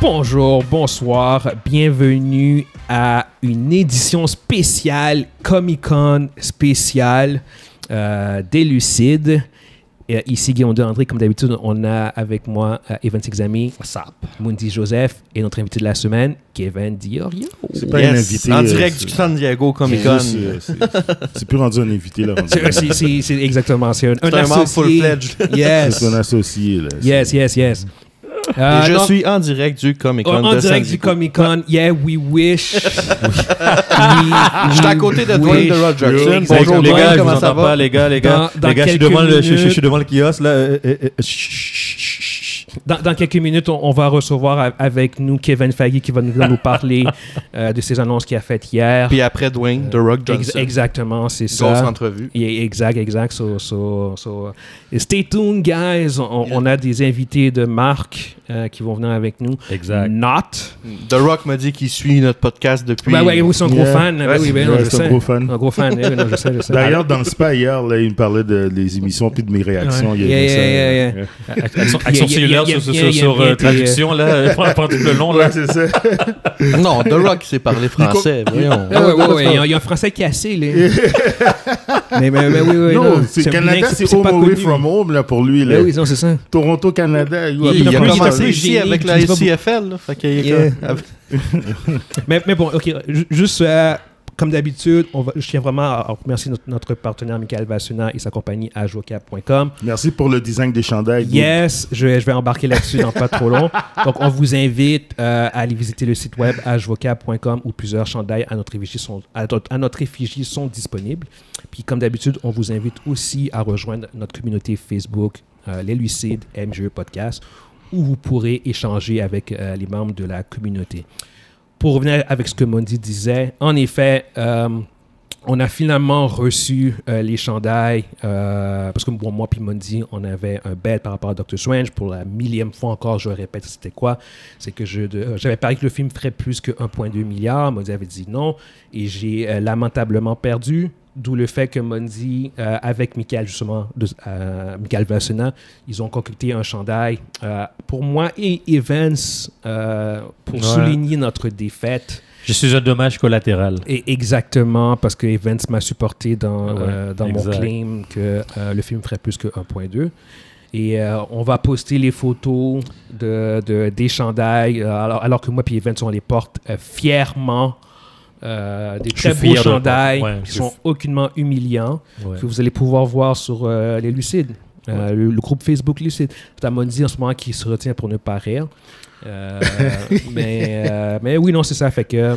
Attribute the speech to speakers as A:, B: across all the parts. A: Bonjour, bonsoir, bienvenue à une édition spéciale Comic Con spéciale euh, des Lucides. Euh, ici Guillaume de André, comme d'habitude, on a avec moi euh, Evan Sexami, Mundi Joseph et notre invité de la semaine, Kevin Diorio.
B: C'est pas
C: Yes,
B: un invité.
C: En
B: euh,
C: direct
B: c'est-
C: du San Diego Comic
B: c'est
C: Con.
B: juste,
C: C'est
B: euh, C'est c'est plus rendu un invité, là. rendu.
A: C'est- C'est c'est- c'est exactement ça. Un,
C: un membre
A: associé.
C: full-fledged.
B: C'est
A: Yes,
B: un associé, là.
A: yes, yes, yes. Euh,
C: Et je
A: donc,
C: suis en direct du Comic Con.
A: en, en
C: de San
A: direct du
C: Diego.
A: Comic Con, yeah, we wish. Je
C: J'étais Ah, à côté de Dwayne The Rock Jackson.
A: Exactement.
C: Bonjour
D: les
C: Dwayne,
D: gars, je vous
C: comment ça
D: entends
C: va?
D: pas, les gars,
C: Eh
D: les gars.
A: Dans- dans
D: les gars, je suis
A: quelques
D: devant, le, je, je- je
A: minutes.
D: suis devant le kiosque, là. euh, euh, euh, euh, chut, chut, chut, chut.
A: Dans, dans quelques minutes, on, on va recevoir a- avec nous Kevin Faggy qui va nous, nous parler euh, de ses annonces qu'il a faites hier.
C: Puis après Dwayne The Rock
A: Ex-
C: Johnson.
A: exactement, c'est
C: Grosse
A: ça.
C: entrevue.
A: Yeah, Exact, exact. So, so- so, uh, Stay tuned, guys. On, on a des invités de marque euh, qui vont venir avec nous.
D: Exact.
A: Not.
C: The Rock m'a dit qu'il suit notre podcast depuis.
A: Ben ouais, oui, c'est un gros
B: Yeah.
A: fan. Ben
C: Ouais,
A: oui, ben,
B: c'est-
A: non,
B: ouais,
A: je
B: c'est un
A: sais.
B: gros fan.
A: Un gros fan, eh oui, non, je sais, je sais.
B: D'ailleurs, dans le spa hier, là, il me parlait de- des émissions puis de mes réactions.
A: Ouais.
B: Il y
A: Yeah,
B: avait ça,
A: yeah, yeah,
B: là.
D: Action,
A: Il y a-
D: action
A: il y a-
D: cellulaire
A: il y a-
D: sur,
A: il y a-
D: sur-
A: il y a
D: sur,
A: bien
D: euh,
A: été,
D: traduction, là, pendant pendant tout le long, là.
B: Ouais, c'est ça.
C: Non, The Rock sait parler français. Voyons.
A: Ah ouais, ouais, ouais, il y a- il y a un français cassé, là. mais, mais, mais oui, oui.
B: non, c'est
A: un bilingue,
B: Canada, c'est home
A: pas
B: away
A: connu.
B: from home, là, pour lui, là.
A: Ben oui, non, c'est ça.
B: Toronto, Canada.
C: Il,
A: il
C: a
A: a
C: commencé
A: commencé
C: ici
A: génie,
C: avec
A: tu
C: la
A: dis pas beaucoup.
C: CFL. là. Fait qu'il y a-
A: Yeah.
C: avec-
A: Mais, mais bon, ok, ju- juste euh, comme d'habitude, on va- je tiens vraiment à à remercier notre, notre partenaire Michael Vassuna et sa compagnie ajocap.com.
B: Merci pour le design des chandails.
A: Yes, je, vais- je vais embarquer là-dessus dans pas trop long. Donc, on vous invite euh, à aller visiter le site web ajvocab.com où plusieurs chandails à notre effigie sont, à notre, à notre effigie sont disponibles. Puis, comme d'habitude, on vous invite aussi à rejoindre notre communauté Facebook, euh, Les Lucides MGE Podcast, où vous pourrez échanger avec euh, les membres de la communauté. Pour revenir avec ce que Mondi disait, en effet, euh, on a finalement reçu euh, les chandails euh, parce que bon, moi puis Mondi, on avait un bête par rapport à Doctor Strange. Pour la millième fois encore, je répète, c'était quoi C'est que je- de- euh, j'avais parié que le film ferait plus que 1,2 milliard. Mondi avait dit non et j'ai euh, lamentablement perdu. D'où le fait que Mondi, euh, avec Michael justement, de, euh, Michael Vassena, ils ont concocté un chandail euh, pour moi et Evans euh, pour
D: Ouais.
A: souligner notre défaite.
D: Je suis un dommage collatéral.
A: Et exactement, parce que Evans m'a supporté dans,
D: Ah Ouais,
A: euh, dans mon
D: exact.
A: claim que euh, le film ferait plus que 1.2. Et euh, on va poster les photos de, de- des chandails, euh, alors, alors que moi et Evans, on les porte euh, fièrement. euh, des
D: Je suis
A: très beaux
D: fier de-
A: chandails
D: ouais,
A: qui
D: je-
A: sont aucunement humiliants,
D: Ouais.
A: que vous allez pouvoir voir sur euh, les Lucides, euh, le, le groupe Facebook Lucide. C'est à Mondi en ce moment qui se retient pour ne pas rire. Euh, mais, euh, mais oui, non, c'est ça. Fait que.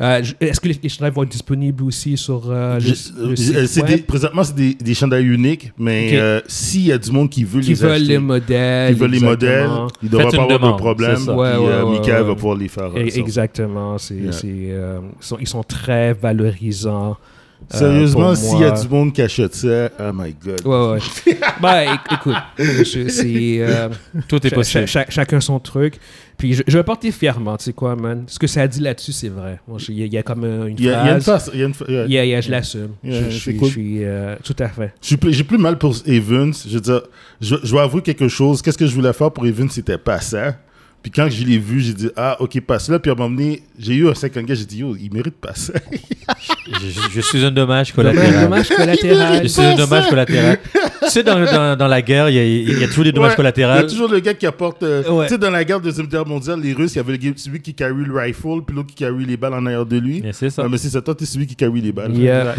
A: euh, je- Est-ce que les, les chandails vont être disponibles aussi sur euh, le,
B: Je-
A: le
B: euh,
A: site
B: euh, c'est
A: web?
B: des- présentement, c'est des, des chandails uniques, mais
A: Ok.
B: euh, s'il y a du monde qui veut
A: qui
B: les
A: veulent
B: acheter,
A: les modèles
B: qui veut les modèles,
A: exactement. E,
B: il ne devra
D: Faites
B: pas
D: une
B: avoir de
D: demande,
B: problème.
D: c'est
B: Puis
D: ça.
A: Ouais, ouais,
B: euh,
A: ouais,
B: Michael
A: ouais.
B: va pouvoir les faire. euh,
A: Et-
B: sortir.
A: Exactement. c'est
B: Yeah.
A: c'est, euh, ils, sont, ils sont très valorisants. euh,
B: Sérieusement,
A: pour
B: s'il y a
A: moi.
B: du monde qui achète ça, oh my god.
A: Ouais, ouais. bah, éc- écoute, je- c'est. euh,
D: Tout est
A: cha-
D: possible.
A: cha- cha- chacun son truc. Puis je, je vais porter fièrement, tu sais quoi, man. Ce que ça dit là-dessus, c'est vrai. Moi, je- Il y, a- il y a comme euh, une
B: Il y a, il y a une
A: phrase.
B: face. il y a une fa- euh,
A: Yeah, yeah, je l'assume.
B: Yeah,
A: je, je
B: c'est
A: suis,
B: cool.
A: je suis, euh, tout à fait.
B: J'ai plus, j'ai plus mal pour Evans. Je veux dire, je, je vais avouer quelque chose. Qu'est-ce que je voulais faire pour Evans, c'était passant. Puis quand je l'ai vu, j'ai dit, ah, ok, passe là. Puis à un moment donné, j'ai eu un second gars, j'ai dit, yo, il mérite passer.
D: Je, je- je suis un
A: Dommage,
D: dommage collatéral.
A: dommage collatéral.
D: Je suis un dommage collatéral. tu sais, dans, dans, dans la guerre, il y, a- il y a toujours des dommages
B: Ouais, Il y
D: collatéraux.
B: a toujours le gars qui apporte. euh,
A: Ouais.
B: Tu sais, dans la guerre de la Deuxième Guerre mondiale, les Russes, il y avait le gars, celui qui carry le rifle, puis l'autre qui carry les balles en arrière de lui.
D: Mais C'est ça.
B: Ah, mais c'est ça, toi, t'es celui qui carry les balles.
A: Yeah,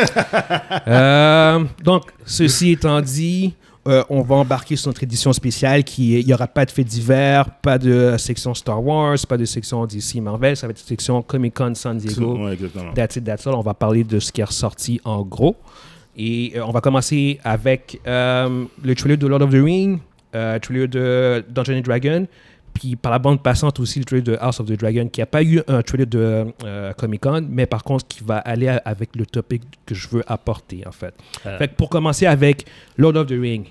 A: yeah. Euh, donc, ceci étant dit, euh, on va embarquer sur notre édition spéciale qui est- il n'y aura pas de faits divers, pas de section Star Wars, pas de section DC Marvel, ça va être section Comic Con San Diego.
B: Ouais, exactement.
A: That's it, that's all. On va parler de ce qui est ressorti en gros. Et euh, on va commencer avec euh, le trailer de Lord of the Rings, euh, trailer de Dungeons and Dragon, puis par la bande passante aussi le trailer de House of the Dragon, qui n'a pas eu un trailer de euh, Comic Con, mais par contre qui va aller a- avec le topic que je veux apporter en fait.
D: Euh.
A: Fait que pour commencer avec Lord of the Rings,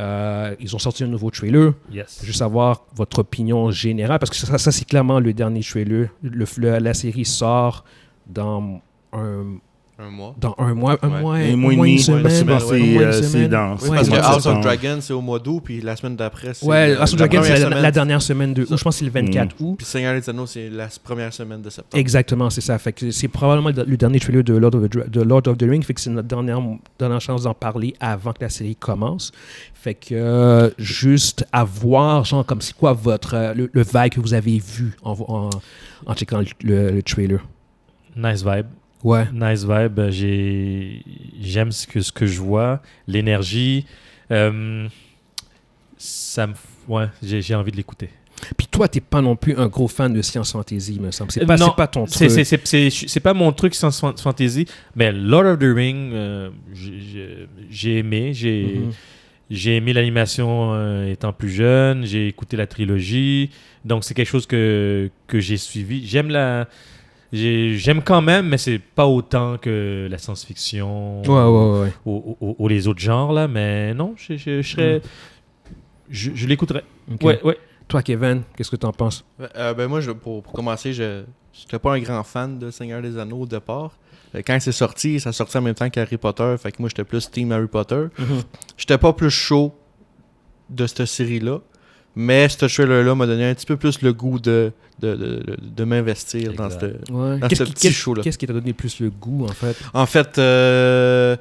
A: euh, ils ont sorti un nouveau trailer.
D: Yes.
A: Je veux savoir votre opinion générale, parce que ça, ça, c'est clairement le dernier trailer. Le, le- la série sort dans un,
C: Un mois.
A: Dans un mois, un
C: Ouais.
A: mois,
B: Un
A: au
B: mois et
A: moins une
B: demi, ouais,
A: semaine.
B: parce que
A: au
B: bon, c'est,
A: moins une
B: euh, c'est
A: semaine.
B: dans-
A: Ouais,
B: Oui,
C: Parce que
B: comment ça
C: House of
B: tombe?
C: Dragon, c'est au mois d'août, puis la semaine d'après, c'est.
A: Ouais,
C: euh,
A: House of Dragon,
C: première
A: c'est la,
C: semaine.
A: la dernière semaine de août. Je pense que c'est le 24
B: Mm.
A: août.
C: Puis Seigneur des Anneaux, c'est la première semaine de septembre.
A: Exactement, c'est ça. Fait que c'est probablement le le dernier trailer de Lord of the, Dra- de Lord of the Rings. Fait que c'est notre dernière, dernière chance d'en parler avant que la série commence. Fait que euh, juste à voir, genre, comme c'est quoi votre, euh, le, le vibe que vous avez vu en, vo- en, en checkant le, le- le trailer.
D: Nice vibe.
A: Ouais.
D: Nice vibe. euh, J'ai, j'aime ce que, ce que je vois, l'énergie. euh, ça me, f- ouais, j'ai, j'ai envie de l'écouter.
A: Puis toi, t'es pas non plus un gros fan de science fantasy, me semble. C'est pas,
D: Non,
A: c'est pas ton
D: C'est,
A: truc.
D: c'est, c'est, c'est, c'est pas mon truc sans fan- fantasy, mais Lord of the Ring, euh, j'ai, j'ai- j'ai aimé. J'ai,
A: Mhm.
D: j'ai aimé l'animation euh, étant plus jeune. J'ai écouté la trilogie. Donc, c'est quelque chose que, que j'ai suivi. J'aime la. j'ai- J'aime quand même, mais c'est pas autant que la science-fiction.
A: Ouais, ouais, ouais.
D: ou, ou- ou les autres genres, là, mais non, je, je, je serais. Je, je l'écouterais.
A: Mhm. Ok.
D: Ouais, ouais.
A: Toi, Kevin, qu'est-ce que t'en penses?
C: Euh, ben moi, je- pour, pour commencer, je n'étais pas un grand fan de Seigneur des Anneaux au départ. Euh, Quand c'est sorti, ça sortit en même temps qu'Harry Potter. Fait que moi, j'étais plus Team Harry Potter. J'étais pas plus chaud de cette série-là. Mais ce trailer-là m'a donné un petit peu plus le goût de, de, de, de- de m'investir dans
D: Exact.
C: cette.
A: Ouais.
C: Dans
A: Qu'est-ce
C: ce
A: qui-
C: petit
A: qu'est-ce-
C: show-là.
A: Qu'est-ce qui t'a donné plus le goût, en fait?
C: En fait, euh,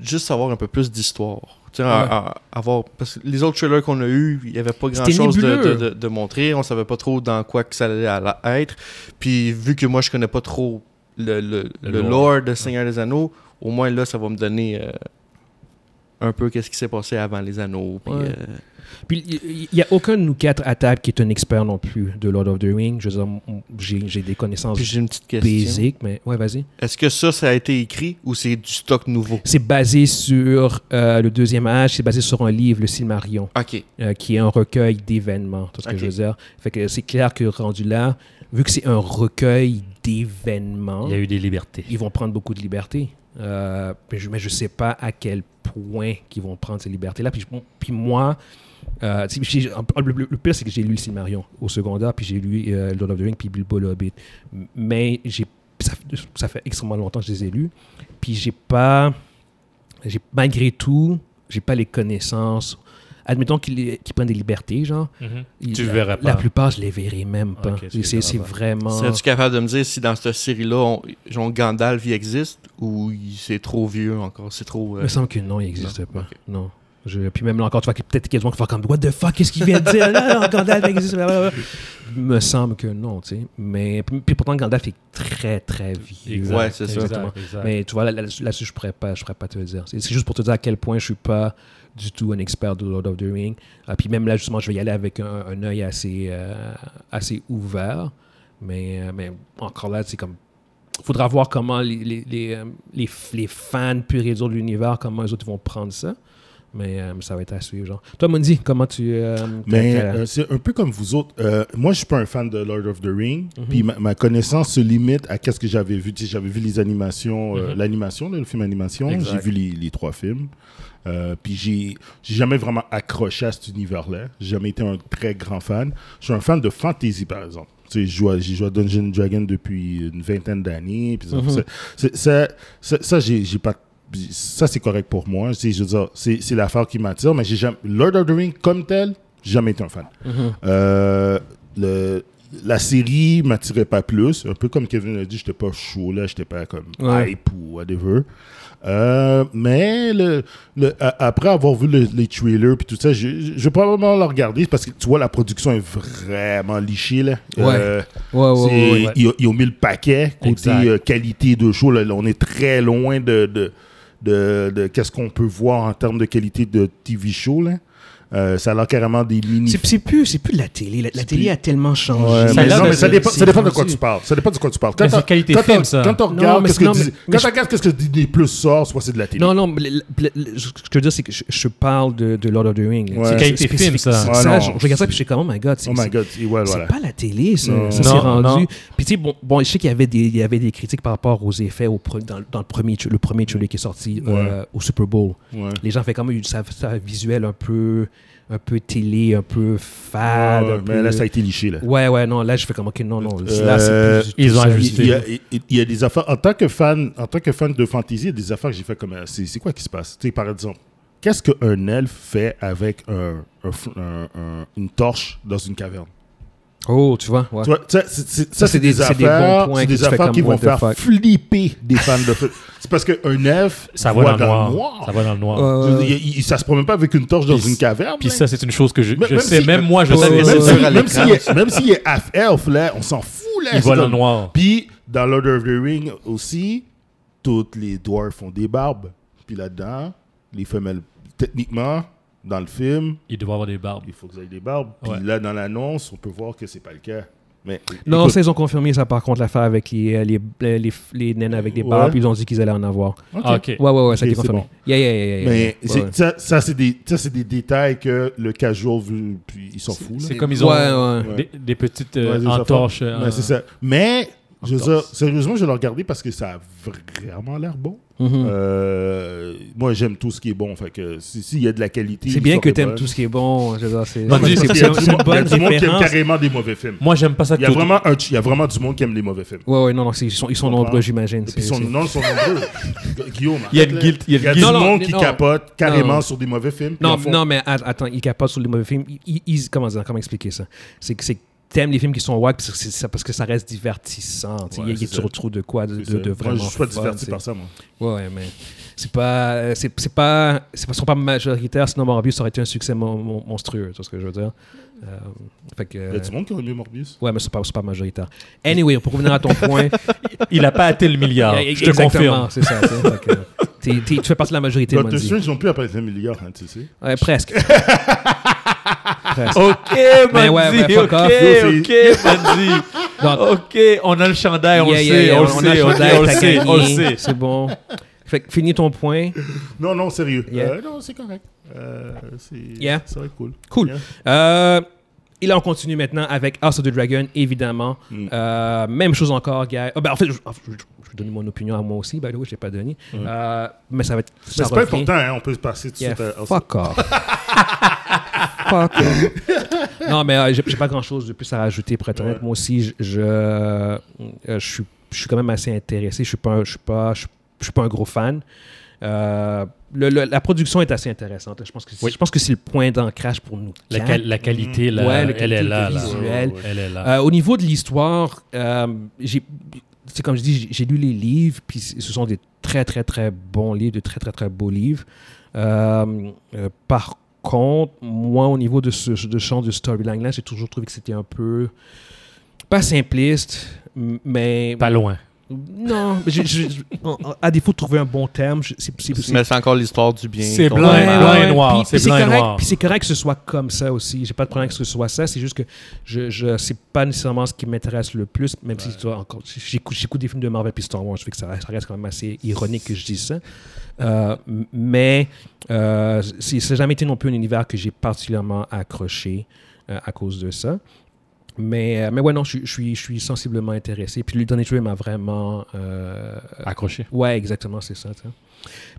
C: juste savoir un peu plus d'histoire. Tu sais, à-
A: Ouais.
C: à- avoir, parce que les autres trailers qu'on a eus, il n'y avait pas
A: C'était
C: grand-chose de,
A: nébuleux.
C: de- de- de montrer. On savait pas trop dans quoi que ça allait à la- être. Puis vu que moi, je connais pas trop le, le,
D: Le
C: le
D: lore.
C: lore de Seigneur des Anneaux, au moins là, ça va me donner euh, un peu qu'est-ce qui s'est passé avant les Anneaux. puis,
A: Ouais.
C: euh,
A: Puis il n'y a aucun de nous quatre à table qui est un expert non plus de Lord of the Rings. Je veux dire, m- m- j'ai j'ai des connaissances
C: puis j'ai une petite question.
A: basiques, mais ouais, vas-y.
C: Est-ce que ça, ça a été écrit ou c'est du stock nouveau?
A: C'est basé sur euh, le deuxième âge, c'est basé sur un livre, Le Silmarillion,
C: Ok.
A: euh, qui est un recueil d'événements. C'est ce que
C: Ok.
A: je veux dire. Fait que c'est clair que rendu là, vu que c'est un recueil d'événements,
D: Il y a eu des libertés.
A: ils vont prendre beaucoup de libertés. Euh, mais je ne sais pas à quel point qu'ils vont prendre ces libertés-là. Puis, je- puis moi, euh, tu sais, j'ai- le, le- le pire, c'est que j'ai lu le Silmarion au secondaire, puis j'ai lu euh, Lord of the Rings, puis Bilbo le Hobbit. Mais j'ai, ça, ça fait extrêmement longtemps que je les ai lus. Puis j'ai pas... J'ai, malgré tout, j'ai pas les connaissances. Admettons qu'ils, qu'ils prennent des libertés, genre.
D: Mhm.
A: ils-
D: Tu le
A: la-
D: verrais
A: La
D: pas.
A: plupart, je les verrai même pas.
D: Ok, tu les
A: c'est,
D: verras
A: c'est
D: pas.
A: vraiment...
C: Serais-tu capable de me dire si dans cette série-là, on- genre Gandalf il existe ou il- c'est trop vieux encore, c'est trop. euh,
A: Il me semble que non, il n'existe pas.
C: ok.
A: Non. Je, puis même là encore, tu vois, qu'il- peut-être qu'il y a des gens qui font comme What the fuck, qu'est-ce qu'il vient de dire Non, non, Gandalf existe. blablabla. Il me semble que non, tu sais. Mais puis puis pourtant, Gandalf est très, très vieux.
D: Exact,
C: Ouais, c'est ça.
A: Exactement.
D: exact, exact.
A: Mais tu vois, là- là- là-dessus, je ne pourrais, pas- je pourrais pas te le dire. C'est c'est juste pour te dire à quel point je suis pas du tout un expert de Lord of the Rings. Ah, puis même là, justement, je vais y aller avec un, un œil assez, euh, assez ouvert. Mais, euh, mais encore là, c'est comme. faudra voir comment les, les, les, euh, les, f- les fans purs et durs de l'univers, comment les autres vont prendre ça. Mais euh, ça va être à suivre. Genre. Toi, Mondi, comment tu. euh, t'as-
B: Mais
A: t'as-
B: euh, c'est un peu comme vous autres. Euh, moi, je suis pas un fan de Lord of the Ring. Puis ma, ma connaissance se limite à qu'est-ce que j'avais vu. Tu sais, j'avais vu les animations, euh, l'animation, là, le film animation. J'ai vu les, les trois films. Euh, puis j'ai, j'ai jamais vraiment accroché à cet univers-là. J'ai jamais été un très grand fan. Je suis un fan de fantasy, par exemple. Tu sais, je joue à- j'ai joué à Dungeon Dragon depuis une vingtaine d'années. Puis ça, c'est- c'est- ça, ça, ça, j'ai, j'ai pas ça c'est correct pour moi. Tu sais, Je veux dire, c'est, c'est l'affaire qui m'attire, mais j'ai jamais Lord of the Rings comme tel, j'ai jamais été un fan. Euh, le- la série m'attirait pas plus, un peu comme Kevin l'a dit, j'étais pas chaud là, j'étais pas comme
A: Ouais.
B: hype ou whatever. Euh, mais le, le- a- après avoir vu le- les trailers puis tout ça, je, je- je vais probablement le regarder parce que tu vois la production est vraiment lichée là.
A: Ouais.
B: Euh,
A: Ouais, ouais, ouais, ouais.
B: c'est- Ils, ont- ils ont mis le paquet côté
D: Exact.
B: euh, qualité de show. là, on est très loin de, de, de- de qu'est-ce qu'on peut voir en termes de qualité de TV show. Là. Euh, ça a l'air carrément des mini.
A: C'est c'est plus, c'est plus de la télé. La, la
B: C'est
A: télé
B: plus-
A: a tellement changé.
B: Ouais,
D: Ça a
B: mais
D: l'air
B: non,
D: de-
B: mais ça dépend, ça
A: c'est
B: dépend de quoi
A: rendu-
B: tu parles. Ça dépend de quoi tu parles.
D: Mais
B: on-
D: c'est qualité
B: quand on-
D: film, ça.
B: Quand on
A: Non,
B: regarde
A: mais
B: qu'est-ce que
A: sinon,
B: Dis-
A: mais- mais
B: quand on regarde qu'est-ce que Disney Plus sort, soit c'est de la télé.
A: Non, non, mais le- le- le- ce que je veux dire, c'est que je, je parle de, de Lord of the Rings.
B: Ouais.
A: C'est
D: Qualité
A: spécifique.
D: film, ça.
A: C'est
B: Ouais, non.
A: je, je regarde ça puis je suis comme, oh my god, c'est
B: oh my
A: c'est-
B: god, et ouais,
A: c'est
B: voilà.
A: pas la télé, ça,
B: Non.
A: ça s'est
D: Non,
A: rendu.
D: non.
A: Puis tu sais, bon, bon, je sais qu'il y avait des, il y avait des critiques par rapport aux effets au pre- dans, dans le premier, tr- le premier trailer qui est sorti euh, au Super Bowl.
B: Ouais.
A: Les gens fait quand même ça, ça visuel un peu un peu télé, un peu fade.
B: Ouais,
A: un
B: mais
A: peu-
B: là, ça a été liché, là.
A: Ouais, ouais, non, là, je fais comme, ok, non, non,
B: Euh,
A: là, c'est plus du
D: ils
A: tout
D: ont
A: ça.
D: ajusté.
B: Il y, a, il y a des affaires. En tant que fan, en tant que fan de fantasy, il y a des affaires que j'ai fait comme. euh, C'est c'est quoi qui se passe Tu sais, par exemple, qu'est-ce qu'un elfe fait avec un- un fl- un- un- une torche dans une caverne
A: Oh, tu vois, ouais.
B: Tu vois, tu sais, c'est- c'est-
A: Ça,
B: ça, c'est
A: c'est
B: des,
A: des- c'est des
B: affaires,
A: bons points
B: c'est
A: que
B: des
A: tu fais
B: affaires
A: comme
B: qui vont
A: what the
B: faire
A: fuck.
B: flipper des fans de. c'est parce qu'un elfe
D: Ça va dans le noir. Ça va dans le noir.
A: Euh,
B: Il- il- il- ça se promène pas avec une torche dans
D: Puis-
B: une caverne.
D: Puis
B: là.
D: ça, c'est une chose que je,
B: Même-
D: je
B: même
D: sais,
B: si-
D: même moi, je
A: Ouais,
D: sais,
A: ouais,
D: mais
A: ouais,
D: c'est
A: ouais.
D: sûr à
B: même
D: l'écran.
B: s'il est, même s'il est half elf là, on s'en fout là.
D: Il
B: C'est
D: vole en
B: comme-
D: noir.
B: Puis dans Lord of the Ring aussi, toutes les dwarfs font des barbes. Puis là-dedans, les femelles, techniquement, dans le film,
D: Il doit avoir des barbes.
B: il faut que vous ayez des barbes. Puis
D: Ouais.
B: là, dans l'annonce, on peut voir que c'est pas le cas. Mais
A: Non,
B: écoute,
A: ça, ils ont confirmé ça, par contre, l'affaire avec les, euh, les, les, les, les naines avec des
B: Ouais.
A: barbes. Ils ont dit qu'ils allaient en avoir.
B: ok.
D: Ah, ok.
A: Ouais, ouais, ouais, ça a été
B: Ok, c'est
A: confirmé.
B: bon.
A: Yeah, yeah, yeah, yeah, yeah.
B: Mais
A: Ouais,
B: c'est-
A: ouais.
B: ça, ça, c'est des, ça, c'est des détails que le casual, veut- puis ils s'en fout. là.
D: C'est comme ils ont
A: Ouais, ouais.
D: Des, des petites
B: Ouais,
D: euh,
B: des
D: entorches.
B: affaires.
D: euh,
B: Ouais, c'est ça. Mais, je veux dire,
D: entorse.
B: sérieusement, je l'ai regardé parce que ça a vraiment l'air bon.
A: Mhm.
B: Euh, moi, j'aime tout ce qui est bon. Fait que si- s'il y a de la qualité.
A: C'est bien
B: l'histoire
A: que
B: est
A: t'aimes
B: bonne.
A: tout ce qui est bon. Je veux dire, c'est
D: Non,
A: c'est-
D: dis-
A: c'est-
B: Parce qu'il y a
A: c'est-
B: du
A: c'est une
B: monde- il y a
A: bonne
B: du monde qui aime
A: référence.
B: carrément des mauvais films.
D: Moi, j'aime pas ça.
B: Il y, a
D: tout-
B: vraiment un, il y a vraiment du monde qui aime les mauvais films.
A: Ouais, ouais, non, non, c'est- ils sont, ils sont
B: Comprends.
A: nombreux, j'imagine.
B: Et
A: C'est-
B: puis, son,
A: c'est-
B: non, ils sont nombreux. Guillaume.
D: Il y a une
B: arrête, là.
D: guilt. Il y a
B: Il y a
D: une
B: du
D: guilt.
A: non,
B: monde qui
A: non.
B: capote carrément
A: Non.
B: sur des mauvais films. puis
A: Non,
B: en font-
A: non, mais a- attends, ils capotent sur les mauvais films. Ils- Ils, ils- comment dire, comment expliquer ça C'est que c'est que t'aimes les films qui sont wack parce que c'est ça- parce que ça reste divertissant. tu sais, Il
B: Ouais,
A: y a- il y a
B: c'est ça.
A: toujours trop de quoi de,
B: C'est
A: de,
B: ça.
A: de vraiment.
B: Moi, je suis pas
A: fun,
B: diverti
A: tu sais.
B: par ça, moi.
A: Ouais, ouais, mais c'est pas, euh, c'est c'est pas, c'est pas, sont pas majoritaires. Sinon, Morbius aurait été un succès mon- mon- monstrueux. Tu vois ce que je veux dire Euh, Fait que.
B: Il y a du monde qui aurait aimé Morbius.
A: Ouais, mais c'est pas, c'est pas majoritaire. Anyway, pour revenir à ton point,
D: Il a pas atteint le milliard.
A: e-
D: Ah, Je te confirme.
A: exactement, c'est ça. tu sais, fait que, t'es- t'es- tu fais partie de la majorité,
B: Doctor
A: Mandy.
B: Strange, ils ont plus appelé 20 milliards, hein, tu sais.
A: Ouais, presque.
D: Ok,
A: Mais ouais, ouais,
D: Mandy,
A: fuck off.
D: ok, ok, Mandy.
A: Donc,
D: Ok, on a le chandail, on le
A: Yeah, yeah,
D: sait,
A: yeah,
D: on le
A: a
D: sait, on le
A: Jodai,
D: sait, on le
A: t'as
D: sait, on le
A: gagné,
D: sait.
A: C'est bon. Fait que finis ton point.
B: Non, non, sérieux.
A: Yeah.
B: Euh, non, c'est correct. Euh, c'est
A: Yeah.
B: ça va être cool.
A: Cool.
B: Yeah.
A: Euh, et là, on continue maintenant avec House of the Dragon, évidemment.
B: Mm.
A: Euh, même chose encore, gars. Ah, ben, en fait, je, je- je- je vais donner mon opinion à moi aussi. By the way, je l'ai pas donné. Euh, mais ça va être.
B: Mm. Mais
A: ça
B: c'est pas
A: revient.
B: important, hein, on peut passer tout de
A: Yeah,
B: suite à- à-
A: fuck off. fuck off. non, mais euh, j'ai j'ai pas grand chose de plus à rajouter pour être honnête.
B: Ouais.
A: Moi aussi, je, je, euh, je suis, je suis quand même assez intéressé. Je suis pas, un- je suis pas, je, je suis pas un gros fan. Euh, le- le- la production est assez intéressante. Je pense que c'est-
D: Oui.
A: je pense que c'est le point d'ancrage pour nous.
D: La,
A: quatre.
D: quali- la qualité, là,
A: Ouais, la
D: elle est
A: qualité
D: là, là.
A: visuelle.
D: Elle est là.
A: Euh, au niveau de l'histoire, euh, j'ai- c'est comme je dis, j'ai- j'ai lu les livres, puis c- ce sont des très, très, très bons livres, de très, très, très beaux livres. Euh, euh, par contre, moi, au niveau de ce de ce genre de storyline-là, j'ai toujours trouvé que c'était un peu, pas simpliste, m- mais...
D: Pas loin.
A: Non, mais j'ai- j'ai- en- en- à défaut de trouver un bon terme, je- c'est c'est- c'est-
C: Mais c'est encore l'histoire du bien.
D: C'est
C: contre
D: blanc
C: le
D: et
C: mal.
D: blanc. et noir,
A: Puis-
D: c'est
A: puis
D: blanc et
A: correct,
D: noir.
A: Puis c'est correct que ce soit comme ça aussi. J'ai pas de problème que ce soit ça. C'est juste que je, je c'est pas nécessairement ce qui m'intéresse le plus, même si tu vois, encore, j'écoute, j'écoute des films de Marvel puis Star Wars. Je fais que ça, ça reste quand même assez ironique que je dise ça. Euh, m- mais euh, c'est- ça n'a jamais été non plus un univers que j'ai particulièrement accroché euh, à cause de ça. Mais, euh, mais ouais, non, je, suis- je suis, je suis sensiblement intéressé. Puis le dernier jeu m'a vraiment euh,
D: Accroché.
A: Ouais, exactement, c'est ça. tu sais.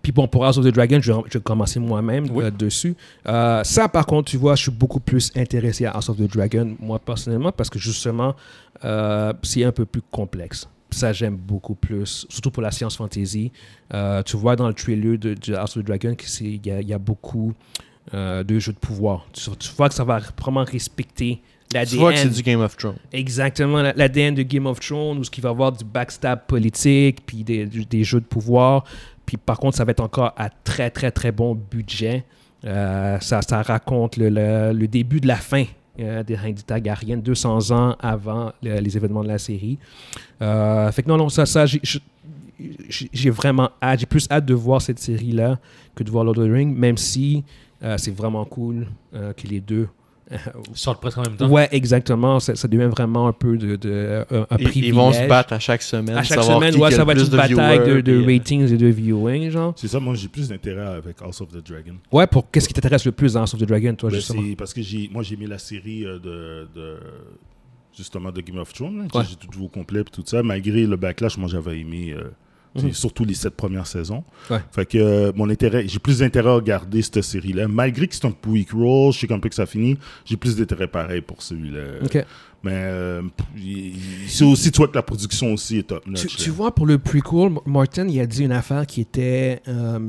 A: Puis bon, pour House of the Dragon, je vais, je vais commencer moi-même
D: Oui.
A: euh, dessus. Euh, ça, par contre, tu vois, je suis beaucoup plus intéressé à House of the Dragon, moi personnellement, parce que justement, euh, c'est un peu plus complexe. Ça, j'aime beaucoup plus, surtout pour la science fantasy. Euh, tu vois, dans le trailer de, de House of the Dragon, que c'est- il y, a- il y a beaucoup euh, de jeux de pouvoir. Tu, tu vois que ça va vraiment respecter l'ADN.
C: Tu vois que c'est du Game of Thrones.
A: Exactement, la- l'ADN de Game of Thrones, où ce qui va avoir du backstab politique, puis des, du- des jeux de pouvoir. Puis par contre, ça va être encore à très, très, très bon budget. Euh, ça, ça raconte le, le- le début de la fin euh, des règnes du Targaryen, 200 ans avant le- les événements de la série. Euh, fait que non, non, ça, ça j'ai- je- j'ai j'ai vraiment hâte. J'ai plus hâte de voir cette série-là que de voir Lord of the Rings, même si euh, c'est vraiment cool euh, que les deux
D: Ils sortent presque en même temps.
A: Ouais, exactement. Ça, ça devient vraiment un peu de, de- un, un
C: Ils,
A: privilège.
C: ils vont se battre à chaque semaine.
A: à chaque
C: savoir
A: semaine.
C: qui
A: Ouais,
C: qui a
A: ça
C: le
A: va être
C: plus
A: une
C: de
A: bataille de,
C: viewers,
A: de
C: puis, euh,
A: ratings et de viewing, genre.
B: C'est ça, moi j'ai plus d'intérêt avec House of the Dragon.
A: Ouais, pour qu'est-ce qui t'intéresse le plus dans House of the Dragon, toi,
B: Ben,
A: justement
B: c'est parce que j'ai, moi j'ai aimé la série euh, de, de- justement de Game of Thrones. là.
A: Ouais.
B: J'ai tout vu au complet puis tout ça. Malgré le backlash, moi j'avais aimé euh, C'est Surtout les sept premières saisons.
A: Mhm. Ouais.
B: Fait que euh, mon intérêt, j'ai plus d'intérêt à regarder cette série-là. Malgré que c'est un week roll, je sais qu'un peu que ça finit, j'ai plus d'intérêt pareil pour celui-là.
A: Ok.
B: Mais euh, il- il- c'est aussi, tu vois, que la production aussi est top. notch,
A: Tu,
B: là.
A: tu vois, pour le prequel, M- Martin, il a dit une affaire qui était, euh,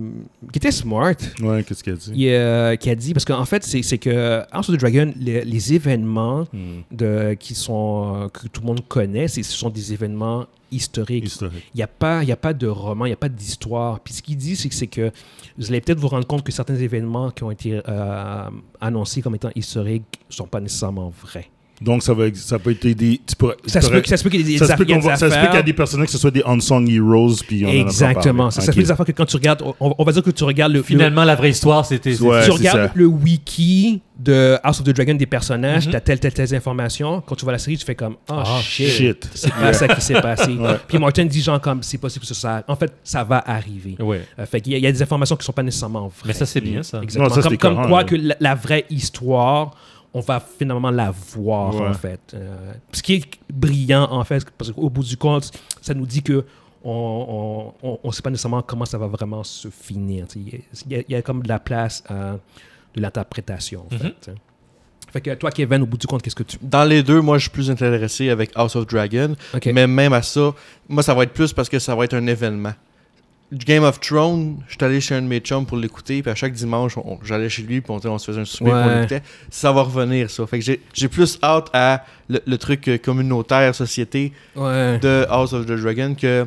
A: qui était smart.
B: Ouais, qu'est-ce qu'il a dit?
A: Il, euh, qui a dit, parce qu'en fait, c'est c'est que House of the Dragon, les, les événements
B: Hmm.
A: de, qui sont, euh, que tout le monde connaît, c'est- ce sont des événements historiques.
B: Historique.
A: Il n'y a, pas- il y a pas de roman, il n'y a pas d'histoire. Puis ce qu'il dit, c'est que, c'est que vous allez peut-être vous rendre compte que certains événements qui ont été euh, annoncés comme étant historiques ne sont pas nécessairement vrais.
B: Donc, ça, va, ex- ça peut être des. tu pourrais-
A: Ça
B: tu
A: se peut
B: pourrais-
A: que- ça se peut qu'il y ait des,
B: ça se peut
A: il y a
B: qu'on
A: des
B: va- ça se peut qu'il y a
A: affaires-
B: des personnages que ce soit des unsung heroes. Puis on en a pas
A: Exactement.
B: parlé.
A: Ça, ça
B: Ok.
A: fait des affaires que quand tu regardes, on, on va dire que tu regardes le.
D: Finalement, la vraie histoire, c'était.
A: le-
B: Ouais,
A: tu
B: c'est
A: regardes
B: ça.
A: le wiki de House of the Dragon des personnages,
D: Mhm.
A: t'as telle, telle, telle information. Quand tu vois la série, tu fais comme Oh
D: Ah,
A: shit,
B: shit.
A: c'est pas ça qui s'est passé. Puis Martin dit genre comme c'est possible que ça. En fait, ça va arriver.
D: Ouais.
A: Euh, fait qu'il y, a- il y a des informations qui sont pas nécessairement vraies.
D: Mais ça, c'est bien, ça.
A: Exactement.
B: Non,
A: comme
B: ça, c'était
A: comme
B: cohérent,
A: quoi
B: là.
A: que la, la vraie histoire, on va finalement la voir,
B: Ouais.
A: en fait. Euh, ce qui est brillant, en fait, parce qu'au bout du compte, ça nous dit que on ne on, on sait pas nécessairement comment ça va vraiment se finir. tu sais. Il y, a- il y a comme de la place à de l'interprétation, en fait. tu sais. Fait que toi, Kevin, au bout du compte, qu'est-ce que tu...
C: Dans les deux, moi, je suis plus intéressé avec House of Dragon.
A: Ok.
C: Mais même à ça, moi, ça va être plus parce que ça va être un événement. Du Game of Thrones, je suis allé chez un de mes chums pour l'écouter, puis à chaque dimanche, on- j'allais chez lui, puis on, on se faisait un souper, puis
A: Ouais.
C: on l'écoutait. Ça va revenir, ça. Fait que j'ai- j'ai plus hâte à le, le truc euh, communautaire, société,
A: Ouais.
C: de House of the Dragon que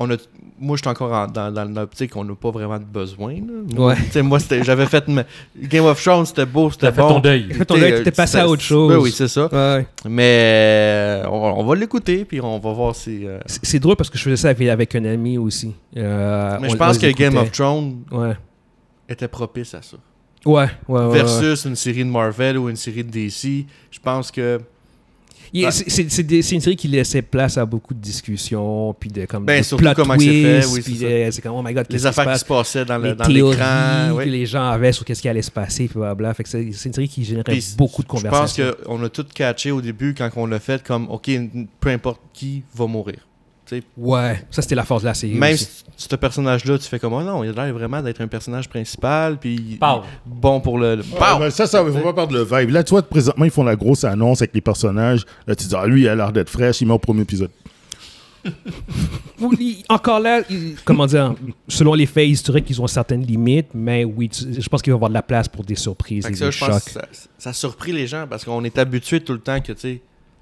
C: on a, moi, je suis encore en- dans, dans l'optique qu'on n'a pas vraiment de besoin. là. Moi,
A: Ouais.
C: tu sais, moi, c'était- j'avais fait ma- Game of Thrones, c'était beau, c'était
D: T'as fait
C: bon.
D: ton deuil.
A: Fait ton deuil,
C: euh,
A: t'étais passé à
C: c'était-
A: autre chose.
C: Ben oui, c'est ça.
A: Ouais.
C: Mais euh, on, on va l'écouter, puis on va voir si. euh,
A: C'est c'est drôle parce que je faisais ça avec, avec un ami aussi. Euh,
C: Mais
A: on-
C: je
A: on
C: pense
A: les
C: que Game of
A: écoutait.
C: Thrones
A: Ouais.
C: était propice à ça.
A: Ouais, ouais, ouais, ouais.
C: Versus une série de Marvel ou une série de DC, je pense que.
A: Il-
C: Ouais.
A: c'est- C'est c'est des- c'est une série qui laissait place à beaucoup de discussions, puis de comme
C: Ben,
A: de
C: surtout
A: plot
C: comment que c'est fait,
A: twists,
C: oui,
A: puis
C: c'est
A: de- c'est comme oh my god,
C: Les
A: qu'est-ce qui se
C: affaires qui
A: passe,
C: se passaient dans le-
A: les
C: dans
A: théories
C: l'écran.
A: que
C: ouais.
A: les gens avaient sur qu'est-ce qui allait se passer, puis blablabla. Fait que c'est c'est une série qui générait
C: Puis,
A: beaucoup de
C: Je pense
A: conversations.
C: qu'on a tout catché au début quand on l'a fait comme, OK, n- peu importe qui va mourir. Tu sais,
A: Ouais, ça c'était la force de la série.
C: Même
A: aussi.
C: si ce personnage-là, tu fais comme, oh non, il a l'air vraiment d'être un personnage principal, puis
D: Pow.
C: bon pour le... le-
B: Ah,
C: Pow!
B: ben ça, ça, faut pas perdre le vibe. Là, tu vois, présentement, ils font la grosse annonce avec les personnages. Là, tu dis, ah, lui, il a l'air d'être fraîche, il met au premier épisode.
A: Ou- il- encore là, il- comment dire, selon les faits historiques, ils ont certaines limites, mais oui, tu- je pense qu'il va y avoir de la place pour des surprises
C: Fait
A: et
C: que ça,
A: des
C: je pense que
A: chocs.
C: ça, ça a surpris les gens parce qu'on est habitué tout le temps que, tu sais,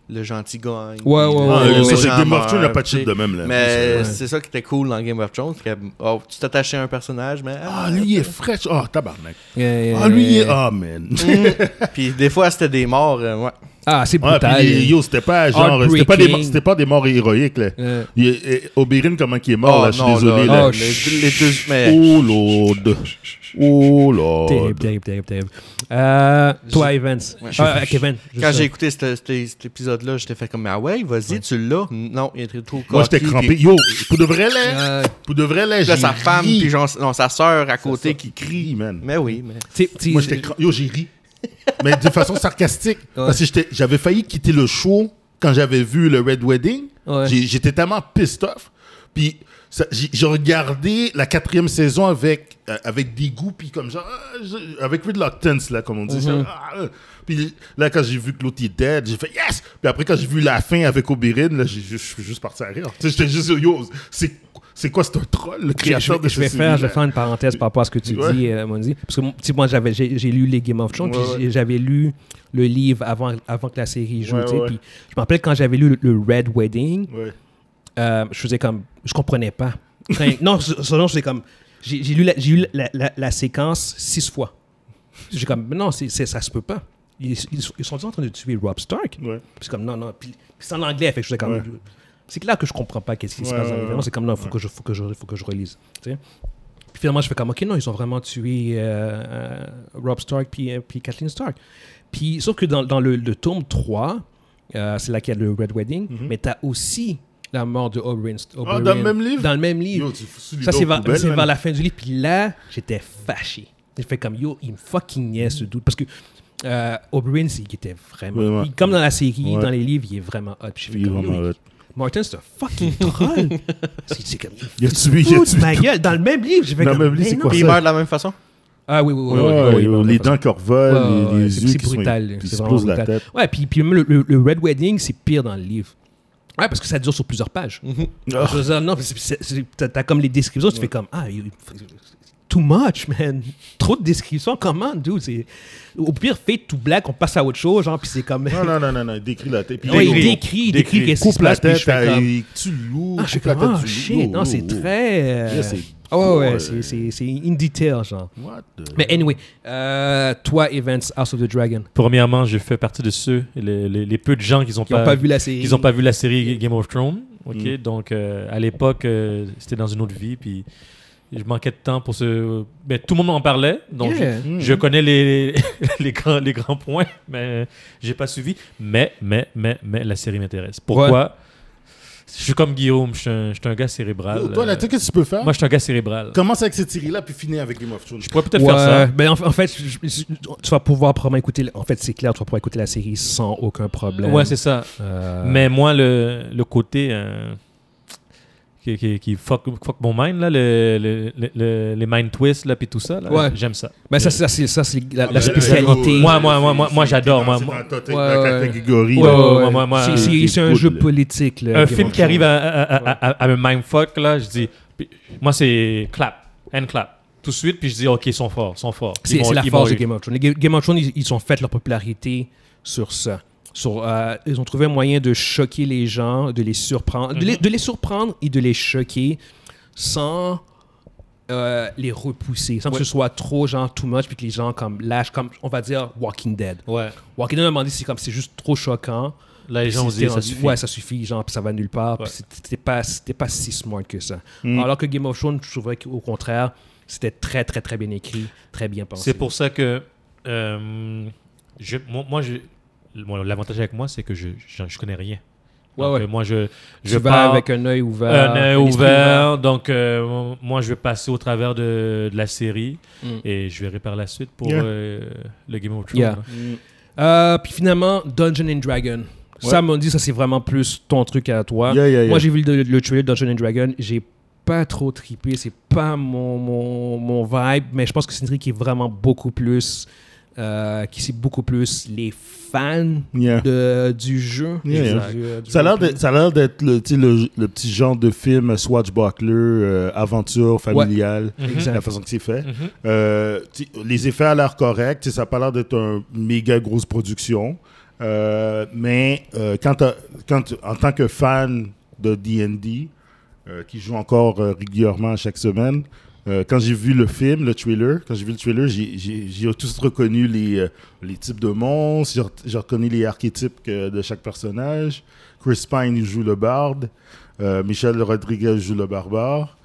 C: le gentil gagne.
A: Ouais, ouais,
C: puis
A: Oh,
B: Ah,
A: ouais,
C: le
A: ouais,
B: ça,
A: ouais,
B: c'est
C: méchant
B: Game of Thrones, il
C: meurt,
B: a pas de
C: tu
B: shit
C: sais.
B: de même, là.
C: Mais
A: Ouais.
C: c'est ça qui était cool dans Game of Thrones, que, oh, tu t'attachais à un personnage, mais...
B: Ah, lui, il est fraîche. Ah, tabarnak.
A: Yeah, yeah,
B: Ah, lui, il est.
A: yeah.
B: Ah, man.
C: Puis des fois, c'était des morts, euh, ouais.
A: Ah, c'est
B: Ah,
A: brutal.
B: puis, yo, c'était pas genre. C'était pas, des, mo-
A: Heartbreaking.
B: c'était pas des morts héroïques, là.
A: Euh,
B: Il est- eh, Oberyn, comment qu'il est mort, là, je suis
C: Ah, non,
B: désolé,
C: là,
B: là.
A: Oh,
C: les, les deux... Mais...
B: Oh, Lord. Oh, Lord.
A: Terrible, terrible, terrible, terrible. Euh, toi, Evans.
C: Ouais.
A: Ah, Kevin.
B: Oh.
A: juste
C: Quand
A: ça.
C: j'ai écouté cette- cette- cet épisode-là, j'étais fait comme, ah ouais, vas-y, tu l'as. Non, il était trop
B: Moi, j'étais
C: cocky,
B: crampé.
C: puis
B: Yo, pour de vrai, là.
A: Euh,
B: Pour de vrai, là,
C: Là,
B: j'ai
C: sa femme,
B: ri.
C: puis genre, non, sa sœur à
B: C'est ça.
C: côté qui crie.
B: man.
C: Mais oui, mais.
A: t'sais- t'sais-
B: Moi, j'étais cra- Yo, j'ai ri. Mais de façon sarcastique. Parce que j'étais- j'avais failli quitter le show quand j'avais vu le Red Wedding.
A: Ouais.
B: J'ai- J'étais tellement pissed off. Puis, ça- j'ai j'ai regardé la quatrième saison avec, euh, avec dégoût, puis comme genre, ah, je- avec reluctance, là, comme on dit.
A: Mm-hmm.
B: Genre, ah, euh. Puis là, quand j'ai vu que l'autre est dead, j'ai fait yes! Puis après, quand j'ai vu la fin avec Oberyn, là, j'ai juste- je suis juste parti à rire. Tu sais, j'étais juste, yo, c'est- c'est quoi, c'est un troll, le
A: je, je
B: créateur
A: vais-
B: de
A: je vais faire,
B: ce série-là?
A: je vais faire une parenthèse par rapport à ce que tu
B: Ouais.
A: dis, euh, Mondi. Parce que tu sais, moi, j'avais, j'ai, j'ai lu les Game of Thrones, puis
B: Ouais, ouais.
A: j'ai- j'avais lu le livre avant, avant que la série joue.
B: Ouais,
A: tu sais,
B: ouais.
A: Puis je me rappelle quand j'avais lu le, le Red Wedding,
B: Ouais.
A: euh, je faisais comme, je comprenais pas. Enfin, non, je- selon, je faisais comme, j'ai, j'ai lu, la, j'ai lu la, la- la séquence six fois. J'ai comme, non, c'est, c'est- ça se peut pas. Ils, ils, ils sont en train de tuer Rob Stark.
B: Ouais.
A: Puis c'est comme, non, non. Puis, puis c'est en anglais. Fait que je faisais comme.
B: Ouais.
A: C'est là que je comprends pas qu'est-ce qui se
B: Ouais,
A: passe
B: ouais,
A: dans l'événement.
B: ouais.
A: C'est comme, non, faut, que je, faut, que je, faut que je relise. tu sais. Puis finalement, je fais comme, ok, non, ils ont vraiment tué euh, euh, Rob Stark puis, euh, puis Kathleen Stark. Puis, sauf que dans, dans le, le tome 3, euh, c'est là qu'il y a le Red Wedding, mais t'as aussi la mort de Oberyn. Oberyn
B: Mhm. Ah, dans le même livre?
A: Dans le même livre.
B: Yo, tu fous les
A: Ça,
B: gars
A: c'est
B: aux
A: vers,
B: poubelles,
A: c'est
B: man.
A: vers la fin du livre. Puis là, j'étais fâché. J'ai fait comme, yo, il me fucking niaise ce doute. Parce que euh, Oberyn, c'est- il était vraiment.
B: Vraiment.
A: il- comme dans la série,
B: Ouais.
A: dans les livres, il est vraiment hot. Puis j'ai fait
B: Il est
A: comme, yo,
B: vraiment
A: il-
B: hot.
A: Martin, c'est un fucking troll. c'est c'est comme.
B: Il a tué, il a
A: Foutre
B: tué.
A: ma gueule, dans le même livre, j'ai fait
B: Dans le
A: comme,
B: même livre,
A: mais
B: c'est
A: non.
B: quoi
C: Puis il
B: ça?
C: meurt de la même façon.
A: Ah oui, oui, oui.
B: Ouais,
A: oui,
B: ouais,
A: oui, oui, oui,
B: les
A: oui.
B: dents qui revolent,
A: Ah, Ouais, ouais,
B: les, les
A: c'est-
B: yeux
A: c'est
B: qui sont
A: brutal,
B: qui
A: c'est
B: explosent
A: vraiment
B: la
A: brutal.
B: tête.
A: Ouais, puis, puis même le, le- le Red Wedding, c'est pire dans le livre. Ouais, parce que ça dure sur plusieurs pages. Je veux dire, non, c'est- c'est- c'est- t'as t'as comme les descriptions, tu fais comme ah, you- too much, man. Trop de descriptions, comment, dude. c'est- Au pire, fait tout black, on passe à autre chose, genre, puis c'est comme.
B: Non, non, non, non, non, il décrit la tête. puis
A: Ouais,
B: il
A: il
D: décrit,
A: décrit, il décrit
D: décrit.
A: qu'est-ce qui se
B: coupe la
A: passe, puis je
B: tête,
A: fais
B: ah,
A: comme.
B: il tue le loup,
A: Ah, je fais
B: coupe la
A: comme,
B: tête
A: ah,
B: du
A: shit,
B: loup.
A: non,
B: Oh,
A: c'est
B: oh, oh.
A: très.
B: Yeah,
A: euh,
B: c'est euh,
A: Ah ouais, ouais,
B: gore.
A: c'est- c'est c'est in detail, genre.
B: What the-
A: Mais anyway, euh, toi, Events, House of the Dragon,
D: Premièrement, je fais partie de ceux, les, les- les peu de gens qui n'ont
A: qui n'ont
D: pas,
A: Euh, pas vu la série.
D: qui ont pas vu la série Game of Thrones. Ok,
B: Mm.
D: donc euh, à l'époque, euh, c'était dans une autre vie, puis je manquais de temps pour ce. Mais tout le monde en parlait, donc je-
A: Yeah.
B: Mm.
D: je connais les, les, grands, les grands points, mais j'ai pas suivi. Mais, mais, mais, mais la série m'intéresse. Pourquoi Je suis comme Guillaume, je suis un, je suis un gars cérébral.
B: Oh, Toi,
D: Euh,
B: là, tu sais, qu'est-ce que tu peux faire
D: moi, je suis un gars cérébral.
B: Commence avec cette série-là, puis finis avec Game of Thrones.
D: Je pourrais peut-être
A: Ouais,
D: faire ça.
A: ben, en, en fait, je- je- tu vas pouvoir probablement écouter. la- En fait, c'est clair, tu vas pouvoir écouter la série sans aucun problème.
D: Ouais, c'est ça.
A: Euh,
D: Mais moi, le, le côté euh, qui, qui, qui fuck, fuck mon mind, là, le, le- le- le- les mind twists, là, puis tout ça, là,
A: Ouais.
D: j'aime ça.
A: ben, ça, ça, c'est ça, c'est la,
B: Ah,
A: la
B: ben,
A: spécialité.
B: j'avoue,
D: Moi,
B: euh,
D: moi, moi,
B: c'est-
D: moi,
B: c'est-
D: moi,
B: c'est
D: j'adore,
B: dans-
D: moi,
B: c'est
D: moi.
B: dans ta-
A: Ouais,
B: dans ta
A: ouais.
B: catégorie,
A: Ouais,
B: là.
A: ouais, ouais.
D: moi, moi, moi,
A: C'est-
D: euh,
A: c'est- c'est un
B: écoute,
A: jeu
B: là.
A: politique. là,
D: Un
A: Game
D: film
A: of
D: qui arrive à, à, à- à- à- à me mindfuck, là, je dis, puis moi, c'est clap, hand clap, tout de suite, puis je dis, OK, ils sont forts, ils sont forts. Ils
A: C'est
D: vont-
A: c'est la
D: ils
A: force
D: vont-
A: de Game of Thrones. Les Ga- Game of Thrones, ils, ils ont fait leur popularité sur ça. Sur, euh, ils ont trouvé un moyen de choquer les gens, de les surprendre, de,
D: Mm-hmm.
A: les, de les surprendre et de les choquer sans euh, les repousser, sans que
D: Ouais.
A: ce soit trop genre too much, puis que les gens comme lâchent, comme on va dire Walking Dead.
D: Ouais.
A: Walking Dead, à un moment donné, c'est comme c'est juste trop choquant.
D: Là, les
A: Puis
D: gens ont
A: c'était
D: dit, ça
A: rendu-
D: suffit.
A: Ouais, ça suffit, genre, puis ça va nulle part. Puis
D: Ouais. Mm.
A: c'était pas, c'était pas si smart que ça. Alors que Game of Thrones, je trouvais qu'au contraire, c'était très, très, très bien écrit, très bien pensé.
D: C'est pour ça que euh, je, moi, moi, je- moi, l'avantage avec moi, c'est que je, je, je connais rien.
A: Ouais,
D: Donc,
A: ouais.
D: euh, moi, je,
A: Je
D: je
A: vais
D: pars
A: avec un œil ouvert.
D: un œil
A: esprit
D: ouvert. Donc, euh, moi, je vais passer au travers de, de la série
A: Mm.
D: et je verrai par la suite pour
B: Yeah.
D: euh, le Game of Thrones.
A: Yeah.
D: là.
A: Euh, puis finalement, Dungeon and Dragon. Ça,
B: Ouais.
A: m'a dit, ça c'est vraiment plus ton truc à toi.
B: Yeah, yeah, yeah.
A: Moi, j'ai vu le, le trailer de Dungeon and Dragon. J'ai pas trop trippé. C'est pas mon, mon, mon vibe, mais je pense que c'est une série qui est vraiment beaucoup plus. euh, qui c'est beaucoup plus les fans
B: Yeah.
A: de- du jeu.
B: Yeah,
A: Du-
B: yeah.
A: du- euh, du
B: Ça a l'air
A: roleplay.
B: d'être- ça a l'air d'être le, tu sais, le, le petit genre de film euh, swashbuckler, euh, aventure familiale,
A: Exact.
B: la façon que c'est fait.
D: Mhm.
B: Euh, tu sais, les effets ont l'air corrects, tu sais, ça n'a pas l'air d'être une méga grosse production. Euh, mais euh, quand, t'as- quand tu- en tant que fan de D&D, euh, qui joue encore euh, régulièrement chaque semaine, euh, quand j'ai vu le film, le trailer, quand j'ai vu le trailer, j'ai- j'ai j'ai tous reconnu les, euh, les types de monstres, j'ai re- j'ai reconnu les archétypes que- de chaque personnage. Chris Pine il joue le barde, euh, Michel Rodriguez joue le barbare,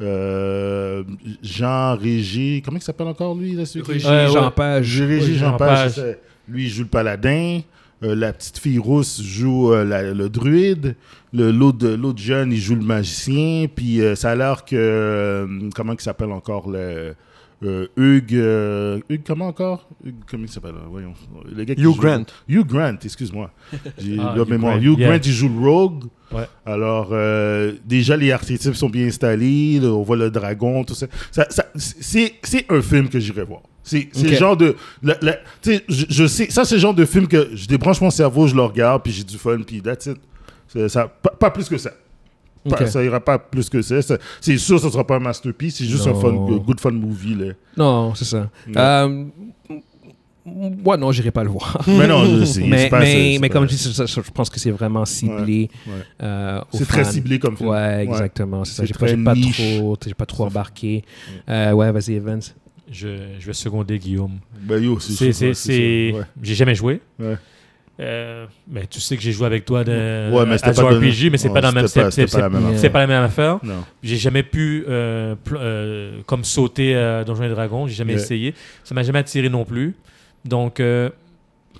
B: euh, Jean Régis, comment il s'appelle encore lui là, celui qui-
A: Régis
D: Ouais, ouais.
A: Jean Page.
B: Régis
D: Jean
B: Jean Page,
D: Page.
B: je sais. lui il joue le paladin. Euh, la petite fille rousse joue euh, la- le druide. Le- L'autre euh, l'autre jeune, il joue le magicien. Puis euh, ça a l'air que. euh, comment il s'appelle encore le, euh, Hugues. euh, Hugues, comment encore Hugues, Comment il s'appelle euh, Voyons. Le gars qui
C: Hugh
B: joue-
C: Grant.
B: Hugh Grant, excuse-moi. J'ai
D: Ah,
B: la
D: Hugh
B: mémoire.
D: Grant,
B: Hugh
D: yeah.
B: Grant, il joue le rogue.
D: Ouais.
B: Alors, euh, déjà, les archétypes sont bien installés. là, on voit le dragon, tout ça. Ça- ça- c'est c'est un film que j'irai voir. C'est c'est
A: Ok.
B: le genre de. la- la- tu sais, je, je sais, ça, c'est le genre de film que je débranche mon cerveau, je le regarde, puis j'ai du fun, puis that's it. C'est- Ça, pas, pas plus que ça. Pas-
A: Ok.
B: Ça ira pas plus que ça. Ça- C'est sûr, ça sera pas un masterpiece. C'est juste un fun,
A: Non.
B: euh, good fun movie. Là.
A: Non, c'est ça.
B: Ouais.
A: Euh, moi, non, j'irai pas le voir.
B: mais non, c'est
A: mais,
B: c'est pas- c'est-
A: mais,
B: c'est
A: mais
B: pas-
A: comme je dis, ça, ça, je pense que c'est vraiment ciblé.
B: Ouais, ouais.
A: euh, aux
B: C'est très
A: fans.
B: ciblé comme film.
A: Ouais, exactement. C'est ça.
B: C'est
A: J'ai pas,
B: très
A: j'ai pas
B: niche.
A: trop, j'ai pas trop embarqué. Euh, ouais, vas-y, Evans.
D: Je, je vais seconder Guillaume.
B: Ben yo, c'est
D: C'est,
B: c'est- c'est-
D: c'est, c'est-
B: ouais.
D: J'ai jamais joué.
B: Ouais.
D: Euh, mais tu sais que j'ai joué avec toi de,
B: Ouais, mais
D: euh, à
B: c'était
D: du
B: pas
D: RPG, mais c'est
B: Ouais,
D: pas dans le même
B: c'était pas-
D: c'est-
B: c'était pas la
D: c'est-
B: même
A: Yeah.
B: affaire.
D: C'est pas la même affaire.
B: Non.
D: J'ai jamais pu, euh, pl- euh, comme sauter à Donjons et Dragons, j'ai jamais
B: Ouais.
D: essayé. Ça m'a jamais attiré non plus. Donc, euh,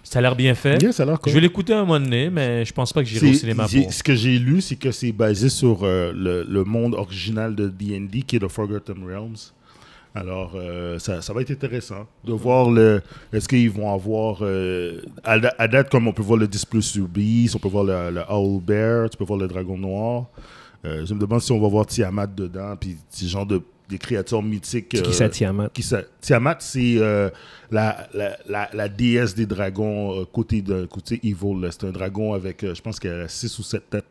D: ça a l'air bien fait.
B: Yeah, ça a l'air
D: Hein? Je
B: cool.
D: vais l'écouter un moment donné, mais je pense pas que j'irai au
B: C'est-
D: cinéma
B: j'ai-
D: pour.
B: Ce que j'ai lu, c'est que c'est basé sur euh, le, le monde original de D&D, qui est le Forgotten Realms. Alors, euh, ça, ça va être intéressant de
D: Mhm.
B: voir le. Est-ce qu'ils vont avoir. euh, à, da- à date, comme on peut voir le Displusubi, on peut voir le, le Owl Bear, tu peux voir le Dragon Noir. Euh, je me demande si on va voir Tiamat dedans, puis ce genre de des créatures mythiques.
A: Qui
B: euh,
A: ça, Tiamat?
B: qui ça- Tiamat, c'est euh, la, la, la, la déesse des dragons euh, côté, de, côté Evil. là. C'est un dragon avec, euh, je pense qu'elle a 6 ou 7 têtes.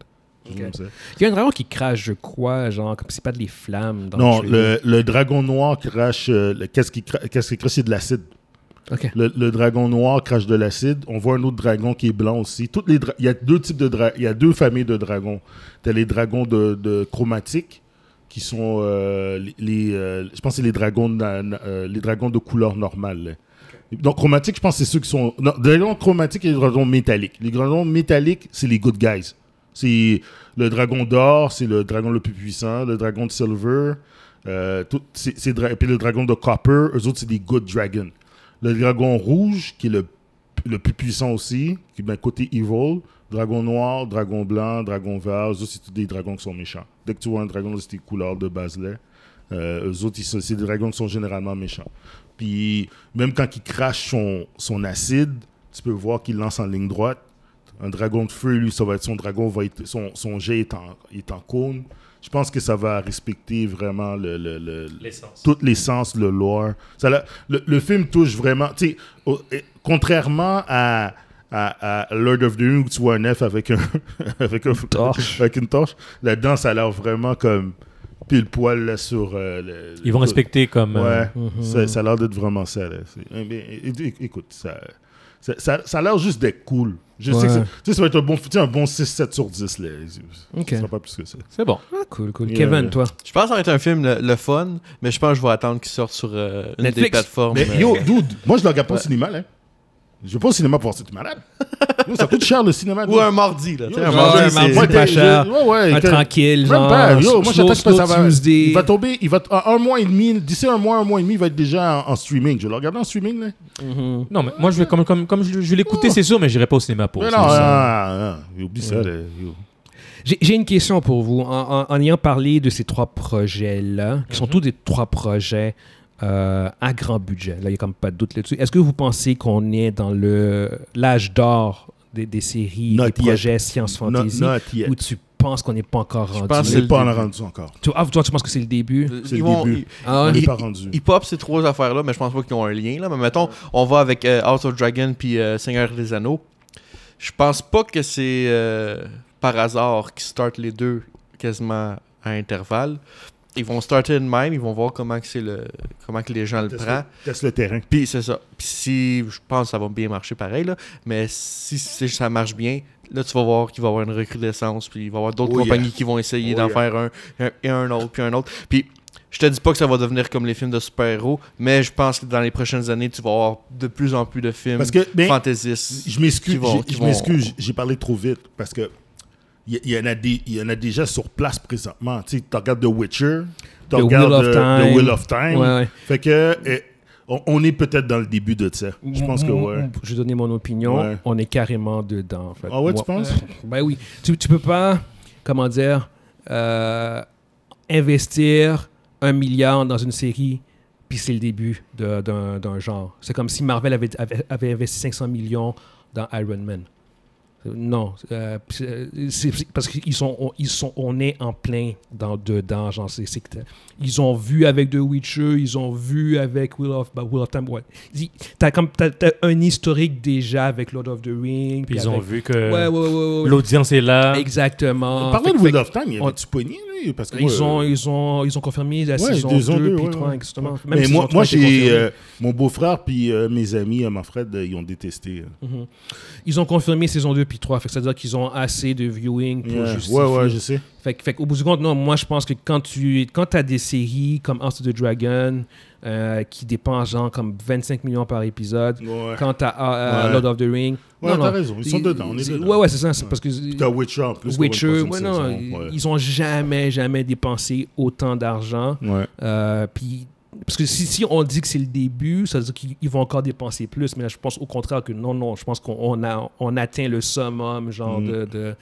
B: quelque chose comme ça.
A: Il y a un dragon qui crache, je crois, genre, comme c'est pas de les flammes. Dans
B: Non,
A: trailer.
B: le, le dragon noir crache. euh, le- Qu'est-ce qu'il cra- qu'est-ce qu'il crache C'est de l'acide.
A: Ok.
B: Le, le dragon noir crache de l'acide. On voit un autre dragon qui est blanc aussi. Toutes les dra- il y a deux types de dra- il y a deux familles de dragons. T'as les dragons de, de chromatiques qui sont euh, les, les, euh, je pense que c'est les dragons de, na- na- euh, les dragons de couleur normale. Donc chromatique, je pense que c'est ceux qui sont non, dragons chromatiques et les dragons métalliques. Les dragons métalliques, c'est les good guys. C'est le dragon d'or, c'est le dragon le plus puissant, le dragon de silver, euh, tout- c'est- c'est dra- puis le dragon de copper, eux autres, c'est des good dragons. Le dragon rouge, qui est le, le plus puissant aussi, qui est ben, côté evil. Dragon noir, dragon blanc, dragon vert, eux autres, c'est tous des dragons qui sont méchants. Dès que tu vois un dragon, c'est des couleurs de Baselet. Euh, eux autres, ils sont- c'est des dragons qui sont généralement méchants. Puis, même quand il crache son, son acide, tu peux voir qu'il lance en ligne droite. Un dragon de feu, lui, ça va être son dragon, va être, son, son jet est en, est en cône. Je pense que ça va respecter vraiment le, le- le-
D: L'essence.
B: toutes les sens, le lore. Ça, l'a- le, le film touche vraiment. tu sais, au- et- contrairement à, à- à Lord of the Rings où tu vois un elfe avec, un, avec, un-
A: torche.
B: avec une torche, là-dedans, ça a l'air vraiment comme pile poil là, sur. euh, le-
D: Ils vont
B: le-
D: respecter comme. euh,
B: Ouais, ça, ça a l'air d'être vraiment ça. là. C'est- eh bien, é- é- écoute, ça, ça, ça- ça a l'air juste d'être cool. Je sais
A: Ouais.
B: que c'est- tu sais, ça va être un bon, tu sais, un bon 6-7 sur 10. Là.
A: Ok.
B: Ça sera pas plus que ça.
D: C'est bon.
A: Ah, cool, cool.
B: Yeah.
A: Kevin, toi.
C: Je pense que ça va être un film le, le fun, mais je pense que je vais attendre qu'il sorte sur euh, une
A: Netflix.
C: des plateformes.
B: Mais
C: euh,
B: yo, dude, moi je le regarde pas au cinéma. Là. Je vais pas au cinéma pour voir cette malade. Yo, ça coûte cher le cinéma.
C: Ou
B: dude.
C: un mardi, là. tu sais,
B: Yo,
C: un
B: je-
A: mardi,
B: je-
A: c'est- c'est
B: ouais,
A: pas
B: t'es-
A: cher.
B: je- ouais, ouais,
A: Ah,
B: que-
A: tranquille,
B: Même
A: genre,
B: pas. Yo, moi
A: slow-
B: j'attends que
A: slow
B: ça va.
A: Tuesday.
B: Il va tomber, il va t- en un mois et demi, d'ici un mois, un mois et demi, il va être déjà en, en streaming. Je vais le regarder en streaming. Là.
D: Non, mais moi, je vais, comme, comme, comme je, je vais l'écouter, c'est sûr, mais j'irai pas au cinéma pour
B: Mais
D: ça.
B: non, ah, non, non, non, oublie ça. là, yo.
A: J'ai j'ai une question pour vous. En, en- en ayant parlé de ces trois projets-là, qui
C: Mhm.
A: sont tous des trois projets euh, à grand budget, là, il n'y a comme pas de doute là-dessus. Est-ce que vous pensez qu'on est dans le l'âge d'or des, des séries,
B: Not
A: des
B: yet.
A: projets science
B: Not-
A: fantasy,
B: not yet.
A: où tu penses qu'on n'est pas encore rendu?
C: pense
B: On
C: c'est
B: n'est
C: le
B: pas en
C: début.
B: rendu encore.
A: Tu- ah, toi, tu penses que c'est le début?
C: Ils
B: C'est le
C: vont-
B: début.
C: ils-
A: Ah
B: On
A: ouais?
B: n'est
C: il-
B: pas rendu.
C: Ils pop ces trois affaires-là, mais je pense pas qu'ils ont un lien. Là. Mais mettons, on va avec euh, House of Dragon puis euh, Seigneur des Anneaux. Je pense pas que c'est euh, par hasard qu'ils startent les deux quasiment à intervalle. Ils vont starter de même, ils vont voir comment que c'est le comment que les gens le
B: Teste
C: prennent.
B: le- Teste le terrain.
C: Puis c'est ça. Puis si je pense que ça va bien marcher pareil, là, mais si, si ça marche bien, là tu vas voir qu'il va y avoir une recrudescence, puis il va y avoir d'autres
B: Oh yeah.
C: compagnies qui vont essayer
B: Oh
C: d'en
B: yeah.
C: faire un, un- et un autre, puis un autre. Puis je te dis pas que ça va devenir comme les films de super-héros, mais je pense que dans les prochaines années, tu vas avoir de plus en plus de films
B: Parce que, mais,
C: fantaisistes.
B: Je m'excuse,
C: qui vont-
B: j'ai-
C: qui
B: je
C: vont-
B: m'excuse, j'ai parlé trop vite parce que il y, y en a des, il y en a déjà sur place présentement. Tu sais, tu regardes The Witcher, tu
A: The
B: regardes
A: Wheel of
B: euh,
A: Time.
B: The Wheel of Time.
A: Ouais, ouais.
B: Fait que eh, on, on est peut-être dans le début de ça. Je pense que
A: M-
B: ouais.
A: m- Je vais donner mon opinion.
B: Ouais.
A: On est carrément dedans. en fait.
B: Ah
A: Moi-
B: ouais, tu penses?
A: Ben oui. Tu, tu peux pas, comment dire, euh, investir un milliard dans une série, puis c'est le début de- d'un d'un genre. C'est comme si Marvel avait, avait, avait investi 500 millions dans Iron Man. Euh, Non, euh, puis, euh, c'est c'est parce qu'ils sont, on, ils sont, on est en plein dans dedans, genre c'est, c'est que t'as- ils ont vu avec The Witcher, ils ont vu avec Will of, bah, Wheel of Time, ouais. Ils- T'as comme t'as, t'as un historique déjà avec Lord of the Rings.
D: Puis ils ont
A: avec-
D: vu
A: Ouais, ouais,
D: que
A: ouais, ouais, ouais.
D: l'audience est là.
A: Exactement.
B: Parlons
A: Ah, Fait
B: de
A: que-
B: Wheel of Time, il y
A: on-
B: avait-tu pogné, lui? Parce que
A: ils,
B: moi,
A: ont,
B: euh,
A: ils, ont, ils ont confirmé la
B: ouais,
A: saison 2
B: saison deux,
A: puis
B: ouais,
A: 3,
B: ouais.
A: exactement. Même
B: mais
A: saison
B: moi,
A: 3
B: moi
A: a été confirmée.
B: j'ai euh, mon beau-frère puis euh, mes amis, euh, ma frère, euh, ils ont détesté. euh.
A: Mhm. Ils ont confirmé saison 2 puis 3. Fait que ça veut dire qu'ils ont assez de viewing pour
B: Yeah.
A: justifier.
B: Ouais, ouais, je sais.
A: Fait, que- fait qu'au bout du compte, non, moi, je pense que quand tu quand as des séries comme House of the Dragon euh, qui dépensent genre comme 25 millions par épisode,
B: Ouais.
A: quand tu as
B: Ouais.
A: Lord of the Ring...
B: Ouais,
A: non,
B: t'as
A: non.
B: raison, ils sont dedans, on est
A: c'est-
B: dedans.
A: Ouais, ouais, c'est ça. c'est parce que...
B: T'as Witcher en plus. qu'on voit
A: Witcher,
B: une
A: ouais,
B: prochaine
A: non,
B: saison, ouais.
A: ils ont jamais, jamais dépensé autant d'argent.
B: Ouais.
A: Euh, puis, parce que si, si on dit que c'est le début, ça veut dire qu'ils ils vont encore dépenser plus. Mais là, je pense au contraire que non, non, je pense qu'on on a, on atteint le summum, genre,
D: Mm.
B: Mhm.
A: de, de,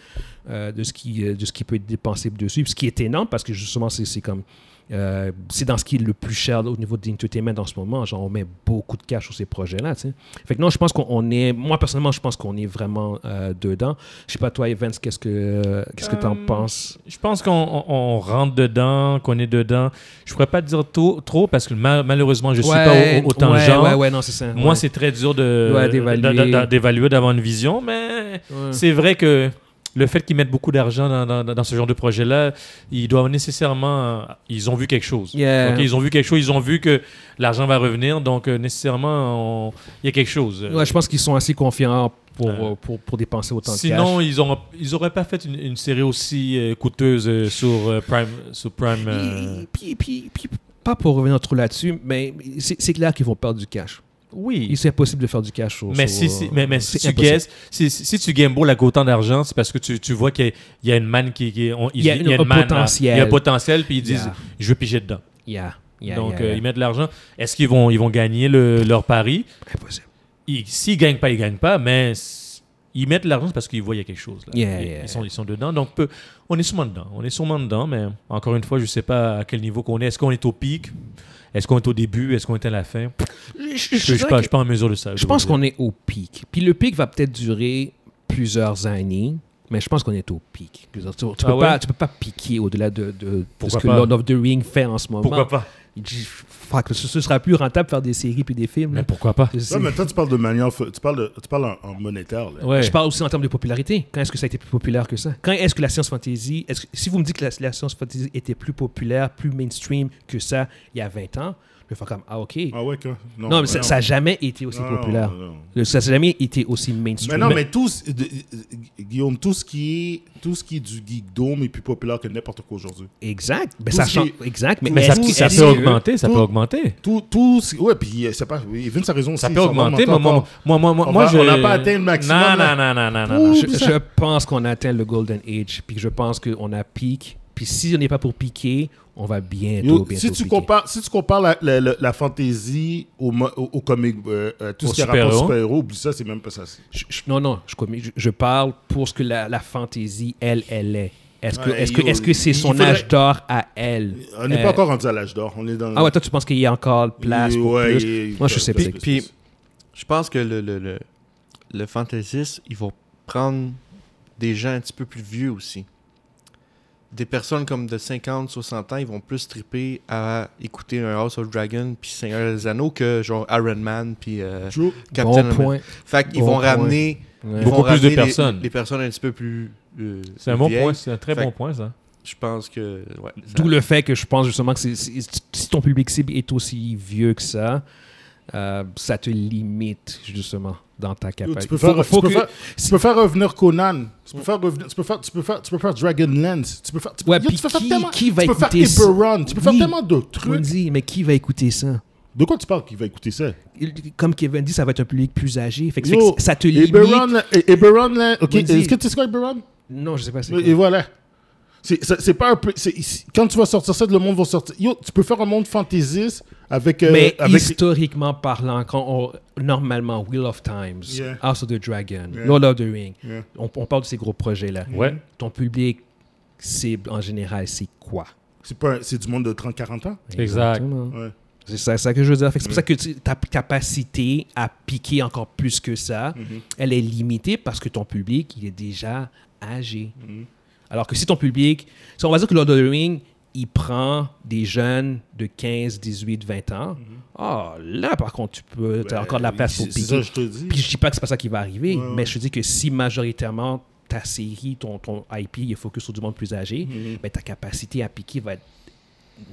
A: euh, de, ce qui, euh, de ce qui peut être dépensé dessus. Puis Ce qui est énorme parce que justement, c'est c'est comme Euh, c'est dans ce qui est le plus cher au niveau de l'entertainment en ce moment. Genre, on met beaucoup de cash sur ces projets-là. tu sais. Fait que non, je pense qu'on on est. Moi, personnellement, je pense qu'on est vraiment euh, dedans. Je sais pas, toi, Evans, qu'est-ce que euh, qu'est-ce que t'en
D: Euh,
A: penses
D: Je pense qu'on on- on rentre dedans, qu'on est dedans. Je pourrais pas te dire tôt- trop parce que ma- malheureusement, je ne suis pas au- autant
A: ouais,
D: genre.
A: Ouais, ouais, non, c'est ça.
D: Moi,
A: ouais.
D: c'est très dur de-
A: Ouais, d'évaluer.
D: d'a- d'a- d'évaluer, d'avoir une vision, mais
A: Ouais.
D: c'est vrai que le fait qu'ils mettent beaucoup d'argent dans, dans- dans ce genre de projet-là, ils doivent nécessairement. Ils ont vu quelque chose.
A: Yeah.
D: Donc, ils ont vu quelque chose, ils ont vu que l'argent va revenir, donc euh, nécessairement, on- il y a quelque chose.
A: Ouais, je pense qu'ils sont assez confiants pour,
D: Euh,
A: euh, pour, pour dépenser autant de cash.
D: Sinon, ils n'auraient ils auraient pas fait une, une série aussi euh, coûteuse euh, sur euh, Prime. Sur Prime euh,
A: Et- Puis, puis- puis- pas pour revenir trop là-dessus, mais c'est c'est clair qu'ils vont perdre du cash.
D: Oui.
A: Il c'est impossible de faire du cash. sur-
D: Mais
A: sur- euh,
D: si, si- mais, mais si,
A: c'est
D: tu
A: impossible.
D: guesses, si, si- si tu games beau la autant d'argent, c'est parce que tu, tu vois qu'il y a- il y a une manne qui. qui- on- ils-
A: Il y a une- un
D: manne, là.
A: potentiel.
D: Il y a un potentiel, puis ils disent
A: Yeah.
D: je veux piger dedans.
A: Yeah, yeah,
D: Donc,
A: yeah,
D: euh,
A: yeah.
D: ils mettent de l'argent. Est-ce qu'ils vont, ils vont gagner le- leur pari
A: Impossible.
D: Ils- S'ils ne gagnent pas, ils ne gagnent pas, mais s- ils mettent de l'argent c'est parce qu'ils voient il y a quelque chose. Là.
A: Yeah,
D: ils,
A: yeah,
D: ils sont, ils sont dedans. Donc, peu- on est sûrement dedans. On est sûrement dedans, mais encore une fois, je ne sais pas à quel niveau qu'on est. Est-ce qu'on est au pic Est-ce qu'on est au début Est-ce qu'on est à la fin
A: Je,
D: Je ne suis pas je suis pas en mesure de ça.
A: je pense qu'on est au pic. Puis le pic va peut-être durer plusieurs années, mais je pense qu'on est au pic. Je veux dire, Tu, tu
D: Ah
A: peux
D: ouais?
A: pas, tu peux pas piquer au-delà de, de- de ce
D: Pourquoi
A: que
D: pas?
A: Lord of the Ring fait en ce moment.
D: Pourquoi pas
A: Il dit, fuck, ce, ce sera plus rentable de faire des séries puis des films. là.
D: Mais pourquoi pas
A: Je sais.
B: Ouais, mais toi, tu parles de manière. Tu parles, de- tu parles en, en monétaire. Là.
D: Ouais.
A: Je parle aussi en termes de popularité. Quand est-ce que ça a été plus populaire que ça Quand est-ce que la science fantasy, est-ce que- si vous me dites que la, la science fantasy était plus populaire, plus mainstream que ça il y a 20 ans, je vais faire comme ah ok.
B: Ah ouais, quoi.
A: non, mais ça- ça n'a jamais été aussi
B: Non, non,
A: populaire.
B: non, non.
A: Le- Ça n'a jamais été aussi mainstream.
B: Mais non, mais tout, ce- de- euh, Guillaume, tout ce, qui est, tout ce qui est du geekdom est plus populaire que n'importe quoi aujourd'hui.
A: Exact. Mais
B: Tout
A: ça
B: ce
A: change.
B: qui-
A: Exact. Mais,
B: tout
D: Mais
A: mais
D: ça,
A: est-ce que-
D: ça
A: est-ce
D: peut
A: que-
D: augmenter, ça peut
B: tout-
D: augmenter.
B: Tout, tout ce- ouais, puis euh, c'est pas, Vince a raison
D: Ça
B: aussi,
D: peut
B: va
D: augmenter,
B: monter
D: mais moi,
B: encore.
D: moi, moi, moi,
B: On
D: moi,
B: va-
D: je...
B: on n'a pas atteint le maximum,
D: Non, non,
B: là.
D: non, non, non, non, non.
B: Ouh.
A: Je, je pense qu'on atteint le golden age, puis que je pense qu'on a pique. Puis si on n'est pas pour piquer, on va bientôt,
B: Yo,
A: bientôt
B: si, tu
A: piquer.
B: compares, si tu compares la, la, la- la fantaisie au, mo- au, au comic, euh, euh, tout
D: Au
B: ce qui est rapport
D: super-héros.
B: super-héros, oublie ça, c'est même pas ça.
A: Je- je- non, non, je, commis- je, je parle pour ce que la, la fantaisie, elle, elle est. Est-ce que
B: Ouais,
A: est-ce que-
B: yo,
A: est-ce que c'est
B: il
A: son
B: faudrait-
A: âge d'or à elle?
B: On n'est
A: Euh,
B: pas encore rendu à l'âge d'or. On est dans
A: Ah ouais, toi, tu penses qu'il y a encore place pour
B: Ouais,
A: plus?
B: il- il-
A: Moi, je suis
B: plus,
A: sceptique.
B: plus,
C: Puis-
B: plus.
C: Je pense que le, le, le, le fantaisiste, ils vont prendre des gens un petit peu plus vieux aussi. Des personnes comme de 50, 60 ans, ils vont plus triper à écouter un House of Dragon puis Seigneur des Anneaux que genre Iron Man puis euh,
B: True.
C: Captain
A: Bon
C: America.
A: point.
C: Fait qu'ils
A: Bon
C: vont
A: point.
C: ramener
A: Ouais.
C: ils
D: Beaucoup
C: vont
D: plus de
C: ramener les-
D: personnes.
C: Les, personnes un petit peu plus. euh,
D: C'est un bon
C: vieilles.
D: point, c'est un très
C: Fait-
D: bon point, ça.
C: Je pense que. Ouais, ça-
A: D'où le fait que je pense justement que c'est- c'est- si ton public cible est aussi vieux que ça, euh, ça te limite justement dans ta
B: Yo,
A: capacité.
B: Tu peux faire- tu peux faire- tu
A: si-
B: peux faire revenir Conan. Tu peux faire revenir- tu peux faire- tu peux faire- tu peux faire Dragonlance. Tu peux faire. tu peux-
A: Ouais,
B: yo,
A: puis
B: tu peux faire
A: qui-
B: tellement-
A: qui va
B: Tu peux faire
A: écouter ça?
B: Eberron. Tu peux faire
A: Oui.
B: tellement de
A: On
B: trucs.
A: dit, mais qui va écouter ça?
B: De quoi tu parles qui va écouter ça?
A: Il- Comme Kevin dit, ça va être un public plus âgé. Fait que,
B: Yo,
A: fait que ça te limite.
B: Eberron, eh, Eberron, là, ok,
A: Vas-y.
B: est-ce que tu sais quoi Eberron?
A: Non, je sais pas. c'est
B: Et voilà. C'est- C'est c'est pas un peu. c'est- c'est- Quand tu vas sortir ça, le monde va sortir. Yo, tu peux faire un monde fantaisiste avec. euh,
A: Mais
B: avec
A: historiquement parlant, quand on, normalement, Wheel of Times,
B: Yeah.
A: House of the Dragon,
B: Yeah.
A: Lord of the Ring,
B: Yeah.
A: on, on parle de ces gros projets-là.
B: Mm-hmm.
D: Ouais.
A: Ton public cible en général, c'est quoi
B: C'est pas un- c'est du monde de 30-40 ans.
D: Exact.
A: Exactement.
B: Ouais.
A: C'est ça, ça que je veux dire. Fait que C'est pour ça
B: Mm-hmm.
A: que tu- ta capacité à piquer encore plus que ça,
B: Mm-hmm.
A: elle est limitée parce que ton public, il est déjà âgé.
B: Mm-hmm.
A: Alors que si ton public, si on va dire que Lord of the Ring, il prend des jeunes de 15, 18, 20 ans, ah là par contre, tu peux, as encore de la place pour
B: Mm-hmm. Ben Euh, C'est ça,
A: piquer.
B: je te dis.
A: Puis je dis pas que c'est pas ça qui va arriver,
B: Ouais, ouais.
A: mais je te dis que si majoritairement ta série, ton, ton IP est focus sur du monde plus âgé,
B: Mm-hmm.
A: ben, ta capacité à piquer va être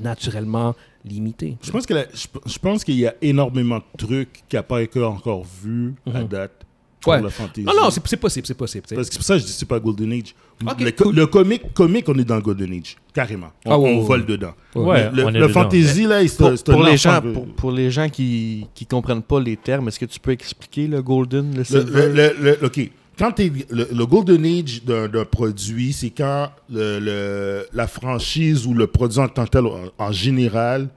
A: naturellement limitée.
B: Je pense que la- je, je pense qu'il y a énormément de trucs qui n'a pas été encore vu à date pour
A: Ouais.
B: la fantaisie.
A: Non, non, c'est c'est possible, c'est possible. tu sais.
B: parce que c'est pour ça que je dis que c'est pas Golden Age.
A: Ok,
B: le, co- le comic, comic, on est dans le Golden Age, carrément. On,
A: Ah ouais,
B: on
A: ouais,
B: vole dedans.
D: Ouais,
B: le
D: on est
B: le
D: dedans.
B: fantasy, là, c'est
C: Pour,
B: c'est un
C: pour les gens,
B: enfant que-
C: pour, pour les gens qui ne comprennent pas les termes, est-ce que tu peux expliquer le golden, le
B: Le,
C: silver?
B: le- le- le- OK. Quand t'es- le, le Golden Age d'un d'un produit, c'est quand le- le- la franchise ou le produit en tant que tel, en, en général,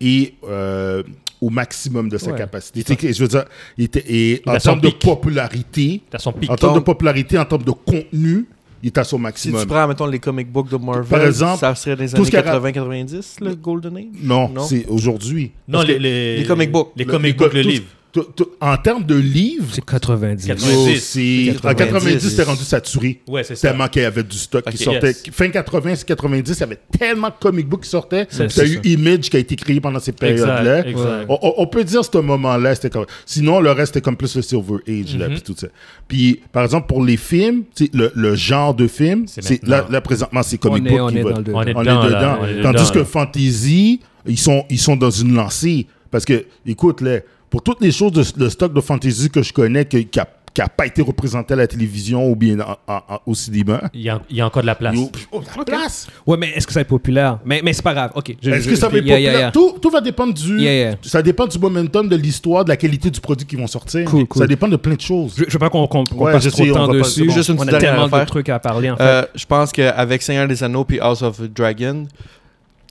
B: est euh, au maximum de sa
D: Ouais.
B: capacité. C'est que, je veux dire, il était- et
D: Il
B: en
D: a son
B: termes de
D: pic.
B: popularité,
D: T'as son pic.
B: en termes de
C: Donc-
B: popularité, en termes de contenu, il est à son
C: Si
B: maximum.
C: tu prends, mettons, les comic books de Marvel,
B: Par exemple,
C: ça serait des
B: tout
C: années
B: ce qu'il y a-
C: 80-90, le Golden Age
B: Non,
C: Non.
B: c'est aujourd'hui.
D: Non,
B: Parce
D: les,
B: que
D: les,
C: les comic books.
D: Les
B: le-
D: comic books, le
B: tout-
D: livre.
B: tout- tout- en termes de livres,
A: C'est 90.
D: 90.
B: oh,
D: 90.
B: c'est- en
C: 90,
B: 90, c'était rendu saturé.
D: Ouais, c'est ça.
B: Tellement qu'il y avait du stock
D: Ok,
B: qui sortait.
D: yes.
B: Fin 80, 90, il y avait tellement de comic books qui sortaient.
A: C'est-
B: Tu as
A: c'est
B: eu
A: ça.
B: Image qui a été créé pendant ces périodes-là.
D: Exact, exact.
B: On, on- on peut dire ce moment-là, c'était comme. Sinon, le reste, c'était comme plus le Silver Age,
D: Mm-hmm.
B: là, puis tout ça. Puis, par exemple, pour les films, tu sais, le, le genre de film,
D: C'est
B: c'est
D: maintenant.
B: là, là, présentement, c'est
A: On
B: comic
A: est,
B: book
A: on
B: qui
A: est
B: va.
A: dans le
D: On est
B: On est
D: dedans, là,
B: dedans.
D: on est
B: Tandis
D: dedans,
B: que
D: là.
B: Fantasy, ils sont, ils sont dans une lancée. Parce que, écoute, là, pour toutes les choses, de, le stock de Fantasy que je connais, que- qui n'a pas été représenté à la télévision ou bien en- en- en- au cinéma,
D: Il y, a, il y a encore de la place.
B: yo, oh, la place!
A: Ouais, mais est-ce que ça va être populaire? Mais, mais c'est pas grave. OK. je-
B: Est-ce
A: je-
B: que ça va
A: je-
B: être
A: yeah,
B: populaire?
A: yeah, yeah.
B: Tout, tout va dépendre du.
A: Yeah, yeah.
B: Ça dépend du momentum, de l'histoire, de la qualité du produit qu'ils vont sortir.
A: Cool, cool.
B: Ça dépend de plein de choses.
A: Je, je veux pas qu'on qu'on- qu'on
B: Ouais,
A: passe
B: je
A: trop
B: sais,
A: de
B: on
A: temps
B: va pas-
A: dessus.
B: c'est
C: bon. Juste une
A: on a
C: dernière
A: tellement de
C: affaire.
A: trucs à parler, hein. en fait.
C: Euh, je pense qu'avec Seigneur des Anneaux puis House of Dragon,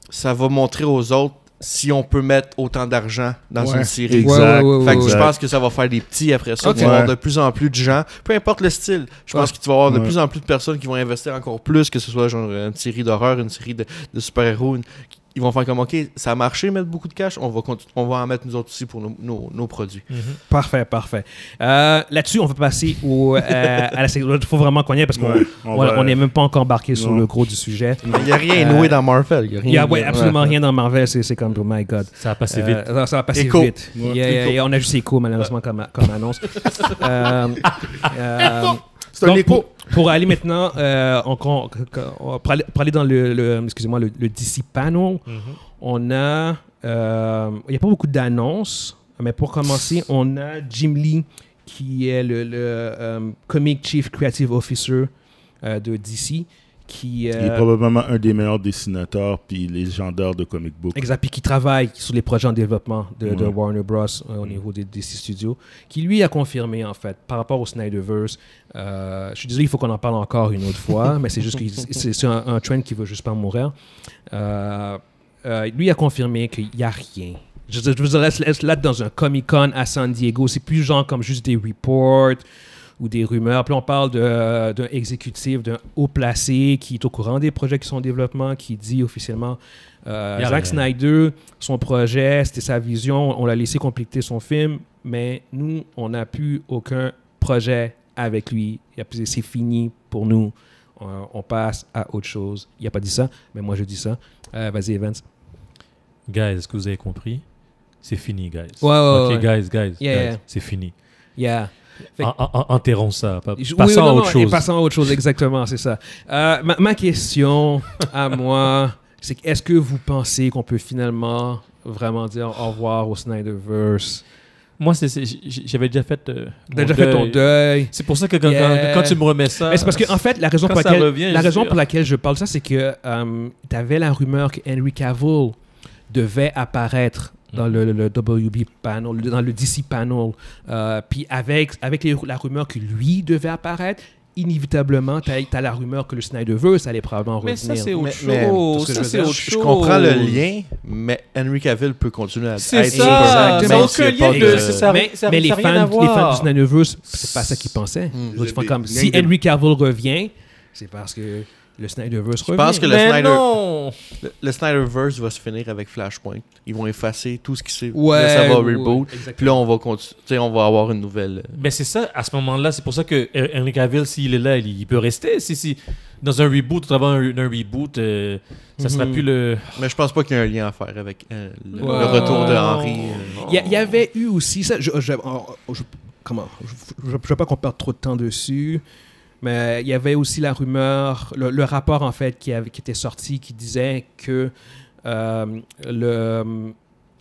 C: ça va montrer aux autres si on peut mettre autant d'argent dans
B: Ouais.
C: une série.
B: Exact.
A: Ouais, ouais, ouais,
C: Fait que
B: ouais,
C: je
B: ouais.
C: pense que ça va faire des petits après ça.
A: Ok.
C: Tu vas avoir
B: Ouais.
C: de plus en plus de gens, peu importe le style. Je pense
A: Ouais.
C: que tu vas avoir de
B: Ouais.
C: plus en plus de personnes qui vont investir encore plus, que ce soit genre une série d'horreur, une série de, de super-héros. une- Ils vont faire comme OK, ça a marché, mettre beaucoup de cash, on va, conti- on va en mettre nous autres aussi pour nos, nos- nos produits.
A: Parfait, parfait. Euh, Là-dessus, on va passer au, euh, à la seconde. Il faut vraiment qu'on y aille parce qu'on
B: Ouais, on
A: on-
B: va-
A: on n'est même pas encore embarqué sur
B: Non.
A: le gros du sujet.
C: Il n'y a rien noué dans Marvel. Il
A: Il y a ouais, absolument rien dans Marvel. C'est c'est comme, oh my God.
D: Ça va passer
A: Euh,
D: vite.
A: ça, ça va passer
C: Écho.
A: vite.
B: Ouais.
A: Yeah, yeah,
B: Écho.
A: yeah, on a juste écho, malheureusement, comme, comme annonce. Euh, euh,
B: C'est un
A: donc,
B: écho.
A: pour, pour aller maintenant, euh, encore- encore- pour, aller, pour aller dans le, le- excusez-moi, le, le DC panel,
B: Mm-hmm.
A: on a, euh, il n'y a pas beaucoup d'annonces, mais pour commencer, on a Jim Lee qui est le, le, euh, comic chief creative officer euh, de DC, qui
B: Il est
A: euh,
B: probablement un des meilleurs dessinateurs puis légendaire de comic book.
A: Exact, puis qui travaille sur les projets en développement de, de
B: Ouais.
A: Warner Bros. euh, au niveau des DC Studios, qui lui a confirmé, en fait, par rapport au Snyderverse. euh, je suis désolé, il faut qu'on en parle encore une autre fois, mais c'est juste que c'est c'est un, un trend qui veut juste pas mourir. Euh, euh, lui a confirmé qu'il n'y a rien. Je, veux dire, je vous laisse, laisse là dans un Comic Con à San Diego. C'est plus genre comme juste des reports ou des rumeurs. Puis on parle de- euh, d'un exécutif, d'un haut placé qui est au courant des projets qui sont en développement, qui dit officiellement euh,
D: Il y a
A: Zack
D: rien.
A: Snyder, son projet, c'était sa vision. On l'a laissé compléter son film, mais nous, on n'a plus aucun projet avec lui. Il a- C'est fini pour nous. On, on passe à autre chose. Il n'a pas dit ça, mais moi je dis ça. Euh, Vas-y, Evans.
D: Guys, est-ce que vous avez compris C'est fini, guys.
A: Ouais, ouais,
D: ok, guys, guys.
A: Yeah,
D: guys,
A: yeah.
D: C'est fini.
A: Yeah. Fait que-
D: En- en- en- Enterrons ça. pa-
A: Je- oui,
D: Passons
A: non,
D: à
A: non,
D: autre
A: et
D: chose.
A: passons à autre chose, exactement, c'est ça. Euh, ma, ma question à moi, c'est que est-ce que vous pensez qu'on peut finalement vraiment dire au revoir au Snyderverse?
D: Moi, c'est- c'est- j- j- j'avais déjà fait. euh, mon
A: T'as déjà fait ton deuil?
D: C'est pour ça que quand,
A: Yeah.
D: quand- quand tu me remets ça. euh,
A: Mais c'est parce que en fait la raison
D: Quand
A: pour
D: ça
A: laquelle
D: revient,
A: la
D: je
A: raison
D: veux
A: pour
D: dire.
A: laquelle je parle de ça c'est que euh, tu avais la rumeur que Henry Cavill devait apparaître dans le, le- le WB panel, le- dans le DC panel. Euh, Puis avec, avec les- la rumeur que lui devait apparaître, inévitablement, tu as, la rumeur que le Snyderverse allait probablement
D: Mais ça,
A: revenir.
D: c'est autre
C: Mais- mais-
D: chose.
A: parce que
D: Ça,
A: je veux
D: c'est
A: dire,
D: autre
C: Je je
D: chose.
C: comprends le lien, mais Henry Cavill peut continuer à
D: C'est
C: être
D: ça.
C: Superman,
A: ça n'a
C: même s'il y a
D: aucun
C: pas
D: lien
A: de-
D: ça- ça-
A: mais,
D: ça-
A: mais les,
D: ça a rien
A: fans,
D: à
A: les fans
D: voir.
A: du Snyderverse, c'est pas ça qu'ils pensaient. Ils font comme, si
B: Gang de-
A: Henry Cavill revient, c'est parce que le Snyderverse revient.
C: pense que le
D: Mais
C: Snyder-
D: non
C: Le, le Snyderverse va se finir avec Flashpoint. Ils vont effacer tout ce qui s'est.
A: Ouais,
C: là, ça va
A: ouais,
C: reboot.
A: exactement.
C: Puis là, on va continuer. Tu sais, on va avoir une nouvelle. euh,
D: Ben c'est ça, à ce moment-là, c'est pour ça que euh, Henry Cavill, s'il est là, il, il peut rester. Si, si, dans un reboot, au travers d'un d'un reboot, euh,
A: Mhm.
D: ça sera plus le...
C: Mais je pense pas qu'il y a un lien à faire avec euh, le, le
A: Ouais.
C: retour de
D: Non.
C: Henry. euh,
A: Il y, a- il y avait eu aussi ça. Je, je- oh, oh, je- comment Je ne veux pas qu'on perde trop de temps dessus. Mais il y avait aussi la rumeur, le, le rapport en fait qui, avait- qui était sorti qui disait que euh, le,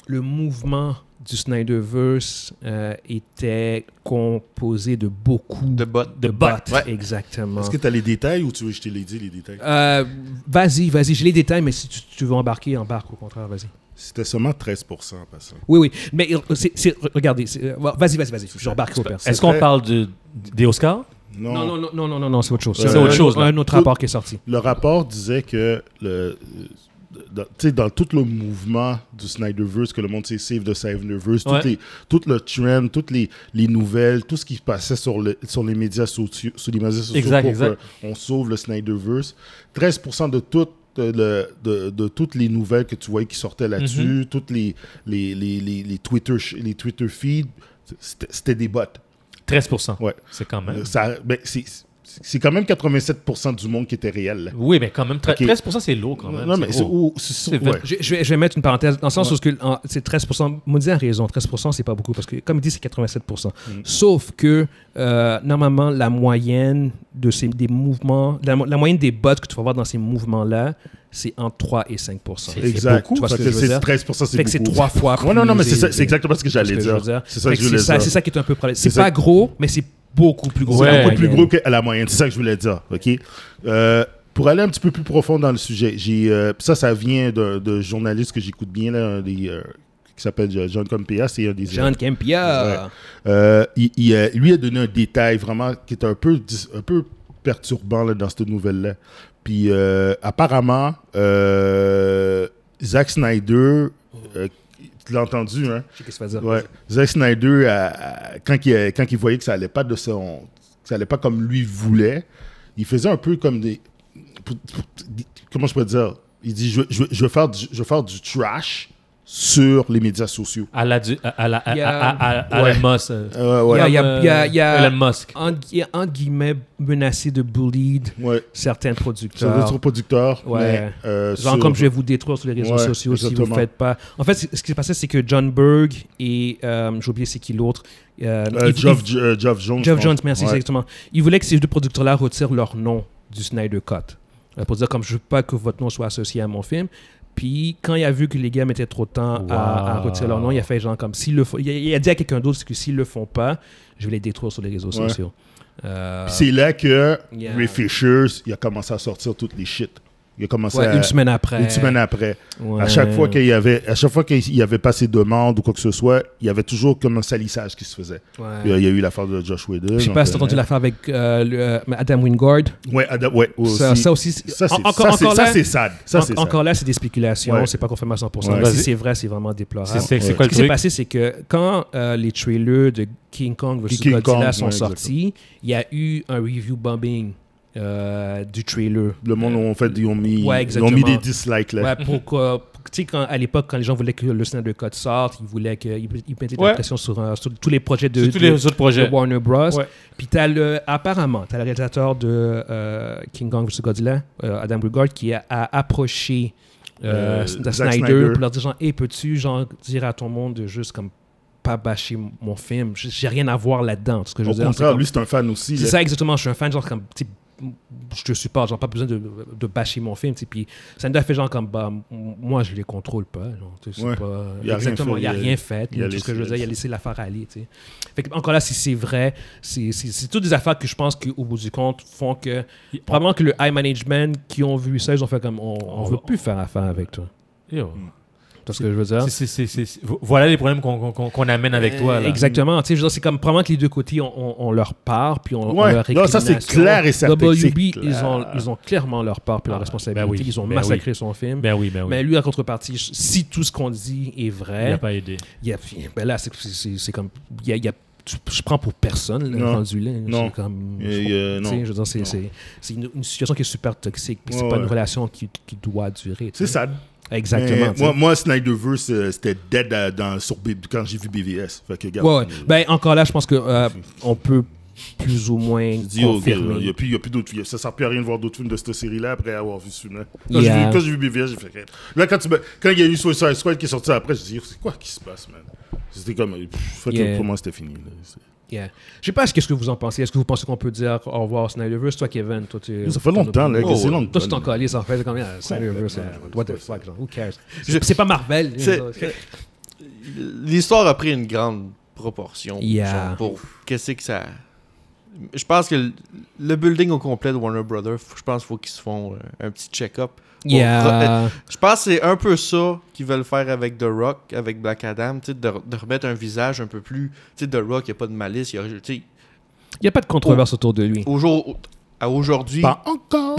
A: le mouvement du Snyderverse euh, était composé de beaucoup
C: De bot.
A: de
D: bots.
C: Ouais.
A: Exactement.
B: Est-ce que tu as les détails ou tu veux que je te les dise, les détails?
A: Euh, vas-y, vas-y, j'ai les détails, mais si tu, tu veux embarquer, embarque au contraire, vas-y.
B: C'était seulement 13 en passant.
A: Oui, oui, mais euh, c'est, c'est- regardez, c'est- euh, vas-y, vas-y, vas-y, j'embarque au père.
D: Est-ce qu'on
B: vrai.
D: parle de, des Oscars?
B: Non.
A: Non, non, non, non, non, non, non, c'est autre chose. Euh,
B: C'est
A: Un-
D: autre chose, là.
A: Un autre
B: Tout-
A: rapport qui est sorti.
B: Le rapport disait que le, dans, tu sais, dans tout le mouvement du Snyderverse, que le monde s'est Save de Snyderverse,
D: Ouais.
B: toutes les- tout le trend, toutes les, les nouvelles, tout ce qui se passait sur, le, sur les médias sociaux, sur les médias sociaux
D: Exact,
B: pour
D: exact.
B: qu'on sauve le Snyderverse. 13% de tout euh, le- de, de toutes les nouvelles que tu voyais qui sortaient
D: Mm-hmm.
B: là-dessus, toutes les, les, les, les, les Twitter, sh- les Twitter feeds, c'était c'était des bots.
D: 13%.
B: Ouais.
D: C'est quand même.
B: Euh, ça- ben, c'est- c'est quand même 87% du monde qui était réel.
D: Oui, mais quand même, tre-
B: Ok.
D: 13% c'est lourd quand même.
B: Non, mais c'est
D: gros.
B: ou- c'est-
D: C'est
B: ouais.
D: vingt-
A: Je, je vais, je vais mettre une parenthèse, dans le sens où ce que, en- c'est 13%. Maudit a raison, 13%, c'est pas beaucoup, parce que, comme il dit, c'est 87%.
B: Mm.
A: Sauf que, euh, normalement, la moyenne de ces, des mouvements, la, mo- la moyenne des bots que tu vas voir dans ces mouvements-là, c'est entre 3 et 5%.
D: C'est-
B: Exact.
A: beaucoup, tu vois
B: Parce
A: ce
B: que,
A: que je veux
B: c'est
A: dire.
B: 13 c'est
A: Fait que c'est
B: beaucoup.
A: trois fois plus.
B: Ouais, non, non, mais c'est ça-
A: élevé.
B: c'est exactement ce que j'allais
A: C'est ce que je
B: dire.
A: veux dire.
B: C'est ça
A: Fait
B: que
A: que
B: je voulais
A: c'est ça,
B: dire.
A: c'est ça qui est un peu problématique.
B: C'est
A: C'est
B: ça
A: pas gros, mais c'est beaucoup plus gros.
D: C'est
A: que la
D: beaucoup
B: plus
A: moyenne.
B: gros que la moyenne. C'est ça que je voulais dire. OK? Euh, pour aller un petit peu plus profond dans le sujet, j'ai euh, ça, ça vient d'un d'un journaliste que j'écoute bien, là, un des, euh, qui s'appelle John Compea. C'est un des.
A: John Kempia.
B: Ouais. Euh, il, il, euh, lui a donné un détail vraiment qui est un peu, dis- un peu perturbant là, dans cette nouvelle-là. Puis euh, apparemment, euh, Zack Snyder, euh, tu l'as entendu, hein?
A: Je sais qu'est-ce que ça veut dire.
B: Ouais. Zack Snyder, a- a- quand, il, quand il voyait que ça allait pas de son, que ça allait pas comme lui voulait, il faisait un peu comme des, pour- pour- des- comment je peux dire, il dit je, veux- je veux- je veux faire du, je veux faire du trash sur les médias sociaux.
D: À la, du- à, à la, à,
A: Il y a-
D: à- à- à- à
B: Ouais.
D: Elon Musk. euh,
B: Euh, ouais.
A: Il y a- il y a- il y a- il y a-
D: Elon Musk.
A: Entre, gui- entre guillemets, menacé de bullied
B: Ouais.
A: certains
B: Sur
A: producteurs.
B: d'autres producteurs.
A: Ouais.
B: mais, euh,
A: Genre
B: sur-
A: comme je vais vous détruire sur les réseaux
B: Ouais,
A: sociaux si vous
B: exactement.
A: ne faites pas. En fait, c'est- ce qui s'est passé, c'est que John Berg et euh, j'ai oublié c'est qui l'autre. euh,
B: Euh,
A: ils-
B: Geoff
A: ils-
B: J- euh, Geoff Jones.
A: Geoff
B: je
A: Jones,
B: pense.
A: merci,
B: Ouais.
A: exactement. Ils voulaient que ces deux producteurs-là retirent leur nom du Snyder Cut. Euh, pour dire, comme je veux pas que votre nom soit associé à mon film. Puis, quand il a vu que les gars mettaient trop de temps à, à
D: Wow.
A: retirer leur nom, il a fait genre comme s'ils le font. Il a, il a dit à quelqu'un d'autre c'est que s'ils le font pas, je vais les détruire sur les réseaux
B: Ouais.
A: sociaux. Euh,
B: Puis c'est là que
A: Yeah.
B: Ray Fisher, il a commencé à sortir toutes les shit. Il a commencé
A: ouais,
B: à-
A: une semaine après.
B: Une semaine après.
A: Ouais.
B: À chaque fois qu'il y avait, à chaque fois qu'il y avait pas ses demandes ou quoi que ce soit, il y avait toujours comme un salissage qui se faisait.
A: Ouais.
B: Il y a- il y a eu l'affaire de Josh Whedon.
A: Je sais pas si t'as entendu l'affaire avec euh, le, euh, Adam Wingard.
B: Ouais, Ada- ouais, aussi.
A: Ça, ça aussi, c'est-
B: Ça, c'est-
A: en- encore,
B: ça, c'est-
A: encore
B: ça,
A: là,
B: c'est sad. Ça,
A: en-
B: c'est sad.
A: encore là, c'est des spéculations,
B: Ouais.
A: c'est pas confirmé à 100%.
B: Ouais.
A: Mais Si
D: Vas-y.
A: c'est vrai, c'est vraiment déplorable.
D: C'est c'est- c'est
B: Ouais.
D: quoi
A: Ce
D: le
A: qui s'est
D: truc?
A: passé, c'est que quand euh, les trailers de King Kong vs
B: King
A: Godzilla
B: Kong,
A: sont
B: ouais,
A: sortis, il y a eu un review bombing euh, du trailer.
B: Le monde, en fait, ils ont mis,
A: Ouais,
B: ils ont mis
A: exactement.
B: des dislikes là.
A: Ouais, pour que- pour- tu sais, quand- à l'époque, quand les gens voulaient que le Snyder Code sorte, ils voulaient qu'ils ils mettaient de la
D: Ouais.
A: pression sur, euh, sur tous les projets de,
D: Sur tous les
A: de-
D: autres projets.
A: de Warner Bros.
D: Ouais.
A: Puis t'as le, apparemment, tu as le réalisateur de euh, King Kong vs Godzilla, euh, Adam Wingard, qui a, a approché euh,
B: Euh,
A: Snyder,
B: Zack Snyder.
A: pour leur dire genre, hey, peux-tu genre, dire à ton monde de juste comme pas bâcher m- mon film, J- j'ai rien à voir là-dedans. Ce que je
B: Au
A: veux dire, c'est
B: contraire,
A: comme-
B: lui, c'est un fan aussi.
A: c'est
B: là.
A: ça exactement, je suis un fan, genre comme, tu sais, je te supporte, genre pas besoin de, de bâcher mon film, tu sais, puis Sandra fait genre comme, bah, m- moi je les contrôle pas, genre, tu sais, c'est
B: Ouais.
A: pas-
B: Il a rien
A: exactement,
B: fait,
A: il a
B: il a-
A: rien fait,
B: il a
A: tout ce que
B: laissé-
A: je veux dire, il a laissé l'affaire aller, tu sais. Fait que, encore là, si c'est vrai, c'est- c'est c'est toutes des affaires que je pense qu'au bout du compte font que, probablement que le high management qui ont vu ça, ils ont fait comme, on, on
D: On-
A: veut plus faire affaire avec toi,
D: Yo.
B: Mm.
A: tu vois ce que je veux dire?
D: C'est- c'est- c'est- c'est- c'est- vo- Voilà les problèmes qu'on qu'on- qu'on amène avec toi. là.
A: Exactement. Tu sais, je veux dire, c'est comme probablement que les deux côtés, on, on- on leur part, puis on, on
B: Ouais.
A: leur
B: Non, ça, c'est
A: récrimination.
B: clair et certain que c'est
A: WB, Ils,
B: clair.
A: ont, ils ont clairement leur part, puis leur
D: Ah,
A: responsabilité.
D: ben oui,
A: Ils ont
D: ben
A: massacré son film.
D: Ben oui, ben oui.
A: Mais lui, hein? en contrepartie, si tout ce qu'on dit est
D: Il n'a
A: vrai,
D: pas aidé.
A: il y a- ben là, c'est- c'est c'est- c'est comme. il y a- il y a- tu- je prends pour personne, là,
B: Non.
A: rendu là.
B: Non.
A: C'est comme.
B: Et,
A: je-
B: euh,
A: tu
B: non.
A: sais, je veux dire, c'est-
B: Non.
A: c'est c'est une, une situation qui est super toxique, puis c'est
B: Ouais,
A: pas une
B: ouais.
A: relation qui, qui doit durer. tu
B: C'est
A: sais.
B: sad.
A: Exactement.
B: Mais
A: tu sais.
B: Moi, moi, Snyderverse, euh, c'était dead à- dans, sur B- quand j'ai vu BVS. Fait que, regarde,
A: Ouais, ouais. Ben, encore là, je pense que euh, on peut plus ou moins
B: Je dis, ok,
A: confirmer.
B: il n'y a plus, y a plus d'autres films. Ça ne sert plus à rien de voir d'autres films de cette série-là après avoir vu ce film-là. Quand
A: Yeah.
B: j'ai vu- quand j'ai vu, BVS, j'ai fait. eh. Là, quand tu me- quand il y a eu Suicide Squad qui est sorti après, j'ai dit, c'est quoi qui se passe, man? C'était comme. euh, pff, fait que
A: Yeah.
B: Pour moi, c'était fini. là. C'est-
A: Yeah. Je sais pas ce qu'est-ce que vous en pensez. Est-ce que vous pensez qu'on peut dire au revoir à Snyderverse Toi, Kevin, toi, tu.
B: Ça fait longtemps, là, que
A: Oh,
B: c'est longtemps.
A: Toi, tu t'en colles, ça en fait combien Snyderverse,
B: Complètement.
A: euh, what the fuck, genre, who cares
C: Je-
A: C'est pas Marvel.
C: C'est-
A: genre.
C: L'histoire a pris une grande proportion
A: Yeah.
C: genre, pour qu'est-ce que ça. Je pense que le- le building au complet de Warner Brothers, faut- je pense qu'il faut qu'ils se font euh, un petit check-up. pour re- euh,
A: Yeah.
C: Je pense que c'est un peu ça qu'ils veulent faire avec The Rock, avec Black Adam, tu sais, de, de remettre un visage un peu plus. Tu sais, The Rock, il n'y a pas de malice. il y a- tu sais,
A: Il n'y a pas de controverse autour de lui.
C: au jour, au- à aujourd'hui,
B: Pas encore.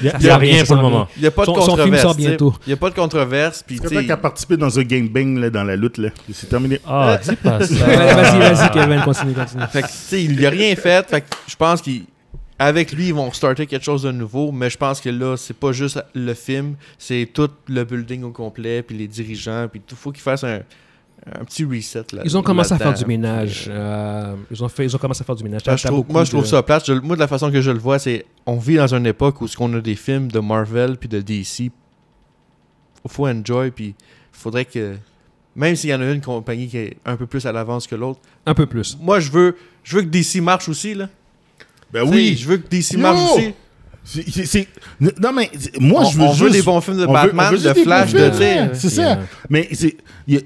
D: Il n'y
A: Ça
D: a, y a
A: sent bien,
D: rien
A: ça
D: pour le
A: sent
D: moment.
C: il n'y a pas de
A: Son- son film
C: controverse.
A: sort
C: tu sais.
A: bientôt.
C: Il n'y a pas de controverse. Puis,
B: C'est
C: tu sais,
B: quelqu'un qui a participé dans un gangbang là, dans la lutte. là. C'est terminé.
D: Ah, dis pas ça.
A: vas-y, vas-y, Kevin, continue, continue.
C: Fait que, tu sais, il n'a rien fait. Fait que je pense qu'avec lui, ils vont starter quelque chose de nouveau. Mais je pense que là, c'est pas juste le film, c'est tout le building au complet, puis les dirigeants, puis tout. faut qu'ils fassent un, un petit reset. Là,
A: Ils ont commencé à faire du
C: là-dedans.
A: ménage. euh, ils, ont fait, ils ont commencé à faire du ménage.
C: Ben,
A: T'as-
C: je
A: t'as
C: trouve-
A: beaucoup
C: moi, je trouve
A: de-
C: ça plate. Je- moi, de la façon que je le vois, c'est on vit dans une époque où ce qu'on a des films de Marvel puis de DC. Faut enjoy, puis faudrait que même s'il y en a une compagnie qui est un peu plus à l'avance que l'autre,
A: Un peu plus.
C: moi je veux, je veux que DC marche aussi là.
B: Ben
C: Tu sais,
B: oui.
C: je veux que DC
B: Yo!
C: marche aussi.
B: C'est- c'est- c'est- Non, mais c'est- moi,
C: on,
B: je veux
C: on
B: juste...
C: veut des bons films de
B: on veut- on
C: Batman,
B: veut juste
C: de
B: des
C: Flash,
B: bons
C: de
B: films,
C: tir.
B: ouais, C'est
A: Yeah.
B: ça. Mais c'est- il y a-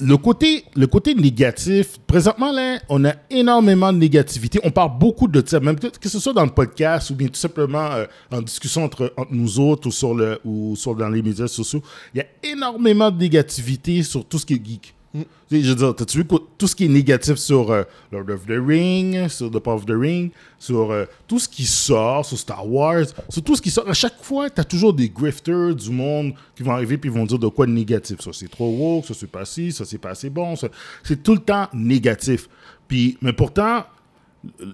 B: le, côté, le côté négatif, présentement, là, on a énormément de négativité. On parle beaucoup de ça, même que, que ce soit dans le podcast ou bien tout simplement euh, en discussion entre, entre nous autres ou, sur le, ou sur, dans les médias sociaux. Il y a énormément de négativité sur tout ce qui est geek. Tu sais, Mm. Je veux dire, t'as-tu vu qu'au- tout ce qui est négatif sur euh, Lord of the Ring, sur The Power of the Ring, sur euh, tout ce qui sort, sur Star Wars, sur tout ce qui sort. À chaque fois, t'as toujours des grifters du monde qui vont arriver puis ils vont dire de quoi de négatif. Ça, c'est trop woke, ça, c'est pas ci, ça, c'est pas assez bon. ça- C'est tout le temps négatif. Puis, mais pourtant, euh,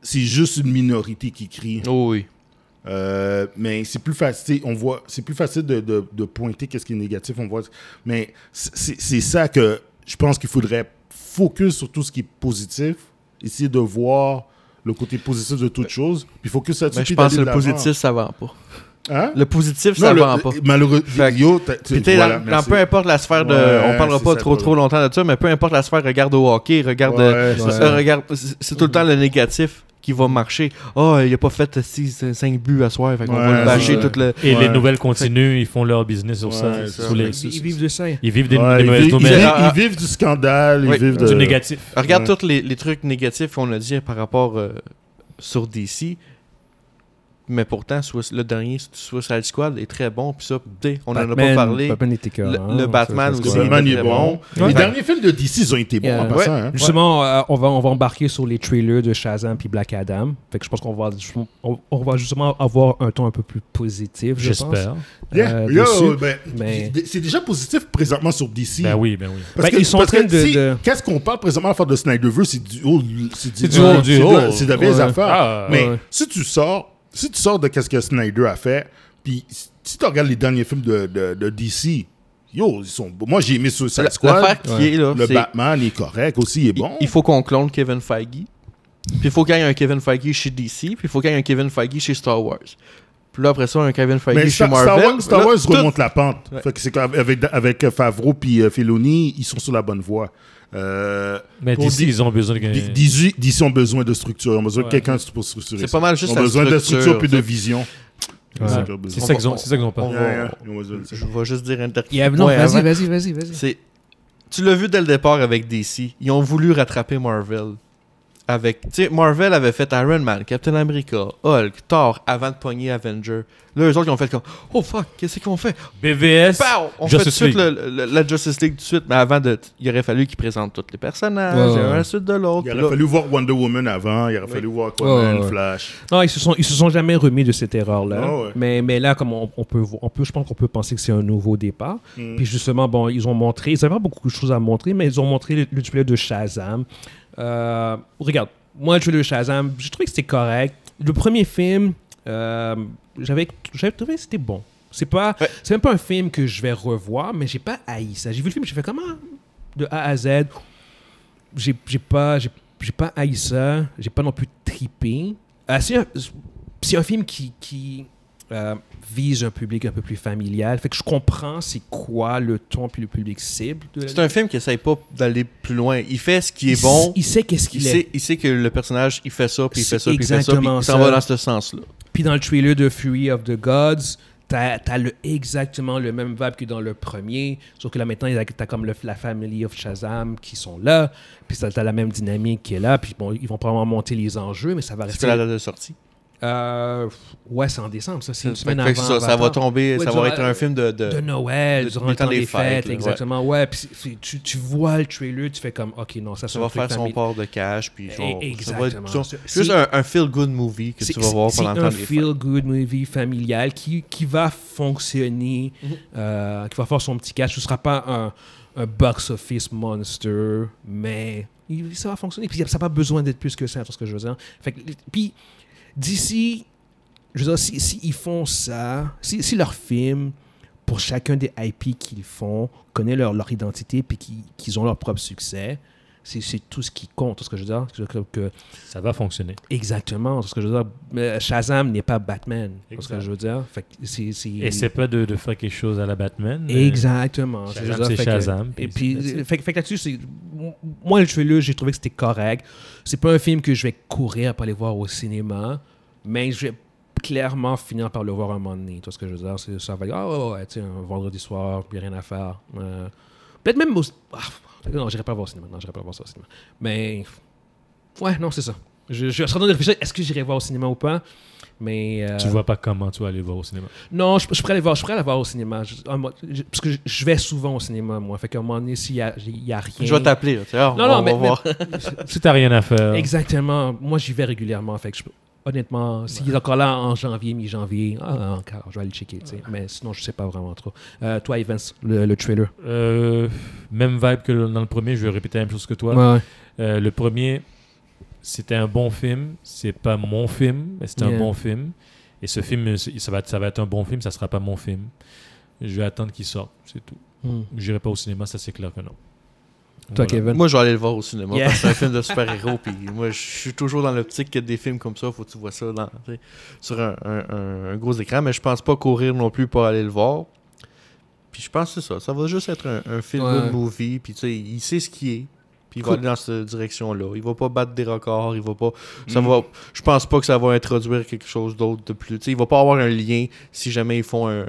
B: c'est juste une minorité qui crie.
C: Oh oui.
B: Euh, mais c'est plus facile, on voit, c'est plus facile de, de- de pointer qu'est-ce qui est négatif, on voit. Mais c'est- c'est c'est ça que je pense qu'il faudrait focus sur tout ce qui est positif, essayer de voir le côté positif de toute chose, puis focus là-dessus.
C: Mais je
B: puis
C: pense que
B: d'aller
C: le
B: de l'avant.
C: positif, ça vend pas.
B: hein?
C: Le positif,
B: Non,
C: ça
B: le-
C: vend pas.
B: Malheureux,
C: Fait que-
B: yo, t'as-
C: Puis tu sais,
B: voilà,
C: dans- dans,
B: merci.
C: peu importe la sphère de.
B: Ouais,
C: on parlera
B: c'est
C: pas
B: ça,
C: trop
B: le
C: trop longtemps de ça, mais peu importe la sphère, regarde au hockey, regarde.
B: Ouais,
C: euh,
B: c'est
C: euh,
B: ça.
C: regarde c'est- c'est tout le temps le négatif qui va marcher. Oh, il a pas fait 5 buts à soir, fait qu'on
B: Ouais,
C: va le
B: c'est
C: bâcher
B: ça.
C: tout le.
D: Et
B: Ouais.
D: les nouvelles continuent, ils font leur business sur
B: Ouais,
D: ça.
B: c'est ça.
D: sous les-
A: Ils, ils vivent de ça.
D: Ils vivent des,
B: Ouais,
D: des
B: ils,
D: mauvaises
B: vivent, ils
D: nouvelles,
B: vivent- ils vivent du scandale,
C: Oui,
B: ils vivent de.
D: du négatif.
C: Regarde
B: Ouais.
C: tous les, les trucs négatifs qu'on a dit par rapport euh, sur DC. Mais pourtant, Swiss- le dernier Suicide Squad est très bon. Puis ça, tu sais, on en a pas parlé.
A: Batman était hein,
C: Le- le Batman
B: Le
C: aussi.
B: Batman il est
C: Ouais.
B: bon.
A: Ouais.
B: Les derniers films de DC, ils ont été bons
A: Yeah.
B: en passant. hein.
A: Justement, euh, on, va, on va embarquer sur les trailers de Shazam puis Black Adam. Fait que je pense qu'on va, on, on va justement avoir un ton un peu plus positif, je pense.
D: J'espère.
B: Yeah.
A: euh,
B: Yo,
A: dessus,
B: ben,
A: mais-
B: c'est- C'est déjà positif présentement sur DC.
D: Ben oui, ben oui.
B: Parce
A: Ben, ils sont en
B: parce
A: train de-
B: si-
A: de-
B: Qu'est-ce qu'on parle présentement à faire de Snyderverse C'est du haut. C'est
A: C'est du haut,
B: c'est
A: du
B: de-
A: haut.
B: C'est de belles
A: Ouais.
B: affaires.
D: Ah,
B: Mais
A: ouais.
B: si tu sors, si tu sors de qu'est-ce que Snyder a fait, puis si tu regardes les derniers films de, de, de DC, yo, ils sont. beaux. Moi, j'ai aimé Suicide Squad.
C: L'affaire qui est là,
B: Le
C: c'est-
B: Batman il est correct aussi, il est
C: il-
B: bon.
C: il faut qu'on clone Kevin Feige. Puis il faut qu'il y ait un Kevin Feige chez DC. Puis il faut qu'il y ait un Kevin Feige chez Star Wars. Puis là, après ça, un Kevin Feige
B: Mais
C: chez
B: Star, Star
C: Marvel.
B: Wars, Star
C: Là,
B: Wars
C: tout-
B: remonte la pente.
C: Ouais.
B: Fait que c'est qu'avec- avec, avec Favreau puis euh, Filoni, ils sont sur la bonne voie. Euh,
D: Mais
B: pour
D: d'ici,
B: D-
D: ils ont besoin de
B: D- D'ici, d'ici, ont besoin de structure. Ils ont besoin de quelqu'un pour structurer.
C: C'est
B: ça.
C: pas mal juste
B: Ils ont
C: la
B: besoin de
C: structure,
B: structure puis de
C: t'sais.
B: vision.
D: Ouais.
B: C'est ce qu'ils ont besoin.
D: C'est ça qu'ils ont, c'est ça qu'ils ont pas.
C: On
B: Ouais,
C: va-
B: ouais, ils ont besoin de ça.
C: Je vais juste dire un dernier
A: Il y a- non,
C: point
A: vas-y,
C: avant.
A: vas-y, vas-y, vas-y.
C: C'est- Tu l'as vu dès le départ avec DC. Ils ont voulu rattraper Marvel. Avec, tu sais, Marvel avait fait Iron Man, Captain America, Hulk, Thor avant de pogner Avenger. Là, eux autres, ils ont fait comme Oh fuck, qu'est-ce qu'on fait
D: BVS.
C: Pow! On
D: Justice
C: fait tout de suite
D: League.
C: le- le- la Justice League tout de suite, mais avant, de, il aurait fallu qu'ils présentent tous les personnages,
A: Ouais, ouais.
C: un à la suite de l'autre.
B: Il
C: Puis
B: aurait
C: là-
B: fallu voir Wonder Woman avant, il aurait fallu voir Aquaman,
A: Ouais, ouais.
B: Flash.
A: Non, ils se sont, ils se sont jamais remis de cette erreur-là.
B: Ah ouais.
A: mais, mais là, comme on, on peut, vo- on peut, je pense qu'on peut penser que c'est un nouveau départ.
B: Hmm.
A: Puis justement, bon, ils ont montré, ils avaient pas beaucoup de choses à montrer, mais ils ont montré le, le trailer de Shazam. Euh, regarde, moi, le trailer de Shazam, je trouvais que c'était correct. Le premier film, euh, j'avais, j'avais trouvé que c'était bon. C'est pas,
C: Ouais.
A: c'est même pas un film que je vais revoir, mais j'ai pas haï ça. J'ai vu le film, j'ai fait comment de A à Z. J'ai j'ai pas, j'ai j'ai pas haï ça. J'ai pas non plus trippé. Euh, c'est un, c'est un film qui, qui euh, vise un public un peu plus familial. Fait que je comprends c'est quoi le ton puis le public cible. de la-
C: C'est un film qui essaye pas d'aller plus loin. Il fait ce qui
A: il
C: est bon.
A: s- Il sait qu'est-ce
C: Il
A: qu'il est.
C: sait, il sait que le personnage, il fait ça, puis il
A: C'est
C: fait ça, puis il fait ça, puis
A: exactement
C: il s'en
A: ça.
C: va dans ce sens-là.
A: Puis dans le trailer de Fury of the Gods, t'as as le, exactement le même vibe que dans le premier, sauf que là maintenant, t'as t'as comme le- la Family of Shazam qui sont là, puis t'as t'as la même dynamique qui est là, puis bon, ils vont probablement monter les enjeux, mais ça va
C: C'est
A: rester...
C: la date de sortie.
A: Euh, ouais, c'est en décembre, ça. C'est une
C: Fait
A: semaine
C: que
A: avant.
C: ça, ça va
A: Avatar.
C: tomber,
A: Ouais,
C: ça
A: durant-
C: va être un film de. de-
A: de Noël,
C: de-
A: durant
C: du
A: le temps des fêtes,
C: là, ouais.
A: exactement. Ouais, puis c'est- c'est- tu, tu vois le trailer, tu fais comme, OK, non, ça, c'est
C: Ça
A: un
C: va
A: truc
C: faire son
A: famille-
C: port de cash, puis genre,
A: Eh,
C: ça va
A: exactement.
C: être ça-
A: C'est-
C: juste un, un feel-good movie que
A: C'est
C: tu vas voir
A: c'est
C: pendant le temps
A: un
C: des fêtes.
A: feel-good movie familial qui, qui va fonctionner,
C: Mm-hmm.
A: euh, qui va faire son petit cash. Ce ne sera pas un, un box-office monster, mais il- ça va fonctionner. Puis ça n'a pas besoin d'être plus que ça, c'est ce que je veux dire. Fait que- puis d'ici, je veux dire, si, si ils font ça, si, si leur film, pour chacun des IP qu'ils font, connaît leur, leur identité puis qu'ils qu'ils ont leur propre succès, c'est c'est tout ce qui compte. C'est ce que je veux dire. C'est que- que,
D: Ça va fonctionner.
A: Exactement, c'est ce que je veux dire. Mais Shazam n'est pas Batman, c'est ce
D: Exact.
A: que je veux dire. Fait que c'est- c'est-
D: Essaie pas de, de faire quelque chose à la Batman. euh, mais-
A: Exactement.
D: Shazam,
A: ce que je veux dire.
D: c'est
A: Fait que-
D: Shazam,
A: Et
D: puis
A: puis,
D: c'est-
A: fait, que- fait que là-dessus, c'est- m- moi, le trailer, j'ai trouvé que c'était correct. C'est pas un film que je vais courir pour aller voir au cinéma, mais je vais clairement finir par le voir un moment donné. Tu vois ce que je veux dire? C'est- Ça va être, ah ouais, ouais, tu sais, un vendredi soir, puis rien à faire. Euh, Peut-être même au... ah, non, j'irai pas voir au cinéma. Non, j'irai pas voir ça au cinéma. Mais... Ouais, non, c'est ça. Je, je suis en train de réfléchir, est-ce que j'irai voir au cinéma ou pas? Mais... euh,
D: Tu vois pas comment tu vas aller voir au cinéma.
A: non, je, je pourrais aller voir, je pourrais aller voir au cinéma. Je- un mois- je- parce que je, je vais souvent au cinéma, moi. Fait qu'à un moment donné, s'il n'y a, il y a rien.
C: Je vais t'appeler. là, tu sais, ah,
A: Non,
C: on
A: non,
C: va
A: mais-
C: voir.
D: Si t'as rien à faire.
A: Exactement. Moi, j'y vais régulièrement. Fait que je peux- honnêtement, s'il est encore là en janvier, mi-janvier, ah, encore, je vais aller le checker. tu sais. Mais sinon, je sais pas vraiment trop. Euh, toi, Evans, le, le trailer.
D: Euh, même vibe que dans le premier, je vais répéter la même chose que toi.
A: Ouais.
D: Euh, le premier, c'était un bon film. C'est pas mon film, mais c'est un
A: Yeah.
D: bon film. Et ce film, euh, c'est- ça va, être, ça va être un bon film, ça sera pas mon film. Je vais attendre qu'il sorte, c'est tout.
A: Hmm.
D: J'irai pas au cinéma, ça c'est clair que non.
A: Toi,
D: Voilà.
A: Kevin.
C: Moi, je vais aller le voir au cinéma
A: Yeah.
C: parce que c'est un film de super-héros. puis moi, je suis toujours dans l'optique que des films comme ça, faut que tu vois ça dans- tu sais, sur un, un- un- un gros écran. Mais je pense pas courir non plus pour aller le voir. Puis je pense que c'est ça. Ça va juste être un, un film
A: Ouais.
C: de movie. Puis tu sais, il sait ce qu'il est. Puis il va
A: Cool.
C: aller dans cette direction-là. Il va pas battre des records. Il va pas.
A: Mm.
C: Ça va. Je pense pas que ça va introduire quelque chose d'autre de plus. Tu sais, il va pas avoir un lien si jamais ils font un,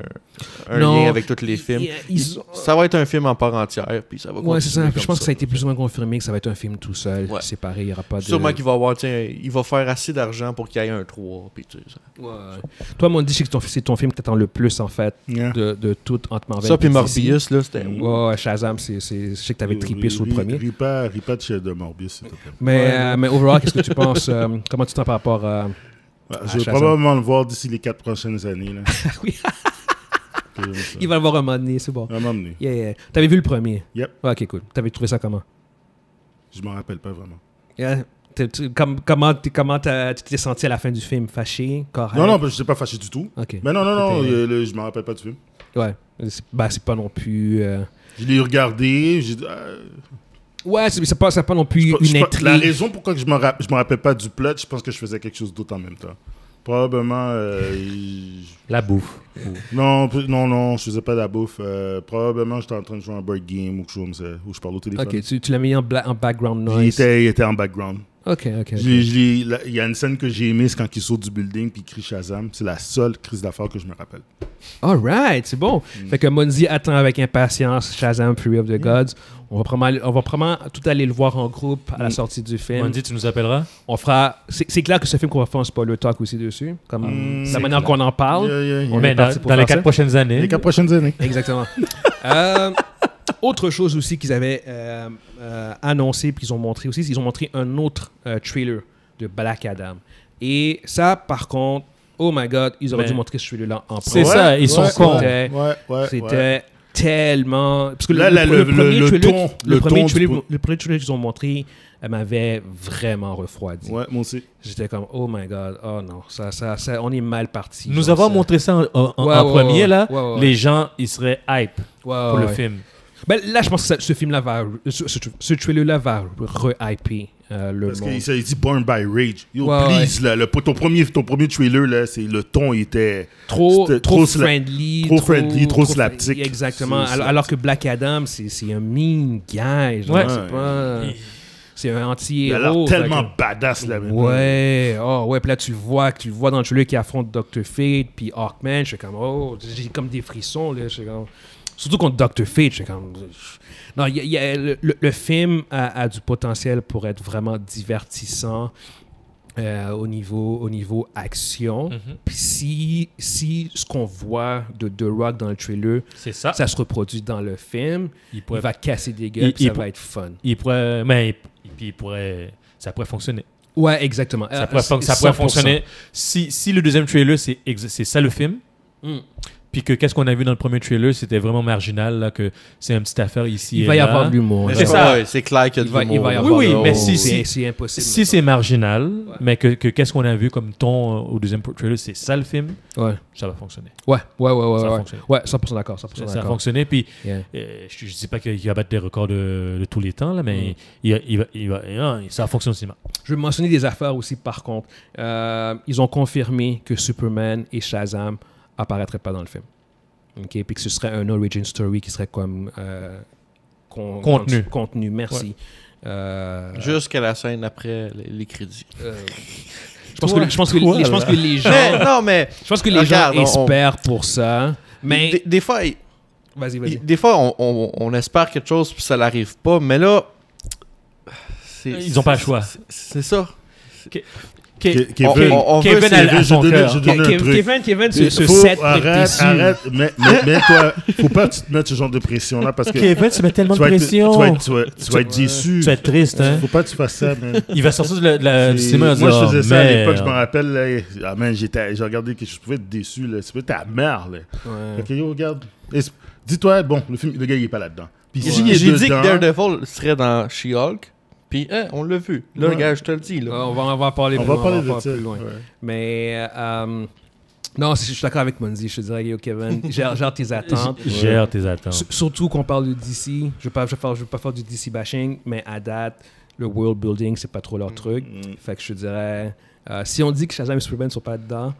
C: un
A: Non.
C: lien avec tous les films.
A: Ils- ils-
C: Ça va être un film en part entière. Puis ça va.
A: Ouais, c'est ça.
C: continuer
A: Je
C: comme
A: pense que ça a été plus ou moins confirmé que ça va être un film tout seul,
C: Ouais.
A: séparé. Il n'y aura pas de.
C: Sûrement qu'il va avoir, tiens, il va faire assez d'argent pour qu'il y ait un 3. Puis, tu sais, ça.
A: Ah, Toi, Mondi, je sais que ton- c'est ton film que tu attends le plus, en fait,
B: Yeah.
A: de, de tout entre Marvel.
C: ça, puis
A: DC.
C: Morbius, là, c'était.
B: Mm.
A: Ouais, ouais, Shazam, c'est, c'est- je sais que tu avais trippé sur le
B: Ri-
A: premier.
B: Ris pas, ris pas de chez de Morbius, s'il te plaît.
A: Mais,
D: Ouais.
A: euh, mais overall, qu'est-ce que tu penses euh, Comment tu te sens par rapport à.
B: Ouais,
A: Ah,
B: je vais
A: Shazam.
B: probablement le voir d'ici les quatre prochaines années. Là.
A: Oui.
B: Que- ça.
A: Il va le voir un moment donné, c'est bon.
B: À un moment donné.
A: Yeah, yeah. T'avais vu le premier
B: Yep.
A: Ouais, ok, cool. T'avais trouvé ça comment
B: Je m'en rappelle pas vraiment.
A: Yeah. T'es- tu- comme- Comment t'es- comment t'as- tu t'es senti à la fin du film Fâché Correct
B: Non, ben, non, je n'étais pas fâché du tout.
A: Ok.
B: Mais non, non, non,
A: C'était-
B: euh, le- je m'en rappelle pas du film.
A: Ouais. C'est, bah, c'est pas non plus. euh,
B: Je l'ai regardé. j'ai dit, ah,
A: Ouais, c'est, c'est pas, c'est pas non plus
B: je-
A: une
B: je-
A: intrigue.
B: la raison pourquoi que je ne me, ra- je me rappelle pas du plot, je pense que je faisais quelque chose d'autre en même temps. Probablement. euh, je-
D: La bouffe.
B: non, p- non, non, je faisais pas de la bouffe. euh, probablement, j'étais en train de jouer à un board game ou quelque chose comme ça, où je parle au téléphone.
A: Ok, tu, tu l'as mis en, bla- en background
B: Il,
A: noise.
B: était, il était en background.
A: Ok, ok. ok.
B: Je l'ai- je l'ai- la- Il y a une scène que j'ai aimée, c'est quand il saute du building puis il crie Shazam. C'est la seule crise d'affaires que je me rappelle.
A: Alright, c'est bon. Fait que Monzi attend avec impatience Shazam Fury of the Gods. On va probablement, on va probablement tout aller le voir en groupe à la sortie du film.
D: Mandy, tu nous appelleras
A: On fera. C'est c'est clair que ce film qu'on va faire, un spoiler talk aussi dessus. Comme
B: Mm,
A: la
B: c'est
A: manière
D: clair.
A: qu'on en parle.
B: Yeah, yeah, yeah.
A: On est
D: Mais dans,
A: parti pour
D: dans les
A: faire
D: quatre
A: ça.
D: prochaines années.
B: Les quatre prochaines années.
A: Exactement. Euh, autre chose aussi qu'ils avaient euh, euh, annoncé puis qu'ils ont montré aussi, c'est qu'ils ont montré un autre euh, trailer de Black Adam. Et ça, par contre, oh my god, ils auraient
D: Mais-
A: dû montrer ce trailer-là en
D: C'est
A: premier.
D: ça, ils sont
A: cons.
B: Ouais, ouais, ouais,
A: C'était
B: ouais.
A: tellement. Parce que
B: Là,
A: le,
B: là,
A: le-
B: le-
A: le premier
B: le- le
A: trailer,
B: ton-
A: qui- le
B: le
A: premier
B: ton du
A: trailer-
B: po-
A: le premier trailer qu'ils ont montré elle m'avait vraiment refroidi.
B: Ouais, moi aussi.
A: J'étais comme, oh my god, oh non, ça, ça, ça- on est mal parti.
D: Nous
A: Genre,
D: avoir
A: ça-
D: montré ça en, en- en-
A: Ouais,
D: en
A: ouais,
D: premier,
A: ouais,
D: là,
A: ouais, ouais, ouais.
D: les gens, ils seraient hype
A: Ouais, ouais,
D: pour le
A: ouais.
D: film.
A: Ben, là, je pense que ça- ce film-là va. Ce, ce- ce trailer-là va re-hyper euh, le
B: Parce
A: monde.
B: qu'il s'est dit Born by Rage. Yo,
A: Ouais,
B: please, là, le, ton, premier, ton premier trailer, là, c'est le ton était.
A: Trop, trop,
B: c'était trop sla-
A: friendly.
B: trop friendly, trop slapstick.
A: Exactement.
B: C'est
A: Alors, alors que Black Adam, c'est c'est un mean guy. Genre,
D: Ouais.
A: c'est pas- C'est un
B: Il a l'air
A: anti-héros.
B: tellement
A: fait
B: badass, là,
A: que-
B: maintenant.
A: Ouais, oh ouais, puis là tu le vois, tu le vois dans le trailer qui affronte Dr. Fate, puis Hawkman, je suis comme, oh, j'ai comme des frissons, là, je suis comme- Surtout contre Dr. Fate, je suis comme... Non, il y a- il y a- le, le- le film a, a du potentiel pour être vraiment divertissant. euh, au, niveau, au niveau action.
D: Mhm.
A: Puis si, si ce qu'on voit de The Rock dans le trailer,
D: C'est ça.
A: ça se reproduit dans le film,
D: Il
A: il
D: pourrait.
A: va casser des gueules,
D: Il-
A: puis
D: il
A: ça
D: pour-
A: va être fun.
D: Il pourrait. Mais il- puis il pourrait. Ça pourrait fonctionner.
A: Ouais, exactement.
D: Ça
A: Euh,
D: pourrait, fon- ça pourrait
A: 100%.
D: fonctionner. Si, si le deuxième trailer, c'est exa- c'est ça le film,
A: Mm.
D: puis que qu'est-ce qu'on a vu dans le premier trailer, c'était vraiment marginal, là, que c'est une petite affaire ici
A: Il
D: et
A: va y
D: là.
A: avoir de l'humour.
C: Mais
A: là.
D: C'est
C: C'est
D: ça.
C: ça. C'est clair qu'il y a
A: Il
C: de
A: va, il
C: l'humour.
A: va y avoir
D: oui,
A: de
D: mais
A: l'humour.
D: si-
A: C'est-
D: si-
A: c'est impossible.
D: Si c'est marginal, mais que que qu'est-ce qu'on a vu comme ton euh, au deuxième trailer, c'est ça le film,
A: Ouais,
D: ça va fonctionner.
A: ouais, ouais, ouais. ouais,
D: Ça va
A: ouais.
D: fonctionner.
A: Ouais, 100% d'accord. 100%
D: Ça,
A: d'accord.
D: va fonctionner, puis
A: Yeah.
D: euh, je ne dis pas qu'il va battre des records de, de tous les temps, là,
B: Mm.
D: mais il, il va, il va- non, ça va fonctionner au cinéma.
A: Je vais mentionner des affaires aussi, par contre. Euh, ils ont confirmé que Superman et Shazam apparaîtraient pas dans le film. OK? Puis que ce serait un origin story qui serait comme... euh, con-
D: Contenu.
A: con- contenu, merci. Euh,
C: Jusqu'à la scène après les, les crédits.
A: euh, je, pense que, je, pense que, je pense que les
C: Mais,
A: gens,
C: non, mais
A: je pense que les
C: Regarde,
A: gens
C: on- on-
A: espèrent pour ça. Mais...
C: des, des fois, il-
A: Vas-y,
C: il-
A: vas-y.
C: des fois on, on- on espère quelque chose puis ça n'arrive pas. Mais là, c'est-
D: Ils ont pas le choix.
C: c'est- C'est ça.
B: Ke-
C: On-
B: Kevin,
C: on- on veut-
D: Kevin
B: Kevin,
D: à- à
B: je
D: son
B: donne-
D: cœur.
B: je donne un
A: Kev-
B: truc.
A: Kevin, Kevin, ce,
B: Il
A: ce
B: faut-
A: set est
B: arrête,
A: déçu.
B: arrête, mais, mais, mais toi, faut pas que tu te mettre ce genre de pression là parce que
D: Kevin, tu mets tellement
B: tu
D: de
B: vas être, tu
D: pression.
B: vas être, tu vas, tu vas être
A: Ouais.
B: déçu.
D: Tu vas être triste, hein?
B: Faut pas que tu fasses ça, man.
D: Il va sortir de la- de la- du
B: C'est-
D: Euh, cinéma. il va
B: Moi,
D: dire, ah,
B: je faisais ça à
D: Merde.
B: l'époque, je me rappelle. Là, et- ah, man, j'étais- j'ai regardé quelque chose, je pouvais être déçu. là. C'est ta mère. Là.
A: Ouais.
B: Ok, yo, regarde. Et c'est- Dis-toi, bon, le, film, le gars, il est pas là-dedans. Puis
C: J'ai
B: s'il est
C: j'ai dit
B: dedans-
C: que Daredevil serait dans She-Hulk. Puis, hein, on l'a vu. Là,
B: Ouais.
C: gars, je te le dis. Là.
A: Là, Euh, on va on va en parler
B: on
A: plus
B: va
A: loin,
B: parler de
A: en
B: ça.
A: plus loin.
B: ouais.
A: Mais euh, non, c'est- je suis d'accord avec Monzi. Je te dirais, yo, Kevin, gère, gère tes attentes.
D: Gère tes
A: S-
D: attentes.
A: Surtout qu'on parle de DC. Je ne veux, pas- je veux pas faire du DC bashing, mais à date, le world building, c'est pas trop leur truc.
C: Mm-hmm.
B: Mm.
A: Fait que je te dirais, euh, si on dit que Shazam et Superman ne sont pas dedans,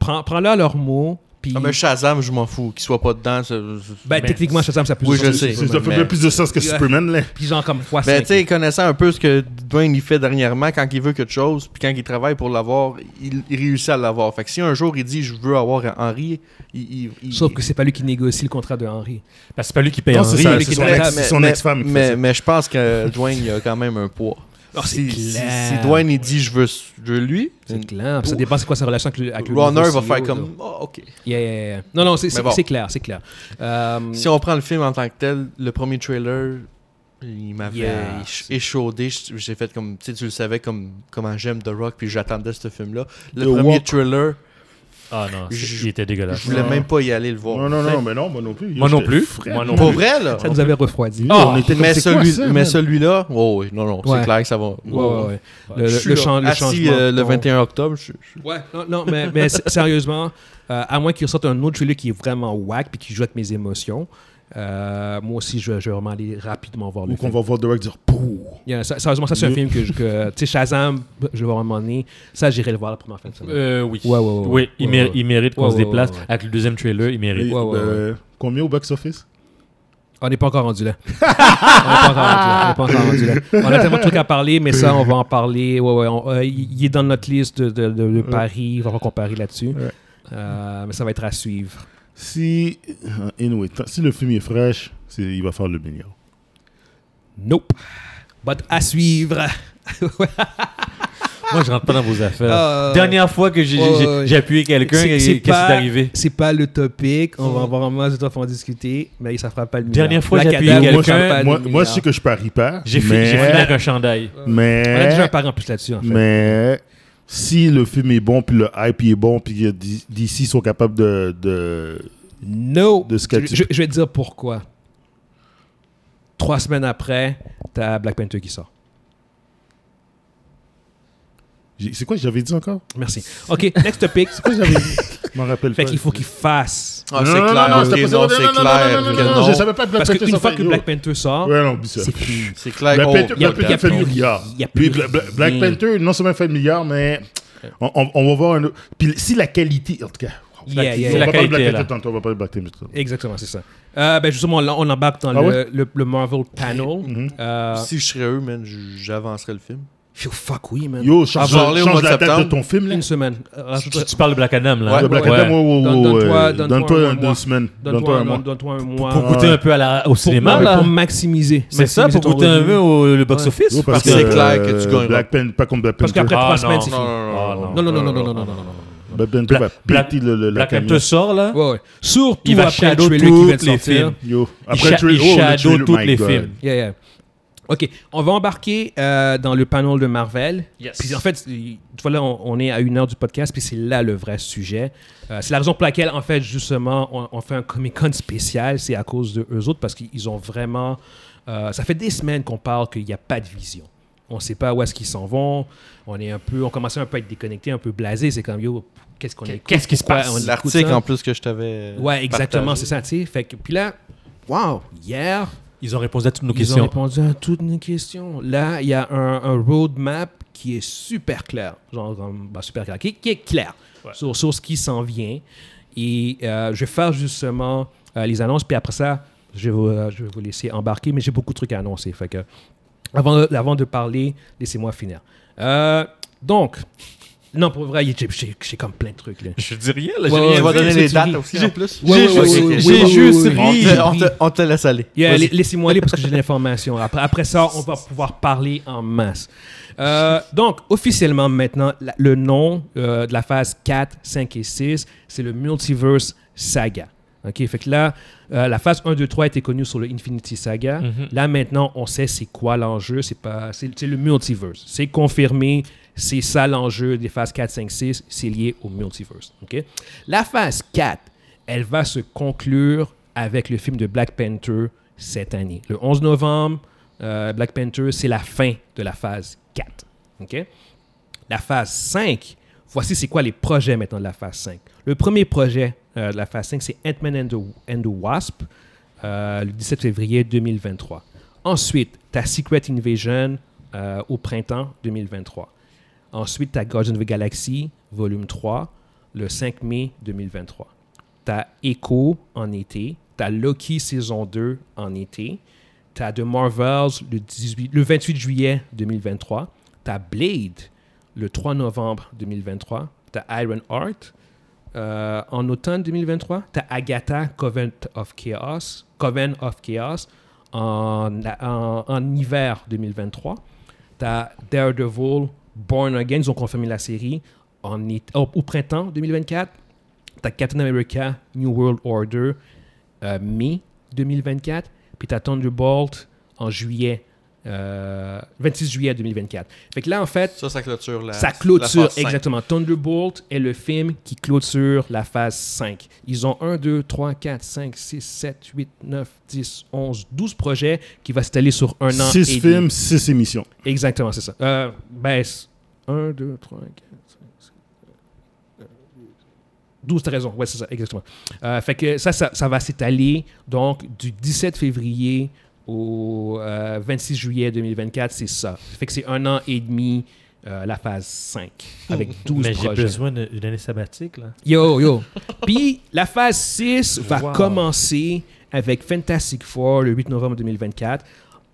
A: prends- prends-le à leurs mots. Puis,
C: Ah, mais Shazam, je m'en fous. Qu'il soit pas dedans. ça-
A: ben,
D: mais-
A: techniquement, Shazam, ça a plus
C: Oui,
A: de sens
C: je
A: que
C: sais.
B: C'est-
A: Superman.
B: Ça fait
C: Mais-
B: bien plus de sens que
A: Ouais.
B: Superman. Là.
A: Puis genre comme fois
C: Ben,
A: cinq.
C: tu sais, connaissant un peu ce que Dwayne il fait dernièrement, quand il veut quelque chose, puis quand il travaille pour l'avoir, il, il réussit à l'avoir. Fait que si un jour il dit je veux avoir Henry, il. il- il-
A: Sauf que c'est pas lui qui négocie le contrat de Henry.
D: Parce que c'est pas lui qui paye
B: Non,
D: Henry.
B: c'est ça,
A: avec
B: c'est
A: les
B: son
A: toilettes,
B: ex- c'est son
C: mais-
B: ex-femme. qui fait
C: Mais,
B: ça.
C: mais je pense que Dwayne il a quand même un poids.
A: Ah, c'est
C: si,
A: clair.
C: si- si Dwayne il dit je veux, je veux lui,
A: C'est clair. Ça dépend c'est quoi sa relation avec le, avec le
C: Mm. Runner
A: nouveau
C: va
A: CEO,
C: faire
A: là.
C: comme Ah, ok.
A: Yeah, yeah, yeah. Non, non, c'est
C: Mais
A: c'est-
C: bon.
A: c'est clair, c'est clair. Euh,
C: Si on prend le film en tant que tel, le premier trailer, il m'avait
A: Yeah.
C: éch- échaudé. J- J'ai fait comme, tu sais, tu le savais comme comment j'aime The Rock, puis j'attendais ce film-là. Le
B: The
C: premier
B: Walk.
C: trailer,
D: Ah non, c'est-
C: Je-
D: il était dégueulasse.
C: je voulais
B: Non.
C: même pas y aller le voir.
B: Non, non, non, mais non, moi non plus.
D: Moi
B: Yo,
D: non
B: j'étais
D: plus.
B: frais.
D: Moi non
C: Pour
D: plus.
C: vrai, là.
A: ça nous avait refroidi.
B: Yo, on était comme,
C: mais
B: c'est
C: celui,
B: quoi ça,
C: mais
B: man?
C: celui-là, oh, oui, non, non,
A: Ouais.
C: c'est clair que ça va.
A: Ouais, ouais, ouais. Le,
C: je
A: le,
C: suis
A: le
C: là,
A: chan- le
C: assis,
A: changement.
C: euh,
A: de
C: le
A: ton.
C: 21 octobre, je, je-
A: Ouais, non, non mais, mais s- sérieusement, euh, à moins qu'il sorte un autre trailer qui est vraiment whack puis qui joue avec mes émotions, euh, moi aussi, je, je vais vraiment aller rapidement voir le
B: Ou qu'on
A: film.
B: va voir The Rock dire Pouh
A: Yeah, ça- sérieusement, ça, c'est un
B: Le-
A: film que, je- que tu sais, Shazam, je vais voir à un moment donné. Ça, j'irai le voir la première fin de semaine.
D: Euh, oui.
A: Ouais, ouais, ouais.
D: Oui, il,
A: Ouais,
D: méri-
A: ouais.
D: il mérite qu'on
A: Ouais,
D: se
A: ouais,
D: déplace.
A: ouais, ouais.
D: Avec le deuxième trailer, il mérite.
B: Et,
A: ouais, ouais,
B: euh, Combien au box-office
A: On n'est pas encore rendu là. on n'est pas encore rendu là. On n'est pas encore rendu là. On a tellement de trucs à parler, mais ça, on va en parler. Ouais, ouais, on- euh, il il est dans notre liste de, de, de- de paris. On va comparer là-dessus.
B: Ouais.
A: Euh, mais ça va être à suivre.
B: Si, euh, anyway, tant- si le film est fraîche, c'est- il va faire le milliard.
A: Nope. But à
B: Euh,
A: suivre.
D: Moi, je rentre pas dans vos affaires.
B: Ah,
A: Euh,
D: Dernière fois que j'ai
A: ouais,
D: j'ai-
A: ouais.
D: j'ai appuyé quelqu'un,
A: C'est-
D: qu'est-ce
A: c'est
D: qui est
A: pas-
D: arrivé
A: C'est pas le topic. On va avoir un moment de temps pour en discuter, mais ça fera pas le milliard.
D: Dernière fois,
A: Black
D: j'ai appuyé
A: Adam,
B: Moi,
A: ça fera
D: quelqu'un.
A: pas hein.
B: moi,
A: le
B: moi, je
A: milliard.
B: sais que je parie pas.
D: J'ai fi-
B: mais-
D: j'ai fini avec un chandail.
A: On a déjà un
B: Mais,
A: pari en plus là-dessus. en fait.
B: mais si le film est bon, puis le hype il est bon, puis que D- DC sont capables de, de-
A: No.
B: de ce que
A: Je, je- je vais te dire pourquoi. Trois semaines après, t'as Black Panther qui sort.
B: J'ai- C'est quoi que j'avais dit encore
A: Merci. OK, next topic.
B: Je m'en rappelle
A: fait
B: pas.
A: qu'il faut qu'il fasse.
C: Ah, c'est clair.
B: non,
C: ok,
B: c'était pas ça.
C: non,
B: Non,
C: c'est
B: non, non,
C: clair.
B: non, non,
C: que
B: non, non,
C: non.
B: je savais pas que Black
A: Parce
B: Panther
A: qu'une fois
B: sortait.
A: que Black Panther sort,
B: Ouais, non, oublie ça.
A: c'est fini.
C: C'est clair.
B: Black
C: oh,
B: Panther,
A: y a-
B: Black Panther
A: y a
B: fait
A: plus-
B: le milliard.
A: y a plus
B: Puis Bla- Bla- Black
A: rien.
B: Panther, non seulement fait le milliard, mais on, on- on va voir un autre. Puis si la qualité, en tout cas.
A: Yeah,
B: Black-
A: yeah,
B: on
A: yeah.
B: va
D: La
B: parler de
D: qualité,
B: Black
D: là.
B: Panther tantôt, on va parler de Black Panther tantôt.
A: Exactement, c'est ça. Euh, ben justement, là, on embarque dans
B: Ah
A: le,
B: ouais?
D: Mm-hmm.
A: le- le Marvel Panel.
B: Mhm.
A: Euh,
C: Si je serais eux, man, j- j'avancerais le film.
A: Yo, fuck oui, man.
B: Yo, change,
C: Avant d'aller au
B: change
C: mois de
B: la date de
C: septembre.
B: ton film, là.
A: Une semaine. Euh,
D: Tu,
A: rajoute-
D: tu parles de Black Adam, là.
C: Ouais,
B: Le Black Adam, ouais, ouais,
A: Donne-
B: ouais,
A: donne-toi- donne-toi
B: ouais. Donne-toi
A: un
B: un- deux
A: mois.
B: semaines.
A: Donne-toi un mois.
B: mois.
A: Donne-toi un mois.
D: Pour goûter un peu à la- au
A: Pour-
D: cinéma,
A: non, mais
D: là.
A: pour maximiser.
D: C'est ça,
A: maximiser
D: pour
A: ton
D: goûter un
A: revenu.
D: peu au le box-office.
B: Yo, parce
C: que c'est clair que tu
B: euh,
C: gagneras.
B: Black Pen, pas contre Black
A: Parce
B: Panther.
A: qu'après
D: Ah,
A: trois
D: non,
A: semaines, c'est fini.
D: non,
A: Non, non, non, non, non, non, non, non, non.
B: Black Panther
D: Black-
B: va
D: Black-
B: péter le- le- la
D: Black
B: caméra.
D: Panther sort, là.
A: Ouais, ouais. Surtout
D: Il va
A: après le
D: shadow
A: trailer qui vient de
D: toutes les
A: sortir.
D: films.
B: Yo.
D: Il
B: Après,
D: sha- il shadow toutes les films.
A: Yeah, yeah. OK, on va embarquer euh, dans le panel de Marvel.
D: Yes.
A: Puis en fait, tu vois là, on, on est à une heure du podcast, puis c'est là le vrai sujet. Euh, c'est la raison pour laquelle, en fait, justement, on, on fait un Comic-Con spécial, c'est à cause de eux autres, parce qu'ils ont vraiment... euh, ça fait des semaines qu'on parle qu'il n'y a pas de vision. On ne sait pas où est-ce qu'ils s'en vont. On est un peu... On commençait un peu à être déconnecté, un peu blasé. C'est comme, yo, qu'est-ce qu'on écoute?
D: qu'est-ce qui se
A: Pourquoi
D: passe?
A: on écoute
C: L'article
A: ça?
C: en plus que je t'avais.
A: Ouais, exactement,
C: partagé.
A: c'est ça, tu sais. Fait que, puis là, wow, hier,
D: Ils ont répondu à toutes nos
A: ils ont
D: questions.
A: répondu à toutes nos questions. Là, il y a un, un roadmap qui est super clair, genre comme, bah, super clair, qui, qui est clair sur, sur ce qui s'en vient. Et euh, je vais faire justement euh, les annonces, puis après ça, je vais, vous, euh, je vais vous laisser embarquer, mais j'ai beaucoup de trucs à annoncer. Fait que, avant, de- avant de parler, laissez-moi finir. Euh, donc, non, pour vrai, j'ai- j'ai j'ai comme plein de trucs. Là.
D: Je dis rien, là.
A: Ouais, ouais,
C: Il va
A: ouais,
C: donner
A: c'est
C: les
A: du
C: dates
A: riz.
C: aussi en plus.
A: Ouais,
D: J'ai
A: ouais,
D: juste-
A: ouais, ouais,
D: j'ai
A: ouais,
D: juste
A: ouais,
D: ri.
A: ouais, ouais.
C: On te- on te- on te laisse aller.
A: Yeah,
C: Vas-y.
A: la- Laissez-moi aller parce que j'ai de l'information. Après, après ça, on va pouvoir parler en masse. Euh, donc, officiellement maintenant, la- le nom euh, de la phase 4, 5 et 6, c'est le Multiverse Saga. OK, fait que là, euh, la phase 1, 2, 3 était connue sur le Infinity Saga. Là, maintenant, on sait c'est quoi l'enjeu. C'est pas, c'est c'est le Multiverse. C'est confirmé. C'est ça l'enjeu des phases 4, 5, 6. C'est lié au Multiverse. OK? La phase 4, elle va se conclure avec le film de Black Panther cette année. Le 11 novembre, euh, Black Panther, c'est la fin de la phase 4. OK? La phase 5, voici c'est quoi les projets maintenant de la phase 5. Le premier projet euh, de la phase 5, c'est Ant-Man and the, and the Wasp, euh, le 17 février 2023. Ensuite, ta Secret Invasion euh, au printemps 2023. Ensuite, t'as Guardians of the Galaxy, volume 3, le 5 mai 2023. T'as Echo en été. T'as Loki saison 2 en été. T'as The Marvels le, 18, le 28 juillet 2023. T'as Blade le 3 novembre 2023. T'as Iron Heart euh, en automne 2023. T'as Agatha Covenant of Chaos, Coven of Chaos en, en- en hiver 2023. T'as Daredevil Born Again, ils ont confirmé la série en, it- au- au printemps 2024. T'as Captain America New World Order euh, mai 2024. Puis t'as Thunderbolt en juillet, euh, 26 juillet 2024. Fait que là, en fait,
C: Ça, ça clôture la.
A: ça clôture,
C: la phase cinq.
A: exactement. Thunderbolt est le film qui clôture la phase 5. Ils ont 1, 2, 3, 4, 5, 6, 7, 8, 9, 10, 11, 12 projets qui va s'étaler sur un an. et
B: 6
A: demi.
B: films, 6 émissions.
A: Exactement, c'est ça. Euh, ben, 1, 2, 3, 4, 5, 6, 12, t'as raison. Ouais, c'est ça, exactement. Euh, fait que ça, ça, ça va s'étaler donc du 17 février au euh, 26 juillet 2024, c'est ça. Fait que c'est un an et demi, euh, la phase 5, avec 12
D: Mais j'ai
A: projets.
D: besoin de- d'une année sabbatique, là.
A: Yo, yo. Puis la phase 6 va
D: Wow.
A: commencer avec Fantastic Four le 8 novembre 2024.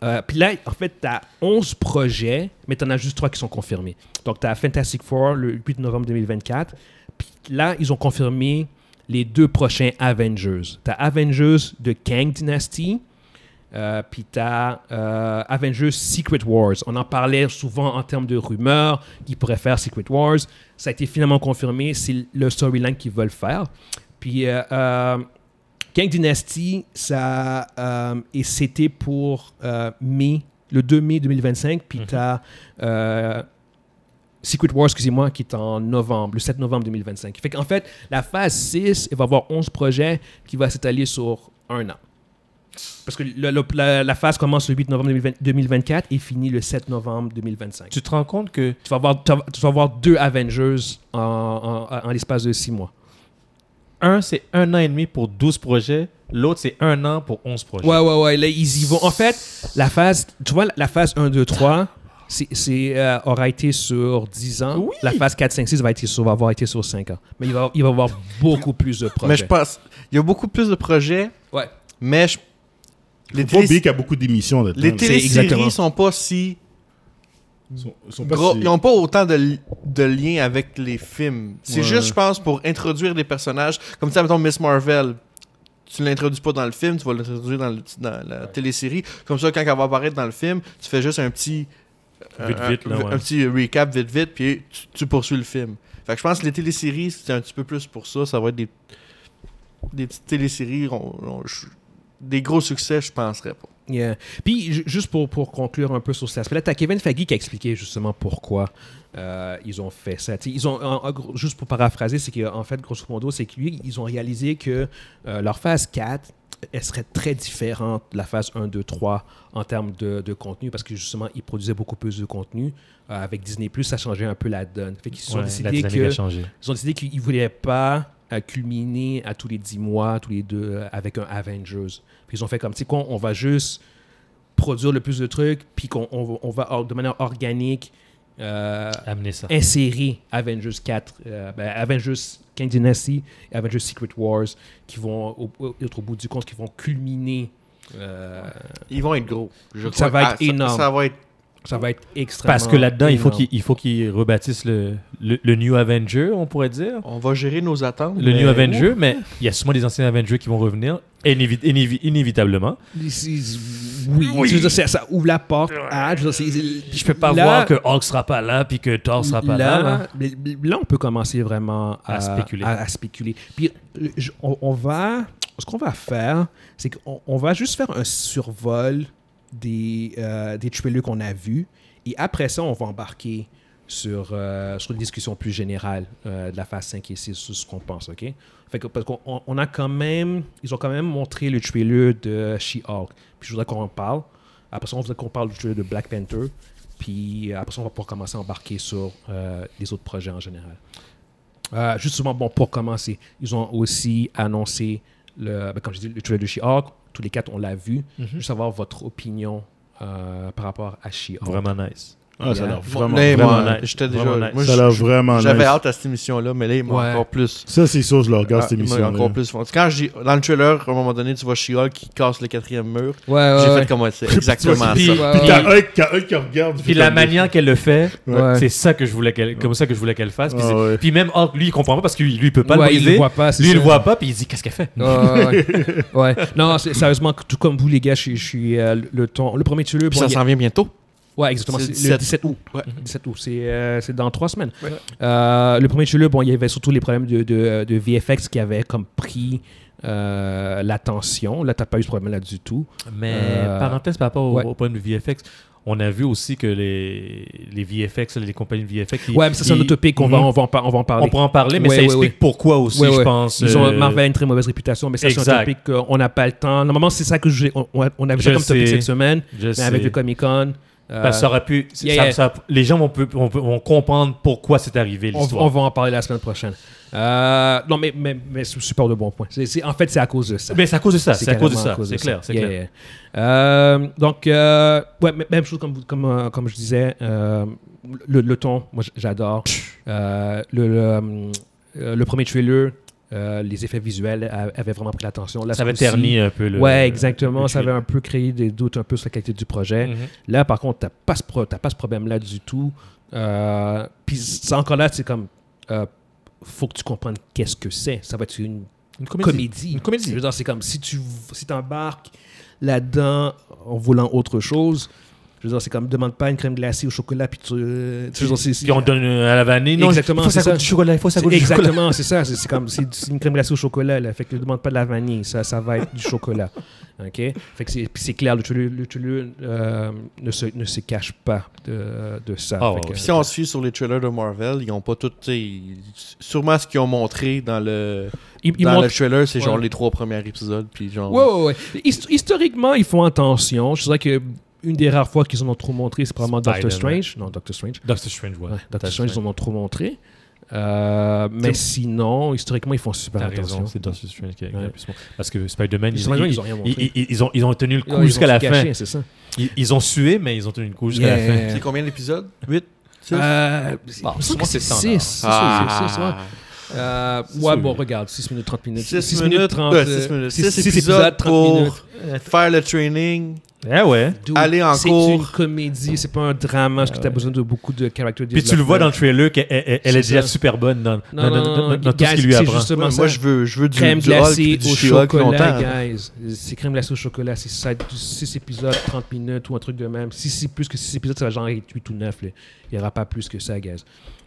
A: Euh, puis là, en fait, tu as 11 projets, mais tu en as juste 3 qui sont confirmés. Donc, tu as Fantastic Four le 8 novembre 2024. Puis là, ils ont confirmé les deux prochains Avengers. Tu as Avengers de Kang Dynasty, euh, puis t'as euh, Avengers Secret Wars. On en parlait souvent en termes de rumeurs qu'ils pourraient faire Secret Wars. Ça a été finalement confirmé. C'est le storyline qu'ils veulent faire. Puis euh, euh, Kang Dynasty, ça, euh, et c'était pour euh, mai, le 2 mai 2025. Puis t'as euh, Secret Wars, excusez-moi, qui est en novembre, le 7 novembre 2025. Fait qu'en fait, la phase 6, elle va avoir 11 projets qui va s'étaler sur un an. Parce que le- le- la, la phase commence le 8 novembre 2020 2024 et finit le 7 novembre 2025. Tu,
D: Tu te rends compte que
A: tu vas, avoir, tu vas- tu vas avoir deux Avengers en, en- en l'espace de six mois.
D: un, c'est un an et demi pour 12 projets. L'autre, c'est un an pour 11 projets.
A: Ouais, ouais, ouais. Là, ils y vont. En fait, la phase, tu vois, la phase 1, 2, 3 c'est, c'est, euh, aura été sur 10 ans.
D: Oui.
A: La phase 4, 5, 6 va, être sur, va avoir été sur 5 ans. Mais il va, il va avoir beaucoup plus de projets.
C: Mais je pense. Il y a beaucoup plus de projets,
A: Ouais.
C: mais je- les
B: Faut pas oublier
C: télé-
B: qu'il y a beaucoup d'émissions là-dedans.
C: les
B: là.
A: exactement.
C: téléséries sont pas si
B: Sont- sont pas
C: gros-
B: si-
C: ils n'ont pas autant de, li- de liens avec les films. C'est
B: Ouais.
C: juste, je pense, pour introduire les personnages. Comme ça, mettons Miss Marvel. Tu l'introduis pas dans le film, tu vas l'introduire dans, le- dans la télésérie. Comme ça, quand elle va apparaître dans le film, tu fais juste un petit.
D: Vite,
C: un,
D: vite, là,
C: un-
D: ouais.
C: un petit recap vite, vite, puis tu, tu poursuis le film. Fait que je pense que les téléséries, c'est un petit peu plus pour ça. Ça va être des, des petites téléséries. on- on- je- des gros succès, je penserais pas.
A: Yeah. Puis, ju- juste pour, pour conclure un peu sur cet aspect-là, tu as Kevin Faggy qui a expliqué justement pourquoi euh, ils ont fait ça. T'sais, ils ont, en- en gros, juste pour paraphraser, c'est qu'en fait, grosso modo, c'est que lui, ils ont réalisé que euh, leur phase 4, elle serait très différente de la phase 1, 2, 3 en termes de, de contenu parce que justement, ils produisaient beaucoup plus de contenu. Euh, avec Disney, ça changeait un peu la donne. Fait qu'ils se sont
D: Ouais, la
A: décidés
D: dynamique
A: que.
D: a changé.
A: Ils ont décidé qu'ils ne voulaient pas euh, culminer à tous les 10 mois, tous les deux, euh, avec un Avengers. Puis ils ont fait comme, tu sais quoi, on va juste produire le plus de trucs, puis qu'on on va- on va or- de manière organique euh,
D: Amener ça.
A: insérer Avengers 4, euh, ben, Avengers King Dynasty, et Avengers Secret Wars, qui vont, au, au- au bout du compte, qui vont culminer. euh,
C: Ils vont être gros. Je
A: Ça
C: crois. Ah,
A: va être
C: ça-
A: énorme.
C: ça va être
A: ça va être extrêmement.
D: Parce que là-dedans, il faut
A: énorme.
D: qu'ils il faut qu'ils rebâtissent le, le, le New Avenger, on pourrait dire.
C: On va gérer nos attentes.
D: Le
C: mais-
D: New Avenger, mais il y a sûrement des anciens Avengers qui vont revenir, inévi- inévi- inévitablement.
A: C'est- Oui, Je veux dire, ça, ça ouvre la porte à. Je, veux dire, c'est-
D: Puis je peux pas
A: là-
D: voir que Hulk sera pas là, puis que Thor sera pas là. là.
A: mais- mais là, on peut commencer vraiment à,
D: À spéculer.
A: à- à spéculer. Puis, euh, je- on, on va, ce qu'on va faire, c'est qu'on on va juste faire un survol des, euh, des trailers qu'on a vus. Et après ça, on va embarquer sur, euh, sur une discussion plus générale euh, de la phase 5 et 6 sur ce qu'on pense, OK? Fait que, parce qu'on on- on a quand même... Ils ont quand même montré le trailer de She-Hulk. Puis je voudrais qu'on en parle. Après ça, on voudrait qu'on parle du trailer de Black Panther. Puis euh, après ça, on va pouvoir commencer à embarquer sur euh, les autres projets en général. Euh, justement, bon, pour commencer, ils ont aussi annoncé, le, ben, comme je dis, le trailer de She-Hulk. Tous les quatre, on l'a vu. Je veux savoir votre opinion euh, par rapport à She-Hulk.
D: Vraiment nice.
B: Ah, ça a l'air
C: Moi,
B: vraiment,
C: là,
B: vraiment
C: moi,
D: nice.
C: J'étais déjà.
D: Vraiment
C: moi,
D: nice.
B: Ça a
C: je-
B: l'air vraiment
C: J'avais
B: nice.
C: hâte à cette émission-là, mais là, il m'a
A: Ouais.
C: encore plus.
B: Ça, c'est sûr, je le regarde,
C: Ah,
B: cette
C: il m'a
B: émission.
C: encore plus foncé. Quand j'ai- dans le trailer, à un moment donné, tu vois She-Hulk qui casse le quatrième mur.
A: Ouais, ouais,
C: j'ai
A: Ah, ouais.
C: fait comme ouais, c'est exactement ça.
D: Puis,
B: Puis
D: puis-
B: t'as Hulk- t'as Hulk qui regarde.
D: puis
B: fait
D: la
B: comme-
D: manière qu'elle le fait,
A: Ouais.
D: c'est ça que je voulais qu'elle, comme ça que je voulais qu'elle fasse. Puis,
B: Ah
D: c'est-
B: ouais.
D: puis même Hulk, lui, il comprend pas parce que lui, il peut pas
A: Ouais,
D: le
A: il
D: briser.
A: le voit pas, c'est
D: lui, il le
A: ça.
D: voit pas, puis il dit qu'est-ce qu'elle fait.
A: Ouais, ouais, ouais. Ouais. Non, c'est- sérieusement, tout comme vous, les gars, je suis- je suis euh, le- le ton. Le premier trailer, bon,
C: Puis ça
A: il y a-
C: s'en vient bientôt.
A: Ouais, exactement.
C: C'est
A: C'est
C: le
A: le 17 août.
C: Ouais.
A: 17 août. C'est euh, c'est dans trois semaines. Euh, le premier trailer, bon, il y avait surtout les problèmes de, de, de VFX qui avaient comme pris euh, l'attention. Là, t'as pas eu ce problème-là du tout.
D: Mais
A: Euh,
D: parenthèse par rapport au,
A: ouais.
D: au point de VFX, on a vu aussi que les, les VFX, les compagnies de VFX, ils-
A: Ouais, mais ça, c'est un
D: ils-
A: autre topic. On, va,
D: Mhm.
A: on, va, en par- on va en parler.
D: On pourra en parler, mais
A: Ouais,
D: ça
A: ouais,
D: explique
A: ouais.
D: pourquoi aussi,
A: Ouais,
D: je
A: ouais.
D: pense.
A: Ils ont,
D: euh,
A: Marvel a une très mauvaise réputation, mais ça, c'est un
D: Exact.
A: topic qu'on n'a pas le temps. Normalement, c'est ça que je, on, on- on avait ça
D: Je
A: comme topic
D: sais.
A: cette semaine,
D: je
A: mais
D: sais.
A: avec le Comic Con. euh,
D: Parce que ça aurait pu. ça-
A: yeah, yeah.
D: ça- les gens vont, peut- vont- vont comprendre pourquoi c'est arrivé
A: on,
D: l'histoire.
A: on va en parler la semaine prochaine. Euh, non, mais, mais, mais c'est super de bons points. C'est- c'est- en fait, c'est à cause de ça.
D: Mais c'est à cause de ça, c'est à cause de
A: carrément
D: ça, c'est clair, c'est
A: Yeah,
D: clair.
A: yeah. Euh, donc, euh, ouais, m- même chose comme, vous- comme, euh, comme je disais, euh, le, le ton, moi j- j'adore. Euh, le, le, hum, euh, le premier trailer, euh, les effets visuels a- avaient vraiment pris l'attention. Là,
D: Ça va
A: ce coup-ci-
D: terni un peu le.
A: ouais, exactement.
D: le
A: ça avait
D: trailer.
A: un peu créé des doutes un peu sur la qualité du projet.
D: Mhm.
A: Là, par contre, t'as pas ce, pro- t'as pas ce problème-là du tout. Euh, Puis ça, encore là, c'est comme, euh, faut que tu comprennes qu'est-ce que c'est. Ça va être une
D: Une
A: comédie.
D: Une comédie.
A: Je veux dire, c'est comme si tu v- si embarques là-dedans en voulant autre chose. Je veux dire, c'est comme demande pas une crème glacée au chocolat puis tu. euh, tu veux dire, c'est- c'est-
D: Puis on donne euh, à la vanille. Non,
A: Exactement,
D: Il faut que ça
A: c'est ça.
D: goûte du chocolat. Il faut que ça
A: c'est-
D: goûte du chocolat.
A: exactement, c'est ça. C'est c'est comme c'est c'est une crème glacée au chocolat. Là, fait que ne demande pas de la vanille, ça, ça va être du chocolat. Ok. Fait que c'est puis c'est clair, le Tulu, le Tulu, euh, ne se ne se cache pas de, de ça.
D: Ah,
A: Fait
D: ouais,
A: que-
D: ouais.
C: Puis si on se fie sur les trailers de Marvel, ils ont pas tout. tu sais, ils- Sûrement ce qu'ils ont montré dans le,
A: Ils- ils
C: dans
A: montrent-
C: le trailer, c'est genre
A: Ouais.
C: les trois premiers épisodes. Puis genre.
A: Ouais, ouais, ouais. Hist- historiquement, ils font attention. Je dirais que une des rares fois qu'ils en ont trop montré, c'est probablement Doctor
D: Spider-Man.
A: Strange. Non, Doctor Strange.
D: Doctor Strange, ouais.
A: Ouais, Doctor Strange, ils en ont trop montré. Euh, mais sinon, historiquement, ils font super
D: T'as
A: Bah, attention.
D: raison, c'est Doctor Strange qui a qui a
A: Ouais.
D: plus mon- Parce que Spider-man, ils,
A: Spider-Man,
D: ils-
A: ils ont rien montré.
D: ils- ils- ils ont, ils ont tenu le
A: Ils
D: coup
A: ont
D: jusqu'à la
A: tout caché,
D: fin.
A: C'est ça.
D: Ils, ils ont sué, mais ils ont tenu le coup jusqu'à la fin.
A: Yeah.
C: C'est combien d'épisodes 8
A: Euh,
D: Bon,
A: je pense
D: souvent,
A: que
D: c'est
A: c'est
D: standard.
A: 6. C'est ça, c'est
C: Ah.
A: ça, ouais. Euh, ouais,
D: Ah, sûr.
A: bon, regarde, 6 minutes, 30 minutes.
C: 6
A: six
C: minutes,
A: trente,
C: 6
A: euh,
C: minutes,
A: six-
C: 6
A: six
C: épisodes
A: 30
C: pour
A: minutes.
C: faire le training,
A: Ah
D: Eh ouais.
A: Dude,
C: Aller en
A: c'est
C: cours.
A: une comédie, c'est pas un drama, parce que t'as besoin de beaucoup de character
D: Ah Puis tu le vois dans le trailer qu'elle elle- elle- elle est
A: C'est
D: déjà
A: ça.
D: super bonne dans,
A: Non,
D: dans-
A: non,
D: dans-
A: non,
D: dans-
A: non,
D: dans tout ce
A: guys,
D: qu'il lui
A: c'est
D: apprend.
A: justement
C: Ouais,
A: ça.
C: moi, je veux, je veux du,
A: crème
C: du Hulk
A: glacée
C: puis du
A: au
C: She-Hulk longtemps.
A: chocolat, guys. C'est crème glacée au chocolat, c'est 6 épisodes, 30 minutes ou un truc de même. Si c'est plus que 6 épisodes, ça va genre être 8 ou 9. là. Il n'y aura pas plus que ça, guys.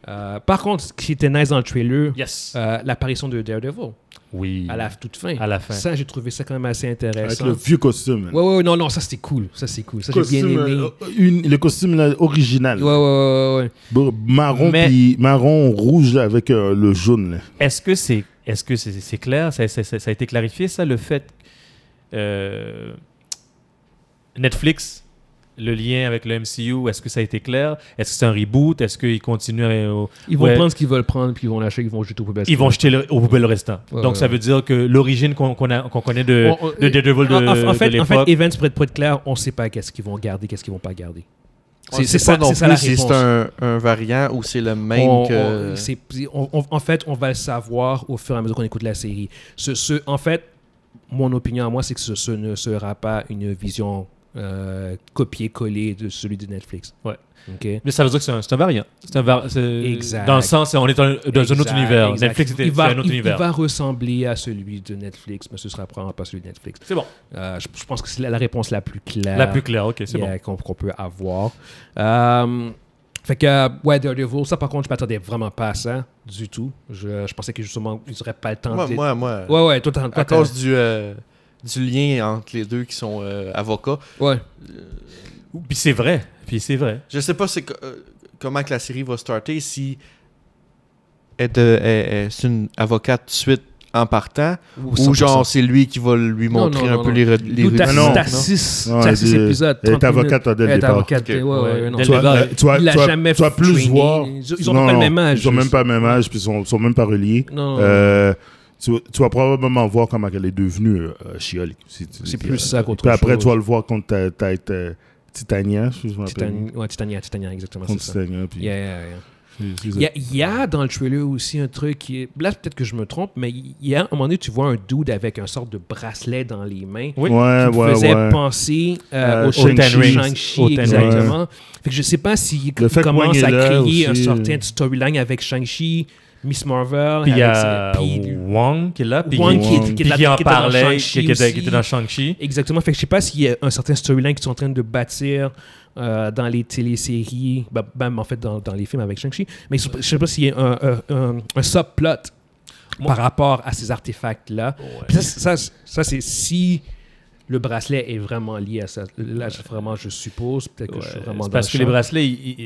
A: Euh, par contre, ce qui était nice dans le trailer,
D: Yes.
A: euh, l'apparition de Daredevil
D: oui.
A: à la toute fin.
D: À la fin.
A: Ça, j'ai trouvé ça quand même assez
B: Avec
A: intéressant.
B: le vieux costume. man.
A: Ouais, ouais, ouais, non, non, ça c'était cool. Ça c'est cool. Ça j'ai bien
B: Costume,
A: aimé.
B: euh, oh. une- le costume là, original.
A: Ouais, ouais, ouais, ouais, ouais.
B: Bon, Marron,
D: Mais-
B: puis marron rouge là, avec euh, le jaune. là.
D: Est-ce que c'est est-ce que c'est c'est clair ça, ça- ça- ça a été clarifié, ça, le fait. euh, Netflix, le lien avec le MCU, est-ce que ça a été clair Est-ce que c'est un reboot Est-ce qu'ils continuent à- au-
A: Ils vont
D: Ouais.
A: prendre ce qu'ils veulent prendre, puis ils vont lâcher, ils vont jeter au poubelle.
D: Ils vont jeter le- au poubelle le restant.
A: Ouais,
D: Donc
A: ouais,
D: ça veut dire que l'origine qu'on qu'on a- qu'on connaît de,
A: On- on-
D: de Daredevil de,
A: en, en fait,
D: de
A: en fait,
D: l'époque-
A: Evans, pour être, pour être clair, on ne sait pas qu'est-ce qu'ils vont garder, qu'est-ce qu'ils vont pas garder.
C: On
A: C'est
C: sait
A: c'est
C: pas
A: ça,
C: non
A: c'est ça
C: plus
A: la
C: si
A: réponse.
C: c'est un, un variant ou c'est le même
A: On-
C: que.
A: on- c'est- on- on- en fait, on va le savoir au fur et à mesure qu'on écoute la série. Ce, ce- en fait, mon opinion à moi, c'est que ce, ce ne sera pas une vision euh, copier-coller de celui de Netflix.
D: Ouais.
A: OK?
D: Mais ça veut dire que c'est un, c'est un variant. C'est un var- c'est-
A: Exact.
D: Dans le sens, on est dans, dans un autre
A: Exact,
D: univers.
A: exact.
D: Netflix, c'était
A: il va,
D: c'est un autre
A: il- il
D: univers.
A: va ressembler à celui de Netflix, mais ce sera probablement pas celui de Netflix.
D: C'est bon.
A: Euh, je, je pense que c'est la, la réponse la plus claire.
D: La plus claire, ok, c'est
A: yeah, qu'on qu'on peut avoir. Euh, fait que, ouais, Daredevil, ça par contre, je m'attendais vraiment pas à ça du tout. Je, je pensais que justement, ils n'auraient pas le temps
C: moi,
A: de.
C: moi, moi,
A: ouais, ouais, toi, t'as- toi,
C: à
A: t'as-
C: cause du, euh, du lien entre les deux qui sont euh, avocats,
A: Ouais.
D: bon. Puis c'est vrai. Puis c'est vrai.
C: je sais pas c'est que- euh, comment que la série va starter si elle est, euh, elle- elle- c'est une avocate tout de suite en partant ou
A: 100%.
C: genre c'est lui qui va lui
A: Non,
C: montrer
A: non,
C: un
A: non,
C: peu
A: non.
C: les, re- les
A: Nous, t'as
B: Ah non.
C: rudiments,
A: t'as
C: non?
A: six,
B: Non,
A: t'as
B: elle
A: six
B: est-
A: épisodes.
B: elle est
A: 30
B: avocate
A: minutes.
B: dès le
A: Elle est
B: départ.
A: avocate,
C: Ok.
A: ouais, ouais,
D: Ouais.
A: ouais, non.
D: Dès le
B: Tu vas-
D: départ,
B: euh, tu vas-
A: il a
B: tu vas-
A: jamais
B: tu vas plus
A: traîné.
B: voir.
A: Ils- ils ont pas le même âge,
B: Ils ont
A: juste.
B: même pas le même âge, puis ils sont, sont même pas reliés.
A: Non, non,
B: Euh, tu, tu vas probablement voir comment elle est devenue euh, She-Hulk. Si tu-
A: C'est plus ça qu'autre
B: Puis après,
A: chose.
B: tu vas le voir contre ta, ta, ta- Titania, je me rappelle.
A: Titania, ouais, Titania, Titania, exactement, c'est
B: Contre
A: ça.
B: Titania, puis-
A: Yeah, yeah, yeah.
B: c'est-
A: Il y, a, il y a dans le trailer aussi un truc qui est. Là, peut-être que je me trompe, mais il y a à un moment donné, tu vois un dude avec un sorte de bracelet dans les mains.
B: Ouais,
D: Oui.
A: qui me
B: ouais,
A: faisait
B: ouais.
A: penser euh,
B: Euh,
A: au
B: au
A: Shang-Chi.
B: Ten Rings.
A: Shang-Chi,
D: Au Ten
A: exactement. Fait que je sais pas s'il
B: Le fait que
A: commence
B: Wang est
A: à
B: là
A: créer un
B: aussi.
A: certain storyline avec Shang-Chi, Miss Marvel.
D: Puis il y
A: avec-
D: a
A: puis-
D: Wong qui est là. Puis
A: Wong
B: qui est- qui est
D: puis
A: là-
D: qui en
A: qui était dans
D: parlait,
A: Shang-Chi
D: qui qui était qui était dans
A: aussi.
D: Shang-Chi.
A: Exactement. Fait que je sais pas s'il y a un certain storyline qu'ils sont en train de bâtir euh, dans les téléséries, bah, même en fait dans, dans les films avec Shang-Chi. Mais je sais pas s'il y a un, un- un- un subplot par rapport à ces artefacts-là. Puis Ça, ça, ça, c'est si le bracelet est vraiment lié à ça. Là, je- vraiment, je suppose. Peut-être que je suis
D: Ouais,
A: vraiment
D: c'est
A: dans
D: parce
A: le
D: que les
A: champ.
D: bracelets, ils- ils-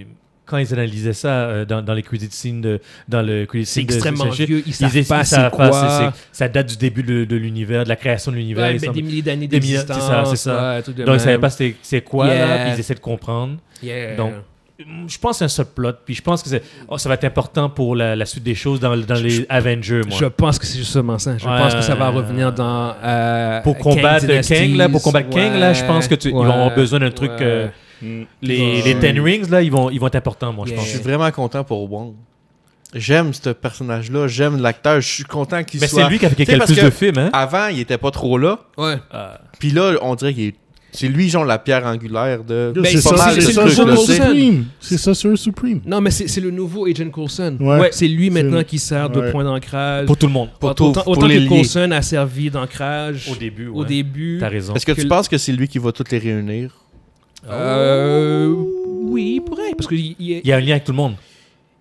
D: ils- quand ils analysaient ça euh, dans, dans les credit scenes, de, dans le credit
A: C'est
D: scene de-
A: extrêmement
D: de-
A: vieux, ils savent
D: essaient-
A: pas
D: ils
A: c'est
D: savent pas,
A: quoi.
D: c'est- c'est- ça date du début de, de l'univers, de la création de l'univers.
A: Ouais,
D: il
A: ben,
D: semble.
A: des milliers d'années
D: Des milliers-
A: d'existence.
D: c'est ça, c'est ça.
A: ouais, un truc de
D: Donc ils savaient
A: même.
D: pas c'était- c'est quoi, là,
A: Yeah.
D: puis ils essaient de comprendre.
A: Yeah.
D: Donc, Je pense que c'est un subplot, puis je pense que c'est- oh, ça va être important pour la, la suite des choses dans, dans les Avengers, moi.
A: Je pense que c'est justement ça. Je
D: Ouais.
A: pense que ça va revenir dans. euh,
D: pour
A: Kang
D: combattre
A: Dynasties.
D: Kang, là, pour combattre Kang, là, je pense que tu, ils vont avoir
A: Ouais.
D: besoin d'un truc.
A: Ouais.
D: euh,
B: Mm.
D: les,
A: Ouais.
D: les Ten Rings, là, ils vont, ils vont être importants, moi, je
A: Yeah.
D: pense.
C: Je suis vraiment content pour Wong. J'aime ce personnage-là, j'aime l'acteur, je suis content qu'il
D: Mais
C: soit.
D: c'est lui qui a fait
C: Tu sais,
D: quelques
C: parce
D: plus
C: que
D: de films, hein?
C: Avant, il était pas trop là.
A: Ouais.
C: Puis là, on dirait qu'il est- c'est lui, genre, la pierre angulaire de.
A: Ben,
B: C'est
A: c'est-
C: pas
B: ça,
C: mal
B: c'est
C: de
A: c'est
B: ça
A: le
C: trucs,
B: sur
A: Joker
C: là,
B: le
A: aussi.
C: tu sais.
B: Supreme. C'est ça sur le Supreme.
A: Non, mais c'est c'est le nouveau Agent Coulson.
B: Ouais.
A: Ouais, C'est lui maintenant
B: C'est-
A: qui sert de
B: ouais.
A: point d'ancrage.
D: Pour tout le monde.
C: Pour tout-
A: autant
C: pour
A: autant
C: les
A: que
C: lier.
A: Coulson a servi d'ancrage
D: Au début,
A: au
D: ouais.
A: début.
D: T'as raison.
C: Est-ce que,
A: Que-
C: tu penses que c'est lui qui va toutes les réunir
A: Euh,
D: Oh.
A: oui, il pourrait, parce qu'il il est,
D: Il y a un lien avec tout le monde.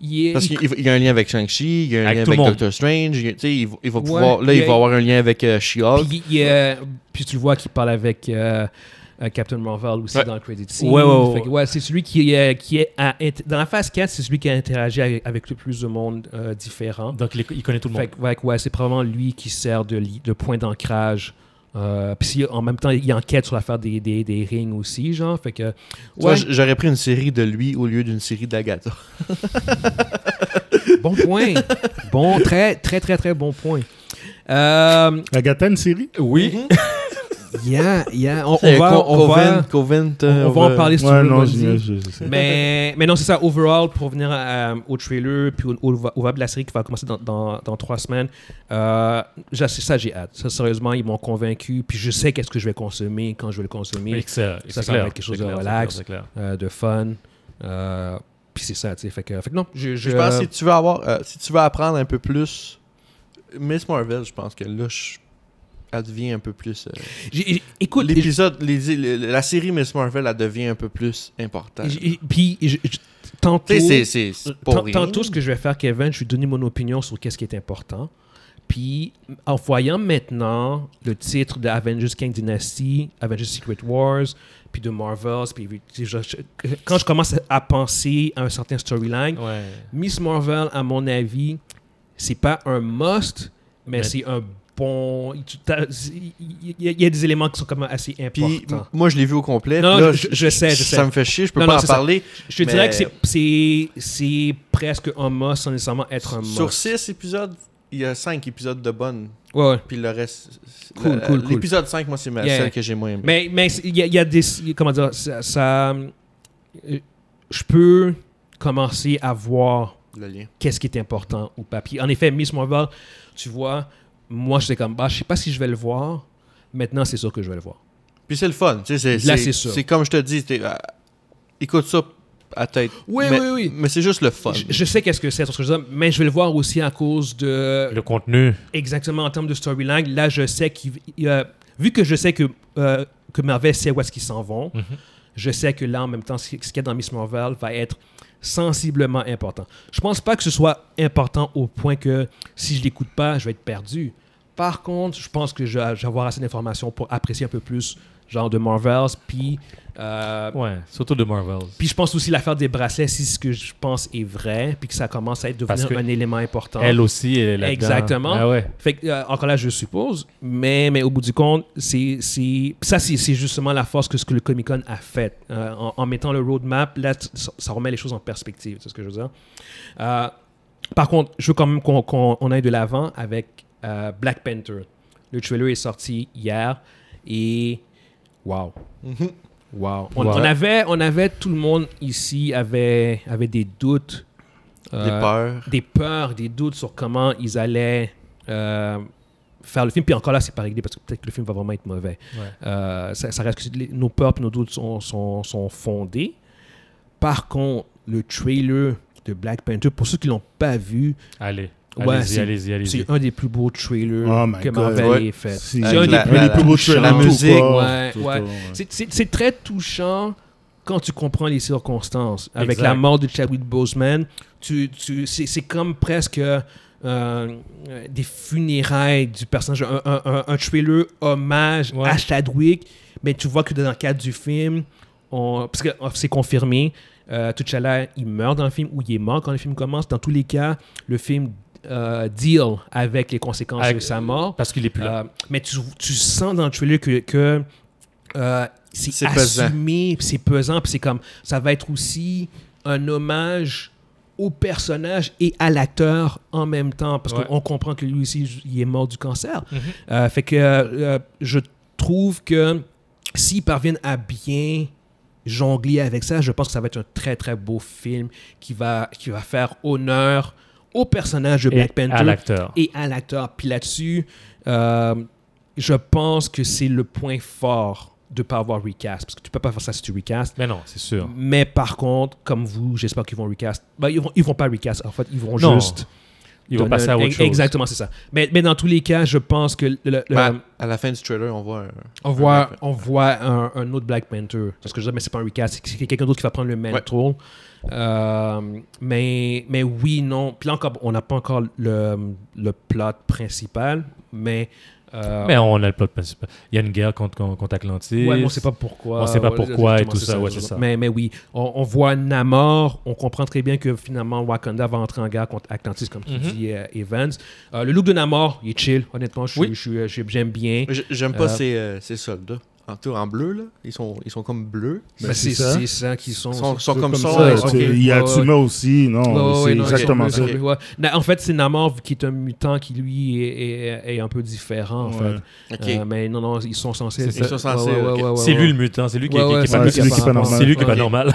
A: il est-
C: Parce
A: il-
C: qu'il il y a un lien avec Shang-Chi, il y a un
D: Avec
C: lien avec
D: tout le monde.
C: Doctor Strange, il, y a- tu sais, il va- il va
A: Ouais,
C: pouvoir, là,
A: il
C: il,
A: y a-
C: va avoir un lien avec euh, She-Hulk.
A: puis, il est- puis tu le vois qu'il parle avec euh, euh, Captain Marvel aussi
C: Ouais.
A: dans le credit scene.
D: Ouais, ouais, ouais.
A: Fait que, ouais, c'est celui qui, est- qui est à int- dans la phase 4, c'est celui qui a interagi avec, avec le plus de monde euh, différent.
D: Donc, il, est- il connaît tout le monde.
A: Fait que, ouais, que, ouais, c'est probablement lui qui sert de, li- de point d'ancrage. Euh, puis si, en même temps, il enquête sur l'affaire des, des, des rings aussi, genre. Fait que.
C: Tu vois,
A: Ouais,
C: j- j'aurais pris une série de lui au lieu d'une série d'Agatha.
A: bon point. bon, très, très, très, très bon point. Euh,
B: Agatha, une série
D: Oui.
A: Yeah, yeah. On, on va, on va,
C: Covent,
A: on va en parler si tu
B: Ouais,
A: veux,
B: non,
A: vas-y.
B: je, je- je sais.
A: Mais, mais non, c'est ça. Overall, pour revenir à, euh, au trailer, puis au, au, au vibe de la série qui va commencer dans, dans, dans trois semaines, euh, j'ai- c'est ça, j'ai hâte. Ça, sérieusement, ils m'ont convaincu. Puis je sais qu'est-ce que je vais consommer, quand je vais le consommer,
D: ça,
A: ça va être quelque chose de relax. euh, de fun. euh, puis c'est ça, tu sais. Fait que, fait que non, je, je,
C: Je pense que si tu veux avoir, euh, si tu veux apprendre un peu plus, Miss Marvel, je pense que là, je- elle devient un peu plus. euh,
A: j'ai- j'ai- écoute,
C: L'épisode, les- les- la série Miss Marvel, elle devient un peu plus importante.
A: j'ai-
C: Tu
A: j'ai- puis je- je- tantôt,
C: sais, c'est- c'est c'est pas
A: Tant-
C: rien.
A: Tantôt, ce que je vais faire, Kevin, je vais donner mon opinion sur qu'est-ce qui est important. Puis, en voyant maintenant le titre de Avengers King Dynasty, Avengers Secret Wars, puis de Marvels, puis puis je- je- quand je commence à penser à un certain storyline,
C: Oh.
D: Ouais.
A: Miss Marvel, à mon avis, c'est pas un must, mais,
D: Mais-
A: c'est un bon. tu t'as- Il il- il y, a- il y a des éléments qui sont comme assez
C: Puis
A: importants.
C: moi, je l'ai vu au complet.
A: Non,
C: puis là,
A: je- je sais, je sais.
C: Ça me fait chier, je peux
A: Non,
C: pas
A: non,
C: en
A: c'est ça.
C: parler.
A: Je te
C: mais-
A: dirais que c'est- c'est c'est presque un must sans nécessairement être un must.
C: Sur six épisodes, il y a cinq épisodes de bonnes.
A: Ouais, ouais.
C: Puis le reste. c'est-
A: Cool,
C: la-
A: cool, cool.
C: L'épisode 5, moi, c'est ma-
A: Yeah.
C: celle que j'ai moins aimée.
A: Mais mais c'est- il y, a- il y a des comment dire ça, ça, euh, je peux commencer à voir
C: Le lien.
A: qu'est-ce qui est important ou pas. Puis en effet, Miss Marvel, tu vois, moi je sais comme bah je sais pas si je vais le voir. Maintenant, c'est sûr que je vais le voir.
C: Puis c'est le fun. tu sais, c'est-
A: Là,
C: c'est
A: c'est sûr.
C: C'est comme je te dis, t'es, euh, écoute ça à tête.
A: Oui,
C: mais,
A: oui, oui.
C: Mais c'est juste le fun.
A: Je, je sais qu'est-ce que c'est, sur ce que je veux dire, mais je vais le voir aussi à cause de
D: Le contenu.
A: exactement en termes de storyline. Là, je sais qu'il il y a- vu que je sais que euh, que Marvel sait où est-ce qu'ils s'en vont,
D: Mhm.
A: je sais que là, en même temps, ce qui- ce qu'il y a dans Miss Marvel va être sensiblement important. Je pense pas que ce soit important au point que si je l'écoute pas, je vais être perdu. Par contre, je pense que je je vais avoir assez d'informations pour apprécier un peu plus genre de Marvels, puis euh,
D: Ouais, surtout de Marvels.
A: puis je pense aussi l'affaire des bracelets, si ce que je pense est vrai, puis que ça commence à être
D: Parce
A: devenir
D: que
A: un élément important.
D: Elle aussi, elle est là-dedans.
A: Exactement.
D: Ah ouais.
A: Fait que, euh, encore là, je suppose, mais, mais au bout du compte, c'est, c'est, ça, c'est, c'est justement la force que ce que le Comic Con a fait. Euh, en, en mettant le roadmap, là, t- ça, ça remet les choses en perspective, c'est ce que je veux dire. Euh, par contre, je veux quand même qu'on, qu'on- on aille de l'avant avec euh, Black Panther. Le trailer est sorti hier et. Wow! Wow! On,
D: Mhm. Ouais.
A: on avait, on avait, tout le monde ici avait, avait des doutes.
C: Des
A: euh,
C: peurs.
A: des peurs, des doutes sur comment ils allaient euh, faire le film. Puis encore là, c'est pas réglé parce que peut-être que le film va vraiment être mauvais.
D: Ouais.
A: Euh, ça, ça reste que c'est- les- nos peurs et nos doutes sont, sont, sont fondés. Par contre, le trailer de Black Panther, pour ceux qui l'ont pas vu,
D: Allez.
A: Ouais,
D: Allez-y,
A: c'est-
D: allez-y, allez-y.
A: c'est un des plus beaux trailers
B: Oh my
A: que
B: God.
A: Marvel
C: Ouais.
A: ait fait.
B: C'est
A: C'est un des
C: la-
A: plus-
C: la-
B: plus beaux trailers
C: la
B: tout
C: musique,
B: court,
A: ouais,
B: tout
A: ouais.
B: court,
A: C'est- C'est c'est très touchant quand tu comprends les circonstances. Avec
D: Exact.
A: la mort de Chadwick Boseman, tu, tu, c'est c'est comme presque euh, euh, des funérailles du personnage. Un, un, un- un trailer hommage
D: Ouais.
A: à Chadwick, mais tu vois que dans le cadre du film, on, parce que euh, c'est confirmé, euh, T'Challa, il meurt dans le film ou il est mort quand le film commence. Dans tous les cas, le film euh, deal avec les conséquences
D: Avec-
A: de sa mort.
D: Parce qu'il est plus là.
A: Euh, mais tu, tu sens dans le trailer que, que, euh, c'est
C: C'est pesant.
A: assumé, puis c'est pesant, puis c'est comme ça va être aussi un hommage au personnage et à l'acteur en même temps, parce
D: Ouais. Mhm.
A: qu'on comprend que lui aussi il est mort du cancer. Euh, fait que euh, je trouve que s'ils parviennent à bien jongler avec ça, je pense que ça va être un très très beau film qui va qui va faire honneur au personnage de
D: Et
A: Black Panther
D: à l'acteur.
A: et à l'acteur. Puis là-dessus, euh, je pense que c'est le point fort de ne pas avoir recast. Parce que tu peux pas faire ça si tu recast.
D: Mais non, c'est sûr.
A: Mais par contre, comme vous, j'espère qu'ils vont recast. Ben, ils vont, ils vont pas recast. En fait, ils vont
D: Non,
A: juste.
D: Il va
A: donner
D: passer à
A: un-
D: autre chose.
A: Exactement, c'est ça. Mais, mais dans tous les cas, je pense que le- le-
C: Ben,
A: le-
C: à la fin du trailer, on voit un.
A: on
C: Black
A: voit,
C: Panther.
A: on voit un, un autre Black Panther. C'est ce que je dis, mais c'est pas un recast. C'est c'est quelqu'un d'autre qui va prendre le même
C: Ouais.
A: rôle. Euh, mais, mais oui, non. Puis là encore, on n'a pas encore le, le plot principal, mais. euh,
D: Mais on a le plot principal. Il y a une guerre contre, contre, contre Atlantis.
A: Ouais, mais on sait pas pourquoi.
D: On sait pas
A: Ouais,
D: pourquoi et
A: exactement,
D: tout
A: c'est
D: ça, ouais, c'est ça.
A: Mais, mais oui, on, on voit Namor, on comprend très bien que finalement Wakanda va entrer en guerre contre Atlantis, comme tu
D: Mhm.
A: dis, euh, Evans. Euh, le look de Namor, il est chill, honnêtement, je suis-
C: Oui.
A: je suis- euh, j'ai- j'aime bien.
C: J- J'aime pas
A: Euh,
C: ces, euh, ces soldats. en, tout- en bleu, là. Ils sont, ils sont comme bleus.
B: Ben,
A: Ben,
B: c'est
A: c'est
B: ça.
A: c'est ça qui sont.
C: Ils sont, sont comme, ça.
A: ça,
C: ouais,
A: c'est-
C: ok.
B: Tu-
A: ok.
B: Il y a
A: Ouais,
B: Tsuma aussi, non,
A: Ouais,
B: c'est
A: ouais, non,
B: exactement
A: ok,
B: ça.
A: ok, ouais. Na- En fait, c'est Namor qui est un mutant qui, lui, est, est- est un peu différent, en
B: Ouais.
A: fait.
C: Ok.
A: Euh, mais non, non, ils sont censés...
D: C'est ça.
A: Ouais,
C: Ils sont censés,
A: ouais,
C: ok.
A: ouais, ouais,
D: C'est
A: ouais,
D: lui
A: ouais.
D: le mutant, c'est lui qui
A: Ouais, ouais,
D: qui- qui est
A: ouais,
D: pas-
B: c'est lui qui est pas normal.
D: c'est lui qui est pas
A: Ok.
D: normal.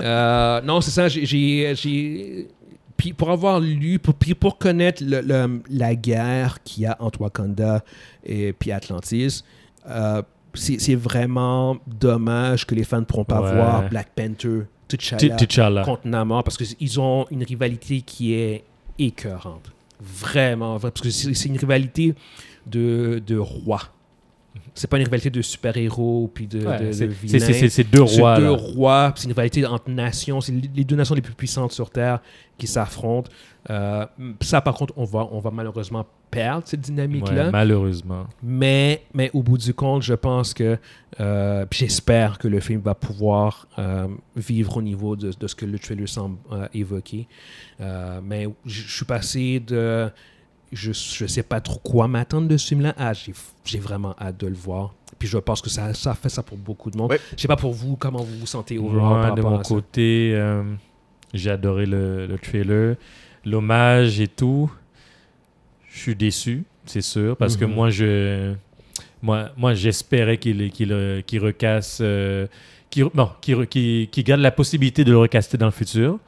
A: Euh, non, c'est ça. j'ai- J'ai. j'ai- Puis pour avoir lu, pour, puis pour connaître le- le- la guerre qu'il y a entre Wakanda et puis Atlantis, euh, c'est c'est vraiment dommage que les fans ne pourront pas
D: Ouais.
A: voir Black Panther, T'Challa
D: T'Challa.
A: contre Namor parce qu'ils ont une rivalité qui est écœurante. Vraiment, vrai- parce que c'est c'est une rivalité de, de roi. C'est pas une rivalité de super-héros puis de,
D: Ouais,
A: de- de
D: c'est- c'est-
A: vilains.
D: C'est c'est- c'est deux
A: C'est
D: rois.
A: deux
D: là.
A: rois, puis c'est une rivalité entre nations, c'est les les deux nations les plus puissantes sur Terre qui s'affrontent. Euh, ça, par contre, on va, on va malheureusement perdre cette dynamique-là.
D: Ouais, Malheureusement.
A: mais, mais au bout du compte, je pense que, euh, puis j'espère que le film va pouvoir euh, vivre au niveau de, de ce que le trailer semble euh, évoquer. Euh, mais j- je suis passé de. Je ne sais pas trop quoi m'attendre de ce film-là. Ah, j'ai- j'ai vraiment hâte de le voir. Puis je pense que ça, ça fait ça pour beaucoup de monde.
C: Ouais.
A: Je sais pas pour vous, comment vous vous sentez
D: Moi,
A: overall par
D: de
A: rapport
D: mon
A: à ça.
D: côté, euh, j'ai adoré le, le trailer, l'hommage et tout. Je suis déçu, c'est sûr, parce que
A: Mhm.
D: moi, je, moi, moi, j'espérais qu'il qu'il euh, qu'il recasse, euh, qu'il non, qu'il re- qu'il- qu'il garde la possibilité de le recaster dans le futur.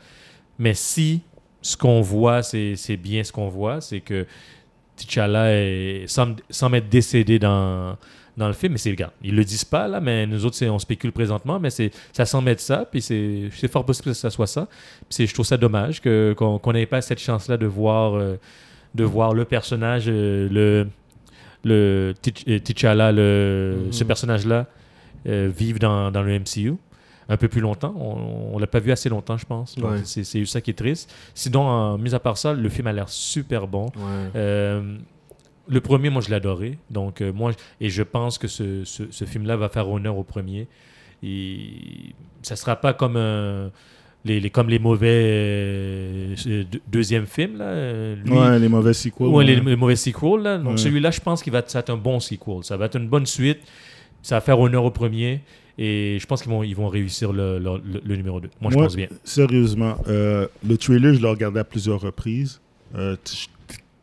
D: Mais si ce qu'on voit, c'est c'est bien ce qu'on voit, c'est que T'Challa est- semble, semble être décédé dans, dans le film. Mais c'est, regarde, ils le disent pas là, mais nous autres, c'est- on spécule présentement, mais c'est, ça semble être ça. Puis c'est, c'est fort possible que ça soit ça. Puis c'est, je trouve ça dommage que, qu'on qu'on n'ait pas cette chance-là de voir, euh, de voir le personnage, euh, le, le T'Ch- euh, T'Challa, le,
A: Mhm.
D: ce personnage-là, euh, vivre dans, dans le MCU un peu plus longtemps. On, on l'a pas vu assez longtemps, je pense. Donc,
A: Ouais.
D: c'est, c'est ça qui est triste. Sinon, euh, mis à part ça, le film a l'air super bon. Euh, le premier, moi, je l'adorais. Donc, euh, moi, et je pense que ce, ce- ce film-là va faire honneur au premier. Et ça sera pas comme un- les, les- comme les mauvais euh, euh, deux- deuxième film là. euh, lui-
B: Ouais, les mauvais sequels.
D: Ouais, les,
B: ouais.
D: les mauvais sequels. Là. Donc
B: Ouais.
D: celui-là, je pense qu'il va être- ça va être un bon sequel. Ça va être une bonne suite. Ça va faire honneur au premier. Et je pense qu'ils vont, ils vont réussir le, le- le- le numéro 2. Moi, je
B: Moi,
D: pense bien.
B: Sérieusement, euh, le trailer, je l'ai regardé à plusieurs reprises. Euh, t- je suis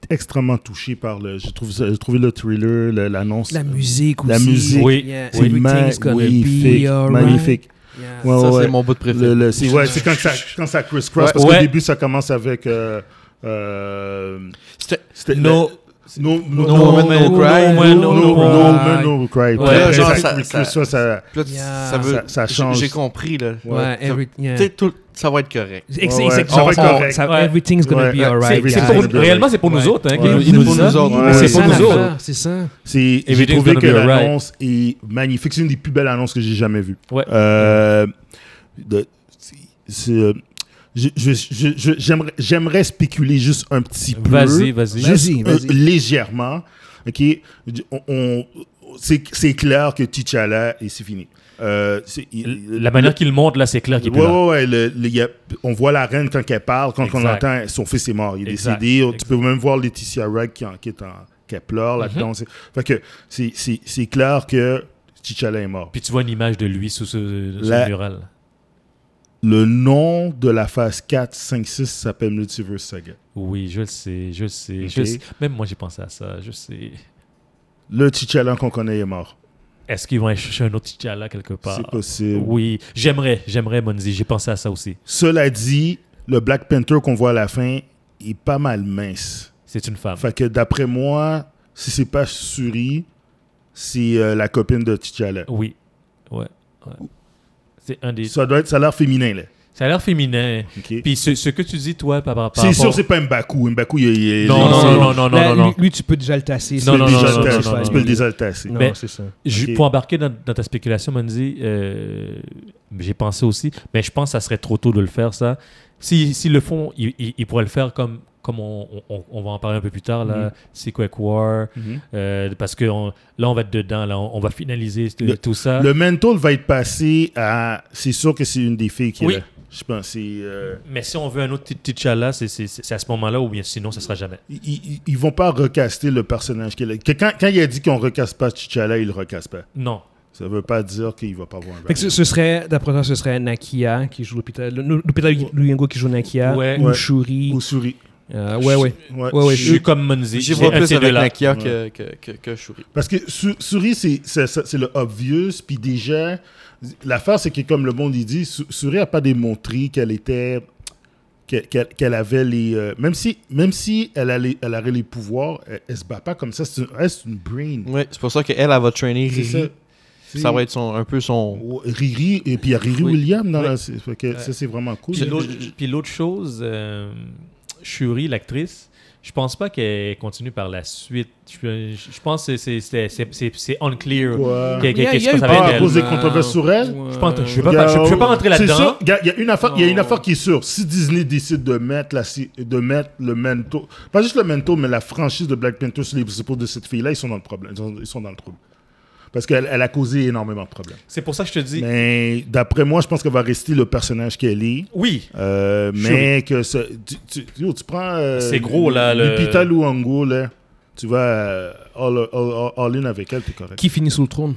B: extrêmement touché par le. J'ai trouvé, ça- j'ai trouvé le trailer, le- l'annonce.
A: La musique aussi.
B: La musique.
D: Oui.
A: Yeah.
B: C'est
A: Everything's gonna be
B: magnifique.
A: alright.
B: Magnifique.
A: Yeah.
B: Ouais,
C: Ça,
B: ouais,
C: c'est
B: ouais.
C: mon bout de
B: Le-
C: préféré.
B: le- c'est ouais, c'est quand ça, quand ça criss-cross.
C: Ouais.
B: Parce
D: Ouais.
B: qu'au début, ça commence avec. euh, euh,
C: C'était-
B: c'était-
D: No-
B: No, no,
C: No woman,
B: No,
C: no cry.
B: no,
D: No woman,
B: no
A: no
B: woman, no cry.
D: Ouais,
B: Après,
C: genre,
B: ça,
C: ça-
B: criss-cross,
C: ça-
B: ça- ça-
C: Puis là,
A: Yeah.
C: ça veut-
B: Ça- ça
C: j'ai-
B: change.
C: J'ai compris, là.
A: Ouais, every- yeah.
C: Tu sais, tout- ça va être correct.
A: Ex-
B: Ouais, ouais.
A: exact-
B: Ça va être
A: on-
B: correct.
A: ça-
D: Ouais.
A: Everything's gonna
B: Ouais.
A: be
B: Ouais.
A: alright.
B: C'est-
D: C'est
A: guys.
D: pour-
B: Ouais.
D: réellement, c'est pour nous
A: Ouais.
D: autres. hein,
B: Ouais.
D: qu'ils-
B: C'est
D: ils nous
C: pour
D: disent
C: nous
D: ça.
C: autres.
B: Ouais.
D: C'est
A: C'est
D: pour
A: ça
D: nous autres.
A: l'affaire, c'est ça.
B: C'est, j'ai
D: Everything's
B: trouvé
D: gonna
B: que
D: be alright.
B: l'annonce est magnifique. C'est une des plus belles annonces que j'ai jamais vues.
D: Ouais.
B: Euh, de- c'est- c'est- je- je- je- je- j'aimerais, j'aimerais spéculer juste un petit peu.
D: Vas-y, vas-y.
B: Juste,
A: Vas-y,
B: euh,
A: vas-y.
B: légèrement. OK? On- on- c'est, c'est clair que T'Challa, et c'est fini. Euh, c'est- il-
D: La manière qu'il monte, là, c'est clair qu'il est
B: Ouais,
D: plus là.
B: ouais, ouais. le- le- il y a- on voit la reine quand elle parle, quand on
D: Exact.
B: entend son fils est mort, il est
D: Exact.
B: décédé. Tu
D: Exact.
B: peux même voir Laetitia Wright qui, en- qui est en- qui pleure
D: Mhm.
B: là-dedans. C'est- Fait que c'est- c'est c'est clair que T'Challa est mort.
D: Puis tu vois une image de lui sous ce, ce
B: La-
D: mural.
B: Le nom de la phase 4, 5, 6 s'appelle Multiverse Saga.
D: Oui, je le sais, je le sais, je
B: Ok.
D: sais. Même moi, j'ai pensé à ça, je sais.
B: Le T'Challa qu'on connaît est mort.
D: Est-ce qu'ils vont aller chercher un autre T'Challa quelque part
B: C'est possible.
D: Oui, j'aimerais, j'aimerais, Monzi, j'ai pensé à ça aussi.
B: Cela dit, le Black Panther qu'on voit à la fin est pas mal mince.
D: C'est une femme.
B: Fait que d'après moi, si c'est pas Suri, c'est euh, la copine de T'Challa.
D: Oui, ouais, ouais. C'est un des...
B: Ça doit être, ça a l'air féminin, là.
D: Ça a l'air féminin.
B: Ok.
D: Puis ce, ce que tu dis, toi, par, par
B: C'est
D: rapport-
B: sûr, c'est pas Mbaku. Mbaku, il il- il-
D: Non,
B: il-
D: non,
B: il-
D: non, non, non, non,
A: Là,
D: non,
A: lui- Lui, tu peux déjà le tasser.
B: Tu peux
D: Non, non,
B: le
D: non, non,
B: désaltérer,
D: non, non, non,
B: Tu peux le
D: non.
B: désaltasser.
A: Non,
D: Mais-
A: c'est ça.
D: Je-
B: Ok.
D: Pour embarquer dans, dans ta spéculation, Monzi, euh, j'ai pensé aussi, mais je pense que ça serait trop tôt de le faire, ça. S'ils si, s'ils le font, ils, ils- ils pourraient le faire comme, comme on, on- on va en parler un peu plus tard, là, Secret War, euh, parce que on- là, on va être dedans, là, on, on va finaliser ce-
B: Le-
D: tout ça.
B: Le mental va être passé à. C'est sûr que c'est une des filles qui est
D: oui,
B: là. Je pense que c'est. euh,
D: Mais si on veut un autre T- T'Challa, c'est- c'est c'est à ce moment-là ou bien sinon, ça sera jamais.
B: ils- ils, ils vont pas recaster le personnage qu'il a. Que quand, quand il a dit qu'on recasse pas T'Challa, il le recasse pas.
D: Non.
B: Ça veut pas dire qu'il va pas avoir un
A: Fait que ce, ce serait, d'après toi, ce serait Nakia qui joue l'hôpital. le- L'hôpital Luyingo qui joue Nakia.
D: Ouais.
A: Ou
B: Ouais.
A: Shuri.
B: Ou souris.
A: Euh, ouais, ouais.
B: Ouais.
A: Ouais, ouais,
D: Je suis comme Monzi.
C: J'y
D: J'ai
C: vois
D: un de
C: plus
D: ces
C: avec
D: deux-là.
C: Nakia que, que, que, que Shuri.
B: Parce que Su- Souris, c'est- c'est ça- c'est le obvious. Puis déjà, l'affaire, c'est que comme le monde il dit, Su- Souris n'a pas démontré qu'elle était. qu'elle- qu'elle qu'elle avait les. euh, même si, même si elle, a les- elle aurait les pouvoirs, elle, elle se bat pas comme ça. C'est une, elle, c'est une brain.
C: Ouais, c'est pour ça qu'elle, elle va trainer
B: C'est ça.
C: Riri. puis Ça va être son, un peu son.
B: Oh, Riri, et puis il y a Riri
C: Oui.
B: Williams dans
C: Oui.
B: la- c'est- fait que Ça, c'est vraiment cool.
D: Puis l'autre- Puis l'autre chose, euh, Shuri, l'actrice, je pense pas qu'elle continue par la suite. Je, je pense que c'est- c'est- c'est c'est- c'est unclear.
B: Quoi?
D: Qu'est- qu'est- Qu'est-ce qui se passe
B: Ah,
D: avec
B: à
D: elle.
B: cause des controverses sur elle?
A: Ouais.
D: Je pense- je veux
B: Il y
D: pas,
B: a-
D: je, je veux pas rentrer
B: c'est
D: là-dedans.
B: sûr, Il y, a- il y a une affaire- il y a une
A: Non.
B: affaire qui est sûre. Si Disney décide de mettre, la, si- de mettre le mento, pas juste le mento, mais la franchise de Black Panther sur les épaules de cette fille-là, ils sont dans le problème. Ils sont, ils sont dans le trouble. Parce qu'elle elle a causé énormément de problèmes.
D: C'est pour ça que je te dis.
B: Mais d'après moi, je pense qu'elle va rester le personnage qu'elle est.
D: Oui,
B: Euh, mais que ce- tu, tu- yo, tu prends. euh,
D: C'est gros, là, le-
B: Lupita Luango, là. Tu vas euh, all, all- all- all in avec elle, t'es correct.
A: Qui finit sous le trône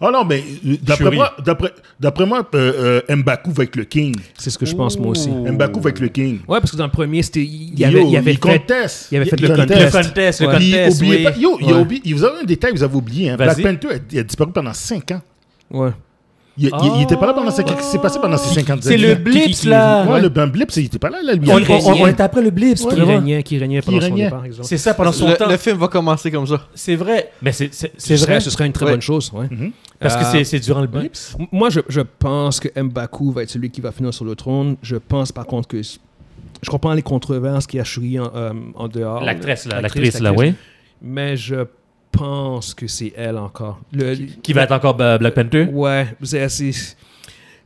B: Ah non, mais euh, d'après
D: Shuri.
B: moi, d'après, d'après moi euh, euh, M'Baku va être le king.
A: C'est ce que je pense, moi aussi.
D: Ouh.
B: M'Baku va être le king.
A: Ouais, parce que dans le premier, c'était. Il y avait,
B: Yo,
A: il y avait
B: il
A: fait.
B: conteste.
A: il avait fait le
D: le
A: contest.
D: contest, le
A: Ouais.
B: Puis,
D: contest,
B: oubliez
D: oui.
B: pas- yo, il a
A: Ouais.
B: oublié- il- vous avez un détail, vous avez oublié. Hein. Black
D: Vas-y.
B: Panther a, il a disparu pendant 5 ans.
A: Ouais.
B: Il, il- il était pas là pendant 5 ans. Qu'est-ce qui s'est passé pendant ces 50 années?
D: C'est le blips, là.
B: Ouais, le Ben Blip, il était pas là, là, lui.
D: On,
A: Il
D: on- on- on
A: régnait.
D: est après le blips,
A: Qui régnait, qui régnait pendant son
B: régnait.
A: départ, par exemple.
D: C'est ça, pendant son temps.
C: Le, le film va commencer comme ça.
D: C'est vrai. Mais c'est- c'est c'est
A: Ce serait-
D: vrai.
A: Ce serait une très
C: Ouais.
A: bonne chose, ouais.
D: Parce que
B: Ah.
A: Euh,
D: c'est- c'est durant le blips.
A: M- Moi, je, je pense que Mbaku va être celui qui va finir sur le trône. Je pense par contre que. Je comprends les controverses qu'il y a Shuri en, euh, en dehors.
D: L'actrice, là.
A: L'actrice,
D: L'actrice, là,
A: l'actrice.
D: oui.
A: Mais je pense que c'est elle encore. Le-
D: Qui va être encore bah, Black Panther.
A: Ouais, c'est c'est-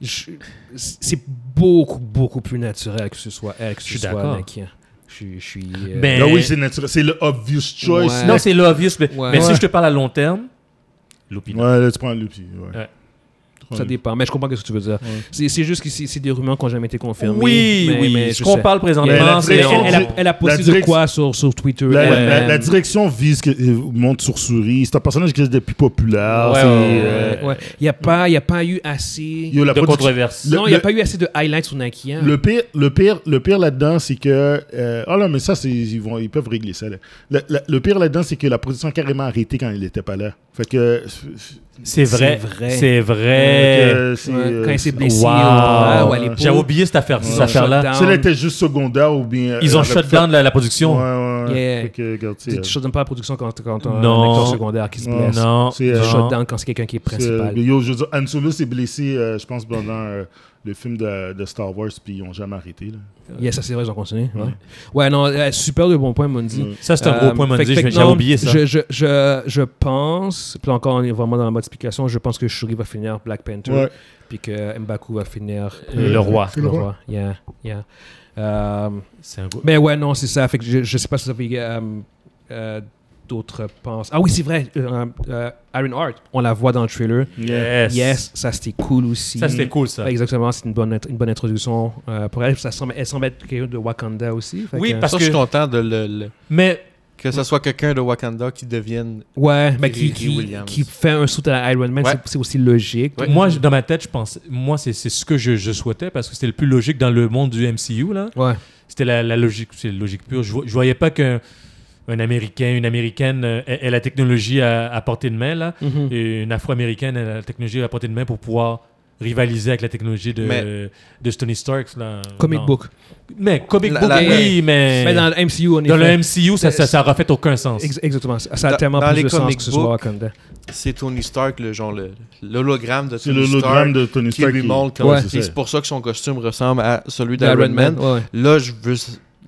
A: je- C'est beaucoup, beaucoup plus naturel que ce soit elle, que
D: Je suis
A: ce soit
D: d'accord.
A: Nakia. Je suis. je suis, euh,
D: Ben,
B: Là, oui, c'est naturel. C'est le obvious choice.
A: Ouais.
D: Non, c'est l'obvious. Mais,
A: Ouais.
D: mais
A: Ouais.
D: si je te parle à long terme, Lupita.
B: Ouais, là, tu prends Lupi. Ouais.
D: Ouais.
B: Tu prends
A: Ça
B: Lupi.
A: dépend, mais je comprends ce que tu veux dire. C'est c'est juste que c'est c'est des rumeurs qui n'ont jamais été confirmées.
D: Oui,
A: mais-
D: oui.
A: mais je
D: ce qu'on
A: sais.
D: parle
A: Mais
B: la
D: présentement,
A: elle,
D: c'est.
B: direction
A: elle- elle a,
B: du-
A: elle a posté
B: la
A: de
B: direct-
A: quoi sur, sur Twitter
B: La,
A: elle-
B: la- la
A: elle-
B: direction vise que, euh, monte sur Souris. C'est un personnage qui reste des plus populaires.
D: Ouais,
B: c'est,
D: ouais,
B: euh,
D: ouais.
A: Ouais. Il n'y a, pas- il y a pas eu assez.
B: yo, la
D: de
B: production-
D: controverse.
B: le-
A: non, il n'y a
B: le-
A: pas eu assez de highlights sur hein. Nakia.
B: Le pire, le pire, le pire là-dedans, c'est que. euh, oh non, mais ça, c'est, ils, vont, ils peuvent régler ça. là. Le, le- le pire là-dedans, c'est que la production a carrément arrêté quand il n'était pas là. Fait que.
D: C'est vrai.
A: C'est vrai.
D: C'est
B: fait
D: vrai.
B: que
A: Ouais,
B: c'est,
A: quand
B: euh,
A: il s'est blessé.
D: Wow.
A: au bras ou à l'épaule.
D: J'ai oublié cette affaire- cette
A: Ils ont
D: affaire-là.
A: shut down. Euh,
B: ça, là, était juste secondaire ou bien.
D: Ils ont
B: elle avait
D: shut down la, la production.
B: Ouais, ouais.
A: Yeah.
B: Fait que, regarde, c'est,
A: Tu
B: euh,
A: ne donnes pas la production quand, quand un
D: Non.
A: acteur secondaire qui se
B: Non.
A: blesse.
D: Non.
B: C'est,
A: Tu
B: euh,
A: shut
D: non.
A: down quand c'est quelqu'un qui est
B: c'est, euh,
A: principal.
B: yo, je veux dire, Han Solo s'est blessé, euh, je pense, pendant euh, le film de, de Star Wars, puis ils n'ont jamais arrêté. Là.
A: Yeah, ça c'est vrai, j'en continue. Ouais, ouais non, euh, super de bon point,
B: Mm.
A: Mondi.
D: Ça, c'est un
A: Euh,
D: gros point,
A: fait
D: Mondi.
A: que- fait
D: Je-
A: que
D: J'avais
A: non,
D: oublié ça.
A: Je, je, je, je pense, puis là encore, on est vraiment dans la mode explication, je pense que Shuri va finir Black Panther,
B: Ouais.
A: puis que Mbaku va finir
D: Euh, Le roi.
A: Le roi, yeah, yeah. Euh,
D: C'est un gros-
A: mais ouais, non, c'est ça. Fait que je, je sais pas si vous avez euh, euh, d'autres penses. Ah oui, c'est vrai, euh, euh, Iron Heart, on la voit dans le trailer.
D: Yes.
A: Yes, ça c'était cool aussi.
D: Ça, c'était cool, ça.
A: Ouais, Exactement, c'est une bonne, int- une bonne introduction euh, pour elle. Ça semble, elle semble être quelqu'un de Wakanda aussi. fait
D: Oui,
A: que-
D: Parce
C: ça,
D: que- Mm.
C: je suis content de le, le-
D: Mais
C: que ce soit quelqu'un de Wakanda qui devienne.
A: Ouais, mais qui,
C: Riri
A: qui,
C: Williams.
A: qui fait un saut à la Iron Man,
C: Ouais.
A: c'est- c'est aussi logique.
C: Ouais.
D: moi, je- dans ma tête, je pensais. Moi, c'est c'est ce que je, je souhaitais parce que c'était le plus logique dans le monde du MCU, là.
A: Ouais.
D: C'était la, la logique, c'est la logique pure. Je, vo- je voyais pas qu'un un Américain, une Américaine euh, ait, ait la technologie à, à portée de main, là.
C: euh,
A: Mhm.
D: Et une Afro-Américaine ait la technologie à portée de main pour pouvoir rivaliser avec la technologie de,
C: Mais-
D: de Tony Stark. Là.
A: Comic
D: Non.
A: book.
D: Mais comic
C: La-
D: book,
C: la-
D: oui, mais,
A: Mais dans le MCU, on est.
D: dans le MCU, ça, ça,
A: C'est-
D: ça aura fait aucun sens.
A: Exactement. Ça ça a
C: Dans-
A: tellement
C: dans
A: plus
C: les
A: de sens
C: comic
A: que ce soit
C: books,
A: Wakanda.
C: C'est Tony Stark, le genre le- l'hologramme de
B: C'est
C: Tony
B: le
C: Stark.
B: hologramme de Tony
C: qui
B: Stark.
C: lui montre
A: Ouais.
C: comment
B: c'est
C: c'est
B: ça.
C: c'est pour ça que son costume ressemble à celui d'Iron Man.
A: Ouais, ouais.
C: Là, je veux,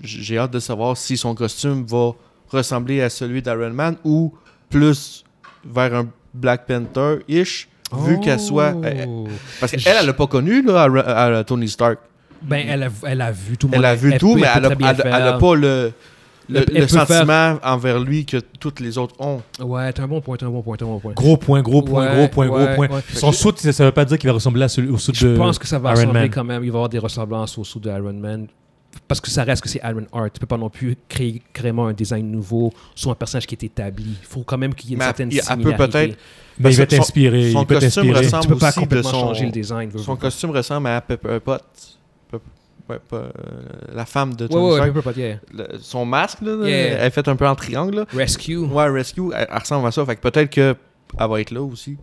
C: j'ai hâte de savoir si son costume va ressembler à celui d'Iron Man ou plus vers un Black Panther ish, vu qu'elle soit euh,
A: Oh.
C: parce qu'elle elle l'a pas connu là à, à Tony Stark.
A: Ben, elle a, elle a vu tout le
C: Elle
A: monde.
C: a vu
A: elle
C: tout,
A: peut-
C: mais
A: elle peut
C: elle a,
A: très bien
C: elle a- elle a
A: faire.
C: pas le le,
A: Elle
C: le
A: peut faire-
C: sentiment envers lui que toutes les autres ont.
A: Ouais, t'as un bon point, t'as un bon point, t'as un bon point.
D: Gros point, gros point,
A: Ouais,
D: gros point,
A: ouais,
D: gros point.
A: ouais.
D: Son soute, ça ne veut pas dire qu'il va ressembler à celui, au soute
A: Je
D: de
A: pense que ça va
D: Iron
A: ressembler
D: Man.
A: quand même. Il va y avoir des ressemblances au sous de Iron Man. Parce que ça reste que c'est Iron Art. Tu peux pas non plus créer carrément un design nouveau sur un personnage qui est établi. Il faut quand même qu'il y ait une
C: Mais
A: certaine
C: il- elle peut
A: similarité.
C: peut-être-
D: Mais il va
C: Parce que son-
D: t'inspirer.
C: son
D: Il peut
C: costume
D: t'inspirer.
C: ressemble-
A: Tu peux pas
C: aussi de
A: complètement
C: son-
A: changer le design. veux-
C: Son
A: veux pas.
C: costume ressemble à Pepper Potts. Pe- ouais, pas, euh, la femme de
A: Ouais,
C: Tony
A: ouais, ouais,
C: Stark.
A: peu importe, yeah.
C: Le- son masque, là, là,
A: Yeah.
C: elle est faite un peu en triangle. là.
A: Rescue.
C: Ouais, Rescue, elle, elle ressemble à ça. Fait que peut-être que elle va être là aussi.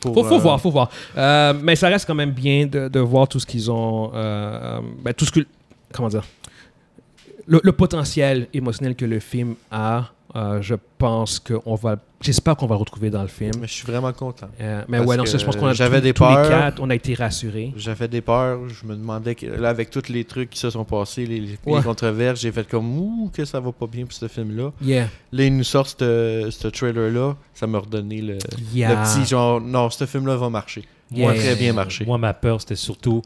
C: pour,
A: Faut, faut
C: euh,
A: voir, faut voir. Euh, mais ça reste quand même bien de, de voir tout ce qu'ils ont. euh, ben, tout ce que. Comment dire Le, le potentiel émotionnel que le film a. euh, je pense qu'on va. J'espère qu'on va le retrouver dans le film.
C: Mais je suis vraiment content.
A: Euh, mais
C: Parce
A: ouais, non,
C: que
A: ça, je pense qu'on a
C: j'avais
A: tous-
C: des
A: tous les
C: peurs.
A: quatre, on a été rassurés.
C: J'avais des peurs. Je me demandais, que, là, avec tous les trucs qui se sont passés, les, les
A: Ouais.
C: controverses, j'ai fait comme ouh, que ça va pas bien pour ce film-là.
A: Yeah.
C: Là, ils nous sortent ce, ce trailer-là. Ça m'a redonné le,
A: Yeah.
C: le petit genre, non, ce film-là va marcher.
A: Yeah.
C: Moi, très bien marché.
D: Moi, ma peur, c'était surtout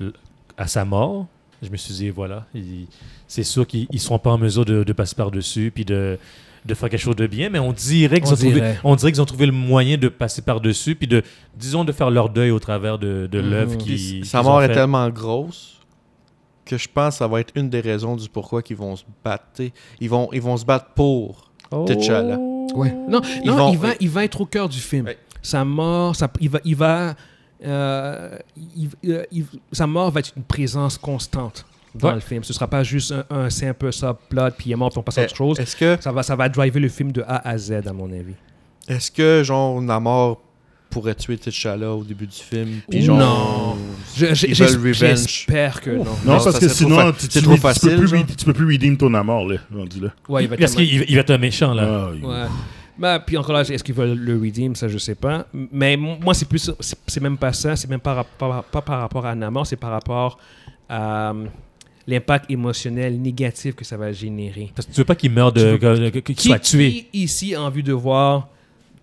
D: l- à sa mort. Je me suis dit, voilà, il- c'est sûr qu'ils ne seront pas en mesure de, de passer par-dessus puis de, de faire quelque chose de bien, mais on dirait qu'ils
A: On
D: ont, trouvé-
A: dirait.
D: on dirait qu'ils ont trouvé le moyen de passer par-dessus puis de, disons, de faire leur deuil au travers de, de l'œuvre
A: Mhm.
D: qui.
C: Sa
D: qu'ils ont
C: mort est
D: faite.
C: tellement grosse que je pense que ça va être une des raisons du pourquoi qu'ils vont se battre. t'sais. Ils vont, ils vont se battre pour
D: Oh.
C: T'Challa.
A: Ouais. Non,
C: Ils
A: non,
C: vont-
A: il, va, il va être au cœur du film.
C: Ouais.
A: Sa mort, sa- il va, il va, euh, il- euh, il- sa mort va être une présence constante dans
D: Ouais.
A: le film. Ce ne sera pas juste un, un simple subplot, puis il est mort, puis on passe à autre chose.
C: Euh, Est-ce que,
A: Ça va, ça va driver le film de A à Z, à mon avis.
C: est-ce que genre la mort pourrait tuer T'Challa au début du film puis genre,
A: Non. Je- je-
C: Ils veulent
A: j'es-
C: revenge.
A: J'espère que non.
B: Non,
C: Non,
B: parce
C: ça,
B: que
C: c'est trop
B: sinon,
C: fa-
B: tu,
C: c'est
B: tu-
C: trop
B: tu
C: facile,
B: peux plus,
C: genre.
B: re- tu peux plus redeem ton amour, là, rendu là.
A: Ouais, il va
D: Parce
A: tellement-
D: qu'il il va être un méchant, là.
B: Ah, il-
A: Ouais. Bah, puis encore là, est-ce qu'ils veulent le redeem Ça, je sais pas. Mais m- moi, c'est plus, c'est c'est même pas ça. C'est même pas, rap- pas, pas par rapport à Namor, c'est par rapport à euh, l'impact émotionnel négatif que ça va générer.
D: Parce que tu veux pas qu'il meure, de,
A: Tu
D: que- que- qu'il soit tué,
A: qui ici a envie de voir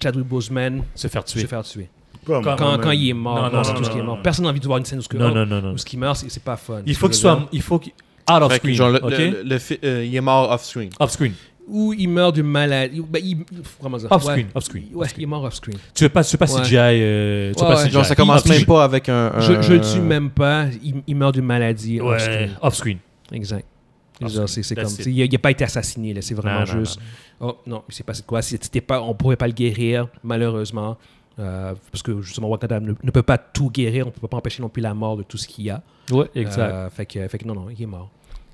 A: Chadwick Boseman
D: se faire tuer.
A: se faire tuer
B: Pas moi,
A: quand, quand,
B: man.
A: il est mort
D: Non,
A: Non,
D: non,
A: c'est
D: non,
A: tout ce qui est
B: non,
A: mort.
B: non.
A: Personne n'a envie de voir une scène où ce que-
D: Non, non, non, non.
A: où ce qui meurt, c'est c'est pas fun.
D: Il faut
A: Tu
D: qu'il
A: vois,
D: soit. Il faut qu'il. Out of
C: Fait que,
D: screen.
C: genre, le-
D: ok?
C: le- le fi- euh, il est mort off screen.
D: Off screen.
A: Ou il meurt d'une maladie. ou- ben, il- comment dire
D: Off
A: Ouais.
D: screen, off screen,
A: Ouais, il est mort off-screen.
D: Tu veux pas, tu veux pas
A: Ouais.
D: CGI. euh, tu veux
A: Ouais,
D: pas
A: ouais.
D: CGI.
C: Genre ça commence
D: Off-screen.
C: même pas avec un, un-
A: Je, je le tue même pas. Il, il meurt d'une maladie.
D: Euh. Ouais,
A: off-screen.
D: off screen.
A: Exact.
D: Off-screen.
A: Genre, C'est c'est
D: That's
A: comme.
D: it.
A: c'est- Il n'a pas été assassiné. là, C'est vraiment
D: Non, non,
A: juste. Oh non, il s'est passé de quoi si c'était pas, On ne pourrait pas le guérir, malheureusement. euh, parce que justement, Wakanda ne, ne peut pas tout guérir. On ne peut pas empêcher non plus la mort de tout ce qu'il y a.
D: Ouais, exact.
A: Euh, fait, que, fait que non, non, il est mort.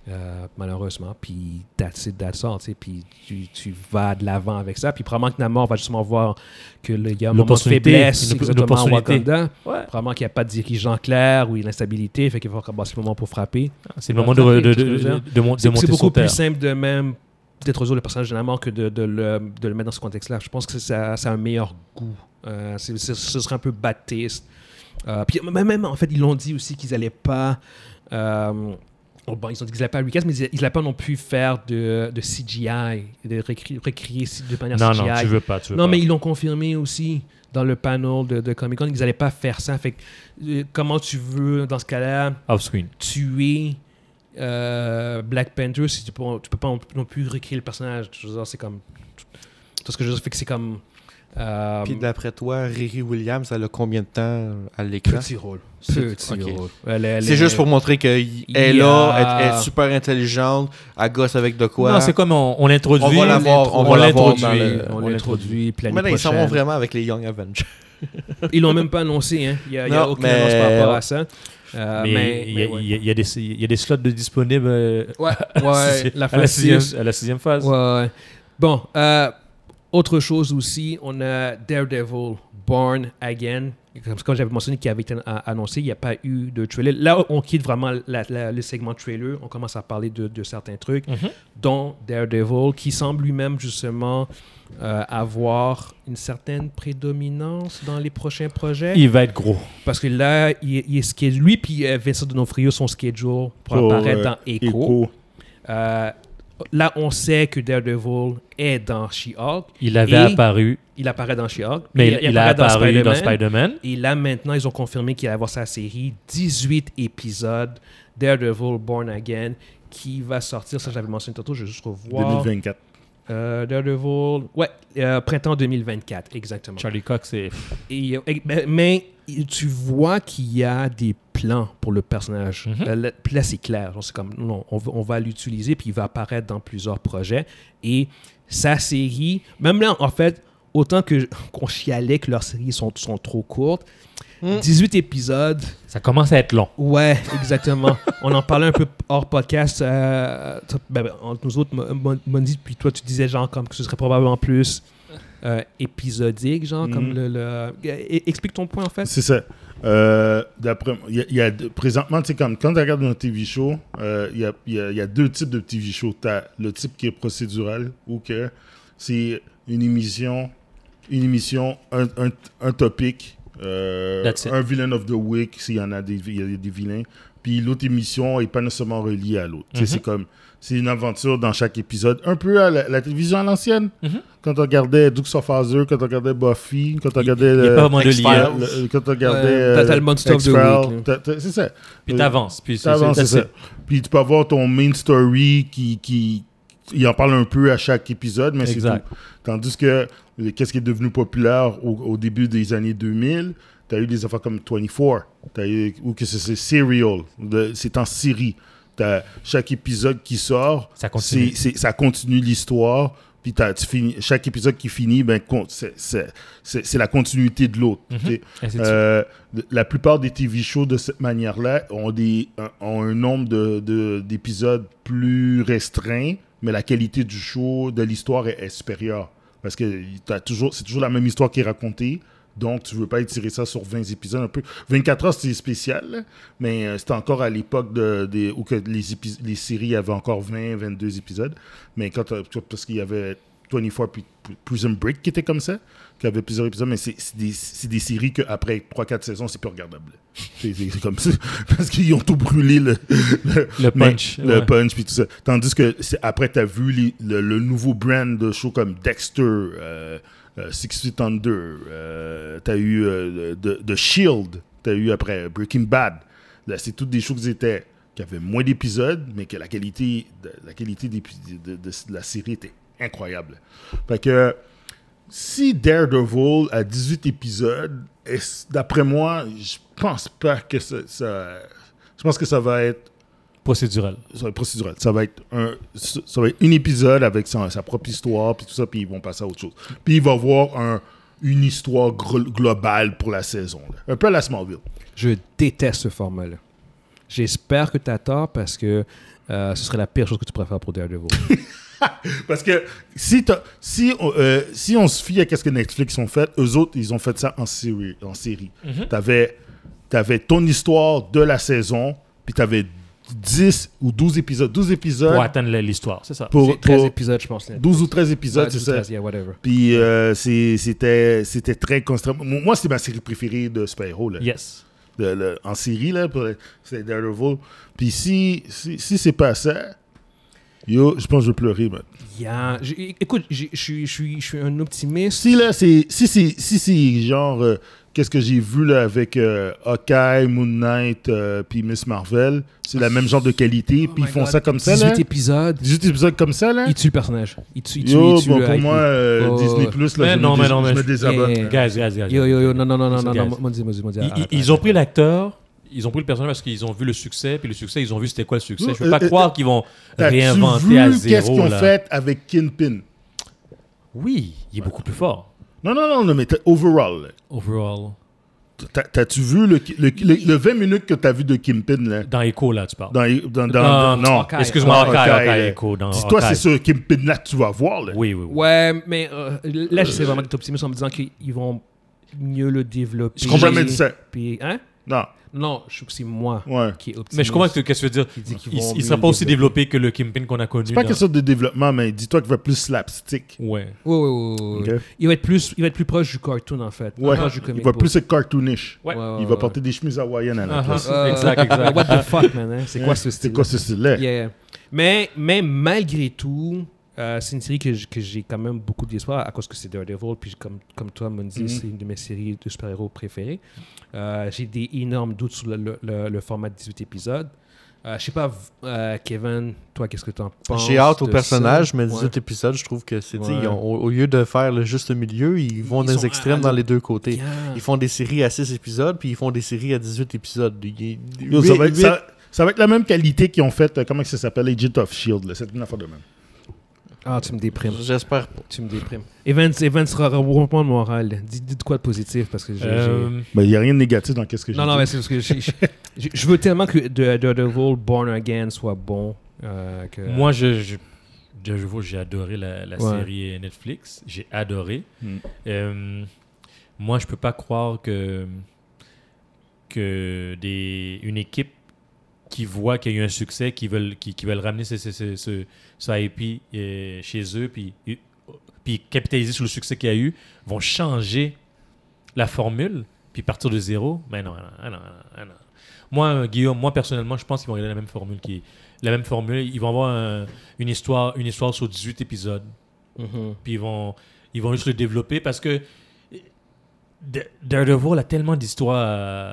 A: Euh, malheureusement, puis that's it, that's all, tu sais, puis tu, tu vas de l'avant avec ça, puis probablement que Namor va justement voir que le- il y a un moment de
D: L'opportunité,
A: faiblesse
D: une opp- une
A: exactement à
D: opportunité.
A: Wakanda,
D: Ouais.
A: probablement qu'il n'y a pas de dirigeant clair ou l'instabilité, fait qu'il va avoir le moment pour frapper.
D: c'est le moment de, de, de, de, de mon- de
A: C'est c'est
D: monter
A: beaucoup
D: sur
A: plus
D: terre.
A: simple de même d'introduire le personnage de Namor que de, de le, de le mettre dans ce contexte-là. Je pense que ça, ça a un meilleur goût. Euh, c'est- c'est- ce serait un peu baptiste. Euh, puis même, même, en fait, ils l'ont dit aussi qu'ils n'allaient pas... euh, oh, bon, ils ont dit qu'ils n'allaient pas recast, mais ils n'allaient pas non plus faire de, de CGI, de récré- recréer de manière
D: Non,
A: CGI.
D: non, tu veux pas. Tu veux
A: Non,
D: pas.
A: mais ils l'ont confirmé aussi dans le panel de, de Comic-Con, qu'ils n'allaient pas faire ça. Fait que, euh, comment tu veux, dans ce cas-là,
D: Off screen.
A: tuer euh, Black Panther si tu peux, tu peux pas non- non plus recréer le personnage. Je veux dire, c'est comme. Tout ce que je veux dire, fait que c'est comme. euh,
C: Puis d'après toi, Riri Williams, elle a combien de temps à l'écran
A: petit rôle.
C: C'est-
A: Petit
C: ok.
A: rôle. Elle est- elle
C: C'est
A: est-
C: juste pour montrer qu'elle
A: Il
C: est
A: y
C: là,
A: a-
C: elle, elle est super intelligente, elle gosse avec de quoi.
D: Non, c'est comme on, on l'introduit.
C: On va la voir, on va la voir dans
D: l'introduit.
C: le-
A: On
C: on
A: l'introduit, puis l'année
C: Maintenant, ils s'en vont
A: prochaine-
C: vraiment avec les Young Avengers.
A: Ils l'ont même pas annoncé, hein. Il n'y a, il y a
C: Non,
A: aucune
C: mais-
A: annonce par rapport à ça. Euh,
D: Mais,
A: mais.
D: il y a-
A: mais ouais.
D: il y a- il y a des- il y a des slots de disponibles euh,
A: Ouais,
D: à
A: ouais, la
D: à la
A: phase
D: sixième-
A: six.
D: à la sixième phase.
A: Ouais, ouais. Bon, euh, autre chose aussi, on a Daredevil Born Again. Comme, comme j'avais mentionné, qui avait été a- annoncé, il n'y a pas eu de trailer. Là, on quitte vraiment la- la- le segment trailer. On commence à parler de, de certains trucs,
D: Mhm.
A: dont Daredevil, qui semble lui-même justement euh, avoir une certaine prédominance dans les prochains projets.
D: Il va être gros.
A: Parce que là, il, il est schedule- lui puis euh, Vincent D'Onofrio sont schedule pour
B: Oh,
A: apparaître
B: ouais.
A: dans Echo.
B: Echo.
A: Euh, là, on sait que Daredevil est dans She-Hulk.
D: Il avait
A: Et-
D: apparu,
A: Il apparaît dans She-Hulk.
D: mais il, il a
A: apparaît
D: apparu dans Spider-Man.
A: Et là, maintenant, ils ont confirmé qu'il allait avoir sa série, 18 épisodes, Daredevil Born Again, qui va sortir, ça j'avais mentionné tantôt, je vais juste revoir.
B: 2024.
A: Euh, Daredevil, ouais, euh, printemps 2024, exactement.
D: Charlie Cox, c'est.
A: Et, euh, et- mais, mais tu vois qu'il y a des plans pour le personnage.
D: Mhm.
A: Euh, le- puis là, c'est clair. Genre, C'est comme, non, on, va- on va l'utiliser, puis il va apparaître dans plusieurs projets. Et sa série, même là, en fait, autant que qu'on chialait que leurs séries sont, sont trop courtes, 18 épisodes,
D: Ça commence à être long.
A: Ouais, exactement. on en parlait un peu hors podcast. euh, t- ben, ben, entre nous autres, Mo- Mo- Mondi, puis toi, tu disais genre comme que ce serait probablement plus euh, épisodique, genre comme
B: Mhm.
A: le. le- Eh, eh, Explique ton point en fait.
B: C'est ça. Euh, d'après- il y a- il y a de- présentement, tu sais, comme quand tu regardes un TV show, euh, il y, a, il y a- il y a deux types de TV show. Tu as le type qui est procédural ou que c'est une émission, une émission, un, un, un topic, euh,
D: That's it.
B: un villain of the week, s'il y en a des, il y a des vilains. Puis l'autre émission est pas nécessairement reliée à l'autre. Tu
D: Mm-hmm.
B: sais, C'est comme, c'est une aventure dans chaque épisode, un peu à la, la télévision à l'ancienne.
D: Mhm.
B: Quand on regardait Dukes of Hazzard, quand on regardait Buffy, quand on regardait.
D: Il n'y a
B: euh,
D: pas vraiment de
C: X-Files.
D: lien.
C: Files.
B: le- le- quand tu regardais.
A: Euh, t'as- t'as le Monster of the
B: X-Files,
A: Week, là.
B: t'as- t'as- C'est ça.
D: Puis
B: Euh,
D: t'avances. Puis c'est-
B: t'avances,
D: c'est-
B: c'est ça. Puis tu peux avoir ton main story qui. qui il en parle un peu à chaque épisode, mais c'est
D: Exact.
B: tout. Tandis que euh, qu'est-ce qui est devenu populaire au, au début des années 2000, tu as eu des affaires comme 24, t'as eu, ou que c'est c'est Serial, de- c'est en série. T'as chaque épisode qui sort,
D: Ça continue.
B: c'est- c'est- ça continue l'histoire. Puis t'as- tu finis, chaque épisode qui finit, ben, con- c'est- c'est c'est- c'est la continuité de l'autre. tu sais.
D: Et c'est-
B: Euh, la plupart des TV shows de cette manière-là ont, des, ont un nombre de- de- d'épisodes plus restreint, mais la qualité du show, de l'histoire est, est supérieure. Parce que t'as toujours, c'est toujours la même histoire qui est racontée. Donc, tu veux pas étirer ça sur 20 épisodes un peu. 24 heures, c'est spécial, là, mais euh, c'était encore à l'époque de, des- où que les, épis- les séries avaient encore 20, 22 épisodes. Mais quand t'as- parce qu'il y avait 24 puis Pr- Prison Break qui était comme ça, qui avait plusieurs épisodes, mais c'est c'est des, c'est des séries qu'après 3-4 saisons, c'est plus regardable. C'est c'est- c'est comme ça. Parce qu'ils ont tout brûlé, le, le,
D: Le
B: mais-
D: punch,
B: Le
D: ouais.
B: punch, puis tout ça. Tandis que c'est- après, tu as vu les- le, le nouveau brand de shows comme Dexter, euh, euh, Six Feet Under, euh, tu as eu euh, The, The Shield, tu as eu après Breaking Bad. Là, c'est toutes des shows qui étaient qui avaient moins d'épisodes, mais que la qualité, de, la qualité d'épi- de, de- de la série était incroyable. Fait que si Daredevil a 18 épisodes, est-ce- d'après moi, je pense pas que ça, ça- Je pense que ça va être
D: Procédural.
B: ça va être procédural. Ça va être un, ça va être un épisode avec sa, sa propre histoire, puis tout ça, puis ils vont passer à autre chose. Puis il va y avoir un- une histoire gro- globale pour la saison. là. Un peu à la Smallville.
A: Je déteste ce format-là. J'espère que t'as tort parce que euh, ce serait la pire chose que tu pourrais faire pour Daredevil.
B: Parce que si, t'as- si, on- euh, si on se fie à ce que Netflix ont fait, eux autres, ils ont fait ça en série. En série.
A: Mm-hmm.
B: T'avais avais ton histoire de la saison, puis t'avais 10 ou 12 épisodes. 12 épisodes
D: Pour atteindre la- l'histoire, c'est ça.
B: pour,
A: C'est 13
B: pour
A: épisodes, je pense.
B: 12 ou 13 épisodes,
A: Ouais,
B: c'est
A: 12,
B: ça.
A: 13, yeah, whatever.
B: Puis euh, c'est- c'était c'était très constant. Moi, c'est ma série préférée de super-héros. là.
D: Yes.
B: De- le- en série, là, pour- c'est Daredevil. Puis si, si, si c'est pas ça, yo, je pense que je vais pleurer, man.
A: Yeah. J'ai- Écoute, j'ai- je suis- je suis je suis un optimiste.
B: Si, là, c'est... Si, c'est si, c'est genre... euh, Qu'est-ce que j'ai vu, là, avec euh, Hawkeye, Moon Knight, euh, puis Miss Marvel, c'est la même genre de qualité,
A: Oh
B: puis
A: my
B: ils font
A: God.
B: ça comme ça,
A: 18
B: là.
A: épisodes.
B: 18 épisodes comme ça, là.
A: Il tue le personnage. Il tue, il tue,
B: Yo,
A: il tue
B: bon,
A: le
B: pour
A: hype.
B: moi, euh,
A: Oh, ouais.
B: Disney+, là,
D: Mais
B: je,
D: non,
B: me,
D: mais
B: dés-
D: non, mais
B: je me
D: je-
B: désabonne.
A: Yeah, yeah, yeah.
D: Guys, guys, guys.
A: Yo, yo, yo, non, non, non, non, non,
D: Guys.
A: non, dis, dis, dis.
D: Ils- Ils, ils ont pris l'acteur, ils ont pris le personnage parce qu'ils ont vu le succès, puis le succès, ils ont vu c'était quoi le succès. Je peux
B: Euh,
D: pas
B: euh,
D: croire qu'ils vont
B: T'as-tu vu
D: réinventer à zéro.
B: Qu'est-ce qu'ils ont
D: là.
B: fait avec Kingpin
D: Oui, il est beaucoup plus fort.
B: Non, non, non, non, mais t'as- overall, là.
D: Overall.
B: T'as- t'as-tu vu le, le, le- le 20 minutes que t'as vu de Kingpin, là
D: Dans Echo, là, tu parles.
B: dans, dans, dans,
D: Dans-
B: non.
A: Hawkeye.
D: Excuse-moi,
B: Dans
D: Ah, Hawkeye,
B: Hawkeye,
D: Hawkeye,
B: là.
D: Echo. dans
B: Dis-toi,
D: Hawkeye.
B: c'est ce Kingpin là que tu vas voir, là.
D: Oui, oui, oui.
A: Ouais, mais euh, là, j'essaie vraiment d'être optimiste en me disant qu'ils vont mieux le développer.
B: Je comprends jamais dit ça.
A: Puis, hein?
B: Non,
A: Non, je suis c'est moi
B: ouais.
A: qui est optimiste.
D: Mais je comprends que- qu'est-ce que tu veux
A: Il dit
D: dire.
A: qu'ils
D: Il,
A: vont
D: il sera
A: mieux
D: pas aussi
A: le
D: développé que le Kimpin qu'on a connu.
B: C'est pas
D: dans-
B: question de développement, mais dis-toi qu'il va plus slapstick.
D: Ouais.
A: Ouais, ouais, ouais, ouais, ouais.
B: Ok.
A: Il, va être plus, il va être plus proche du cartoon, en fait. Plus
B: Ouais.
D: Ah,
A: proche du
B: Il
A: comic
B: va
A: book.
B: plus être cartoonish.
D: Ouais.
A: Ouais, ouais,
B: Il va
A: ouais.
B: porter des chemises hawaïennes à la
D: Uh-huh.
B: place.
A: Euh,
D: Exact, exact. ah.
A: What the fuck, man? hein? C'est quoi ce
B: C'est
A: style?
B: quoi ce style-là
A: Yeah. Mais, mais malgré tout, Euh, c'est une série que j- que j'ai quand même beaucoup d'espoir à cause que c'est Daredevil. Puis comme, comme toi, Mundi,
B: Mhm.
A: c'est une de mes séries de super-héros préférées. Euh, j'ai des énormes doutes sur le, le- le- le format de 18 épisodes. Euh, je sais pas, v- euh, Kevin, toi, qu'est-ce que tu en penses
C: J'ai hâte au
A: de
C: personnage,
A: ça?
C: mais
A: Ouais.
C: 18 épisodes, je trouve que c'est. tu sais,
A: Ouais.
C: ils ont- au, au lieu de faire le juste milieu, ils vont
A: Ils
C: dans
A: sont
C: les extrêmes
A: à-
C: dans les deux côtés.
A: Bien.
C: Ils font des séries à 6 épisodes, puis ils font des séries à 18 épisodes. Ils-
B: Yo, ça,
C: huit-
B: va être,
C: huit-
B: ça, ça va être la même qualité qu'ils ont fait, euh, comment que ça s'appelle, Agent of Shield. E là. C'est une affaire de même.
A: Ah, tu me déprimes.
C: J'espère pas.
A: Tu me déprimes. Evans, Evans sera remontement de moral. Dis, dis de quoi de positif parce que j'ai- j'ai.
D: Euh,
B: Mais il n'y a rien de négatif dans qu'est-ce que j'ai
A: Non, non,
B: dit.
A: mais c'est parce que j'ai- j'ai- j'ai- je veux tellement que The- Daredevil Born Again soit bon. euh, que...
D: Moi, je, je, de nouveau, j'ai adoré la, la
A: Ouais.
D: série Netflix. J'ai adoré.
B: Mm.
D: Euh, moi, je peux pas croire que, que des, une équipe qui voit qu'il y a eu un succès, qui veulent, qui, qui veulent ramener ce, ce, ce, ce- ce IP euh, chez eux, puis, euh, puis capitaliser sur le succès qu'il y a eu, vont changer la formule, puis partir de zéro. Mais non, non, non, non, non. Moi, euh, Guillaume, moi personnellement, je pense qu'ils vont garder la même formule qui la même formule. Ils vont avoir un- une histoire, une histoire sur 18 épisodes.
A: Mhm.
D: Puis ils vont, ils vont juste le développer parce que D- Daredevil a tellement d'histoires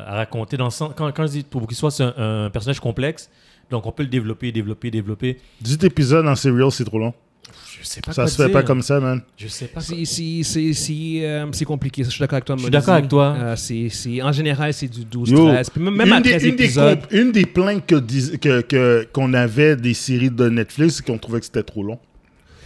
D: à, à raconter. Dans le sens, quand, quand je dis pour qu'il soit c'est un, un personnage complexe, donc on peut le développer, développer, développer.
B: 18 épisodes en serial, c'est trop long.
D: Je sais pas
B: ça
D: quoi
B: se fait
D: dire.
B: pas comme ça, man.
D: Je sais pas. quoi-
A: Si- si- si- si, euh, C'est compliqué, ça, je suis d'accord avec toi.
D: Je suis
A: Monizy.
D: d'accord avec toi.
A: Euh, c'est- c'est- en général, c'est du 12,
B: Yo,
A: 13. Puis même même
B: une,
A: à
B: des,
A: 13
B: une des
A: épisodes.
B: comp- une des plaintes que dis- que- que- qu'on avait des séries de Netflix, c'est qu'on trouvait que c'était trop long.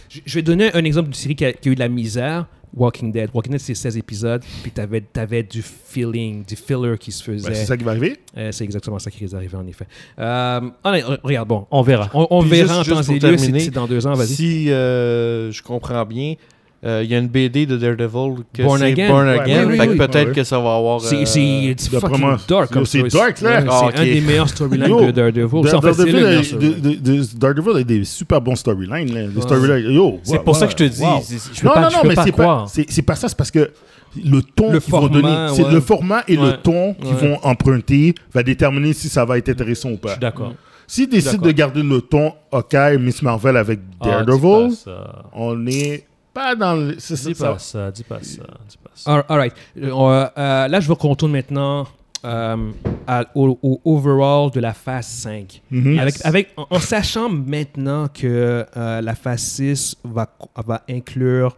A: Je- Je vais donner un exemple d'une série qui a, qui a eu de la misère. Walking Dead. Walking Dead, c'est 16 épisodes, puis t'avais avais du feeling, du filler qui se faisait.
B: Ben, c'est ça qui va arriver.
A: Euh, c'est exactement ça qui risque d'arriver, en effet. Euh, allez, re- regarde, bon,
D: On verra.
A: on, on
C: Puis
A: verra
C: juste-
A: en temps
C: juste
A: et
C: pour
A: lieu, c'est
C: terminer,
A: c'est dans deux ans, Ah, vas-y.
C: Si euh, je comprends bien, euh, il y a une BD de Daredevil que
A: Born
C: c'est
A: Again.
C: Born
B: Ouais,
C: Again.
A: oui, oui,
C: fait
A: oui.
C: que peut-être
B: Ouais.
C: que ça va avoir. euh,
A: C'est c'est
B: d'après
A: fucking
B: moi,
A: dark comme
B: yo, c'est
A: choice.
B: dark, là.
A: Ouais,
C: Ah,
A: c'est
C: ok.
A: un des meilleurs storylines
B: Yo,
A: de Daredevil. C'est en fait, c'est
B: Daredevil
A: le
B: a-
A: meilleur
B: de-
A: storyline.
B: de- de- Daredevil a des super bons storylines. là. Les storylines- yo,
D: C'est
B: ouais,
D: pour ça
B: ouais,
D: que je te dis,
B: wow.
D: c'est- je peux pas, je peux pas
B: c'est
D: croire.
B: c'est c'est pas ça, c'est parce que le ton
A: Le
B: qu'ils vont
A: format,
B: donner, c'est
A: ouais.
B: le format et
D: Ouais.
B: le ton qu'ils
A: Ouais.
B: vont emprunter va déterminer si ça va être intéressant ou
D: Je
B: pas.
D: suis d'accord. Ah,
B: Si décident
D: d'accord.
B: de garder le ton OK, Miss Marvel avec
D: Ah, dis
B: Daredevil,
D: pas ça.
B: on n'est pas dans le. c'est- c'est-
D: Dis
B: ça-
D: pas ça, dis pas ça, dis pas ça.
A: All all right. Euh, on, euh, euh, là, je veux qu'on tourne maintenant euh, à- au, au overall de la phase 5.
B: Mhm.
A: Avec, avec, en, en sachant maintenant que euh, la phase 6 va, co- va inclure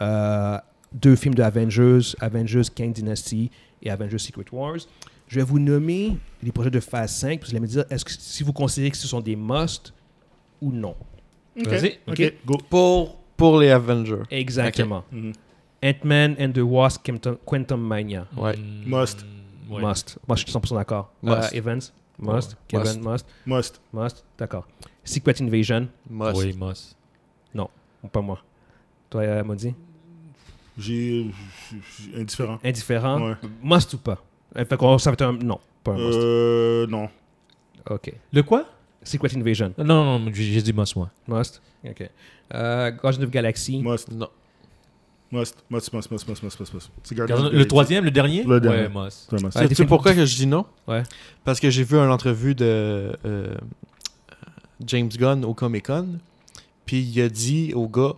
A: euh, deux films de Avengers, Avengers Kang Dynasty et Avengers Secret Wars, je vais vous nommer les projets de phase 5. Puis vous allez me dire est-ce que, si vous considérez que ce sont des must ou non.
B: Ok,
D: Vas-y,
A: ok.
B: ok, go.
C: Pour, pour les Avengers.
A: Exactement.
B: Mhm.
A: Ant-Man and the Wasp Quantum, Quantum Mania.
C: Ouais.
D: Mm,
B: Must.
D: ouais.
A: Must. Moi, je suis 100% d'accord.
C: Must.
A: Euh, Evans, must.
C: Ouais.
A: Kevin, must.
B: Must.
A: Must. D'accord. Secret Invasion,
C: Must.
B: Ah,
D: Oui, must.
A: pas moi. Toi, euh, Maudit
B: J'ai. j'ai- j'ai- Indifférent.
A: Indifférent.
B: Ouais.
A: Must ou pas Euh, Fait qu'on ça va être un. Non, pas un Hein? must.
B: Euh. Non.
A: Ok.
D: Le quoi
A: Secret Invasion,
D: Non, non, non, j'ai j'ai dit must, moi.
A: must. Ok. Euh, Guardians of the Galaxy.
B: Must.
C: Non.
B: Must. Must, must, must, must, must, must, must. C'est Guardians
D: Le,
B: of the Galaxy.
D: troisième, le dernier
B: Le dernier.
D: Ouais, must.
B: C'est un must.
A: Ouais, des
C: Sais-tu
A: films-
C: pourquoi que je dis non?
A: Ouais.
C: Parce que j'ai vu une entrevue de euh, James Gunn au Comic Con, puis il a dit au gars,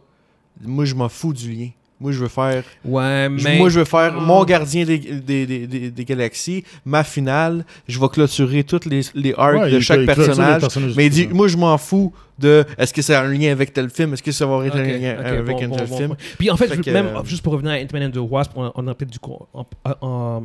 C: moi je m'en fous du lien. Moi je veux faire,
A: Ouais,
C: je-
A: mais.
C: moi je veux faire
A: Ah.
C: mon gardien des, des, des, des- des galaxies, ma finale, je vais clôturer toutes les, les arcs
B: Ouais,
C: de
B: il-
C: chaque
B: il- il-
C: personnage.
B: les personnages-
C: Mais Mm. il dit, moi je m'en fous de est-ce que ça a un lien avec tel film, est-ce que ça va être
A: Ok,
C: un lien
A: ok,
C: avec
A: bon,
C: un
A: bon,
C: tel
A: bon
C: film.
A: point. Puis en fait,
C: Fait
A: je-
C: que,
A: même
C: euh,
A: juste pour revenir à Ant-Man and the Wasp, on, on a peut-être du coup en, en- en-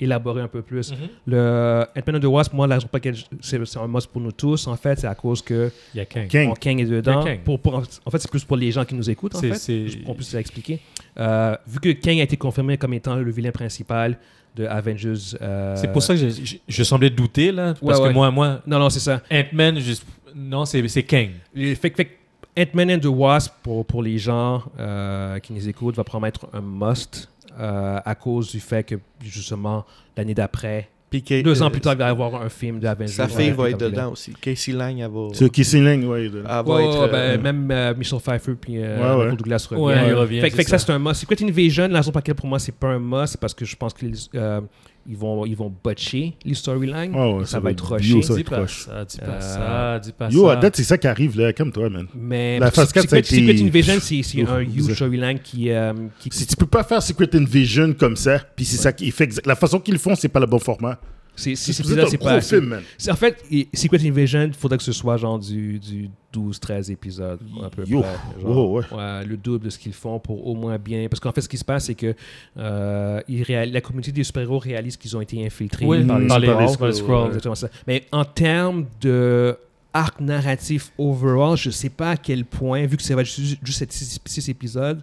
A: élaborer un peu plus.
C: Mm.
D: Mm-hmm.
A: Le Ant-Man and the Wasp, moi, la raison pour laquelle je- c'est c'est un must pour nous tous, en fait, c'est à cause que
D: Il y a qu'un.
B: King.
A: bon, Kang est dedans.
D: Il y a Kang.
A: Pour, pour- en fait, c'est plus pour les gens qui nous écoutent, en
D: C'est-
A: fait.
D: c'est-
A: Juste pour qu'on puisse l'expliquer. Euh, vu que Kang a été confirmé comme étant le vilain principal de Avengers. euh,
D: C'est pour ça que je, je- je semblais douter, là. Parce
A: ouais.
D: que moi, moi,
A: Non, non, c'est ça.
D: Ant-Man, je- non, c'est c'est Kang.
A: Les- Fait, que- fait que Ant-Man and the Wasp, pour, pour les gens euh, qui nous écoutent, va promettre un must euh, à cause du fait que, justement, l'année d'après,
C: Puis que-
A: deux ans
C: euh,
A: plus tard, il va y avoir un film d'Avengers.
C: Sa fille va être
A: comme
C: dedans aussi. Casey Lang, elle va,
B: C'est Kissing Lane, ouais. de-
C: elle va
A: Ouais, ouais,
C: être.
A: ouais, ben,
C: euh,
A: même euh, Michel Pfeiffer puis euh,
B: Ouais, ouais.
A: Michael Douglas revient.
D: Ouais, il revient,
A: Fait, que-
D: c'est
A: fait que ça,
D: ça.
A: c'est un must. Secret Invasion, la raison pour laquelle pour moi c'est pas un must, c'est parce que je pense que les, euh, ils vont, ils vont botcher les storylines.
B: Ah ouais,
A: ça,
B: ça
A: va
B: va
A: être
B: être
A: rushé.
B: bio, ça.
D: Dis pas
B: proche.
D: ça, dis pas
A: Euh,
D: ça, dis pas
B: Yo,
D: ça.
B: à date, c'est ça qui arrive, là. Calme-toi, man.
A: Mais
B: La phase
A: Secret-
B: 4, ça a été-
A: Secret Invasion, c'est c'est
B: Ouf,
A: un huge
B: bizarre.
A: storyline qui, euh, qui-
B: Si tu peux pas faire Secret Invasion comme ça, puis c'est ça qui fait exact- La façon qu'ils le font, c'est pas le bon format.
A: c'est c'est- c'est-
B: supposé
A: là,
B: être
A: c'est
B: un
A: pas
B: gros
A: assez.
B: film, man.
A: C'est- En fait, et- Secret Invasion, il faudrait que ce soit genre du, du 12-13 épisodes, à peu
B: Yo.
A: près.
B: Wow, ouais.
A: le double de ce qu'ils font pour au moins bien. Parce qu'en fait, ce qui se passe, c'est que euh, ils réal- la communauté des super-héros réalise qu'ils ont été infiltrés
D: Oui,
A: par les
D: par les-
A: Skrulls.
D: par les Skrulls.
A: Ouais, exactement ça. Mais en termes de arc narratif overall, je sais pas à quel point, vu que ça va être juste, juste être six, six épisodes,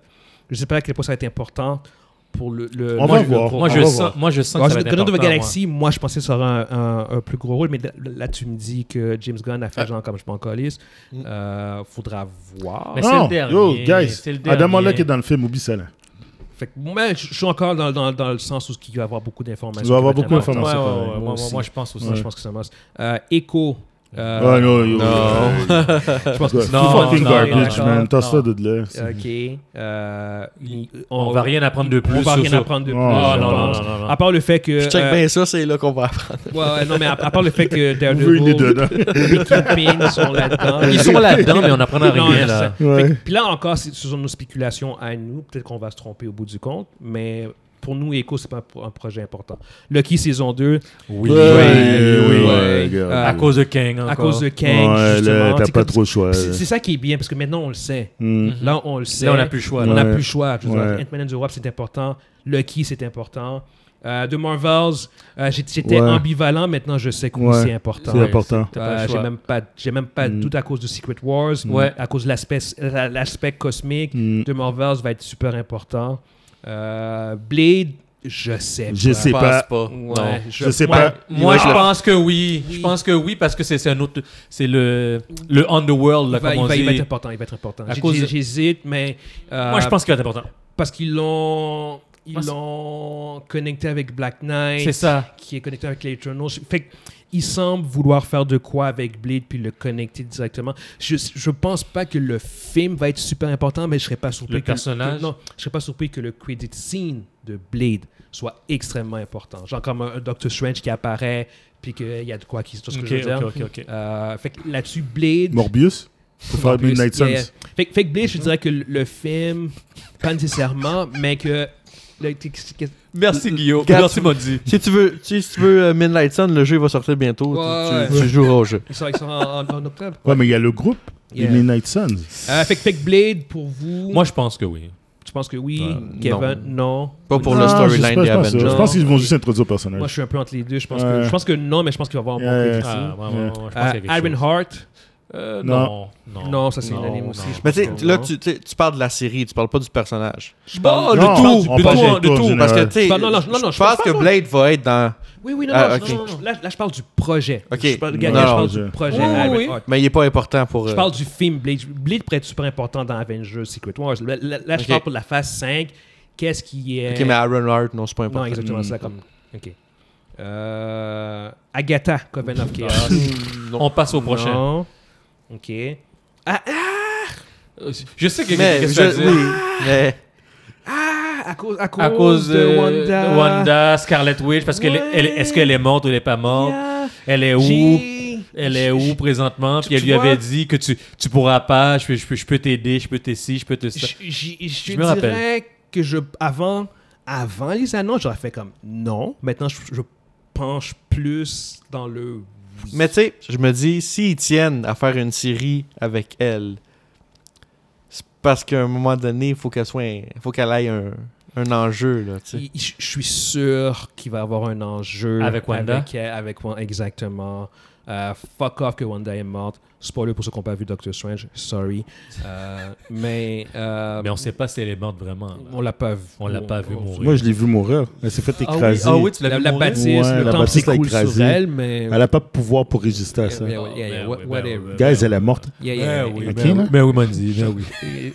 A: je sais pas à quel point ça va être important pour le. le-
B: On
A: le-
B: va
A: le
B: voir.
A: pro-
D: Moi,
B: On
D: je
B: va
D: sens,
B: voir.
D: moi, je sens
A: alors,
D: que ça va être
A: Guardians of the
D: important,
A: Galaxy, moi. je pensais que ça aurait un, un- un plus gros rôle, mais là, là, tu me dis que James Gunn a fait
C: Ah.
A: genre comme je m'en calisse. Euh, faudra voir.
D: Mm. Mais c'est
B: Non,
D: le dernier,
B: yo, guys,
D: c'est le
B: Adam
D: dernier.
B: Mollak est dans le film, oublie ça, là.
A: Fait que, moi, je je suis encore dans, dans- dans le sens où il va y avoir beaucoup d'informations.
B: Il va y avoir
A: qui vont être
B: beaucoup
A: importantes.
D: moi. Ouais,
B: d'informations.
D: ouais, ouais,
A: Moi
D: moi,
A: aussi.
D: moi, je pense aussi.
A: Ça, Je pense que ça marche. Euh, Echo. euh,
B: Ah, non, yo.
C: Non.
A: je pense que c'est-
D: Non,
B: Tout fucking
D: non,
B: garbage,
D: non,
B: man.
D: non,
B: Toss ça
D: non.
B: de là. C'est-
A: Ok. euh, il-
D: On va rien apprendre de plus.
A: On va
D: sur
A: rien
D: ça.
A: apprendre de plus.
B: Oh,
D: Ah,
A: je
D: non, non,
A: pense.
D: non, non, non.
A: À part le fait que.
C: Je check
A: euh,
C: bien ça, c'est là qu'on va apprendre.
A: ouais, ouais, non, mais à, à part le fait que
B: On veut une des deux,
A: Daredevil
B: là.
A: et Kingpin sont là-dedans.
D: Ils sont là-dedans, mais on apprend
A: Non,
D: rien,
A: je sais.
D: là.
A: Fait que-
B: Ouais.
A: Puis là encore, c'est- ce sont nos spéculations à nous. Peut-être qu'on va se tromper au bout du compte, mais pour nous, Echo, c'est pas un pro- un projet important. Lucky saison 2,
D: Oui,
B: Ouais,
D: oui, oui.
B: ouais, regarde.
D: À cause de King,
A: à cause de Kang,
B: Ouais, là,
A: justement.
B: t'as
A: c'est
B: pas
A: comme-
B: trop le choix.
A: c'est- C'est ça qui est bien, parce que maintenant, on le sait.
B: Hmm.
A: Là, on le sait.
D: Mhm. Là, on n'a plus le choix,
A: On
D: là.
A: n'a
B: Ouais.
A: plus le choix. Je veux dire,
B: Ouais.
A: Ant-Man and the Wasp, c'est important. Lucky, c'est important. Euh, de Marvels, euh, j'ai- j'étais
B: Ouais.
A: ambivalent. Maintenant, je sais que oui,
B: Ouais.
A: c'est important.
B: C'est important.
D: T'as pas le
A: Euh, j'ai
D: choix.
A: même pas, j'ai même pas
B: Mm.
A: tout à cause de Secret Wars,
D: Ouais.
A: à cause de l'aspect, la- l'aspect cosmique
B: Mm.
A: de Marvels va être super important. Euh, Blade, je sais
B: Je
A: pas.
B: sais
C: pense
B: pas.
A: Ouais,
C: Non.
B: Je sais
A: moi-
B: pas.
D: Moi,
C: Il
D: je
C: va-
D: pense que oui. Je pense que oui, parce que c'est c'est un autre. C'est le, le Underworld,
A: Il
D: là,
A: va,
D: comme
A: il
D: on
A: va- il va être
D: dit.
A: important, il va être important.
D: À
A: J'ai-
D: cause
A: j'ai-
D: de-
A: J'hésite, mais euh,
D: Moi, je pense qu'il va être important.
A: parce qu'ils l'ont, ils
D: Moi, c'est-
A: l'ont connecté avec Black Knight,
D: C'est ça.
A: qui est connecté avec les Eternals. Fait que, il semble vouloir faire de quoi avec Blade puis le connecter directement. Je, je pense pas que le film va être super important, mais je serais pas surpris
D: Le
A: que-
D: personnage.
A: que- non, je serais pas surpris que le credit scene de Blade soit extrêmement important. Genre comme un, un Doctor Strange qui apparaît puis qu'il y a de quoi qui se passe.
D: Ok, ok, ok, ok.
A: Euh, fait que là-dessus, Blade.
B: Hmm. Morbius Pour faire
A: Morbius,
B: Midnight
A: yeah.
B: Suns.
A: Fait, que- fait que Blade,
D: Mhm.
A: je dirais que le, le film, pas nécessairement, mais que. le-
D: Merci, Euh, Guillaume.
C: Quatre-
D: Merci, Maudit.
C: Si tu veux, si tu veux euh, Midnight Sun, le jeu il va sortir bientôt.
A: Ouais,
C: tu, tu-
A: ouais.
C: tu joueras au jeu.
A: Ils sont, ils sont en, en- en octobre.
B: Ouais, mais il y a le groupe des
A: Yeah.
B: Midnight Suns.
A: Euh, fait, que- fait que Blade, pour vous.
D: Moi, je pense que oui.
A: Tu penses que oui,
C: Euh,
A: Kevin, non.
C: Pas pour
A: Non.
C: le
B: Non, Ah, je sais
C: storyline
B: pas,
C: des
B: je pense
C: Avengers.
B: Je pense qu'ils vont
A: Non.
B: juste introduire le
A: Moi,
B: personnage.
A: je suis un peu entre les deux. Je pense, que,
B: Ouais.
A: je pense que non, mais je pense qu'il va avoir un bon
B: Ouais.
A: credit
D: Ah,
A: scene.
D: ouais, ouais, ouais, je pense qu'il y a
A: Euh,
D: quelque chose.
A: Ironheart,
D: Euh,
B: Non.
D: non. Non,
A: non, ça c'est
D: Non,
A: unanime
D: non.
A: aussi. je
C: Mais
A: pense
C: tu
A: que
C: sais, là,
A: non.
C: tu, tu sais, tu parles de la série, tu parles pas du personnage.
A: Je parle-
D: de
B: Non,
D: tout,
B: on
D: de
B: parle
D: tout,
B: du
D: de
B: tout en
D: tout.
B: général.
D: Parce que,
C: tu sais,
A: Bah, Non, non, non, non, non,
C: je pense que Blade va être dans.
A: Oui, oui, non,
C: Ah,
A: non,
C: ok.
A: non, non, non. Là, là, je parle du projet.
C: Ok.
A: Je parle, regarde,
C: Non,
A: je
C: non,
A: parle
B: je-
A: du projet
D: Oui, oui, oui.
A: Ironheart.
C: Mais il est pas important pour.
A: Je
C: euh,
A: parle du film Blade. Blade pourrait être super important dans Avengers Secret Wars. Là, là, là, je
C: Ok.
A: parle pour la phase 5. Qu'est-ce qui est.
C: Ok, mais hmm. Aaron Hart, non, c'est pas
A: Non,
C: important.
A: exactement ça. Comme... Ok. Euh... Agatha, Coven of Chaos.
D: Ah, On passe au prochain.
A: Non. Ok.
D: Euh, Je sais que
C: mais,
D: qu'est-ce
C: je-
D: que tu vas dire.
C: oui, mais
A: Ah, à cause, à cause,
D: à cause
A: de, Wanda.
D: Wanda, Scarlet Witch, parce qu'elle
A: Ouais.
D: elle- est-ce qu'elle est morte ou elle est pas morte?
A: Yeah.
D: Elle est où?
A: J'ai-
D: Elle est où présentement?
A: Tu-
D: Puis elle
A: tu
D: lui
A: vois?
D: avait dit que tu, tu pourras pas, je, peux- je peux- je peux t'aider, je peux t'aider, je peux te...
A: Je, je- je
D: me
A: dirais
D: rappelle.
A: que je, avant, avant les annonces, j'aurais fait comme non. Maintenant, je, je penche plus dans le oui.
C: Mais tu sais, je me dis, s'ils tiennent à faire une série avec elle, c'est parce qu'à un moment donné, il faut qu'elle soit, un- faut qu'elle aille un, un enjeu là. tu sais.
A: Il- Je je suis sûr qu'il va y avoir un enjeu
D: Avec Wanda?
A: Avec, elle- avec Wanda, exactement. Euh, fuck off que Wanda est morte. Spoiler pour ceux qui n'ont pas vu Doctor Strange, sorry. Euh, mais euh,
D: Mais on sait pas si elle est morte vraiment.
A: on l'a pas vu.
D: On l'a pas vu mourir.
B: Moi, je l'ai vu mourir. Elle s'est fait
D: Ah oui,
B: écraser.
D: ah oui, tu l'avais
A: La, la
D: mourir?
A: bâtisse,
B: Ouais,
A: le
B: la
A: temps
B: bâtisse
A: s'écoule
B: l'a
A: sur
B: écrasée.
A: elle, mais.
B: Elle a pas de pouvoir pour résister à ça.
A: Yeah, yeah, yeah, yeah,
D: Oh, ben
A: whatever.
D: oui, ben
B: Guys, elle est morte.
A: Yeah, yeah,
D: Ben
A: yeah,
D: oui,
A: yeah.
B: Ok,
D: ben oui.
B: là.
D: Ben oui, Mandy, ben oui.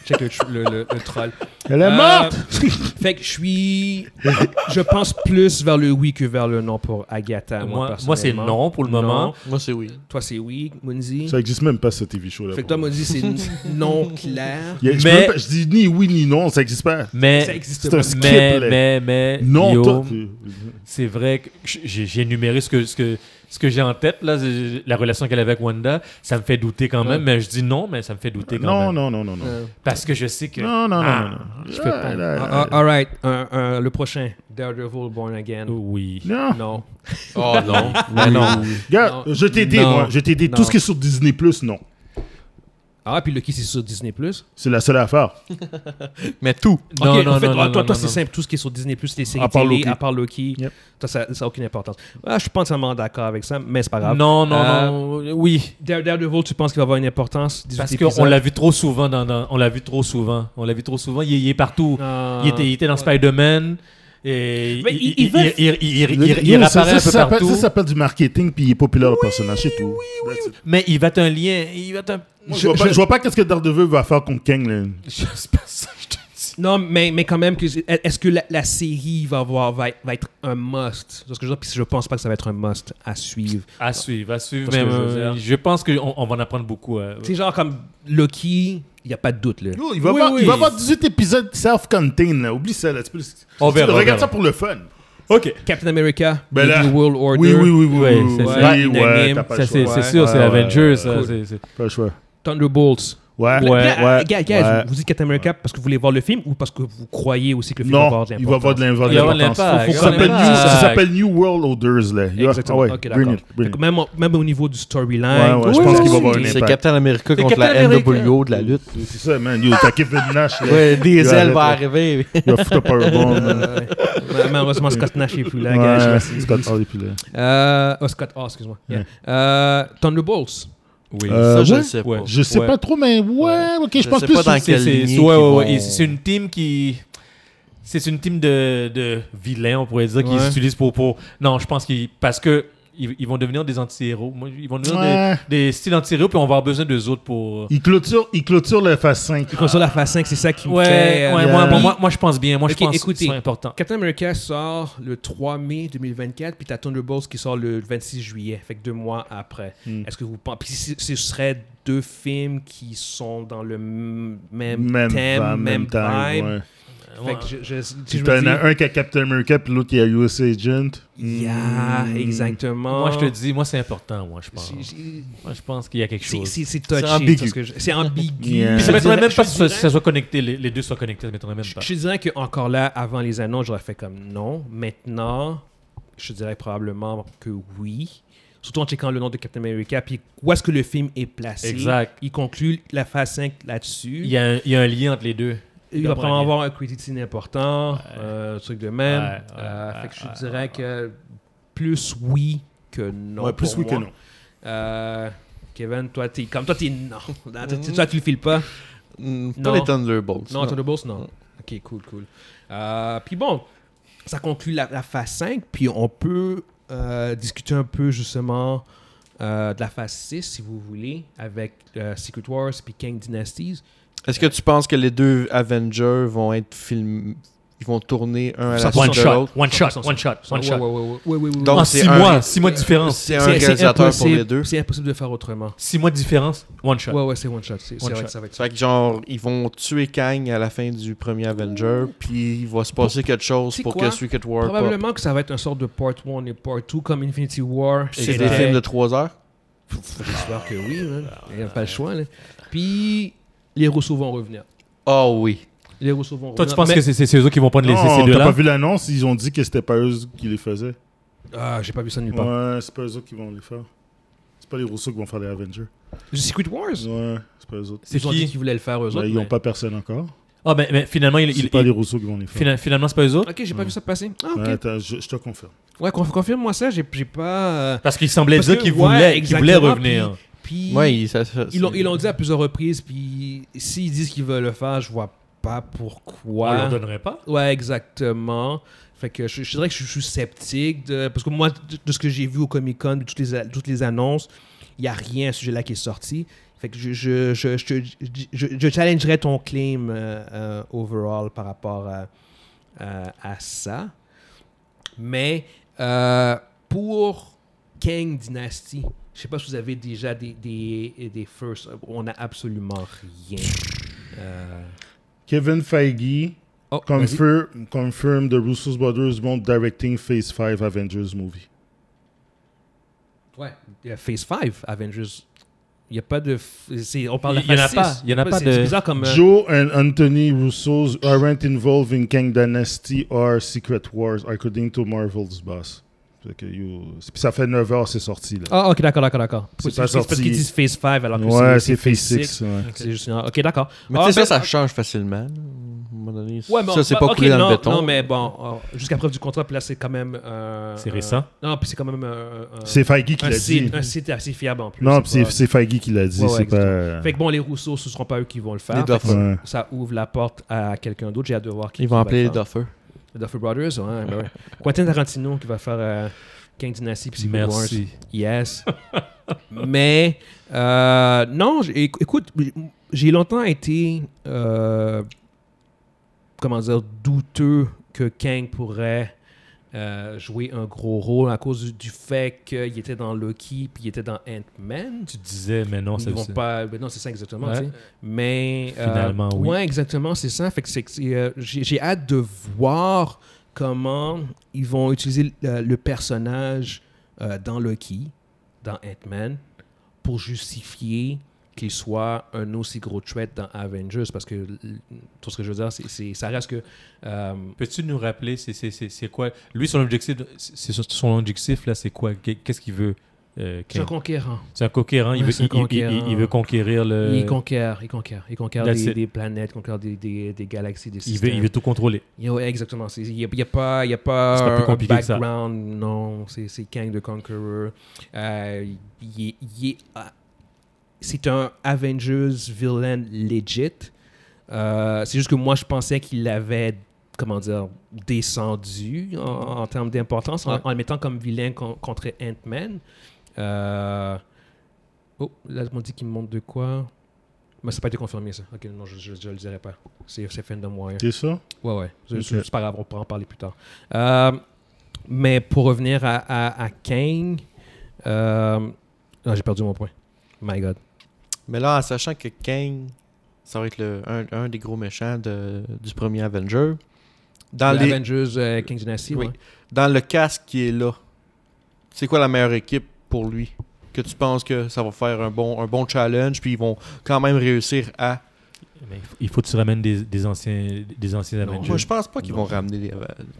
A: Check le, tr- le- le- le troll.
B: Elle est
A: Euh,
B: morte
A: fait que je suis. Je pense plus vers le oui que vers le non pour Agatha. Moi,
D: Euh, Moi, moi, c'est
A: personnellement.
D: non pour le moment.
A: Non.
C: Moi, Moi, c'est oui.
A: Toi, c'est oui, Munzi.
B: Ça existe même pas ce TV show là.
A: Fait que toi, Munzi, c'est n- non clair.
B: Il y a- je, peux
D: Mais-
B: même pas- je dis ni oui ni non, ça existe pas.
D: Mais,
A: Ça existe
B: C'est un
A: pas.
B: skip,
D: mais,
B: là.
D: mais, mais,
B: Non,
D: Guillaume,
B: toi.
D: c'est vrai que j- j'ai j'ai énuméré ce que, ce que, ce que j'ai en tête, là, c'est- la relation qu'elle avait avec Wanda. Ça me fait douter quand même, mais je dis non, mais ça me fait douter quand
B: Non,
D: même.
B: non, non, non, non.
A: Euh,
D: Parce que je sais que.
B: Non, non, non,
D: Ah,
B: non.
D: je peux pas.
B: Ah, là,
A: ah,
B: là.
A: ah, all right. Un- un- le prochain. Daredevil Born Again.
D: Oui.
B: Non.
A: Non.
C: Oh non.
B: Ah,
D: Ben non.
B: Regarde,
A: Non.
B: je t'ai dit,
A: Non.
B: moi. Je t'ai dit,
A: Non.
B: tout ce qui est sur Disney, non.
A: Ah, puis Lucky, c'est sur Disney+.
B: C'est la seule affaire.
C: Mais tout.
D: Non,
A: Ok,
D: non,
A: en fait, ah, toi,
D: non, non,
A: toi,
D: non,
A: toi,
D: non,
A: c'est
D: non.
A: simple. Tout ce qui est sur Disney+, les séries
B: À part
A: télé,
B: Loki.
A: à part Loki,
B: Yep.
A: toi, ça n'a aucune importance. Ah, je suis pas entièrement d'accord avec ça, mais c'est pas grave.
D: Non, non,
A: Euh,
D: non. Oui.
A: Dare- Daredevil, tu penses qu'il va avoir une importance 18
D: Parce
A: épisodes?
D: qu'on l'a vu trop souvent dans, dans- on l'a vu trop souvent. On l'a vu trop souvent. Il, il est partout.
A: Ah.
D: il, était, il était dans Spider-Man. Et
A: Mais
D: il,
A: il-
D: il,
A: il veut-
D: il- il- il-
B: Le-
D: il- il
B: non, ça- ça,
D: réapparaît un peu
B: ça s'appelle-
D: partout.
B: Ça s'appelle du marketing, puis il est populaire le personnage, c'est tout. That's it.
D: Mais il va être un lien. Il va être un.
B: Moi, je, vois pas, je vois pas qu'est-ce que Daredevil va faire contre Kang. là.
D: je- c'est pas ça que je te dis.
A: Non, mais, mais quand même, que, est-ce que la, la série va, avoir, va, être- va être un must? Parce que je, veux dire, puis je pense pas que ça va être un must à suivre.
D: À suivre, à suivre.
A: Parce
D: mais,
A: que je veux
D: euh,
A: dire-
D: je, pense qu'on on va en apprendre beaucoup. euh,
A: C'est genre comme Loki, il n'y a pas de doute. Là.
B: Yo, il, va
D: Oui,
B: avoir,
D: oui.
B: il va avoir 18 épisodes self-contained. là. Oublie ça. Là. Tu peux-
D: On
B: tu
D: verra, on
B: regardes
D: verra.
B: ça pour le fun.
D: Ok.
A: Captain America,
B: Ben
A: The
B: là,
A: New World Order.
B: Oui, oui, oui, oui.
D: Ouais,
B: oui, oui,
D: c'est
B: oui,
D: ça.
B: oui, ouais,
A: Unanime,
B: t'as pas
D: Ça,
B: le
D: c'est
B: choix.
D: c'est sûr,
B: Ouais,
D: c'est
B: ouais,
D: Avengers.
B: ouais,
D: ça,
B: cool.
D: c'est- c'est-
B: Pas le choix.
A: Thunderbolts.
B: Ouais,
D: Ouais,
A: Là, là,
B: ouais,
A: guys, guys,
B: ouais.
A: vous dites Captain America parce que vous voulez voir le film ou parce que vous croyez aussi que le film va
B: Non,
A: avoir de
B: il va avoir de
A: l'importance?
B: l'importance.
D: Il va avoir de l'impact.
B: Faut- faut que
A: Il
B: ça
A: va avoir de
B: s'appelle New-
D: l'impact.
B: Ça s'appelle New World Orders. Là. Yeah.
A: Exactement.
B: Ah ouais,
A: Ok, d'accord.
B: bring it, bring
A: Fait
B: it.
A: que même, même au niveau du storyline,
B: Ouais, ouais, je
D: Oui,
B: pense
D: oui,
B: qu'il va
D: oui.
B: avoir un
C: C'est
B: impact.
C: Captain America
D: C'est
C: contre la
D: Captain America.
C: NWO de la lutte.
B: C'est ça, man. Yo, t'as Kevin Nash. là.
C: Ouais, Euh,
B: Yo,
C: Diesel
B: arrête,
C: va
B: là.
C: arriver.
B: Il va foutre un powerbomb. man.
A: Ouais, malheureusement, Scott Nash n'est plus là. guys, je
B: Mm. Ouais,
A: reste-
B: Scott Hall est plus là.
A: Euh, oh, Scott, oh, excuse-moi. Yeah. Euh, Thunderbolts.
D: Oui.
B: Euh,
C: Ça, je
B: ouais.
C: le sais pas.
D: Ouais.
B: Je sais
D: Ouais.
B: pas trop, mais ouais, ok, je,
C: Je
B: pense
C: sais
B: plus.
C: pas dans
B: que
C: quel- quelles
D: C'est- c'est-
C: lignées
D: ouais,
C: qui
D: ouais, ouais.
C: vont-
D: Et C'est une team qui. C'est une team de, de vilains, on pourrait dire, qu'ils
A: Ouais.
D: utilisent pour, pour. Non, je pense qu'ils. Parce que. Ils, ils vont devenir des anti-héros. Moi, Ils vont devenir
B: Ouais.
D: des, des styles anti-héros, puis on va avoir besoin d'eux autres pour.
B: Il clôture, il clôture la phase 5.
A: Comme ça, la phase 5, c'est ça qui me
D: Ouais,
A: fait. euh,
D: ouais,
A: le
D: moi,
A: pli.
D: moi, moi, moi, je pense bien. Moi,
A: Ok,
D: je pense que
A: écoutez.
D: c'est important.
A: Captain America sort le 3 mai 2024, puis t'as Thunderbolts qui sort le 26 juillet, fait que deux mois après.
B: Mm.
A: Est-ce que vous pensez. Puis si- ce serait deux films qui sont dans le m- même,
B: Même
A: thème,
B: vibe,
A: même,
B: même time,
A: vibe.
B: ouais.
A: Fait que je, je, si
B: Puis
A: je
B: t'en
A: me
B: as un qui a Captain America, puis l'autre qui a US Agent. Mm.
A: dis, yeah, exactement.
D: Moi, je te dis, moi, c'est important, moi, je pense.
A: J'ai- j'ai-
D: Moi, je pense qu'il y a quelque
A: C'est
D: chose.
A: c'est- c'est touchy.
C: C'est ambigu.
A: parce que je- C'est ambigu.
B: Yeah.
D: Puis
A: Je
D: ça m'étonnerait
A: dirais-
D: même pas
A: je
D: que ça,
A: dirais-
D: ça soit connecté, les, les deux soient connectés, ça m'étonnerait même pas.
A: Je te dirais qu'encore là, avant les annonces, j'aurais fait comme non. Maintenant, je te dirais probablement que oui. Surtout en checkant le nom de Captain America, puis où est-ce que le film est placé.
D: Exact.
A: Il conclut la phase 5 là-dessus.
D: Il y, a un, il y a un lien entre les deux.
A: Il va probablement avoir un crediting important, euh, un truc de même.
D: Ouais, ouais,
A: Euh, fait que je
D: ouais,
A: te dirais que plus oui que non.
B: ouais, plus
A: pour
B: oui que
A: moi.
B: non.
A: Euh, Kevin, toi, t'es, comme toi, t'es non. Toi, tu- toi, tu le files pas.
C: Mm,
A: Non.
C: Pas les Thunderbolts.
A: Non, Thunderbolts, non. Ok, cool, cool. Euh, puis bon, ça conclut la, la phase 5, puis on peut euh, discuter un peu justement euh, de la phase 6, si vous voulez, avec euh, Secret Wars puis King Dynasties.
C: Est-ce que tu penses que les deux Avengers vont être filmés Ils vont tourner un à
A: Ça
C: la
A: prend
D: One
C: suite de
D: shot,
C: l'autre
D: one shot,
A: Ça, ça,
D: one shot, one
A: Ouais,
D: shot.
A: ouais, ouais, ouais, ouais, ouais, ouais,
C: Donc,
D: en
C: c'est
D: six
C: un-
D: mois, six mois de différence.
C: C'est un
A: C'est- c'est
C: réalisateur pour les
A: impossible-
C: deux.
A: C'est impossible de faire autrement.
D: Six mois de différence, one shot.
A: Ouais, ouais, c'est one shot. C'est,
D: One
A: ça va
D: shot.
A: être- ça va être
C: Ça fait que genre, ils vont tuer Kang à la fin du premier Avenger, puis il va se passer quelque chose
A: C'est
C: pour
A: quoi?
C: que Secret War pop.
A: Probablement que ça va être un sort de part 1 et part 2 comme Infinity War.
C: C'est
A: C'était-
C: des films de 3 heures.
A: J'espère que oui, man. Il n'y a pas le choix. là. Puis les Rousseau vont revenir.
C: Oh oui.
A: Les Rousseau vont
D: Toi,
A: revenir.
D: tu penses
A: Mais-
D: que c'est- c'est c'est eux qui vont prendre les, ces- ces
B: Non, t'as
D: deux-là
B: pas vu l'annonce, ils ont dit que c'était pas eux qui les faisaient.
A: Ah, j'ai pas vu ça nulle part.
B: Ouais, c'est pas eux autres qui vont les faire. C'est pas les Rousseau qui vont faire les Avengers.
A: Secret Wars
B: Ouais, c'est pas eux autres.
D: C'est
A: Ils ont dit
D: qui
A: qu'ils voulaient le faire eux autres.
B: Ouais, ils n'ont
A: mais-
B: pas personne encore.
D: Ah, ben, mais finalement, il,
B: C'est
D: il-
B: pas
D: il-
B: les Rousseau qui vont les faire.
D: fina- finalement, c'est pas eux autres.
A: Ok, j'ai pas vu ça passer. Ah,
B: Ouais,
A: ok.
B: attends, je, je te confirme.
A: Ouais, conf- confirme-moi ça, j'ai j'ai pas. euh,
D: Parce qu'ils semblaient
A: parce
D: dire
A: que,
D: qu'ils
A: ouais,
D: voulaient, qu'ils voulaient
A: exactement,
D: revenir.
A: Puis, puis
C: Ouais, ils- ça- ça-
A: ils l'ont-
C: c'est-
A: ils l'ont dit à plusieurs reprises, puis s'ils disent qu'ils veulent le faire, je vois pas
D: On
A: pourquoi.
D: leur donnerait pas.
A: Ouais, exactement. Fait que je, je dirais que je, je suis sceptique de- parce que moi, de, de ce que j'ai vu au Comic Con, de toutes les, a- toutes les annonces, il n'y a rien à ce sujet-là qui est sorti. Fait que je, je, je, je, je- je- je challengerais ton claim euh, euh, overall par rapport à, à- à ça. Mais euh, pour Kang Dynasty. Je sais pas si vous avez déjà des, des, des firsts. On n'a absolument rien. Euh,
B: Kevin Feige
A: oh, vas-y.
B: confirm, confirm the Russo's Brothers won't directing Phase 5 Avengers movie.
A: Ouais, il y a Phase 5, Avengers. Il n'y a pas de. f- c'est- On parle de
D: Il y en a
A: phase
D: pas,
A: six.
D: il y en a pas
A: C'est-
D: de-
A: C'est bizarre comme. euh,
B: Joe and Anthony Russo's aren't involved in Kang Dynasty or Secret Wars, according to Marvel's boss. Fait que, yo, c'est- puis ça fait 9 heures, c'est sorti. Là.
A: Ah, ok, d'accord, d'accord, d'accord.
B: C'est
A: Oui,
B: pas
A: parce
B: sorti.
A: qu'ils disent Phase 5 alors que
B: ouais, c'est Phase
A: six.
B: 6. ouais.
A: C'est juste. une- Ok, d'accord.
C: Mais
A: Ah,
C: tu sais,
A: ben-
C: ça, ça change facilement. là. À un moment donné,
A: Ouais, mais on-
C: ça, c'est
A: bah,
C: pas
A: ok,
C: coulé dans
A: non,
C: le béton.
A: Non, mais bon, oh, jusqu'à preuve du contrat, puis là, c'est quand même. euh,
D: C'est
A: euh,
D: récent.
A: Non, puis c'est quand même. euh, euh,
B: C'est Feige qui
A: un
B: l'a dit.
A: site, un site assez fiable en plus.
B: Non, puis c'est
A: pas-
B: c'est Feige qui l'a dit.
A: Ouais, ouais,
B: c'est pas... euh,
A: Fait que bon, les Rousseau, ce ne seront pas eux qui vont le
C: Les
A: faire.
C: Duffer.
B: Ouais.
A: Ça ouvre la porte à quelqu'un d'autre. J'ai hâte de voir qui
C: Ils
A: qui
C: vont
A: va
C: appeler
A: le
C: les
A: faire.
C: Duffer.
A: Les Duffer Brothers, ouais, ben ouais. Quentin Tarantino qui va faire euh, King Dynasty puis Secret Wars.
D: Merci.
A: Yes. Mais euh, non, j'ai- éc- écoute, j'ai longtemps été euh, comment dire douteux que Kang pourrait euh, jouer un gros rôle à cause du, du fait qu'il était dans Loki puis il était dans Ant-Man.
D: Tu disais, mais non, ça
A: Ils vont
D: ça-
A: pas. ben non, c'est ça exactement.
D: Ouais.
A: tu sais. Mais euh,
D: Finalement, oui.
A: Ouais, exactement, c'est ça. Fait que c'est- c'est, euh, j'ai j'ai hâte de voir comment ils vont utiliser euh, le personnage euh, dans Loki, dans Ant-Man, pour justifier qu'il soit un aussi gros threat dans Avengers. Parce que l- tout ce que je veux dire, c'est- c'est ça reste que euh,
D: Peux-tu nous rappeler, c'est- c'est c'est- c'est quoi Lui, son objectif, c'est c'est- son objectif là, c'est quoi Qu'est- Qu'est-ce qu'il veut euh,
A: c'est un
D: Kane?
A: conquérant.
D: C'est un conquérant. Il
A: Ouais,
D: veut,
A: c'est un
D: il- il-
A: conquérant.
D: il- il veut conquérir le.
A: il conquiert, il conquiert, il conquiert
D: Euh, that's
A: des,
D: it.
A: des planètes, conquiert des, des- des galaxies, des
D: il
A: systèmes.
D: veut, il veut tout contrôler.
A: Yeah, ouais, exactement. Il n'y a, y a pas, y a pas,
D: C'est pas plus
A: un
D: compliqué que ça.
A: background, non. C'est c'est Kang the Conqueror. Euh, il est- il est- ah, C'est un Avengers villain legit. Euh, C'est juste que moi, je pensais qu'il l'avait, comment dire, descendu en, en termes d'importance, en-
D: Ouais.
A: en, le mettant comme vilain con- contre Ant-Man. Euh, Oh, là, on dit qu'il me montre de quoi. Mais ça n'a pas été confirmé, ça. Ok, non, je ne le dirai pas. C'est c'est Fandom Wire.
B: C'est ça?
A: Ouais, ouais. C'est
B: Ok.
A: c'est- c'est pas grave, on pourra en parler plus tard. Euh, mais pour revenir à, à, à Kang, euh, ah, j'ai perdu mon point. My God.
C: Mais là, en sachant que Kang, ça va être le, un, un des gros méchants de- du premier Avenger, dans,
A: Les
C: les,
A: Avengers, euh, Kang Dynasty,
C: Oui.
A: ouais.
C: dans le casque qui est là, c'est quoi la meilleure équipe pour lui Que tu penses que ça va faire un bon, un bon challenge, puis ils vont quand même réussir à.
D: Mais il faut- il faut que tu ramènes des, des anciens, des anciens
A: Non.
D: Avengers.
C: Moi, je pense pas qu'ils vont ramener les.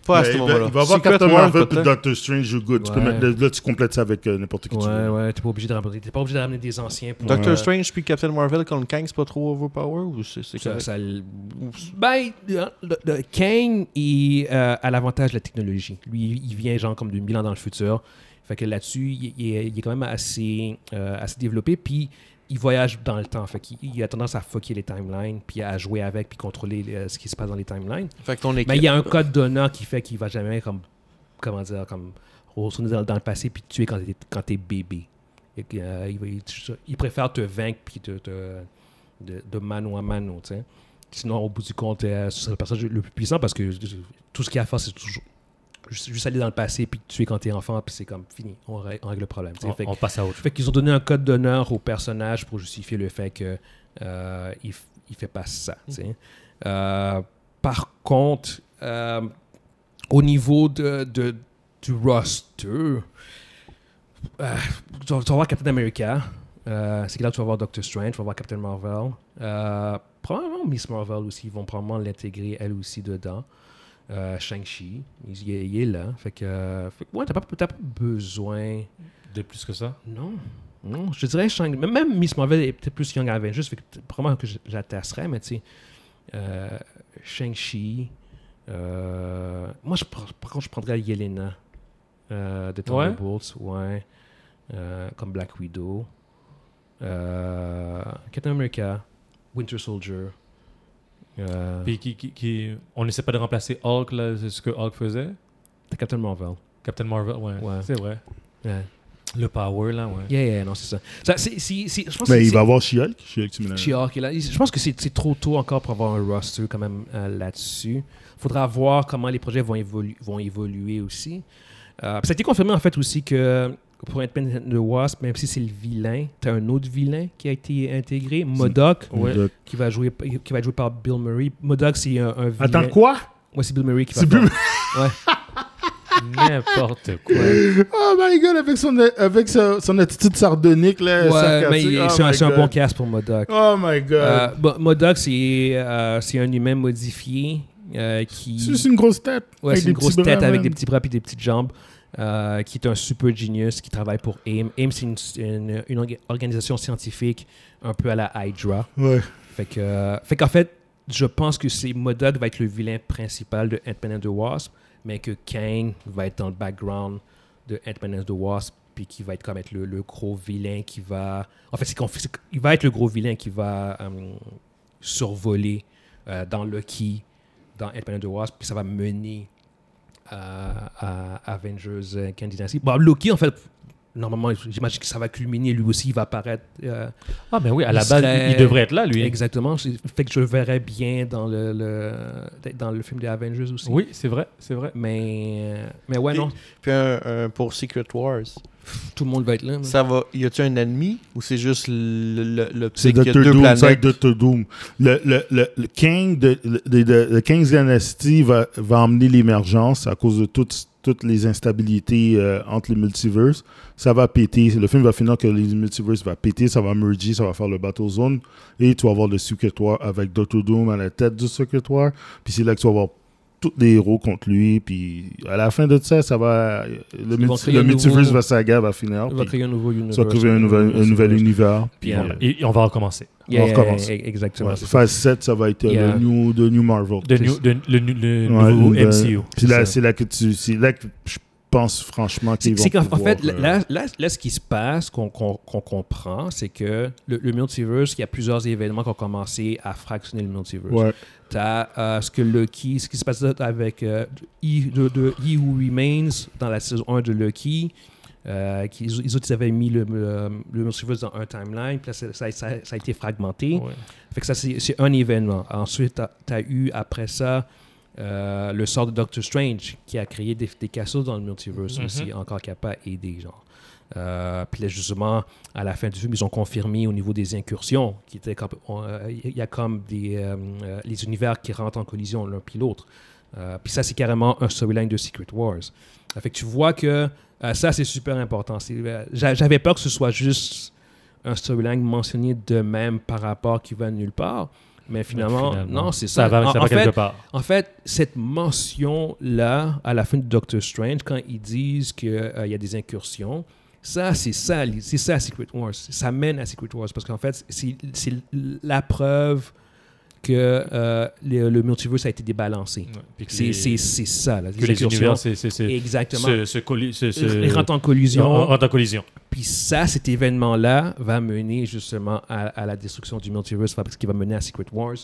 C: Pas à
B: Mais Ben, il
C: ce
B: va-
C: moment-là.
B: Il va avoir
C: Secret
B: Captain
C: War,
B: Marvel puis
C: peut-être.
B: Doctor Strange, you good. Tu peux
A: Ouais.
B: mettre- là, tu complètes ça avec euh, n'importe qui. tu veux.
A: Ouais, ouais, t'es pas obligé de ramener, t'es pas obligé de ramener des anciens pour.
C: Doctor
A: euh,
C: Strange puis Captain Marvel contre Kang, c'est pas trop overpower ou c'est c'est
A: ça,
C: correct?
A: ça l- ben, le- le- Kang il, euh, a l'avantage de la technologie. Lui, il vient genre comme de 1000 ans dans le futur. Fait que là-dessus, il, il est, il est quand même assez, euh, assez développé. Puis, il voyage dans le temps. Fait qu'il il a tendance à fucker les timelines, puis à jouer avec, puis contrôler euh, ce qui se passe dans les timelines.
C: Fait que ton équipe.
A: Mais il Ben, y a un code d'honneur qui fait qu'il va jamais, comme, comment dire, comme, retourner dans, dans le passé puis te tuer quand t'es, quand t'es bébé. Et que, euh, il, va- il- il préfère te vaincre puis te, te- de, de mano à mano, tu sais. Sinon, au bout du compte, euh, ce serait le personnage le plus puissant parce que euh, tout ce qu'il y a à faire, c'est toujours juste, juste aller dans le passé puis te tuer quand t'es enfant puis c'est comme fini, on, rè- on règle le problème. tu sais.
D: on,
A: Fait que-
D: on passe à autre chose.
A: fait qu'ils ont donné un code d'honneur au personnage pour justifier le fait que euh, il, f- il fait pas ça. tu sais. Euh, par contre, euh, au niveau de, de- du roster, euh, tu, vas, tu vas voir Captain America. euh, c'est que là, tu vas voir Doctor Strange, tu vas voir Captain Marvel. Euh, probablement Miss Marvel aussi, ils vont probablement l'intégrer elle aussi dedans. Euh, Shang-Chi, il, il est- il est là. Fait que, euh, fait que, ouais, t'as pas, t'as pas besoin.
D: De plus que ça.
A: Non. Non, je te dirais Shang même- Même Miss Marvel est peut-être plus Young Avengers, fait que t- probablement que j- j'attacherais, mais tu sais, euh, Shang-Chi. euh, moi, je, pr- par contre, je prendrais Yelena euh, de
D: Ouais.
A: Thunderbolts, ouais. euh, comme Black Widow. Euh, Captain America, Winter Soldier. euh,
D: Puis qui, qui- qui- on n'essaie pas de remplacer Hulk, là, c'est ce que Hulk faisait.
A: Captain Marvel.
D: Captain Marvel, ouais.
A: Ouais.
D: C'est vrai.
A: Ouais.
D: Le power, là, ouais.
A: Yeah, yeah, non, c'est ça. ça c'est- c'est- c'est- je pense que
B: Mais
A: c'est-
B: il va avoir She-Hulk. She-Hulk, tu me l'as-
A: She-Hulk est Euh. là. Je pense que c'est c'est trop tôt encore pour avoir un roster quand même euh, là-dessus. Faudra voir comment les projets vont, évolu- vont évoluer aussi. Euh, puis ça a été confirmé en fait aussi que pour Ant-Man and the Wasp, même si c'est le vilain, t'as un autre vilain qui a été intégré, Modoc,
B: Ouais. Modoc.
A: qui va jouer qui va être joué par Bill Murray. Modoc, c'est un, un vilain.
B: Attends, quoi
A: Ouais, c'est Bill Murray qui va
B: C'est
A: faire.
B: plus-
A: Ouais.
D: N'importe quoi.
B: Oh my god, avec son, avec sa- son attitude sardonique, là.
A: Ouais,
B: sarcastique.
A: mais il-
B: Oh
A: c'est un,
B: my
A: c'est un
B: God.
A: bon cast pour Modoc.
B: Oh my god.
A: Euh, bon, Modoc, c'est euh, c'est un humain modifié euh, qui.
B: c'est juste une grosse tête.
A: Ouais,
B: avec
A: c'est une
B: des petits
A: grosse tête
B: bras,
A: avec des
B: man.
A: petits bras et des petites jambes, euh, qui est un super genius qui travaille pour AIM. AIM, c'est une, une- une orga- organisation scientifique un peu à la Hydra.
B: Ouais.
A: Fait que, euh, fait qu'en fait, je pense que c'est Modoc va être le vilain principal de Ant-Man and the Wasp, mais que Kang va être dans le background de Ant-Man and the Wasp, puis qui va être comme être le, le gros vilain qui va. En fait, c'est qu'on- c'est il va être le gros vilain qui va euh, survoler euh, dans Lucky, dans Ant-Man and the Wasp, puis ça va mener euh, à, à Avengers euh, Kang Dynasty. Bon, Loki, en fait. Normalement, j'imagine que ça va culminer. Lui aussi, il va apparaître euh,
D: Ah, ben oui, à la
A: Il
D: base,
A: serait-
D: il devrait être là, lui.
A: Exactement. C'est- Fait que je le verrais bien dans le, le- dans le film des Avengers aussi.
D: Oui, c'est vrai, c'est vrai.
A: Mais, mais ouais, non.
C: Puis un- un pour Secret Wars.
A: Tout le monde va être là. mais-
C: Ça va. Y a-tu un ennemi ou c'est juste le, le, le
B: C'est
C: petit qu'il y a
B: Doctor
C: deux
B: Doom,
C: planètes?
B: ça va être Doctor Doom. Le, le, le, le King de, le- de- de- le King's Dynasty va, va emmener l'émergence à cause de toutes, toutes les instabilités euh, entre les multiverses. Ça va péter. Le film va finir que les multiverses va péter, ça va merger, ça va faire le Battle Zone. Et tu vas avoir le Secret War avec Doctor Doom à la tête du Secret War. Puis c'est là que tu vas avoir tous les héros contre lui. Puis à la fin de ça, ça va. Le,
A: Ils vont
B: multi-
A: créer
B: le
A: un nouveau-
B: multiverse va saga va finir.
A: On va
B: puis
A: créer un nouveau univers.
B: Tu vas trouver un nouvel, un nouvel univers. Puis,
A: Yeah.
B: euh,
D: Et on va recommencer.
A: Yeah,
B: On recommence.
A: yeah, yeah, Exactement.
B: Ouais, phase 7, ça va être euh,
A: Yeah.
B: le new, the new Marvel.
D: De new- de- le nu- le
B: Ouais,
D: nouveau
B: le-
D: MCU.
B: Puis là,
A: ça.
B: c'est là que tu, c'est là que je pense franchement qu'ils
A: C'est
B: vont
A: c'est qu'en en
B: pouvoir,
A: fait,
B: euh,
A: là, là, là, ce qui se passe, qu'on qu'on- qu'on comprend, c'est que le, le multiverse, il y a plusieurs événements qui ont commencé à fractionner le multiverse.
B: ouais,
A: T'as euh, ce que Lucky, ce qui se passe avec euh, He, de, de He Who Remains dans la saison 1 de Lucky. Euh, qui, ils, ils autres, ils avaient mis le, le, le multiverse dans un timeline, puis là, ça, ça- ça- ça a été fragmenté.
D: Ouais.
A: Fait que ça, c'est c'est un événement. Ensuite, tu as, eu, après ça, euh, le sort de Doctor Strange, qui a créé des, des cassos dans le multiverse
D: Mhm.
A: aussi, encore qui n'a pas aidé, genre. Euh, puis là, justement, à la fin du film, ils ont confirmé au niveau des incursions, qui était comme- on, euh, il y a comme des, euh, euh, les univers qui rentrent en collision l'un puis l'autre. Euh, puis ça, c'est carrément un storyline de Secret Wars. Ça fait que tu vois que euh, ça, c'est super important. C'est- euh, j'a- J'avais peur que ce soit juste un storyline mentionné de même par rapport qui va nulle part. Mais finalement, non, c'est ça.
D: Ça va, ça
A: En-
D: va
A: en
D: quelque
A: fait,
D: part.
A: en fait, cette mention-là, à la fin de Doctor Strange, quand ils disent qu'il y a des incursions, ça, c'est ça, li- c'est ça Secret Wars. Ça mène à Secret Wars parce qu'en fait, c'est c'est la preuve que euh, le, le multiverse a été débalancé.
D: Ouais. Puis que
A: C'est
D: les-
A: c'est- c'est ça, là,
D: que les
A: incursions.
D: univers c'est- c'est- c'est-
A: Exactement.
D: se se colli- se- se-
A: Ils rentrent en
D: en-
A: collusion.
D: en- rentrent en collision.
A: Puis ça, cet événement-là va mener justement à, à la destruction du multiverse, enfin, parce qu'il va mener à Secret Wars,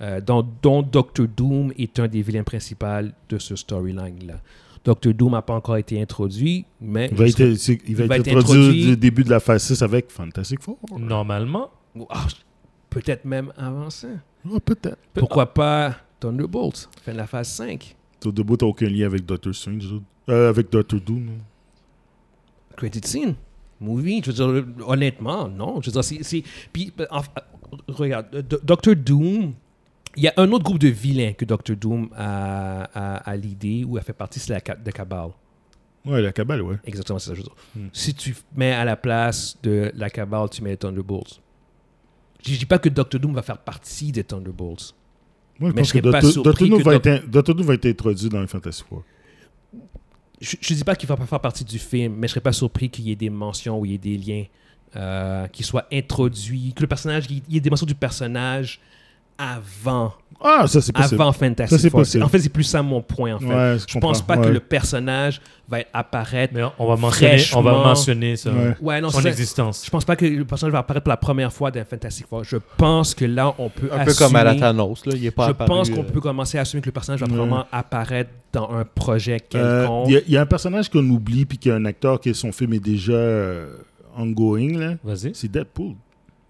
A: euh, dont, dont Doctor Doom est un des vilains principaux de ce storyline-là. Doctor Doom n'a pas encore été introduit, mais...
B: il va être, c'est- il va être introduit, au début de la phase 6 avec Fantastic Four.
A: Mm.
D: Normalement,
A: Ah, Peut-être même avant ça.
B: Ah, peut-être.
A: Pourquoi pas Thunderbolt, fin de la phase 5
B: T'as debout, t'as aucun lien avec Doctor Strange, dude. Euh, avec Doctor Doom. hein.
A: Credit scene, movie. Je veux dire, honnêtement, non. Je veux dire, c'est. c'est- Puis, ben, en- regarde, euh, Do- Doctor Doom, il y a un autre groupe de vilains que Doctor Doom a, a, a l'idée ou a fait partie, c'est la Ca- de Cabal.
B: Ouais, la cabale, ouais.
A: Exactement, c'est ça. Je veux dire.
B: Hmm.
A: Si tu mets à la place de la Cabal, tu mets les Thunderbolts. Je dis pas que Doctor Doom va faire partie des Thunderbolts.
B: Moi, je
A: Mais
B: pense
A: je serais
B: que
A: pas
B: Doctor,
A: surpris
B: Doctor Doom
A: que
B: va
A: Doc-
B: être in- Doctor Doom va être introduit dans le Fantastic Four.
A: Je, je dis pas qu'il va pas faire partie du film, mais je serais pas surpris qu'il y ait des mentions ou il y ait des liens euh, qui soient introduits, que le personnage, il y ait des mentions du personnage avant,
B: Ah, ça, c'est possible.
A: avant
B: Ça,
A: Fantastic
B: c'est
A: Four.
B: possible.
A: En fait, c'est plus ça mon point. En fait,
B: Ouais, je
A: je pense
B: comprends.
A: pas que
B: Ouais.
A: le personnage va apparaître.
D: mais on va mentionner, on
A: Fraîchement.
D: va mentionner ça,
B: Ouais.
A: Ouais, non,
D: son
A: c'est-
D: existence.
A: Je pense pas que le personnage va apparaître pour la première fois dans Fantastic Four. Je pense que là, on peut
C: Un peu comme à la Thanos, là. Il est pas
A: Je
C: apparu,
A: pense
C: euh,
A: qu'on peut commencer à assumer que le personnage va
B: Ouais.
A: probablement apparaître dans un projet
B: Mm. Euh,
A: quelconque.
B: Il y a- il y, a un personnage qu'on oublie, puis qu'il y a un acteur que son film est déjà euh, ongoing, là.
D: Vas-y.
B: C'est Deadpool.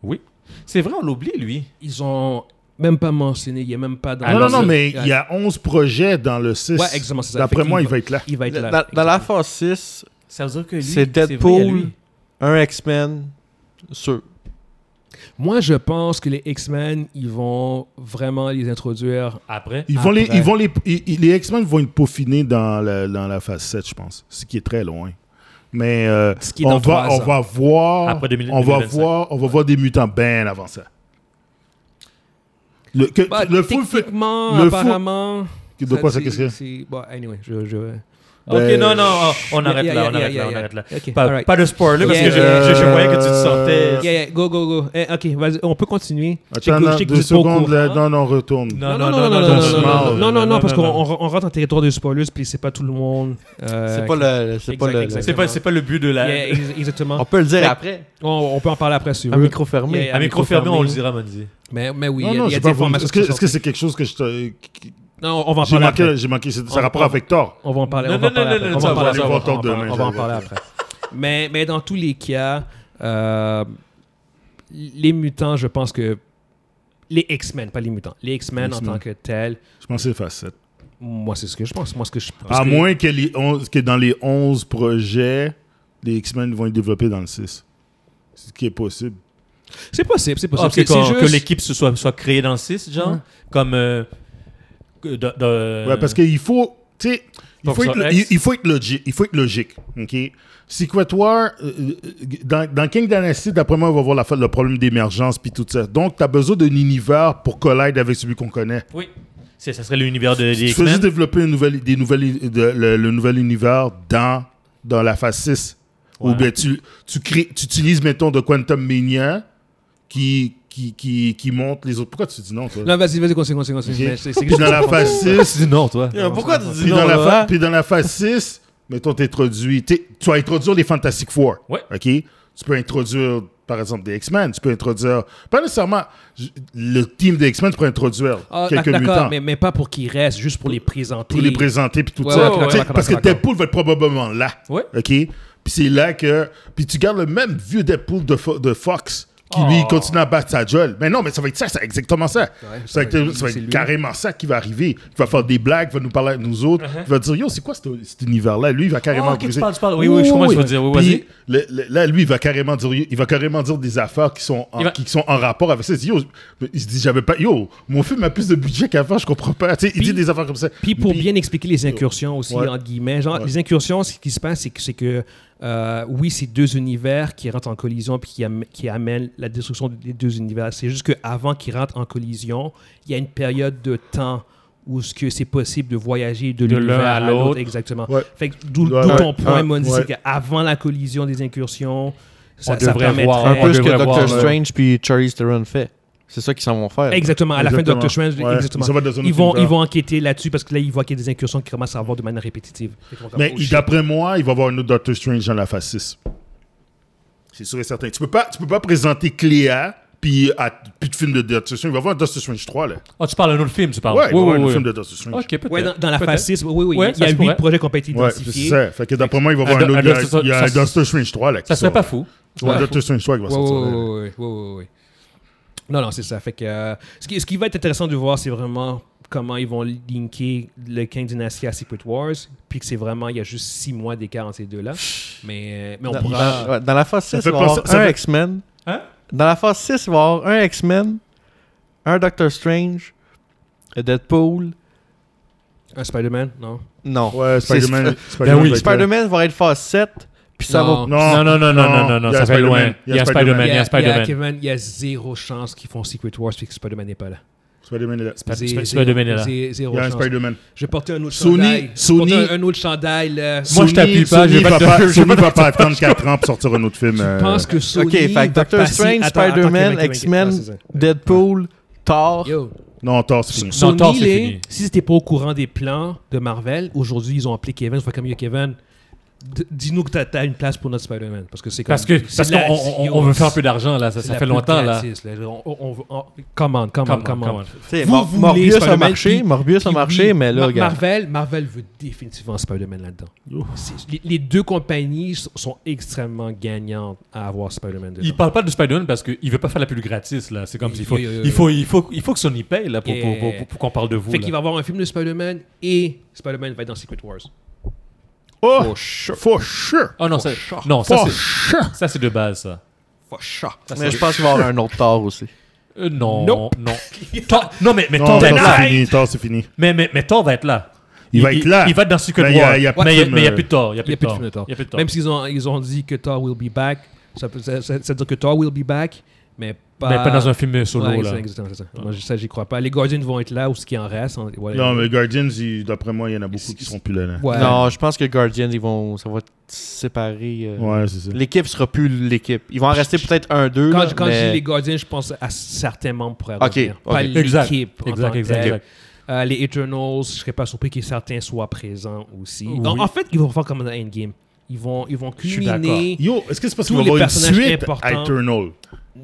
D: Oui. C'est vrai, on l'oublie, lui.
A: Ils ont même pas mentionné, il n'y a même pas dans
D: Ah,
B: non,
D: non,
B: non, non,
D: c'est-
B: mais il y a 11 projets dans le 6.
A: Ouais, exactement, c'est ça.
B: D'après
A: Fait qu'il
B: moi, il
A: va-
B: va être là.
A: Ah, Il va être
C: Dans,
A: là.
C: dans- dans la phase 6,
E: Ça veut dire que lui,
C: C'est
E: vrai, il y a
C: Deadpool,
E: lui.
C: un X-Men, sûr.
A: Moi, je pense que les X-Men, ils vont vraiment les introduire.
D: Après,
B: Ils vont les,
A: Après.
B: ils vont les, i- i- les X-Men vont être peaufinés dans la, dans la phase 7, je pense. Ce qui est très loin. Mais euh,
A: Ce qui est
B: on,
A: dans
B: va,
A: trois
B: on
A: ans.
B: va voir.
D: Après 2000-
B: on, va
D: 2025.
B: voir on va voir des mutants bien avant ça. Le, que,
A: Bah,
B: le full fait-
A: techniquement,
B: le full-
A: apparemment.
B: De quoi ça, qu'est-ce que
A: c'est Bon, anyway, je. je...
D: Ok, non, non, oh, on
A: Yeah,
D: arrête
A: yeah,
D: là,
A: yeah,
D: on arrête
A: yeah,
D: là, on
A: yeah.
D: arrête là.
A: Ok,
D: Pas,
A: alright.
D: pas de spoiler, parce
A: Yeah,
D: que je-
B: yeah.
D: je, je voyais que tu te
B: Euh,
D: sentais...
A: Yeah, yeah, go, go, go. Eh, ok, vas-y, on peut continuer. Je sais
B: Attends,
A: que- je
B: non,
A: sais que
B: deux
A: vous êtes pas au
B: secondes. là,
A: courant.
B: non, non, retourne.
A: Non, non, non, non, non, non,
B: non, non,
A: non, non, non, non, non, parce qu'on
D: non.
A: on- on rentre en territoire de spoilers, puis c'est pas tout le monde. euh,
C: C'est pas le. C'est
A: exact,
C: pas le-
A: exact.
D: C'est pas, c'est pas le but de la...
A: Yeah, ex-
C: On
A: exactement.
C: peut le dire après.
A: On, on peut en parler après sur
C: Un micro fermé.
A: Yeah,
D: à micro fermé, on le dira, Mondi.
A: Mais, mais oui,
B: Non,
A: il y a, il y a
B: non, j'ai
A: des
B: pas voulu-
A: informations.
B: Est-ce que
A: qui sont
B: est-ce que c'est quelque chose que je. te-
A: sorties. Non, on va en
B: J'ai
A: parler
B: manqué,
A: après.
B: j'ai manqué. C'est
A: On-
B: ça rapport
A: on-
B: avec Thor.
A: On va en parler.
D: Non,
A: on va en
D: non,
A: parler
D: non,
A: après.
D: non,
A: On va
D: ça
A: en
D: va,
A: parler
D: ça
A: après.
D: va,
A: On va en
B: demain,
A: parler- on
B: ça
A: va en
B: va.
A: parler après. Mais, mais dans tous les cas, euh, les mutants, je pense que. Les X-Men, pas les mutants. Les X-Men en
B: X-Men.
A: tant que tels,
B: Je pense que c'est facette.
A: moi, c'est ce que je pense. Moi, ce que je. parce
B: À
A: que-
B: moins que, les 11 que dans les 11 projets, les X-Men vont être développés dans le 6. C'est Ce qui est possible.
A: C'est possible, c'est possible.
D: Ah,
A: C'est-
D: que,
A: c'est
D: qu'on- que
A: juste-
D: l'équipe se soit, soit créée dans le 6, genre, comme... euh, que de- de-
A: Euh.
B: Ouais, parce qu'il faut. Tu sais, il
D: Pour
B: faut,
D: ça,
B: être, lo-
D: X.
B: il, il faut être logique. Il faut être logique. OK? Secret War, euh, euh, dans, dans King Dynasty, d'après moi, on va voir la, fa- le problème d'émergence puis tout ça. Donc, tu as besoin d'un univers pour collide avec celui qu'on connaît.
D: Oui, C'est- ça serait l'univers de, des
B: Tu peux juste
D: X-Men.
B: développer une nouvelle, des nouvelles, de- le, le nouvel univers dans, dans la phase 6. Ou bien tu, tu, crées, tu utilises, mettons, de Quantum Mania qui, qui, qui, qui monte les autres. Pourquoi tu dis non, toi?
A: Non, vas-y, vas-y, continue, continue. continue.
B: Ok.
A: Mais c'est- c'est
B: Puis
A: juste-
B: dans la phase 6,
D: non, toi.
C: Pourquoi tu dis
B: puis dans, la
C: là?
B: fa- puis dans la phase 6, mettons, t'introduis- t'es- tu vas introduire les Fantastic Four.
D: Ouais.
B: OK? Tu peux introduire, par exemple, des X-Men. Tu peux introduire, pas nécessairement j- le team des X-Men, tu peux introduire
A: Ah,
B: quelques
A: d'ac-
B: mutants.
A: D'accord, mais, mais pas pour qu'ils restent, juste pour les présenter.
B: pour les présenter puis tout
A: Ouais, ouais,
B: ça.
A: ouais,
B: Tu sais,
A: ouais, d'accord,
B: parce que
A: d'accord.
B: Deadpool va être probablement là.
A: Ouais.
B: OK? Puis c'est là que. Puis tu gardes le même vieux Deadpool de, Fo- de Fox qui,
A: Ah.
B: lui, continue à battre sa gueule. Mais non, mais ça va être ça, c'est exactement ça. ça va être, ça va
A: c'est
B: être
A: lui.
B: carrément ça qui va arriver. Il va faire des blagues, il va nous parler à nous autres.
A: Uh-huh.
B: Il va dire Yo, c'est quoi cet, cet univers-là? Lui, il va carrément.
D: Ah, ok, tu
B: briser-
D: parles, tu parles. Oui, oui, je comprends ce que tu veux dire. Oui,
B: Puis,
D: vas-y.
B: le- le- là, lui, il va carrément dire, il va carrément dire des affaires qui sont en,
D: Il va-
B: qui sont en rapport avec ça. Il dit, yo, il se dit, j'avais pas, yo, mon film a plus de budget qu'avant, je comprends pas. Tu sais, il
A: Puis-
B: dit des affaires comme ça.
A: Puis pour bien expliquer les incursions aussi,
B: Ouais.
A: entre guillemets, genre,
B: Ouais.
A: les incursions, ce qui se passe, c'est que, c'est que euh, oui, c'est deux univers qui rentrent en collision puis qui, am- qui amènent la destruction des deux univers. C'est juste qu'avant qu'ils rentrent en collision, il y a une période de temps où ce que c'est possible de voyager de,
D: De l'un
A: l'univers
D: à
A: à
D: l'autre.
A: l'autre. Exactement.
B: Ouais.
A: Fait que d'où
B: Ouais,
A: d'où
B: ouais.
A: ton point,
B: Ouais,
A: Monzi,
B: ouais.
A: c'est qu'avant la collision des incursions, ça,
D: On
A: ça
D: devrait
A: permettrait-
D: voir
C: Un
D: On
C: peu ce que
D: devrait voir,
C: Doctor
D: là.
C: Strange puis Charlie Theron fait. C'est ça qu'ils s'en vont faire.
A: Exactement, à la fin de Doctor
B: Exactement.
A: Strange,
B: Ouais.
A: exactement.
B: Ça va dans un
A: Ils
B: autre
A: vont,
B: univers.
A: ils vont enquêter là-dessus parce que là, ils voient qu'il y a des incursions qui commencent à avoir de manière répétitive.
B: Mais il- d'après moi, il va y avoir un autre Doctor Strange dans la phase 6. C'est sûr et certain. Tu peux pas, tu peux pas présenter Cléa puis à- puis de film de Doctor Strange. Il va y avoir un Doctor Strange 3, là.
D: Ah, tu parles d'un autre film, tu parles.
B: Ouais, il va y avoir
D: oui,
B: un
D: oui.
B: film de Doctor Strange.
D: Ok, peut-être.
A: Ouais, dans, dans la
D: Peut-être.
A: phase 6, oui, oui,
D: Ouais,
A: il y a
D: ça se
A: 8
D: pourrait.
A: projets qui ont été
B: Ouais,
A: identifiés.
B: c'est ça. Fait que d'après moi, il va y avoir
D: Un
B: un
D: do-
B: autre.
D: un
B: Il y a-
D: Doctor-
B: il y a un
D: ça-
B: Doctor Strange 3, là. qui
D: Ça serait
B: sort,
D: pas
B: là.
D: fou.
B: Il y a un Doctor Strange 3 qui va
A: Ouais,
B: sortir.
A: ouais,
B: là.
A: ouais, ouais, ouais, ouais, ouais. Non, non, c'est ça. Fait que, euh, ce, qui, ce qui va être intéressant de voir, c'est vraiment comment ils vont linker le King Dynasty à Secret Wars, puis que c'est vraiment, il y a juste 6 mois d'écart entre ces deux-là. Mais, euh, mais on
C: Dans,
A: pourra...
C: dans- ouais, dans la phase 6,
B: Ça
C: il
B: fait
C: va y avoir
B: penser- ça
C: un
B: fait-
C: X-Men.
D: Hein?
C: Dans la phase 6, il va y avoir un X-Men, un Doctor Strange, un Deadpool.
A: Un Spider-Man, non?
C: Non.
B: Ouais,
C: C'est-
B: Spider-Man.
D: Ben oui,
B: va être euh, là.
C: Spider-Man va être phase 7, puis ça
A: Non.
C: va.
D: Non, non, non, non, non, non, non,
B: il y a
D: ça fait
B: Spider-Man,
D: loin. Il y a Spider-Man, il y a Spider-man.
A: Kevin, il y a zéro chance qu'ils font Secret Wars puis que Spider-Man n'est pas là.
B: Spider-Man est là.
A: Zé-
D: Sp-
A: zéro-
D: Spider-Man est là.
A: zé-
B: Il
A: Zéro
B: y a un
A: chance.
B: Spider-Man.
A: Je vais porter un autre
B: Sony-
A: chandail. Je
B: Sony-
A: vais porter un, un autre chandail. euh, là.
D: Moi, je t'appuie pas, je vais
B: Sony
D: pas
B: va
D: te-
B: pas,
D: je vais
B: Sony
D: pas te-
B: va pas attendre 4 ans pour sortir un autre film.
A: Je
B: euh,
A: pense que Sony
C: Ok, fait
A: va
C: que Doctor
A: passer-
C: Strange,
A: Attends, attends, Kevin, Kevin,
C: Spider-Man,
A: Kevin. Ah, c'est
C: X-Men,
A: ça.
C: Deadpool, Thor.
A: Yo.
B: Non, Thor, c'est fini.
A: Sony,
D: Thor, c'est
A: les-
D: fini.
A: si c'était pas au courant des plans de Marvel, aujourd'hui, ils ont appelé Kevin. Je vois comme il y a Kevin. d- Dis-nous que t'as- t'as une place pour notre Spider-Man. Parce que c'est comme-
D: Parce que
A: c'est
D: parce
A: la- E
D: qu'on on- on- on veut faire un peu d'argent là, ça,
A: c'est
D: ça
A: la
D: fait
A: plus
D: longtemps là.
A: gratis, là. Je veux dire, On, on, on, come on, come on,
D: Come on,
A: come on.
D: come on.
C: Tu sais,
A: Vous
C: Mor-
A: voulez
C: Morbius a
A: Spider-Man,
C: marché,
A: puis-
C: Morbius a
A: Puis
C: marché,
A: oui,
C: mais là,
A: Ma-
C: regarde.
A: Marvel, Marvel veut définitivement Spider-Man là-dedans. C'est- Les, les deux compagnies s- sont extrêmement gagnantes à avoir Spider-Man dedans.
D: Il parle pas de Spider-Man parce qu'il veut pas faire la pub gratis là. C'est comme s'il faut,
A: Oui, oui, oui,
D: il faut, il faut, il faut que Sony paye là pour,
A: Yeah.
D: pour, pour, pour- pour qu'on parle de vous.
A: Fait
D: là.
A: qu'il va avoir un film de Spider-Man et Spider-Man va être dans Secret Wars.
B: Oh,
C: For sure.
B: for sure.
D: Oh non, ça,
C: sure.
D: non ça,
B: For
D: c'est,
B: sure.
D: ça c'est de base, ça. Ça,
C: Mais
D: c'est-
C: je pense qu'il va y avoir un autre tort aussi.
D: Euh, non,
A: Nope.
D: non. Thor- non, mais, mais
B: Non,
D: Thor va
B: Thor,
D: être là.
B: c'est fini. Thor, c'est fini.
D: Mais, mais, mais Thor va être là.
B: Il va être là.
D: Il va être dans Secret
B: Mais il y a-
D: War.
B: il y a plus de-
D: mais il n'y a plus de Thor. Il n'y a
A: Il n'y a
D: plus
A: plus de film
D: de
A: de Thor.
D: Thor. Il y a plus de Thor.
A: Même s'ils ont, ils ont dit que Thor will be back, ça, peut- ça, ça- ça veut dire que Thor will be back, mais pas,
D: Mais pas dans un film solo,
A: Ouais,
D: là.
A: c'est Exactement, c'est ça. Moi, je- ça, j'y crois pas. Les Guardians vont être là ou ce qui en reste. on- voilà.
B: Non, mais Guardians, il- d'après moi, il y en a beaucoup qui sont plus là. là.
A: Ouais.
C: Non, je pense que Guardians, ils vont, ça va être séparé. euh,
B: Ouais, c'est ça.
C: L'équipe sera plus l'équipe. Ils vont en rester peut-être un, deux.
A: Quand,
C: là,
A: je- quand je
C: mais-
A: dis les Guardians, je pense à certains membres pourraient
C: Ok,
A: revenir. Pas
C: ok.
D: Exact,
A: l'équipe. en tant
D: Exact,
A: que
D: exact,
A: telle.
D: exact.
A: Euh, les Eternals, je serais pas surpris que certains soient présents aussi.
D: Oui.
A: En, en fait, ils vont faire comme dans Endgame. Ils vont, ils vont
D: Je suis d'accord.
A: culminer.
B: Yo, est-ce que c'est parce
A: Tous
B: qu'il va y
A: les
B: avoir une
A: personnages
B: suite à
A: importants.
B: Eternal?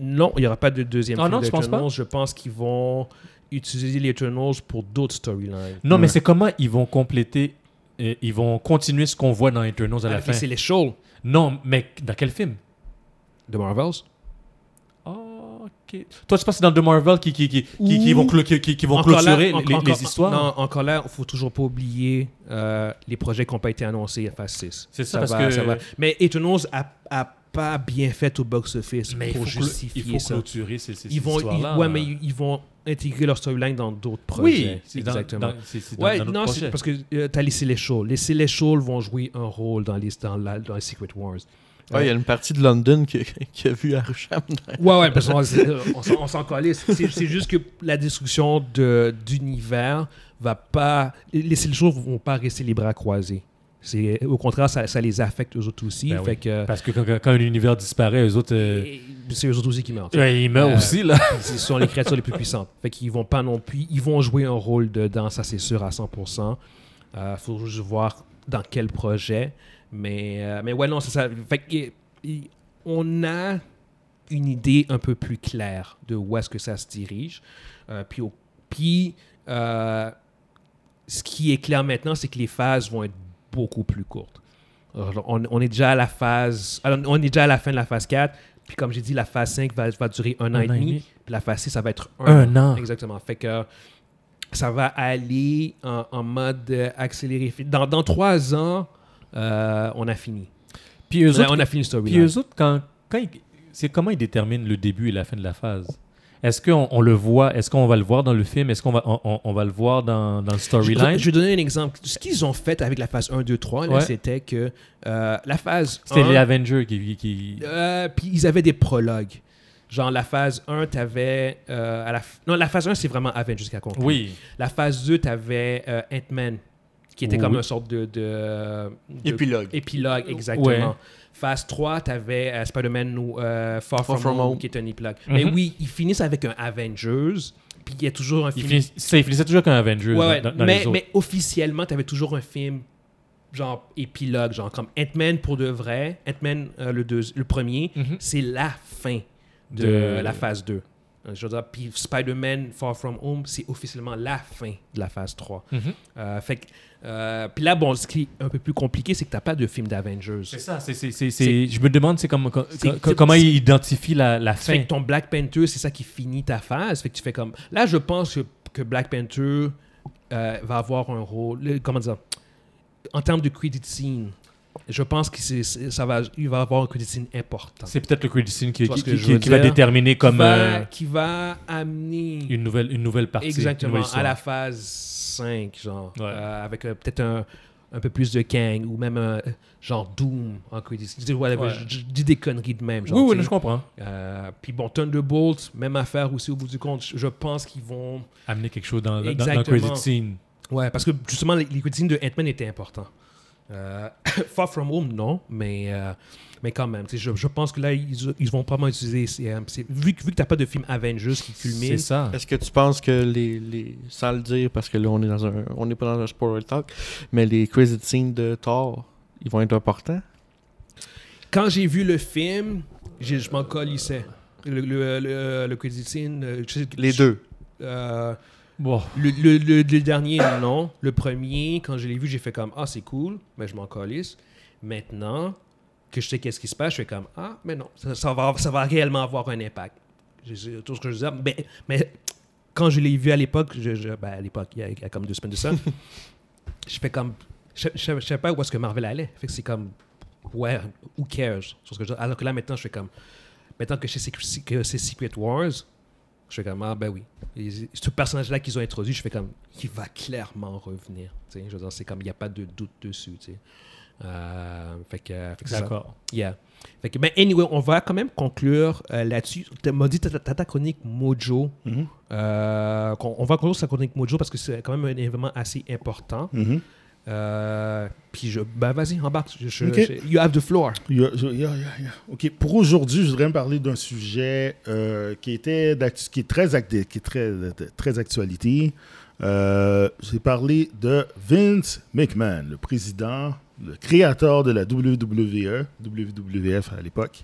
A: Non, il n'y aura pas de deuxième
D: Ah
A: film
D: non,
A: de
D: tu penses pas?
A: Eternals. Je pense qu'ils vont utiliser les Eternals pour d'autres storylines.
D: Non, mais
B: Ouais.
D: c'est comment ils vont compléter, et ils vont continuer ce qu'on voit dans Eternals à la
A: Avec
D: fin.
A: Ah, les Celestials
D: Non, mais dans quel film
A: de Marvels.
D: Oh, ok. Toi, tu penses que c'est dans The Marvel qui, qui, qui, qui, qui
A: Ouh.
D: vont, clo- qui, qui- qui vont
A: Encore là,
D: clôturer
A: en-
D: les,
A: encore-
D: les histoires
A: Non, encore là, il faut toujours pas oublier euh, les projets qui n'ont pas été annoncés à phase 6.
D: C'est ça, parce
A: va,
D: que-
A: va. Mais Eternals a, a pas bien fait au box-office
D: Mais il
A: pour
D: faut, clo-
A: justifier
D: il faut
A: ça.
D: clôturer ces, ces- ces
A: Ils vont, ils-
D: histoires-là.
A: ouais, mais ils, ils vont intégrer leur storyline dans d'autres
D: Oui,
A: projets.
D: c'est dans-
A: exactement.
D: dans- c'est- c'est dans-
A: ouais,
D: dans notre
A: non,
D: projet.
A: c'est parce que euh, t'as les Celestials. Les Celestials vont jouer un rôle dans les, dans la- dans les Secret Wars.
C: Ouais, il y a une partie de London qui, qui a vu Arusham.
A: Ouais, ouais, parce qu'on euh, on s'en- on s'en calisse. C'est c'est juste que la destruction de- d'univers va pas. Les Celestials vont pas rester les bras croisés. C'est- Au contraire, ça, ça les affecte eux autres aussi.
D: Ben oui.
A: fait que,
D: Parce que quand, quand- quand un univers disparaît, eux autres, euh,
A: et- c'est eux autres aussi qui meurent.
D: ouais, ils meurent
A: Euh,
D: aussi, là.
A: Ce sont les créatures les plus puissantes. Fait qu'ils vont pas non plus. Ils vont jouer un rôle dedans, ça c'est sûr à 100%. Euh, faut juste voir dans quel projet. Mais, euh, mais ouais, non, c'est ça. Fait que, et- et on a une idée un peu plus claire de où est-ce que ça se dirige. Euh, puis, au- puis euh, ce qui est clair maintenant, c'est que les phases vont être beaucoup plus courtes. Alors, On, on est déjà à la phase, alors, on est déjà à la fin de la phase 4. Puis comme j'ai dit, la phase 5 va, va durer un, an et demi. Puis la phase 6, ça va être un,
D: Un an.
A: Exactement. Fait que ça va aller en, en mode euh, accéléré. Dans, dans trois ans, euh, on a fini.
D: Puis eux
A: On a,
D: autres,
A: on a fini le
D: puis
A: storyline.
D: eux autres quand, quand ils- c'est comment ils déterminent le début et la fin de la phase Est-ce qu'on on le voit Est-ce qu'on va le voir dans le film Est-ce qu'on va, on, on- on va le voir dans, dans le storyline
A: Je vais donner un exemple. Ce qu'ils ont fait avec la phase 1, 2, 3, là,
D: Ouais.
A: c'était que euh, la phase
D: C'était
A: 1,
D: les Avengers qui. qui-
A: euh, puis ils avaient des prologues. Genre la phase 1, t'avais... Euh, à la f- Non, la phase 1, c'est vraiment Avengers jusqu'à conclure.
D: Oui.
A: La phase 2, t'avais euh, Ant-Man, qui était comme
D: Oui.
A: une sorte de... de- de-
C: Épilogue.
A: Épilogue, exactement.
D: Ouais.
A: Phase 3, t'avais avais Spider-Man ou euh, Far, From,
C: From
A: Home,
C: Home.
A: qui est un épilogue.
D: Mhm.
A: Mais oui, ils finissent avec un Avengers, puis il y a toujours un
D: Il
A: film
D: finissait, ça, il finissait toujours comme Avengers.
A: Ouais,
D: dans-
A: ouais.
D: euh, dans- dans
A: mais,
D: les autres.
A: mais officiellement, tu avais toujours un film genre épilogue, genre comme Ant-Man pour de vrai. Ant-Man, euh, le, deux- le premier,
D: Mhm.
A: c'est la fin de,
D: De-
A: la phase 2. Euh, Je veux dire, puis Spider-Man Far From Home, c'est officiellement la fin de la phase 3.
D: Mhm.
A: Euh, fait que, euh, puis là, bon, ce qui est un peu plus compliqué, c'est que t'as pas de film d'Avengers.
D: C'est ça, c'est, c'est, c'est,
A: C'est-
D: je me demande c'est comme, co-
A: C'est-
D: co-
A: c'est-
D: comment
A: c'est-
D: il identifie la, la
A: Fait
D: fin.
A: que ton Black Panther, c'est ça qui finit ta phase. Fait que tu fais comme. Là, je pense que, que Black Panther euh, va avoir un rôle. le- Comment dire En termes de credit scene, je pense que c'est- c'est- ça va, il va avoir un credit scene important.
D: C'est peut-être le credit scene qui,
A: Tu vois
D: qui-
A: ce que
D: qui-
A: je veux
D: qui va
A: dire?
D: déterminer comme
A: qui, va,
D: euh,
A: qui va amener
D: une, nouvelle, une nouvelle partie. une
A: exactement
D: nouvelle histoire.
A: à la phase 5, genre.
D: Ouais.
A: euh, avec euh, peut-être un, un peu plus de Kang ou même un, genre Doom en credit scene. Je dis, whatever,
D: Ouais.
A: je- je dis des conneries de même. Genre,
D: Oui, oui,
A: tu sais.
D: je comprends.
A: Euh, puis bon, Thunderbolt, même affaire aussi au bout du compte. Je, je pense qu'ils vont.
D: Amener quelque chose dans, dans, dans le
A: Exactement.
D: credit scene.
A: Ouais, parce que justement, les, les cuisines de Ant-Man étaient importants. Euh, Far From Home, non, mais, euh, mais quand même. Tu sais, Je, je pense que là, ils, ils vont probablement utiliser. c'est, euh, c'est- vu, que- vu que t'as pas de film Avengers qui
D: C'est
A: culmine.
D: ça.
C: Est-ce que tu penses que les, les. Sans le dire, parce que là, on est dans un. On n'est pas dans un spoiler talk, mais les credit scenes de Thor, ils vont être importants.
A: Quand j'ai vu le film, j'ai- je m'en colissais. Le, le, le, le credit scene, euh, je sais-
C: Les
A: je-
C: deux.
A: euh,
D: Bon.
A: le, le- le- le dernier, non. Le premier, quand je l'ai vu, j'ai fait comme Ah, c'est cool, mais je m'en calisse. Maintenant que je sais qu'est-ce qui se passe, je fais comme Ah, mais non, ça, ça va, ça va réellement avoir un impact. Je- C'est tout ce que je disais. Mais, mais quand je l'ai vu à l'époque, je, je- ben, à l'époque, il y, a, il y a comme deux semaines de ça, je fais comme je je- je savais pas où est-ce que Marvel allait. Fait que c'est comme, ouais, who cares? Sur ce que je- Alors que là, maintenant, je fais comme, maintenant que c'est Secret, que c'est Secret Wars, je fais comme, ah ben oui. Et ce personnage-là qu'ils ont introduit, je fais comme, il va clairement revenir. Tu sais, je veux dire, c'est comme, il n'y a pas de doute dessus. tu sais. Euh, fait que, fait que c'est ça.
D: D'accord.
A: Yeah. Fait que, ben, anyway, on va quand même conclure euh, là-dessus. Tu m'as dit, t'as t'as ta chronique Mojo.
B: Mm-hmm,
A: Euh, qu'on- on va conclure sa chronique Mojo parce que c'est quand même un événement assez important.
B: Mhm.
A: Euh, puis, je, ben, vas-y, embarque. Je- je-
B: Ok.
A: je- you have the floor.
B: Yeah, yeah, yeah, yeah. Ok, pour aujourd'hui, je voudrais me parler d'un sujet euh, qui était d'actu- qui est très actu- qui est très très actualité. Euh, J'ai parlé de Vince McMahon, le président, le créateur de la E, WWE, WWF à l'époque.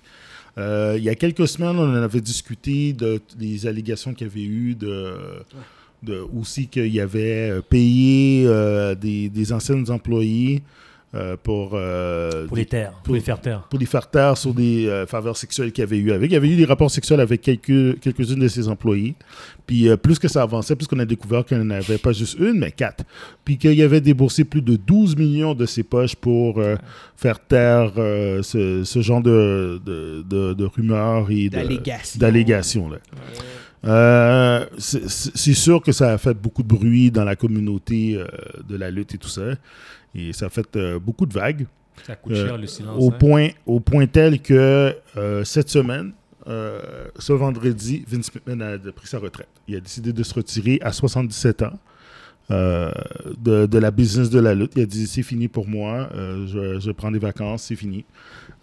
B: Euh, il y a quelques semaines, on en avait discuté de t- les allégations qu'il y avait eu de, de- aussi qu'il y avait euh, payé euh, des, des anciennes employés euh, pour, euh,
D: Pour
B: des-
D: les terres, pour
B: pour-
D: les faire taire.
B: pour les faire taire sur des euh, faveurs sexuelles qu'il avait eu avec. Il avait eu des rapports sexuels avec quelques- quelques-unes de ses employés. Puis euh, plus que ça avançait, plus qu'on a découvert qu'il n'y en avait pas juste une, mais quatre. Puis qu'il y avait déboursé plus de 12 millions de ses poches pour euh, faire taire euh, ce, ce genre de, de, de- de rumeurs et de-
A: D'allégations.
B: d'allégations, là. Euh, c'est- c'est c'est sûr que ça a fait beaucoup de bruit dans la communauté euh, de la lutte et tout ça. Et ça a fait euh, beaucoup de vagues
D: Ça coûte
B: Euh,
D: cher le silence.
B: au
D: hein.
B: point, au point tel que euh, cette semaine, euh, ce vendredi, Vince McMahon a pris sa retraite. Il a décidé de se retirer à 77 ans euh, de, de la business de la lutte. Il a dit c'est fini pour moi, euh, je, je prends des vacances, c'est fini.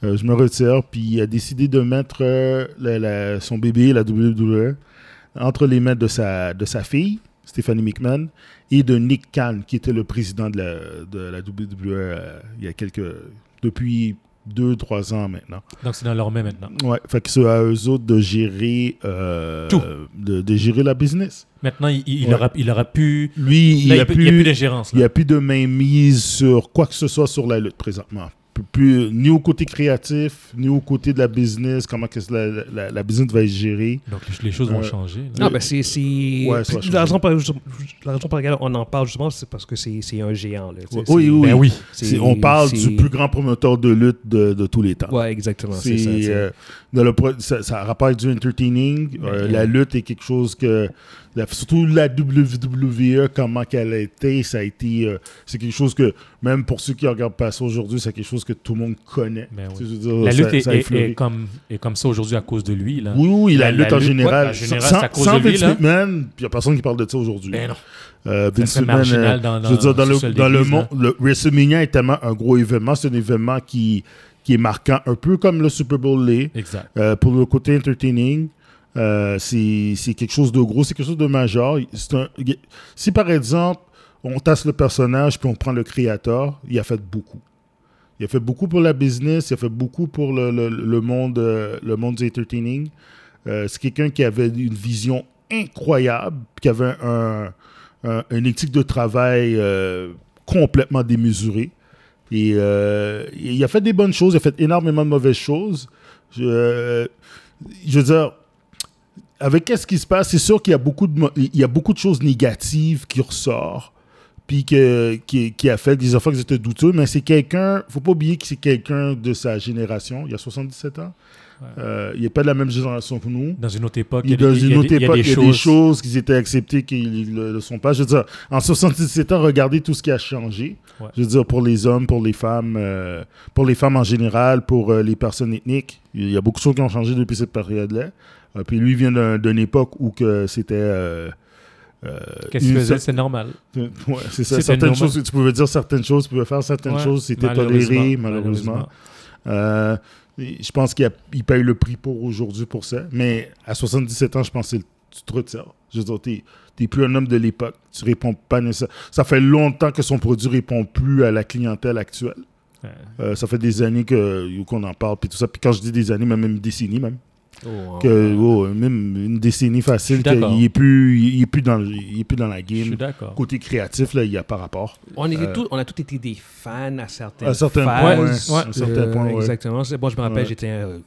B: Euh, je me retire. Puis il a décidé de mettre euh, la- la- son bébé, la WWE, entre les mains de sa, de sa fille, Stephanie McMahon, et de Nick Khan, qui était le président de la, de la WWE euh, il y a quelques, depuis deux, trois ans maintenant.
D: Donc c'est dans leur main maintenant.
B: Ouais, fait que c'est à eux autres de gérer, euh,
D: Tout.
B: De, de gérer la business.
D: Maintenant, il, il
B: Ouais.
D: aura, il aura pu.
B: Lui, il
D: Là,
B: n'y
D: il
B: a,
D: peut-
B: plus-
D: il y a plus d'ingérence.
B: il y
D: là.
B: a plus de mainmise sur quoi que ce soit sur la lutte présentement. Plus- plus- ni au côté créatif, ni au côté de la business, comment que la, la- la business va être gérée.
D: Donc les, les choses vont
B: Euh,
D: changer. là.
A: Non, ben c'est. c'est-
B: Ouais, ça va
A: puis
B: changer.
A: la, raison pour, la raison pour laquelle on en parle justement, c'est parce que c'est c'est un géant. Là, tu sais,
B: Oui,
A: c'est-
B: oui, oui.
D: Ben oui.
A: c'est-
B: C'est- on parle
A: c'est-
B: du plus grand promoteur de lutte de, de tous les temps.
A: Ouais, exactement. C'est ça. tu
B: C'est
A: sais.
B: euh, dans le pro- ça, ça a rapport avec du entertaining. Euh,
A: Ouais.
B: La lutte est quelque chose que la- surtout la WWE comment qu'elle a été, ça a été euh, c'est quelque chose que même pour ceux qui regardent pas ça aujourd'hui, c'est quelque chose que tout le monde connaît.
D: Ben oui.
B: Tu sais, je veux dire,
D: La
B: ça-
D: lutte est,
B: ça a
D: est-
B: effleuré.
D: est comme, est comme ça aujourd'hui à cause de lui. Là.
B: Oui, oui, la,
D: La-
B: lutte
D: la
B: en
D: lutte,
B: général.
D: ouais, en général,
B: sans
D: c'est à cause
B: sans
D: de lui,
B: Vince
D: là.
B: McMahon, il n'y a personne qui parle de ça aujourd'hui.
D: Ben non.
B: Euh, Vince
D: serait
B: McMahon,
D: marginal
B: euh,
D: dans- dans-
B: je veux dire, dans
D: sur
B: le,
D: seul
B: dans le
D: d'église,
B: monde, le WrestleMania est tellement un gros événement. C'est un événement qui, qui est marquant, un peu comme le Super Bowl l'est.
D: Exact.
B: Euh, pour le côté entertaining, euh, c'est c'est quelque chose de gros, c'est quelque chose de majeur. C'est un- si par exemple, on tasse le personnage puis on prend le créateur, il a fait beaucoup. Il a fait beaucoup pour la business, il a fait beaucoup pour le, le- le monde, euh, le monde du entertaining. Euh, c'est quelqu'un qui avait une vision incroyable, puis qui avait un, un- Euh, une éthique de travail euh, complètement démesurée. Et euh, il a fait des bonnes choses, il a fait énormément de mauvaises choses. Je, euh, je veux dire, avec qu'est-ce qui se passe, c'est sûr qu'il y a beaucoup de, mo- il y a beaucoup de choses négatives qui ressortent, puis que, qui, qui affectent des enfants qui étaient douteux, mais c'est quelqu'un, faut pas oublier que c'est quelqu'un de sa génération, il y a 77 ans. Euh, il n'est pas de la même génération que nous.
D: Dans une autre époque,
B: Il
D: il y
B: est
D: a des-
B: dans
D: il y
B: une
D: a
B: autre
D: des- il y a
B: époque,
D: des
B: il y a des
D: choses.
B: choses qui étaient acceptées qui ne le sont pas. Je veux dire, en 77 ans, regardez tout ce qui a changé.
D: Ouais.
B: Je veux dire, pour les hommes, pour les femmes, euh, pour les femmes en général, pour euh, les personnes ethniques. Il y a beaucoup de choses qui ont changé depuis cette période-là. Euh, puis lui vient d'un- d'une époque où que c'était... euh, euh,
D: Qu'est-ce qu'il
B: une
D: faisait
B: cer-
D: C'est normal.
B: Ouais, c'est ça.
D: C'était
B: Certaines
D: normal.
B: choses, tu pouvais dire certaines choses, tu pouvais faire certaines
D: Ouais.
B: choses, c'était toléré, malheureusement. Euh, et je pense qu'il a- il paye le prix pour aujourd'hui pour ça. Mais à 77 ans, je pense que c'est le- tu te retires. Je veux dire, t'es- t'es plus un homme de l'époque. Tu réponds pas nécessairement. Ça fait longtemps que son produit répond plus à la clientèle actuelle.
D: Ouais.
B: Euh, ça fait des années que- qu'on en parle, puis tout ça. Puis quand je dis des années, même une décennie, même.
A: Oh,
B: Que, oh, même une décennie facile,
D: Je suis d'accord.
B: qu'il est plus, il est plus dans, le- il est plus dans la
D: Je suis
B: game.
D: d'accord.
B: Côté créatif, là, il n'y a pas rapport.
A: On, était
B: Euh,
A: tous- on a tous été des fans à certaines
B: À certains
A: phases.
B: points, ouais. À certains points, ouais.
D: euh,
A: Euh, Exactement. C'est- Bon, je me rappelle,
B: Ouais.
A: j'étais euh,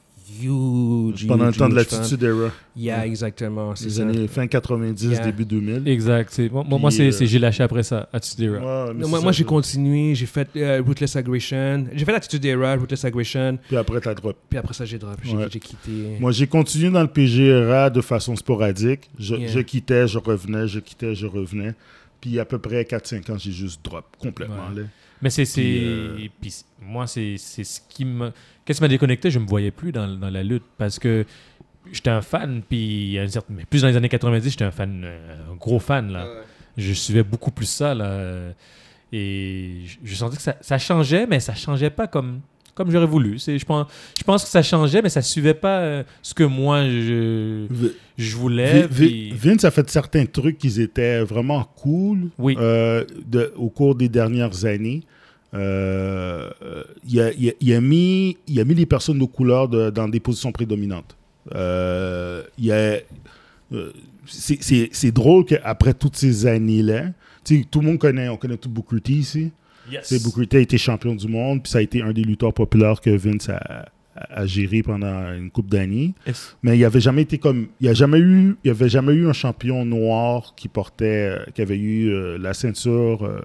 A: huge.
B: Pendant le
A: huge,
B: temps de
A: huge fan.
B: l'attitude era.
A: Yeah, exactement. C'est
B: Les
A: ça.
B: années fin 90,
A: Yeah.
B: début 2000.
E: Exact. c'est- Moi, moi,
B: Puis,
E: moi, c'est
B: euh,
E: c'est- j'ai lâché après ça, à Tudera.
B: Ouais, mais
A: Non,
B: c'est
A: moi,
B: ça,
A: moi, j'ai
B: je-
A: continué, j'ai fait euh, Ruthless Aggression, j'ai fait l'attitude era, Ruthless Aggression,
B: Puis après, t'as drop.
A: puis après ça j'ai drop, j'ai
B: Ouais.
A: j'ai quitté.
B: Moi, j'ai continué dans le PGRA de façon sporadique. Je,
A: Yeah.
B: je quittais, je revenais, je quittais, je revenais. Puis à peu près 4-5 ans, j'ai juste drop complètement.
D: Ouais.
B: là.
D: Mais c'est. c'est-
B: Puis, euh,
D: puis c- moi, c'est c'est ce qui me. Qu'est-ce qui m'a déconnecté Je me voyais plus dans, dans la lutte parce que j'étais un fan, puis à une certaine- mais plus dans les années 90, j'étais un fan, euh, un gros fan, là. Je suivais beaucoup plus ça, là. euh, Et je- je sentais que ça, ça changeait, mais ça changeait pas comme. Comme j'aurais voulu. C'est- Je pense, je pense que ça changeait, mais ça suivait pas euh, ce que moi je,
B: V-
D: je
A: Eh
D: voulais.
B: Vi-
D: puis-
B: Vi- Vince a fait certains trucs qui étaient vraiment cool
D: Oui.
B: euh, de- au cours des dernières années. Euh, euh, il, a, il a- il a mis, il a mis les personnes de couleur de- dans des positions prédominantes. Euh, il a- euh, c'est- c'est c'est drôle qu'après toutes ces années-là, tu sais, tout le monde connaît, on connaît tout Booker T ici. Tu sais, Booker T a été champion du monde, puis ça a été un des lutteurs populaires que Vince a, a- a géré pendant une couple d'années.
C: Est-ce-
B: Mais il avait jamais été comme, il a jamais eu, il y avait jamais eu un champion noir qui portait, euh, qui avait eu euh, la ceinture, euh,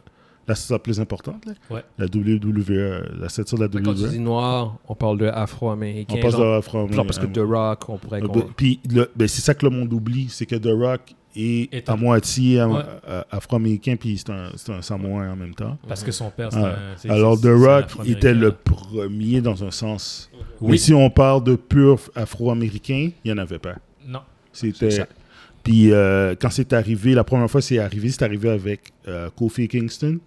B: la ceinture plus importante, là.
D: Ouais.
B: la WWE, euh, la ceinture de la
A: Quand tu
B: WWE.
A: dis noir, on parle de afro-américain.
B: On passe
A: genre,
B: de From- euh,
A: genre parce que The Rock, on pourrait. qu'on-
B: Puis le- ben, c'est ça que le monde oublie, c'est que The Rock est,
D: Est
B: à
D: un-
B: moitié euh,
D: Ouais.
B: euh, afro-américain, puis c'est un, c'est un Samoan en même temps.
D: Parce que son père, c'est
B: Ah,
D: un- c'est-
B: Alors, The
D: c'est- c'est un
B: Rock
D: Afro-Américain,
B: était le
D: là.
B: premier dans un sens.
D: Oui.
B: Mais si on parle de pur afro-américain, il n'y en avait pas.
D: Non.
B: C'était. Puis euh, quand c'est arrivé, la première fois c'est arrivé, c'est arrivé avec euh, Kofi Kingston.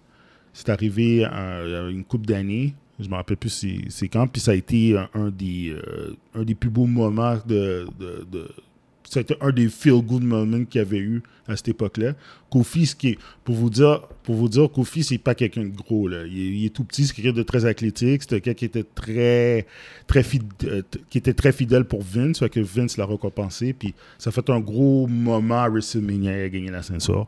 B: C'est arrivé en- une coupe d'années. Je me rappelle plus c'est- c'est quand. Puis ça a été un, un des, euh, un des plus beaux moments de. de, de ça a été un des feel-good moments qu'il y avait eu à cette époque-là. Kofi, ce qui est, pour vous dire, pour vous dire, Kofi, c'est pas quelqu'un de gros, là. Il est, il est tout petit, c'est quelqu'un de très athlétique, c'est quelqu'un qui était très, très fid- euh, t- qui était très fidèle pour Vince, soit que Vince l'a récompensé, puis ça a fait un gros moment à WrestleMania, il a gagné la ceinture.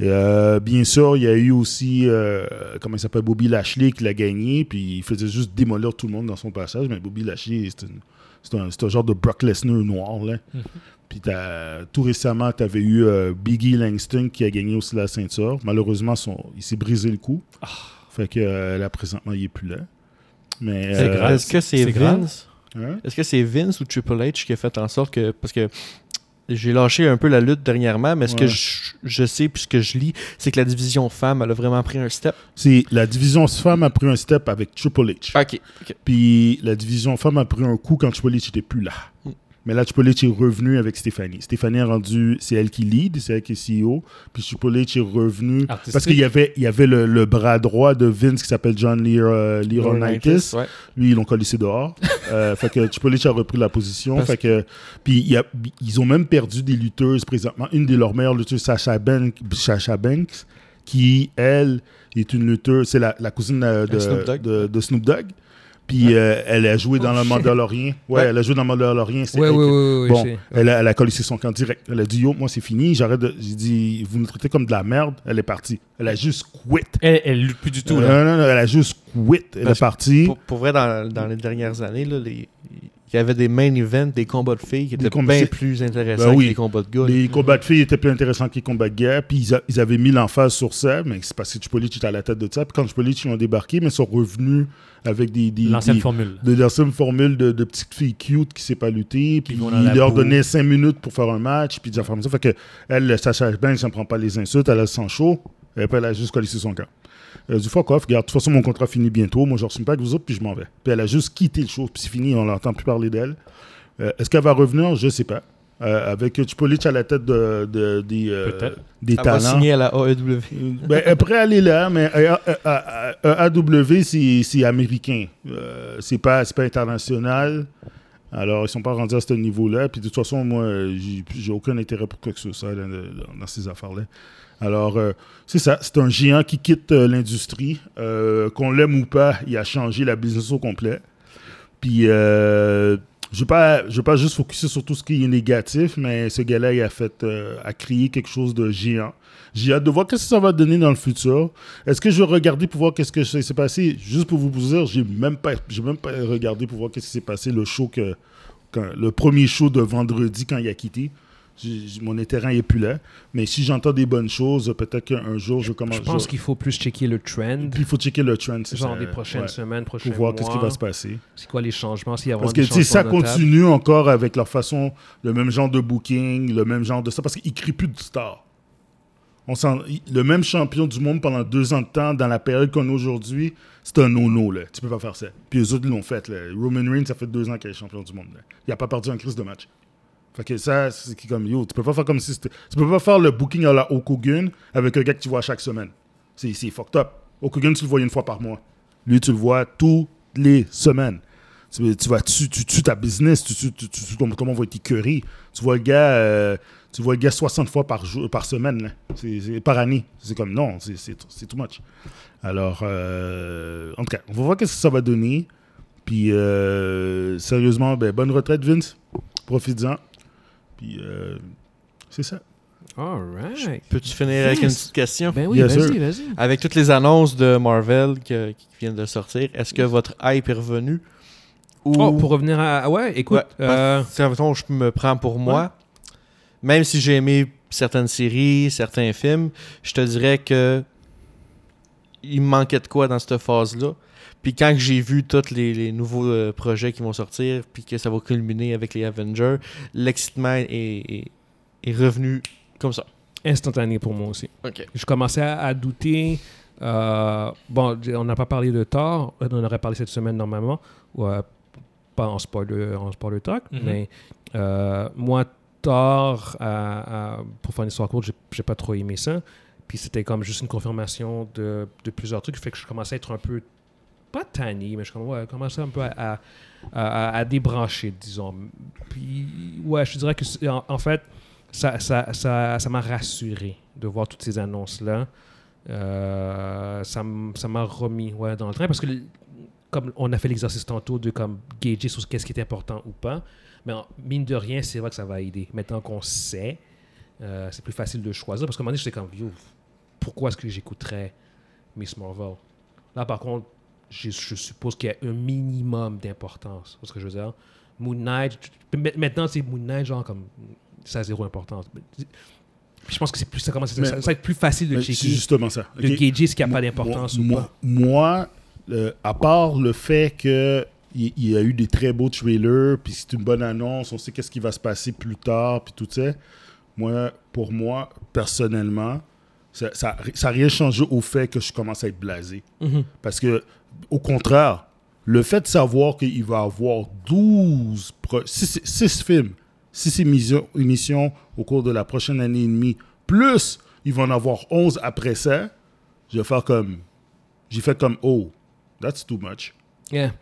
B: Et, euh, bien sûr, il y a eu aussi, euh, comment il s'appelle, Bobby Lashley qui l'a gagné, puis il faisait juste démolir tout le monde dans son passage, mais Bobby Lashley, c'est une- c'est un, c'est un genre de Brock Lesnar noir, là.
D: Mm-hmm.
B: Puis t'as- tout récemment, tu avais eu euh, Biggie Langston qui a gagné aussi la ceinture. Malheureusement, son, il s'est brisé le cou.
D: Ah.
B: Fait que euh, là, présentement, il est plus là. Mais,
D: C'est
B: euh,
D: grave.
C: Est-ce que c'est
D: C'est grave.
C: Vince
B: hein?
C: Est-ce que c'est Vince ou Triple H qui a fait en sorte que. Parce que j'ai lâché un peu la lutte dernièrement, mais ce que
B: Ouais.
C: je, je sais puis ce que je lis, c'est que la division femme, elle a vraiment pris un step.
B: C'est la division femme a pris un step avec Triple H.
C: Ok.
B: Puis la division femme a pris un coup quand Triple H n'était plus là.
C: Mm.
B: Mais là, Triple H est revenu avec Stéphanie. Stéphanie a rendu, c'est elle qui lead, c'est elle qui est CEO. Puis Triple H est revenu.
D: Artistique.
B: Parce qu'il y avait, il y avait le, le bras droit de Vince qui s'appelle John Lear- euh, Laurinaitis.
C: Ouais.
B: Lui, ils l'ont collé c'est dehors. Euh, fait que Chipolich a repris la position.
C: Parce
B: Fait que, puis il y a- ils ont même perdu des lutteuses présentement. Une de leurs meilleures lutteuses, Sasha, Bank- Sasha Banks, qui, elle, est une lutteuse. C'est la, la cousine euh, de,
C: Euh, Snoop Dogg.
B: de- de Snoop Dogg. Puis euh, elle a joué dans
A: Oh,
B: le
A: shit.
B: Mandalorian. Ouais,
C: Ouais.
B: elle a joué dans le Mandalorian. C'est
A: Ouais, ouais,
B: elle qui-
A: ouais, ouais, ouais,
B: bon,
A: c'est-
B: elle a, elle a collé son camp direct. Elle a dit Yo, moi, c'est fini. J'arrête de. J'ai dit Vous nous traitez comme de la merde. Elle est partie. Elle a juste quit.
D: Elle, elle lutte plus du tout,
B: non,
D: là.
B: non, non, elle a juste quit. Elle
C: Parce-
B: est partie.
C: Pour, pour vrai, dans, dans les dernières années, là, les- il y avait des main events, des combats de filles qui
B: Des
C: étaient
B: combats-
C: bien plus intéressants
B: Ben oui.
C: que les combats de gars. là.
B: Les combats de filles étaient plus intéressants que les combats de guerre, puis ils, a- ils avaient mis l'emphase sur ça, mais c'est parce que Chipolich était à la tête de ça. Puis quand Chipolich, ils ont débarqué, mais ils sont revenus avec des. des
D: L'ancienne
B: des-
D: formule.
B: de l'ancienne formule de, de petites filles cute qui ne sait pas lutter, puis
D: vont dans la
B: il leur
D: peau.
B: donnait 5 minutes pour faire un match, puis des affaires comme ça. Fait que, elle, Sacha Banks, elle ne prend pas les insultes, elle a le sang chaud, et puis elle a juste collé sur son camp. Elle a dit fuck off, regarde, de toute façon, mon contrat finit bientôt, moi je ne retourne pas avec vous autres, puis je m'en vais. Puis elle a juste quitté le show, puis c'est fini, on l'entend plus parler d'elle. Euh, Est-ce qu'elle va revenir Je ne sais pas. Euh, avec Chipolich à la tête de, de- des, euh,
D: Peut-être.
B: des
C: Elle va
B: talents.
C: signer à la E AEW.
B: Ben, après, elle est là, mais euh, euh, euh, euh, AW, c'est c'est américain. Euh, c'est pas, c'est pas international. Alors, ils sont pas rendus à ce niveau-là. Puis, de toute façon, moi, euh, j'ai j'ai aucun intérêt pour quoi que ce soit là, dans, dans ces affaires-là. Alors, euh, c'est ça. C'est un géant qui quitte euh, l'industrie. Euh, Qu'on l'aime ou pas, il a changé la business au complet. Puis, euh, je ne pas, je veux pas juste focuser sur tout ce qui est négatif, mais ce gars-là, il a fait, euh, a créé quelque chose de géant. J'ai hâte de voir qu'est-ce que ça va donner dans le futur. Est-ce que je vais regarder pour voir qu'est-ce que ça s'est passé Juste pour vous dire, j'ai même pas, j'ai même pas regardé pour voir qu'est-ce qui s'est passé le show que quand- le premier show de vendredi quand il a quitté. j- j- mon terrain est plus là. Mais si j'entends des bonnes choses, peut-être qu'un jour je commence.
A: Je pense qu'il faut plus checker le trend,
B: Puis il faut checker le trend. c'est
A: genre
B: ça,
A: des prochaines
B: ouais,
A: semaines, prochains
B: Pour voir
A: mois.
B: qu'est-ce qui va se passer.
A: C'est quoi les changements, s'il y a vraiment
B: Parce que
A: des
B: tu sais, ça
A: changements notables.
B: continue encore avec leur façon, le même genre de booking, le même genre de ça, parce qu'ils crient plus de star. On s'en- le même champion du monde pendant deux ans de temps, dans la période qu'on est aujourd'hui, c'est un no-no. Là. Tu peux pas faire ça. Puis eux autres, ils l'ont fait. Là. Roman Reigns, ça fait deux ans qu'il est champion du monde. là. Il n'a pas perdu un crise de match. Fait que ça, c'est qui comme yo. Tu peux pas faire comme si c'était- Tu peux pas faire le booking à la Okogun avec un gars que tu vois chaque semaine. C'est, c'est fucked up. Okogun, tu le voyais une fois par mois. Lui, tu le vois toutes les semaines. Tu, tu vas tu, tu tues ta business, tu tues tu, tu, tu- comment, comment va être écœuré. Tu vois le gars, euh, tu vois le gars 60 fois par jour, par semaine, là. C'est- c'est- par année. C'est comme non, c'est, c'est, c'est too much. Alors, euh, en tout cas, on va voir qu'est-ce que ça va donner. Puis euh, sérieusement, ben, bonne retraite, Vince. Profites-en. Puis euh, c'est ça.
A: All right.
C: Peux-tu finir avec une petite question?
A: Ben oui,
B: Yes,
A: vas-y,
B: sir.
A: vas-y.
C: Avec toutes les annonces de Marvel que- qui viennent de sortir, est-ce que votre hype est revenu? Ou...
A: Oh, pour revenir à... ah Ouais, écoute,
C: Ouais,
A: euh,
C: Si, admettons, je me prends pour moi, même si j'ai aimé certaines séries, certains films, je te dirais que il me manquait de quoi dans cette phase-là. Puis quand que j'ai vu tous les, les nouveaux euh, projets qui vont sortir, puis que ça va culminer avec les Avengers, l'excitement est, est- est revenu comme ça.
A: instantané pour moi aussi.
C: OK.
A: Je commençais à, à douter. euh, bon, on n'a pas parlé de Thor. On en aurait parlé cette semaine normalement. ou, euh, pas en spoiler, en spoiler talk.
D: Mhm.
A: Mais euh, moi, Thor, à- à- pour faire une histoire courte, j'ai- j'ai pas trop aimé ça. Puis c'était comme juste une confirmation de, de plusieurs trucs. Fait que je commençais à être un peu, pas tanné, mais je comm- ouais, commençais un peu à, à- à- à débrancher, disons. Puis, ouais, je dirais que, c'est- en, en fait, ça, ça, ça, ça m'a rassuré de voir toutes ces annonces-là. Euh, ça m- ça m'a remis ouais, dans le train parce que, le- comme on a fait l'exercice tantôt de comme gager sur qu'est-ce qui est important ou pas, mais en- mine de rien, c'est vrai que ça va aider. Maintenant qu'on sait, euh, c'est plus facile de choisir parce qu'à un moment donné, j'étais comme, Yo, pourquoi est-ce que j'écouterais Miss Marvel Là, par contre, je, je suppose qu'il y a un minimum d'importance. C'est ce que je veux dire. Moon Knight, tu- mais- maintenant, c'est Moon Knight, genre, comme, ça a zéro importance. Mais- Je pense que c'est plus, ça commence à-
B: Mais-
A: ça- ça va être plus facile de
B: Mais
A: checker
B: Ben, C'est justement ça.
A: de
B: Ok.
A: gager ce qui n'a pas d'importance ou
B: Moi,
A: pas.
B: moi, euh, à part le fait que il il y, a eu des très beaux trailers, puis c'est une bonne annonce, on sait qu'est-ce qui va se passer plus tard, puis tout ça. Moi, pour moi, personnellement, ça n'a ça, ça a rien changé au fait que je commence à être blasé. Parce que, au contraire, le fait de savoir qu'il va avoir 12, 6 films, 6 émissions, émissions au cours de la prochaine année et demie, plus il va en avoir 11 après ça, je vais faire comme. J'ai fait comme, oh, that's too much.
A: Yeah.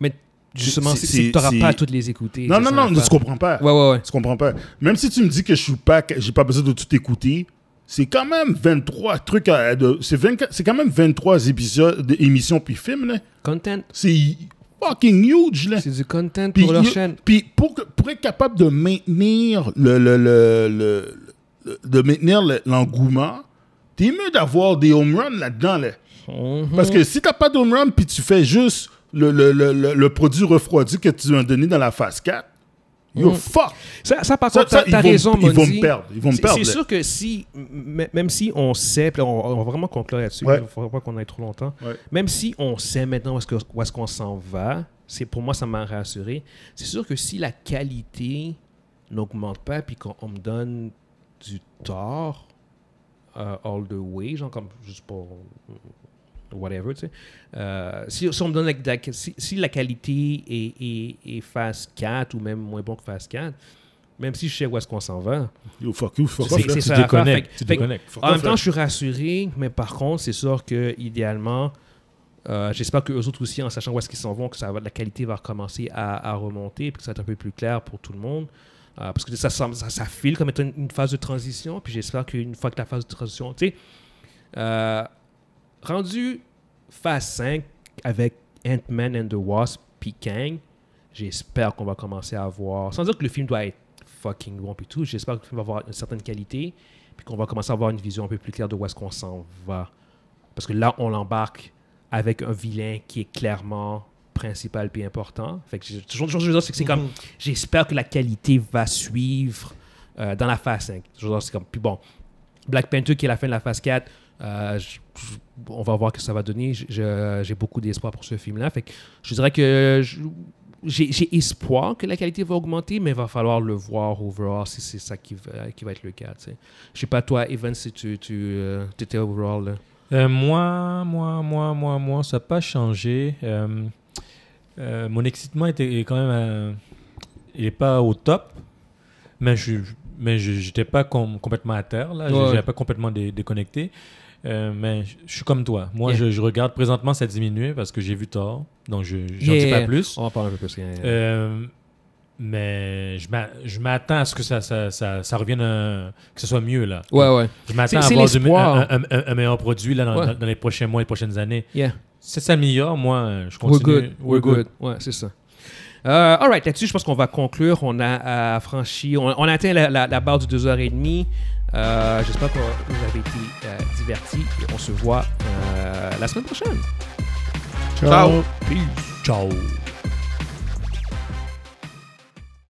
A: Mais justement,
B: C'est-
A: c'est que tu n'auras
B: c'est-
A: pas à toutes les écouter.
B: Non,
A: c'est
B: non,
A: ça
B: non,
A: l'affaire.
B: tu comprends pas.
A: Ouais, ouais, ouais.
B: Tu comprends pas. Même si tu me dis que je suis pas, que j'ai pas besoin de tout écouter, c'est quand même 23 trucs à, à de- c'est 24 c'est quand même 23 épisodes, de- émissions puis films, là.
A: Content.
B: C'est fucking huge, là.
A: C'est du content
B: Puis
A: pour leur
B: il-
A: chaîne.
B: Puis pour, que- pour être capable de maintenir le, le, le, le- le- de maintenir le- l'engouement, t'es mieux d'avoir des home runs là-dedans. Là.
A: Mhm.
B: Parce
A: Mm.
B: que si t'as pas de home run puis tu fais juste le, le, le, le, le produit refroidi que tu as donné dans la phase 4, yo fuck!
A: Ça, Mm. ça, par
B: Ça,
A: contre,
B: ça,
A: t'as- t'as
B: ils vont-
A: raison,
B: ils vont
A: Monzi.
B: me perdre, ils vont me
A: C'est-
B: perdre,
A: C'est
B: là.
A: sûr que si, m- même si on sait, puis là, on, on va vraiment conclure là-dessus,
B: Ouais.
A: il ne faudra pas qu'on aille trop longtemps.
B: Ouais.
A: Même si on sait maintenant où est-ce que- où est-ce qu'on s'en va, c'est pour moi, ça m'a rassuré. C'est sûr que si la qualité n'augmente pas, puis qu'on on me donne du tort euh, all the way, genre comme juste pour whatever, tu sais. Euh, si, si on me donne la, la- si, si la qualité est, est, est phase 4 ou même moins bon que phase 4, même si je sais où est-ce qu'on s'en va,
B: Yo fuck you, fuck
A: C'est-
B: off,
A: c'est
B: là.
A: ça.
D: Tu
A: l'affaire,
D: déconnectes.
A: fait que-
D: Tu
A: fait que-
D: déconnectes.
B: Fuck
A: en
B: off,
A: même temps,
B: là.
A: je suis rassuré, mais par contre, c'est sûr que idéalement, euh, j'espère que eux autres aussi, en sachant où est-ce qu'ils s'en vont, que ça va- la qualité va recommencer à, à remonter, puis que ça va être un peu plus clair pour tout le monde. Euh, parce que ça, semble- ça, ça file comme étant une, une phase de transition, puis j'espère qu'une fois que la phase de transition, tu sais, euh, rendu phase 5 avec Ant-Man and the Wasp, puis Kang, j'espère qu'on va commencer à avoir, sans dire que le film doit être fucking bon puis tout, j'espère que le film va avoir une certaine qualité, puis qu'on va commencer à avoir une vision un peu plus claire de où est-ce qu'on s'en va. Parce que là, on l'embarque avec un vilain qui est clairement principal puis important. Fait que j'ai- toujours, toujours, je veux dire, c'est que c'est comme, j'espère que la qualité va suivre euh, dans la phase 5. Je veux dire, c'est comme, puis bon, Black Panther qui est la fin de la phase 4, euh, je- je- on va voir ce que ça va donner. J- je- J'ai beaucoup d'espoir pour ce film-là. Fait que je dirais que je- j'ai j'ai espoir que la qualité va augmenter, mais il va falloir le voir overall si c'est ça qui va, qui va être le cas. tu sais. Je sais pas, toi, Evan, si tu, tu euh, t'étais overall. Là.
D: Euh, moi, moi, moi, moi, moi, ça n'a pas changé. Euh, euh, mon excitement était est quand même. euh, il n'est pas au top, mais je mais je- j'étais pas com- complètement à terre là.
A: Ouais.
D: J'étais pas complètement dé- déconnecté. Euh, mais je- je suis comme toi. Moi,
A: Yeah.
D: je, je regarde présentement, ça diminue parce que j'ai vu tort, donc je j'en dis
A: Yeah.
D: pas plus.
A: On va parler un peu plus. hein.
D: Euh, mais je m'a- je m'attends à ce que ça, ça, ça, ça revienne, euh, que ce soit mieux là.
A: ouais, ouais.
D: Je m'attends à
A: C'est- c'est
D: avoir du- un,
A: l'espoir.
D: un- un- un meilleur produit là, dans,
A: Ouais.
D: dans- dans les prochains mois et les prochaines années.
A: Yeah.
D: Si ça meilleur, moi, je continue.
A: We're good. We're good. Ouais, c'est ça. Euh, all right, là-dessus, je pense qu'on va conclure. On a euh, franchi, on, on a atteint la, la- la barre du 2h30. Euh, J'espère que vous avez été euh, divertis. Et on se voit euh, la semaine prochaine.
C: Ciao.
D: Ciao.